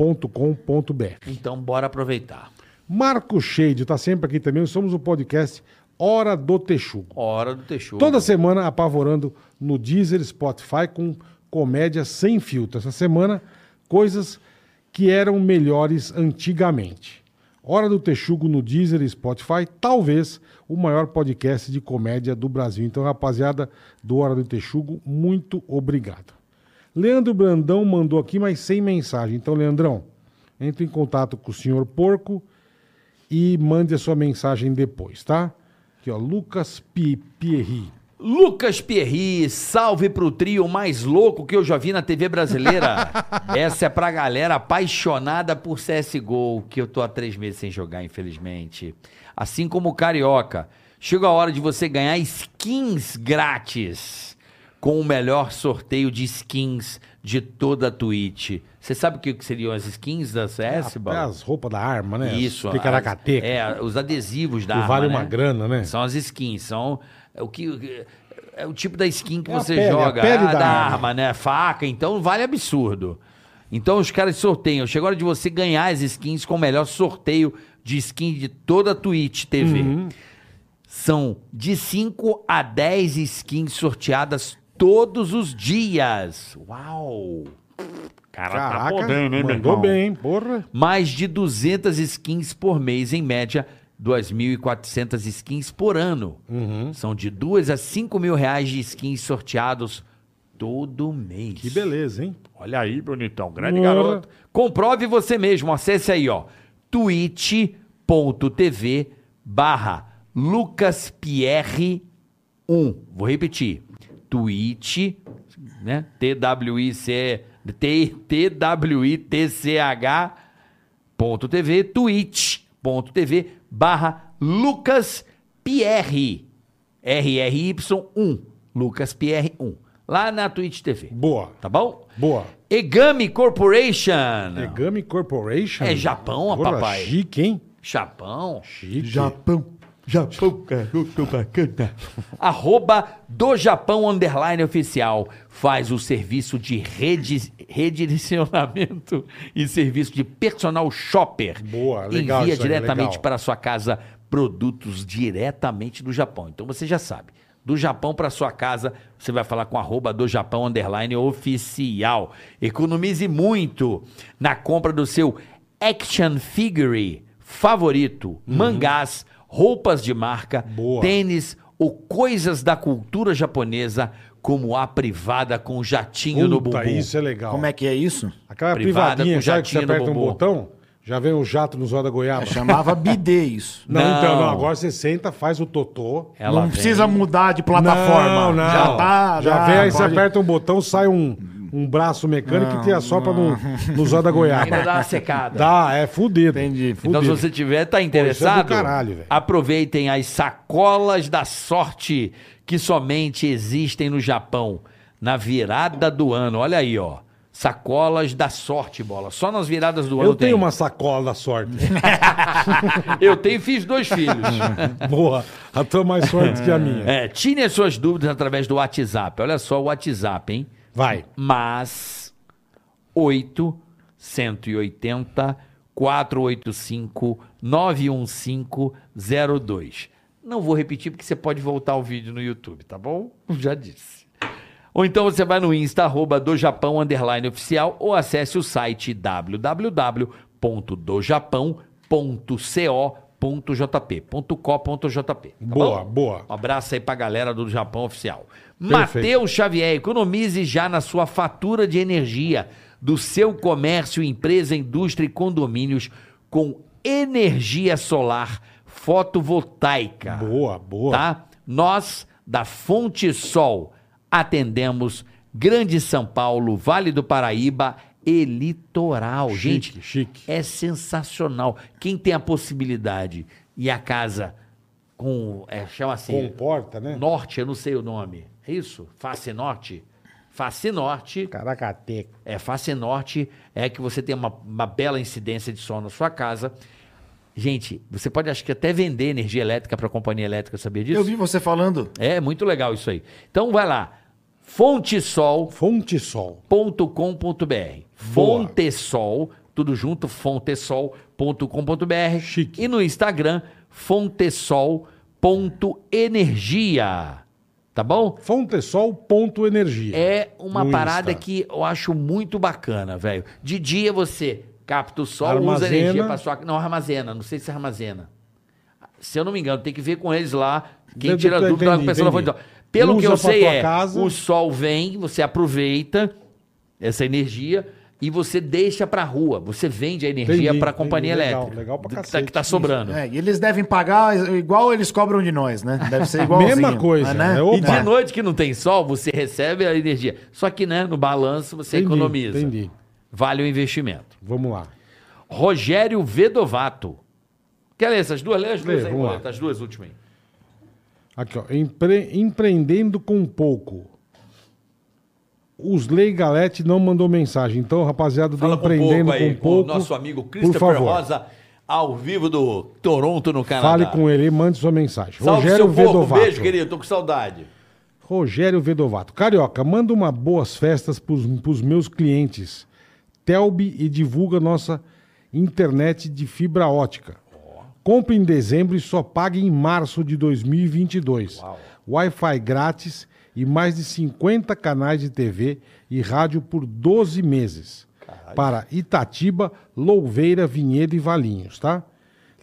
S1: shopinfo.com.br.
S2: Então bora aproveitar.
S1: Marco Shade tá sempre aqui também. Somos o podcast Hora do Texugo.
S2: Hora do Teixugo.
S1: Toda semana apavorando no Deezer, Spotify com comédia sem filtro. Essa semana, coisas que eram melhores antigamente. Hora do Texugo no Deezer e Spotify, talvez o maior podcast de comédia do Brasil. Então, rapaziada do Hora do Texugo, muito obrigado. Leandro Brandão mandou aqui, mas sem mensagem. Então, Leandrão, entre em contato com o senhor Porco e mande a sua mensagem depois, tá? Aqui, ó, Lucas Pi Pierri.
S2: Lucas Pierri, salve pro trio mais louco que eu já vi na TV
S1: (laughs)
S2: brasileira. Essa é pra galera apaixonada por CSGO, que eu tô há três meses sem jogar, infelizmente. Assim como o Carioca. Chegou a hora de você ganhar skins grátis com o melhor sorteio de skins de toda a Twitch. Você sabe o que que seriam as skins da CS,
S1: É
S2: Bala?
S1: as roupas da arma, né?
S2: Isso.
S1: As Picaracateca.
S2: as- É, os adesivos da
S1: Que
S2: arma,
S1: vale
S2: né?
S1: uma grana, né?
S2: São as skins, são é o que é o tipo da skin que
S1: É a
S2: você
S1: pele, a
S2: joga,
S1: pele
S2: Ah,
S1: da
S2: da
S1: arma.
S2: arma, né? Faca, então vale absurdo. Então os caras sorteiam. Chegou a hora de você ganhar as skins com o melhor sorteio de skin de toda a Twitch TV.
S1: Uhum.
S2: São de 5 a 10 skins sorteadas todos os dias. Uau! Cara,
S1: Caraca,
S2: tá podendo.
S1: mandou bem, hein? Porra.
S2: Mais de 200 skins por mês, em média, 2.400 skins por ano.
S1: Uhum.
S2: São de 2 a 5 mil reais de skins sorteados todo mês.
S1: Que beleza, hein?
S2: Olha aí, bonitão. Grande
S1: Ora.
S2: garoto. Comprove você mesmo. Acesse aí, ó. twitch.tv barra lucaspierre 1. Vou repetir. Twitch, né? T-W-I-C, T- T-W-I-T-C-H ponto TV, twitch.tv barra Lucas Pierre, RRY1, Lucas Pierre 1, lá na Twitch TV.
S1: Boa.
S2: Tá bom?
S1: Boa.
S2: Egami Corporation.
S1: Egami Corporation.
S2: É Japão, ó,
S1: Porra,
S2: papai.
S1: Chique, hein?
S2: Japão.
S1: Chique.
S8: Japão. Japão, garoto bacana.
S2: Arroba do Japão Underline Oficial. Faz o serviço de redi- redirecionamento (laughs) e serviço de personal shopper.
S1: Boa, legal
S2: Envia
S1: isso aí,
S2: diretamente
S1: legal.
S2: para a sua casa produtos diretamente do Japão. Então você já sabe. Do Japão para sua casa, você vai falar com arroba do Japão Underline Oficial. Economize muito na compra do seu action figure favorito, mangás, roupas de marca,
S1: Uhum. Boa.
S2: tênis ou coisas da cultura japonesa, como a privada com jatinho no
S1: Puta,
S2: bumbum.
S1: isso é legal.
S4: Como é que é isso?
S1: Aquela
S2: Privada
S1: privadinha,
S2: com
S1: sabe que você
S2: jatinho no
S1: aperta um
S2: bumbum.
S1: botão, já vem o jato nos olhos da goiaba.
S4: É, Chamava bidê isso.
S1: Não,
S2: Não. É.
S1: então, não. Agora você senta, faz o totô.
S2: Ela
S4: não
S2: vem.
S4: precisa mudar de plataforma.
S1: Não, não.
S4: Já tá,
S1: já vem, aí você
S4: pode-
S1: aperta um botão, sai um, um braço mecânico e te assopra no, nos olhos da
S2: Ainda dá
S1: goiaba.
S2: uma secada.
S1: Dá, é fudido.
S4: Entendi.
S1: Fudido.
S2: Então, se você tiver, tá interessado?
S1: Pô, isso é do caralho, velho.
S2: aproveitem as sacolas da sorte que somente existem no Japão na virada do ano. Olha aí, ó. Sacolas da sorte, bola. Só nas viradas do ano
S1: Eu tenho
S2: tem.
S1: uma sacola da sorte. (laughs)
S2: Eu tenho e fiz dois filhos.
S1: Boa. A tua é mais sorte que a minha.
S2: (laughs) é, tire as suas dúvidas através do WhatsApp. Olha só o WhatsApp, hein?
S1: Vai.
S2: mas 8 180 485 91502. Não vou repetir porque você pode voltar o vídeo no YouTube, tá bom? (laughs) Já disse. Ou então você vai no Insta, arroba do Japão, underline oficial, ou acesse o site www.dojapão.co.jp, .co.jp. Tá
S1: Boa,
S2: bom?
S1: boa.
S2: Um abraço aí pra galera do Japão Oficial.
S1: Perfeito.
S2: Matheus Xavier, economize já na sua fatura de energia do seu comércio, empresa, indústria e condomínios com energia solar fotovoltaica.
S1: Boa, boa.
S2: Tá? Nós, da Fonte Sol, atendemos Grande São Paulo, Vale do Paraíba e Litoral.
S1: Chique,
S2: Gente,
S1: chique.
S2: é sensacional. Quem tem a possibilidade e a casa com. É, chama assim.
S1: Comporta, né?
S2: Norte, eu não sei o nome. É isso? Face Norte? Face Norte.
S1: Caracateca.
S2: É, face norte é que você tem uma, uma bela incidência de sol na sua casa. Gente, você pode acho que até vender energia elétrica para a companhia elétrica, sabia disso?
S4: Eu vi você falando.
S2: É muito legal isso aí. Então vai lá, fontesol.com.br.
S1: Fonte Sol.
S2: Fontesol, tudo junto, fontesol.com.br.
S1: Chique.
S2: E no Instagram, fontesol.energia. Tá bom?
S1: Fonte Sol ponto energia.
S2: É uma
S1: No
S2: parada
S1: Insta.
S2: que eu acho muito bacana, velho. De dia você capta o sol, usa
S1: Armazena.
S2: energia pra sua. Não, armazena, não sei se armazena. Se eu não me engano, tem que ver com eles lá. Quem
S1: Entendi,
S2: tira dúvida lá com o
S1: entendi,
S2: pessoal da Fonte
S1: entendi.
S2: Sol. Pelo
S1: Usa
S2: que eu
S1: pra
S2: sei
S1: tua
S2: é,
S1: casa.
S2: o sol vem, você aproveita essa energia e você deixa pra rua. Você vende a energia
S1: Entendi,
S2: pra companhia
S1: entendi. Legal,
S2: elétrica.
S1: legal pra
S2: que tá-
S1: cacete.
S2: Que tá sobrando.
S4: É, e eles devem pagar igual eles cobram de nós, né? Deve ser
S1: (laughs)
S4: igual.
S1: Mesma coisa, né?
S2: E de
S4: é.
S1: Opa.
S2: noite que Ah, não tem sol, você recebe a energia. Só que, né, no balanço você
S1: Entendi,
S2: economiza.
S1: Entendi.
S2: Vale o investimento.
S1: Vamos lá.
S2: Rogério Vedovato. Quer ler essas duas? Lê as duas
S1: Lê,
S2: aí,
S1: vamos lá.
S2: Boleto, as duas últimas aí.
S1: Aqui, ó. Empre- Empreendendo com pouco. Os Lei Galete não mandou mensagem. Então, rapaziada, do
S2: Fala com Um pouco
S1: Empreendendo
S2: aí,
S1: com um
S2: com o
S1: pouco.
S2: nosso amigo
S1: por
S2: Christopher
S1: favor,
S2: Rosa, ao vivo do Toronto, no Canadá.
S1: Fale com ele e mande sua mensagem.
S2: Salve
S1: Rogério
S2: seu porco,
S1: Vedovato.
S2: beijo, querido, tô com saudade.
S1: Rogério Vedovato. Carioca, manda uma boas festas pros, pros meus clientes. Telbi e divulga nossa internet de fibra ótica. Compre em dezembro e só pague em março de 2022. Wi-Fi grátis e mais de 50 canais de TV e rádio por 12 meses. Para Itatiba, Louveira, Vinhedo e Valinhos, tá?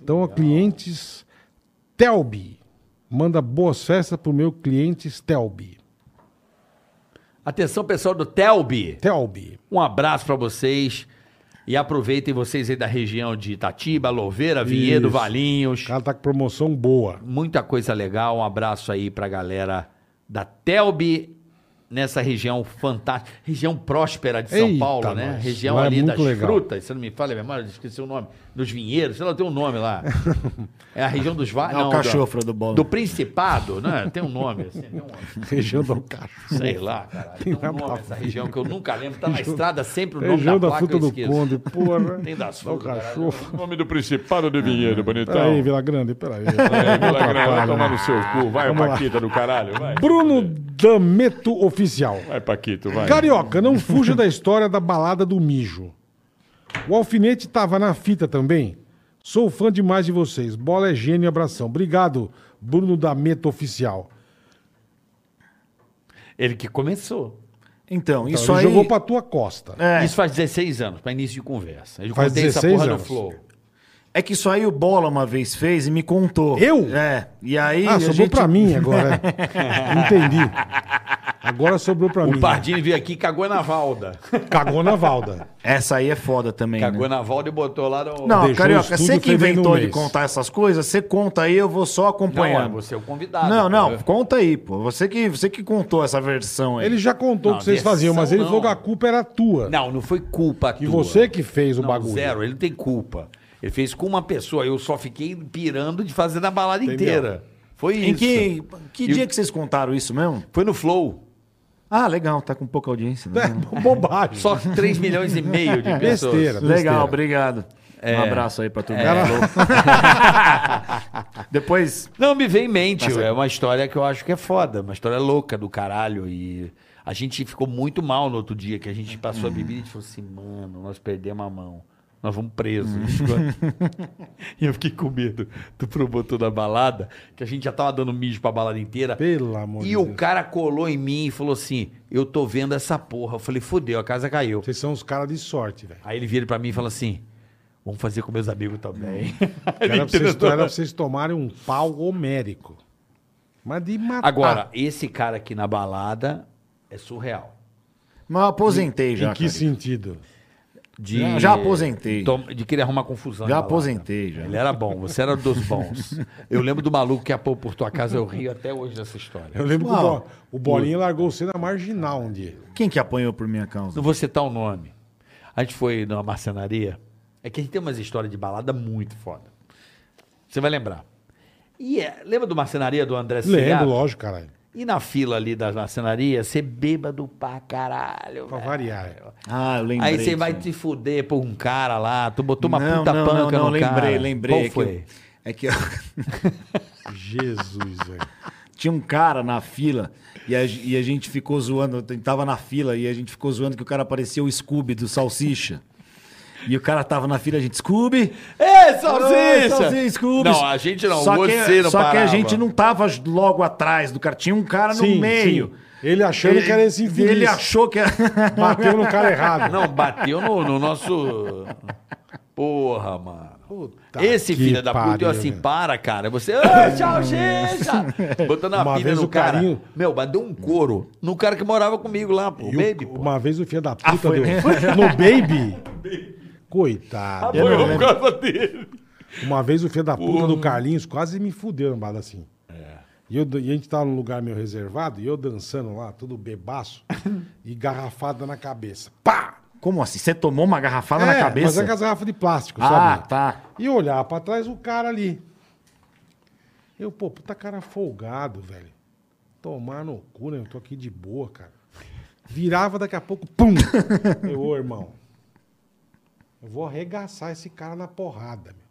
S1: Então, ó, clientes Telbi. Manda boas festas pro meu cliente Telbi.
S2: Atenção, pessoal do Telbi.
S1: Telbi.
S2: Um abraço pra vocês. E aproveitem vocês aí da região de Itatiba, Louveira, Vinhedo,
S1: Isso.
S2: Valinhos.
S1: O cara tá com promoção
S2: (laughs)
S1: boa.
S2: Muita coisa legal. Um abraço aí pra galera da Telb nessa região fantástica, região próspera de São
S1: Eita,
S2: Paulo, né?
S1: nós.
S2: Região
S1: Lá é
S2: ali
S1: muito
S2: das
S1: legal.
S2: frutas, se não me falha a memória, esqueci o nome, dos vinheiros, sei lá, tem um nome
S1: (laughs)
S2: lá. É a região dos vales,
S4: Não, o cachofra do bolo.
S2: do principado, né? Tem um nome assim, tem um nome.
S1: Região do Cacho.
S2: Sei lá, caralho. Tem um
S1: nada a
S2: nome essa
S1: ver.
S2: região que eu nunca lembro. Tá na estrada sempre o nome
S1: Região
S2: da
S1: da
S2: placa.
S1: fruta
S2: eu
S1: do
S2: esqueço.
S1: Conde,
S2: (laughs)
S1: porra.
S2: Tem da
S1: Só o
S2: sua.
S1: cachorro.
S10: Nome do Principado de
S1: Ah,
S10: Vinhedo, bonitão.
S1: Peraí, Vila Grande, peraí.
S10: É, Vila Grande, vai
S1: Atrapalha.
S10: tomar no seu cu. Vai,
S1: né? Vamos lá.
S10: Paquita do caralho. Vai.
S1: Bruno Dameto Oficial.
S10: Vai, Paquito, vai.
S1: Carioca, não fuja da história da balada do mijo. O alfinete tava na fita também. Sou fã demais de vocês. Bola é gênio, abração. Obrigado, Bruno da Meta Oficial.
S2: Ele que começou.
S1: Então,
S4: Então, isso
S1: ele
S4: aí...
S1: jogou pra tua costa.
S4: É.
S2: Isso faz 16 anos, pra início de conversa. Eu
S1: Faz
S2: contei essa
S1: 16
S2: porra no
S1: anos.
S2: Flow.
S4: É que isso aí o Bola uma vez fez e me contou.
S1: Eu?
S4: É. E aí.
S1: ah,
S4: a
S1: sobrou
S4: gente-
S1: pra mim agora.
S4: (laughs)
S1: Entendi. Agora sobrou pra mim.
S2: O Pardini veio aqui e cagou na Valda.
S1: Cagou na valda.
S4: Essa aí é foda também.
S2: Cagou
S4: Né?
S2: na Valda e botou lá no.
S4: Não,
S1: Deixou o
S4: Carioca,
S1: estúdio
S4: você que
S1: fedendo um
S4: inventou de
S1: mês.
S4: contar essas coisas, você conta aí, eu vou só
S2: Não, é
S4: acompanhando.
S2: você é o convidado.
S4: não, não,
S2: entendeu?
S4: conta aí, pô. Você que, você que contou essa versão aí.
S1: Ele já contou o
S2: Não,
S1: que vocês faziam, mas ele
S2: versão
S1: falou que
S2: não.
S1: a culpa era tua.
S2: Não, não foi culpa
S1: e
S2: tua.
S1: você que fez o
S2: não,
S1: bagulho.
S2: Zero, ele não tem culpa. Ele fez com uma pessoa, eu só fiquei pirando de fazer na balada
S1: Entendeu?
S2: inteira. Foi
S4: Em
S2: isso.
S4: que, que
S2: E-
S4: dia que vocês contaram isso mesmo?
S2: Foi no Flow.
S4: Ah, legal, tá com pouca audiência. né?
S1: É (laughs) bobagem.
S2: Só 3 milhões e meio de pessoas.
S1: Besteira.
S4: Legal,
S1: besteira.
S4: obrigado.
S2: É.
S4: Um abraço aí pra todo mundo. Depois,
S2: Não, me vem
S1: (laughs)
S2: em mente.
S1: Tá
S2: é uma história que eu acho que é foda. Uma história louca do caralho. E a gente ficou muito mal no outro dia, que a gente passou a bebida e a gente falou assim, mano, nós perdemos a mão. Nós vamos presos. (laughs) e eu fiquei com medo do promotor da balada, que a gente já tava dando mijo pra balada inteira.
S1: Pelo amor de
S2: E o
S1: Deus.
S2: cara colou em mim e falou assim, eu tô vendo essa porra. Eu falei, fodeu, a casa caiu.
S1: Vocês são os caras de sorte, velho.
S2: Aí ele vira pra mim e fala assim, vamos fazer com meus amigos
S4: (laughs)
S2: também. (laughs)
S1: Era pra, vocês,
S2: tentou-
S1: era pra vocês tomarem um pau homérico. Mas de matar.
S2: Agora, esse cara aqui na balada é surreal.
S4: mas eu aposentei já.
S1: em que
S4: cara.
S1: sentido?
S2: De-
S4: Já- já aposentei.
S2: Tom- De querer arrumar confusão.
S4: Já
S2: na balada.
S4: aposentei, já.
S2: Ele é era bom, você era dos bons. Eu lembro do maluco que apou por tua casa, eu rio até hoje dessa história.
S1: Eu lembro que o,
S4: Uau.
S1: Bo- o Bolinha largou você na marginal um dia.
S4: Quem que apanhou por minha causa?
S2: Não vou citar o nome. A gente foi numa marcenaria. É que a gente tem umas histórias de balada muito foda. Você vai lembrar. E é- lembra do marcenaria do André Ciliato?
S1: Lembro, lógico, caralho.
S2: E na fila ali da marcenaria, você bêbado pra caralho.
S1: Pra
S2: velho.
S1: variar.
S4: Ah, eu lembrei.
S2: Aí você vai
S4: disso.
S2: te fuder por um cara lá, tu botou uma
S4: não,
S2: puta
S4: não,
S2: panca
S4: não, não,
S2: no cara.
S4: lembrei, lembrei.
S2: Qual
S4: É que
S2: foi?
S4: eu- É que eu- (laughs)
S1: Jesus, velho.
S4: tinha um cara na fila e a, ge- e a gente ficou zoando, eu tava na fila e a gente ficou zoando que o cara parecia o Scooby do Salsicha. E o cara tava na fila, a gente, Scooby!
S2: É,
S4: Oi,
S2: salsicha!
S4: Salsicha, Scooby!
S2: Não, a gente não,
S4: só
S2: você
S4: que,
S2: não
S4: Só que a
S2: parava.
S4: gente não tava logo atrás do cara, tinha um cara
S1: Sim,
S4: no meio.
S1: sim. Ele achando que era esse infeliz.
S4: Ele achou
S2: (laughs)
S4: que era...
S1: Bateu no cara errado.
S2: Não, bateu no, no nosso. Porra, mano.
S1: Puta
S2: Esse
S1: que
S2: filho da puta,
S1: pariu,
S2: eu assim,
S1: velho.
S2: para, cara. Você, "Ô, tchau, gente!
S3: (laughs)
S2: Botando a
S1: Uma
S2: pilha
S1: vez
S2: no
S1: o
S2: cara.
S1: carinho-
S2: Meu, mas deu um couro no cara que morava comigo lá, pô.
S1: E o-
S2: baby, pô. Ah,
S1: uma vez o filho da puta
S4: foi
S1: deu.
S4: mesmo?
S2: (laughs)
S1: No Baby? Coitado.
S2: Ah,
S4: Eu não lembro.
S1: Uma vez o filho da puta do Carlinhos quase me fudeu na balada assim.
S2: É.
S1: E, eu, e a gente tava num lugar meio reservado, e eu dançando lá, todo
S2: (laughs)
S1: bebaço, e garrafada na cabeça. Pá!
S4: Como assim? Você tomou uma garrafada na
S1: É, Mas
S4: cabeça?
S1: é aquelas garrafas de plástico,
S4: ah,
S1: sabe?
S4: tá.
S1: E eu olhava pra trás o cara ali. Eu, pô, puta cara folgado, velho. Tomar no cu, né? Eu tô aqui de boa, cara. Virava daqui a pouco, pum! Eu, ô, irmão, eu vou arregaçar esse cara na porrada, meu.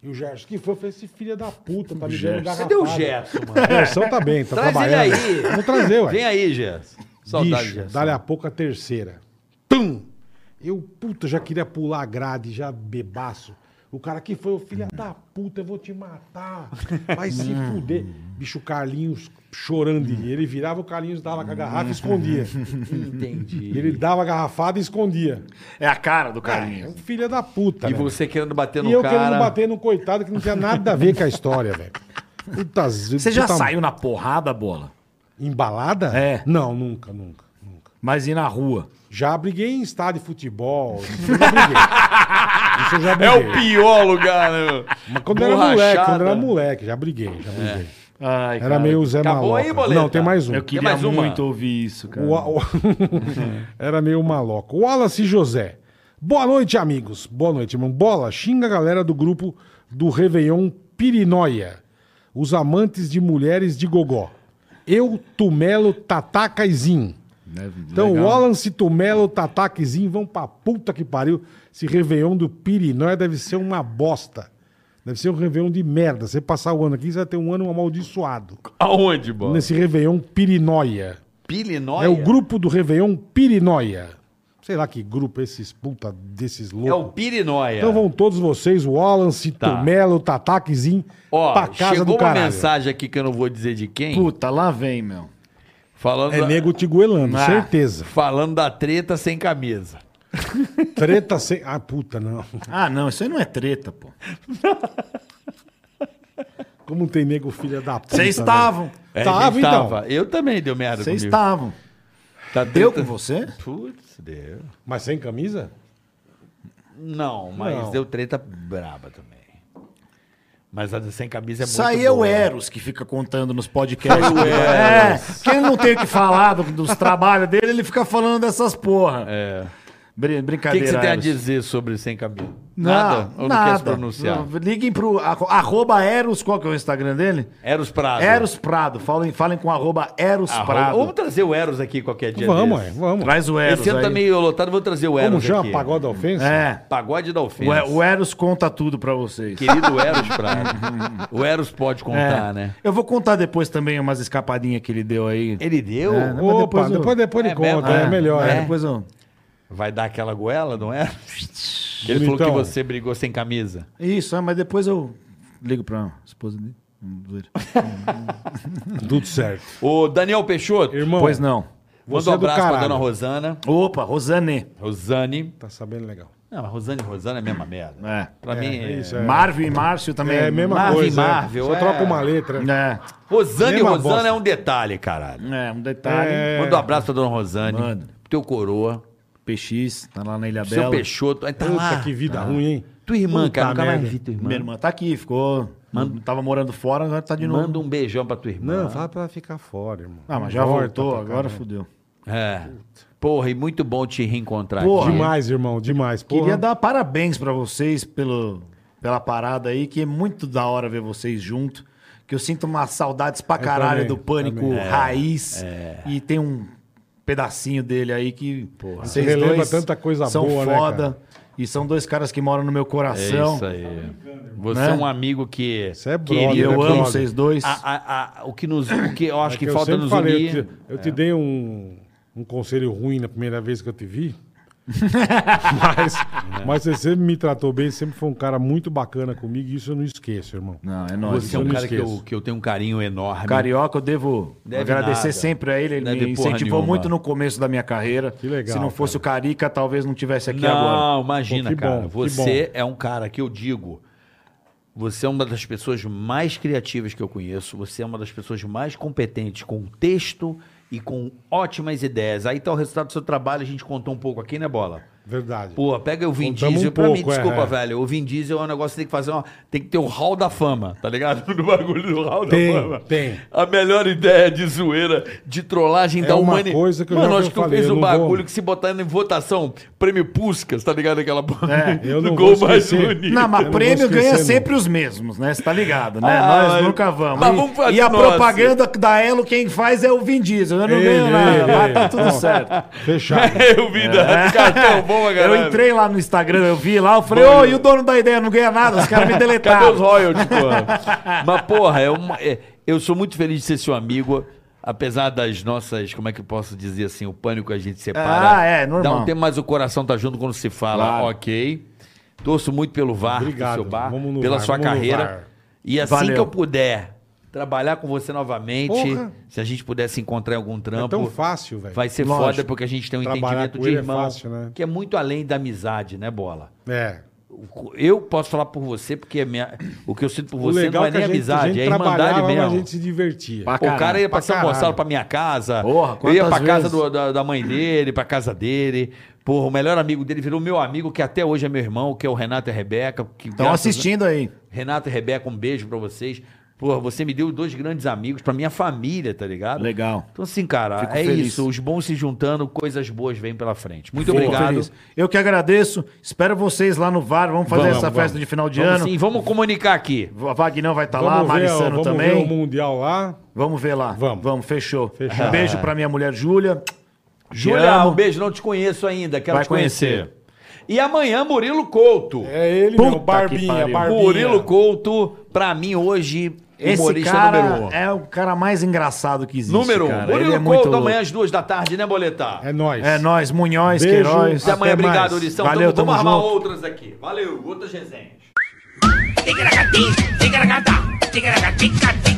S1: E o Gerson, que foi? Eu falei, esse filho da puta, tá me dando garrafada.
S2: Você deu o Gerson, mano.
S1: O Gerson tá bem, tá
S2: (laughs) Traz ele
S1: trabalhando.
S2: aí.
S1: Vamos trazer, ué.
S2: Vem aí, Gerson. Saudade,
S1: Bicho,
S2: Gerson.
S1: dali a pouco a terceira. Tum! Eu, puta, já queria pular a grade, já bebaço. O cara aqui foi o filho da puta, eu vou te matar. Vai se
S2: Hum.
S1: fuder. Bicho, o Carlinhos chorando. de rir. Ele virava o Carlinhos, dava com a garrafa e escondia.
S2: Hum. Entendi.
S1: Ele dava a garrafada e escondia.
S4: É a cara do
S1: É
S4: carinho.
S1: um filho da puta.
S2: E
S1: velho.
S2: você querendo bater no
S1: e eu
S2: cara.
S1: querendo bater no coitado que não tinha nada a ver com a história,
S2: (laughs)
S1: velho. Puta,
S4: Você já
S1: puta-
S4: saiu na porrada, bola?
S1: Embalada?
S4: É.
S1: Não, nunca, nunca, nunca.
S4: Mas ir na rua.
S1: Já briguei em estádio de futebol. Isso eu já
S3: (laughs)
S1: briguei. Isso eu já
S3: É o
S1: briguei.
S3: pior lugar, né? É.
S1: Mas quando era moleque, quando era moleque, já briguei, já briguei.
S4: Ai,
S1: Era meio Zé
S3: Acabou
S1: Maloca.
S3: aí, Boleta?
S1: Não, tem mais um.
S4: Eu queria
S3: mais uma?
S4: muito ouvir isso, cara.
S1: O- o- (laughs) Era meio maloca. Wallace José. Boa noite, amigos. Boa noite, irmão. Bola, xinga a galera do grupo do Réveillon Pirinoia. Os amantes de mulheres de gogó. Eu, Tumelo, Tataca e Zin. Então, Wallace, Tumelo, Tataca e Zin vão pra puta que pariu. Esse Réveillon do Pirinoia deve ser uma bosta. Deve ser um Réveillon de merda. Você passar o ano aqui, você vai ter um ano amaldiçoado.
S3: Aonde, bola?
S1: Nesse Réveillon Pirinoia.
S8: Pilinóia?
S1: É o grupo do Réveillon Pirinoia. Sei lá que grupo é esses puta desses loucos.
S2: É o Pirinóia.
S1: Então vão todos vocês, o Wallace, tá. Tomelo, Tataquezinho,
S2: Ó,
S1: pra casa
S2: chegou
S1: do
S2: uma
S1: caralho.
S2: mensagem aqui que eu não vou dizer de quem.
S4: Puta, lá vem, meu.
S2: Falando,
S1: É
S2: da,
S1: nego te goelando,
S4: Ah.
S1: certeza.
S2: falando da treta sem camisa.
S1: Treta sem... Ah, puta, não.
S4: Ah, não, isso aí não é treta, pô.
S1: Como tem nego filha da puta.
S4: Vocês
S1: né?
S4: estavam.
S2: É,
S1: Tava,
S2: gente,
S1: então.
S2: tava. Eu também deu merda
S4: Vocês
S2: comigo.
S4: estavam.
S2: Tá
S4: Deu com
S2: tenta-
S4: você?
S2: Putz, deu.
S1: Mas sem camisa?
S2: Não, mas
S1: Não.
S2: deu treta braba também. Mas a de sem camisa é muito
S4: Isso aí é o
S2: boa.
S4: Eros que fica contando nos podcasts. é, que ele não tem o que falar do- dos trabalhos dele, ele fica falando dessas porra. É.
S2: O que, que
S4: brincadeira.
S2: você tem a
S4: Eros.
S2: dizer sobre sem camisa?
S4: Não,
S2: nada? Ou não quer se
S4: nada.
S2: pronunciar?
S4: Não, Liguem pro arro- arroba Eros, qual que é o Instagram dele?
S2: Eros Prado.
S4: Eros Prado. Falem, falem com arroba Eros
S2: Arroba- Ah, Vamos
S4: Prado.
S2: trazer o Eros aqui qualquer dia
S1: vamos,
S2: desse.
S1: é, vamos.
S4: Traz o Eros
S2: Esse ano
S4: aí.
S2: tá meio lotado, vou trazer o Eros
S1: Como chama?
S2: aqui.
S1: Pagode da ofensa?
S4: É.
S2: Pagode da
S4: O,
S2: ofensa.
S4: E- o Eros conta tudo pra vocês.
S2: Querido Eros (laughs) Prado. o Eros pode contar,
S1: tá,
S4: É.
S2: né?
S4: Eu vou contar depois também umas escapadinhas que ele deu aí.
S2: Ele deu?
S4: É. Mas
S1: Opa,
S4: depois eu-
S1: depois, depois ele
S2: É
S1: conta,
S2: mesmo?
S1: é, melhor.
S4: Aí
S1: é.
S4: Depois eu...
S2: Vai dar aquela goela, não é? Ele falou que
S1: Bonitão.
S2: você brigou sem camisa.
S4: Isso, é, mas depois eu ligo pra esposa dele. Vamos ver.
S1: é. Tudo certo.
S2: Ô, Daniel Peixoto,
S1: Irmão,
S4: Pois não.
S1: você
S2: manda um
S1: é do
S2: abraço pra
S1: caralho.
S2: dona Rosana.
S4: Opa, Rosane.
S2: Rosane.
S1: Tá sabendo legal.
S2: Não, mas Rosane e Rosana é a mesma merda.
S4: É.
S2: Pra
S1: É,
S2: mim
S1: é
S2: é.
S1: isso, é.
S4: Marvio e Márcio também.
S1: É a mesma
S2: Marvel,
S1: coisa. é.
S2: Marvel,
S1: Só
S2: é.
S1: troca uma letra.
S4: É,
S2: Rosane e
S1: Mesma
S2: Rosana
S1: bosta.
S2: é um detalhe, caralho.
S4: é um detalhe.
S1: É.
S2: Manda um abraço pra dona Rosane.
S4: Manda.
S2: pro Teu coroa.
S4: PX, tá lá na Ilha
S2: pro Seu
S4: Bela.
S2: Peixoto. Aí tá
S1: Puta,
S2: lá.
S1: que vida ruim, hein?
S2: Tua irmã,
S1: Puta
S2: cara. Nunca mais
S1: merda.
S2: vi tua irmã.
S4: Minha irmã tá aqui, ficou. Tava morando fora, agora tá de novo.
S2: Manda um beijão pra tua irmã.
S1: Não, fala pra ela ficar fora, irmão.
S4: Ah, mas já
S1: Corta
S4: voltou,
S1: pra
S4: agora
S1: caralho.
S4: fudeu.
S2: É. Porra, e muito bom te reencontrar
S4: Porra.
S2: aqui.
S1: Demais, irmão, demais. Porra.
S4: Queria dar parabéns pra vocês pelo, pela parada aí, que é muito da hora ver vocês junto. Que eu sinto umas saudades pra caralho
S1: também,
S4: do pânico
S1: também. É,
S4: raiz. E tem um pedacinho dele aí que vocês
S1: Relembra tanta coisa
S4: são
S1: boa, né,
S4: foda.
S1: cara?
S4: e são dois caras que moram no meu
S2: É
S4: coração.
S2: isso aí. Você
S4: Né?
S2: é um amigo que.
S1: Então, Você é brother,
S4: E
S2: querido
S4: eu
S1: né,
S2: aqui.
S4: amo
S1: brother?
S4: vocês dois.
S2: A- a- a- o que nos. O que eu acho
S1: É
S2: que,
S1: eu
S2: falta
S1: sempre
S2: nos
S1: falei,
S2: unir. é.
S1: Eu te, eu te dei um, um conselho ruim na primeira vez que eu te
S2: (laughs)
S1: vi. mas, mas você sempre me tratou bem, sempre foi um cara muito bacana comigo, e isso eu não esqueço, irmão.
S4: Não, é nóis.
S2: Você é um
S1: não
S2: cara que eu,
S1: esqueço.
S2: que eu tenho um carinho enorme.
S4: Carioca, eu devo
S2: Deve
S4: agradecer
S2: nada.
S4: sempre a ele. Ele
S2: Deve
S4: me
S2: porra
S4: incentivou
S2: nenhuma.
S4: muito no começo da minha carreira.
S1: Que legal,
S4: Se não fosse o Carica, talvez não tivesse aqui
S2: não,
S4: agora.
S2: imagina,
S1: Pô, que
S2: cara.
S1: bom, que
S2: você é um cara que eu digo. Você é uma das pessoas mais criativas que eu conheço. Você é uma das pessoas mais competentes com texto e com ótimas ideias. Aí tá o resultado do seu trabalho, a gente contou um pouco aqui, né, Bola?
S1: Verdade.
S2: Pô, pega o Vin
S1: Contamos
S2: Diesel.
S1: um
S2: pra mim,
S1: pouco, é,
S2: desculpa,
S1: é.
S2: velho. O Vin Diesel é um negócio que tem que fazer uma. Tem que ter o hall da fama, tá ligado? (laughs) No bagulho do hall
S1: Tem,
S2: da fama.
S1: tem.
S2: A melhor ideia de zoeira, de trollagem
S1: É
S2: da
S1: uma
S2: humanidade.
S1: coisa que eu
S2: Mano,
S1: já
S2: acho que tu
S1: falei,
S2: fez
S1: eu
S2: um
S1: não vou-
S2: bagulho que se botar em votação, prêmio Puskas, tá ligado? Aquela porra
S4: É,
S1: eu não
S2: gol
S1: vou
S2: mais
S1: esquecer.
S2: bonito. (laughs)
S4: Não,
S1: Eu
S4: mas
S1: não
S4: prêmio
S1: vou esquecer,
S4: ganha
S1: não.
S4: sempre os mesmos, né? Você tá ligado, né?
S2: Ah,
S4: Nós
S2: mas-
S4: nunca vamos.
S2: mas
S4: E-
S2: vamos fazer
S4: e a
S2: nós.
S4: propaganda da Elo, quem faz é o Vin Diesel. Eu não
S1: Ei,
S4: ganho
S1: ei,
S4: nada,
S1: ei,
S4: mas tá tudo
S1: ó.
S2: (laughs)
S4: certo. É.
S1: Fechado.
S2: Eu
S1: É.
S2: vi da É um cartão bom, galera.
S4: Eu entrei lá no Instagram, eu vi lá, eu falei, ô, e o dono da ideia não ganha nada, os caras me
S2: (laughs) Cadê os
S4: deletaram.
S2: royalties, porra? (laughs) Mas, porra, é uma- é- eu sou muito feliz de ser seu amigo. Apesar das nossas, como é que eu posso dizer assim, o pânico a gente separa.
S4: Ah, é, normal.
S2: Dá um tempo, mas o coração tá junto quando se fala,
S4: Claro.
S2: ok. Torço muito pelo VAR,
S1: Obrigado.
S2: pelo seu bar,
S1: Vamos no
S2: pela
S1: VAR,
S2: sua
S1: vamos no
S2: carreira.
S1: VAR.
S2: E assim
S4: Valeu.
S2: que eu puder trabalhar com você novamente,
S1: Porra.
S2: se a gente puder se encontrar em algum trampo.
S1: é tão fácil, velho.
S2: Vai ser
S4: Lógico.
S2: foda porque a gente tem um
S1: Trabalhar
S2: entendimento
S1: com
S2: de
S1: ele é
S2: irmão,
S1: fácil, né?
S2: que é muito além da amizade, né, Bola?
S1: É.
S2: Eu posso falar por você, porque é minha- o que eu sinto por
S1: O
S2: você
S1: legal
S2: não é
S1: é que a
S2: nem
S1: gente,
S2: amizade,
S1: a gente
S2: é
S1: trabalhava,
S2: irmandade
S1: mas a
S2: mesmo.
S1: gente se divertia.
S4: Pra
S2: Pô, o cara
S4: caralho,
S2: ia pra,
S1: pra
S2: São
S1: caralho.
S2: Gonçalo pra minha casa.
S4: Porra,
S2: eu ia pra
S4: quantas
S2: casa
S4: vezes?
S2: do- da, da mãe dele, pra casa dele. Porra, o melhor amigo dele virou meu amigo, que até hoje é meu irmão, que é o Renato e a Rebeca. que
S4: Estão
S2: graças a-
S4: assistindo aí.
S2: Renato e Rebeca, um beijo pra vocês. Porra, você me deu dois grandes amigos pra minha família, tá ligado?
S4: Legal.
S2: Então, assim, cara,
S4: Fico
S2: é
S4: feliz.
S2: isso. Os bons se juntando, coisas boas vêm pela frente. Muito
S4: Fico
S2: obrigado.
S4: feliz. Eu que agradeço. Espero vocês lá no VAR. Vamos fazer
S1: Vamos,
S4: essa
S1: vamos.
S4: festa de final de
S2: Vamos
S4: ano.
S2: sim, vamos comunicar aqui.
S4: A Vagnão vai estar lá, a
S1: ver,
S4: Marissano
S1: vamos
S4: também.
S1: ver o Mundial lá.
S4: Vamos ver lá.
S1: Vamos.
S4: Vamos, fechou.
S1: Fechou.
S4: Um beijo pra minha mulher Júlia.
S2: Júlia,
S4: amo.
S2: um beijo, não te conheço ainda, quero
S4: Vai
S2: te conhecer. E amanhã, Murilo Couto.
S1: É ele,
S4: Puta
S1: meu,
S4: que
S1: Barbinha,
S4: pariu.
S1: Barbinha.
S2: Murilo Couto, pra mim hoje,
S4: Esse
S2: humorista número um.
S4: cara é o cara mais engraçado que existe.
S2: número um.
S4: cara.
S2: Murilo
S4: Ele é muito
S2: Couto,
S4: louco.
S2: amanhã às duas da tarde, né, Boletar?
S1: É nóis.
S4: É nós, Munhoz,
S1: Beijo.
S4: Queiroz.
S2: Até amanhã,
S1: Até
S2: obrigado,
S1: mais.
S2: Ulição.
S4: Valeu,
S2: Tamo- vamos
S4: tamo
S2: armar
S4: junto.
S2: outras aqui. Valeu, outras resenhas.
S13: Tigra-gatim, tigra-gatá, tigra-gatica, tica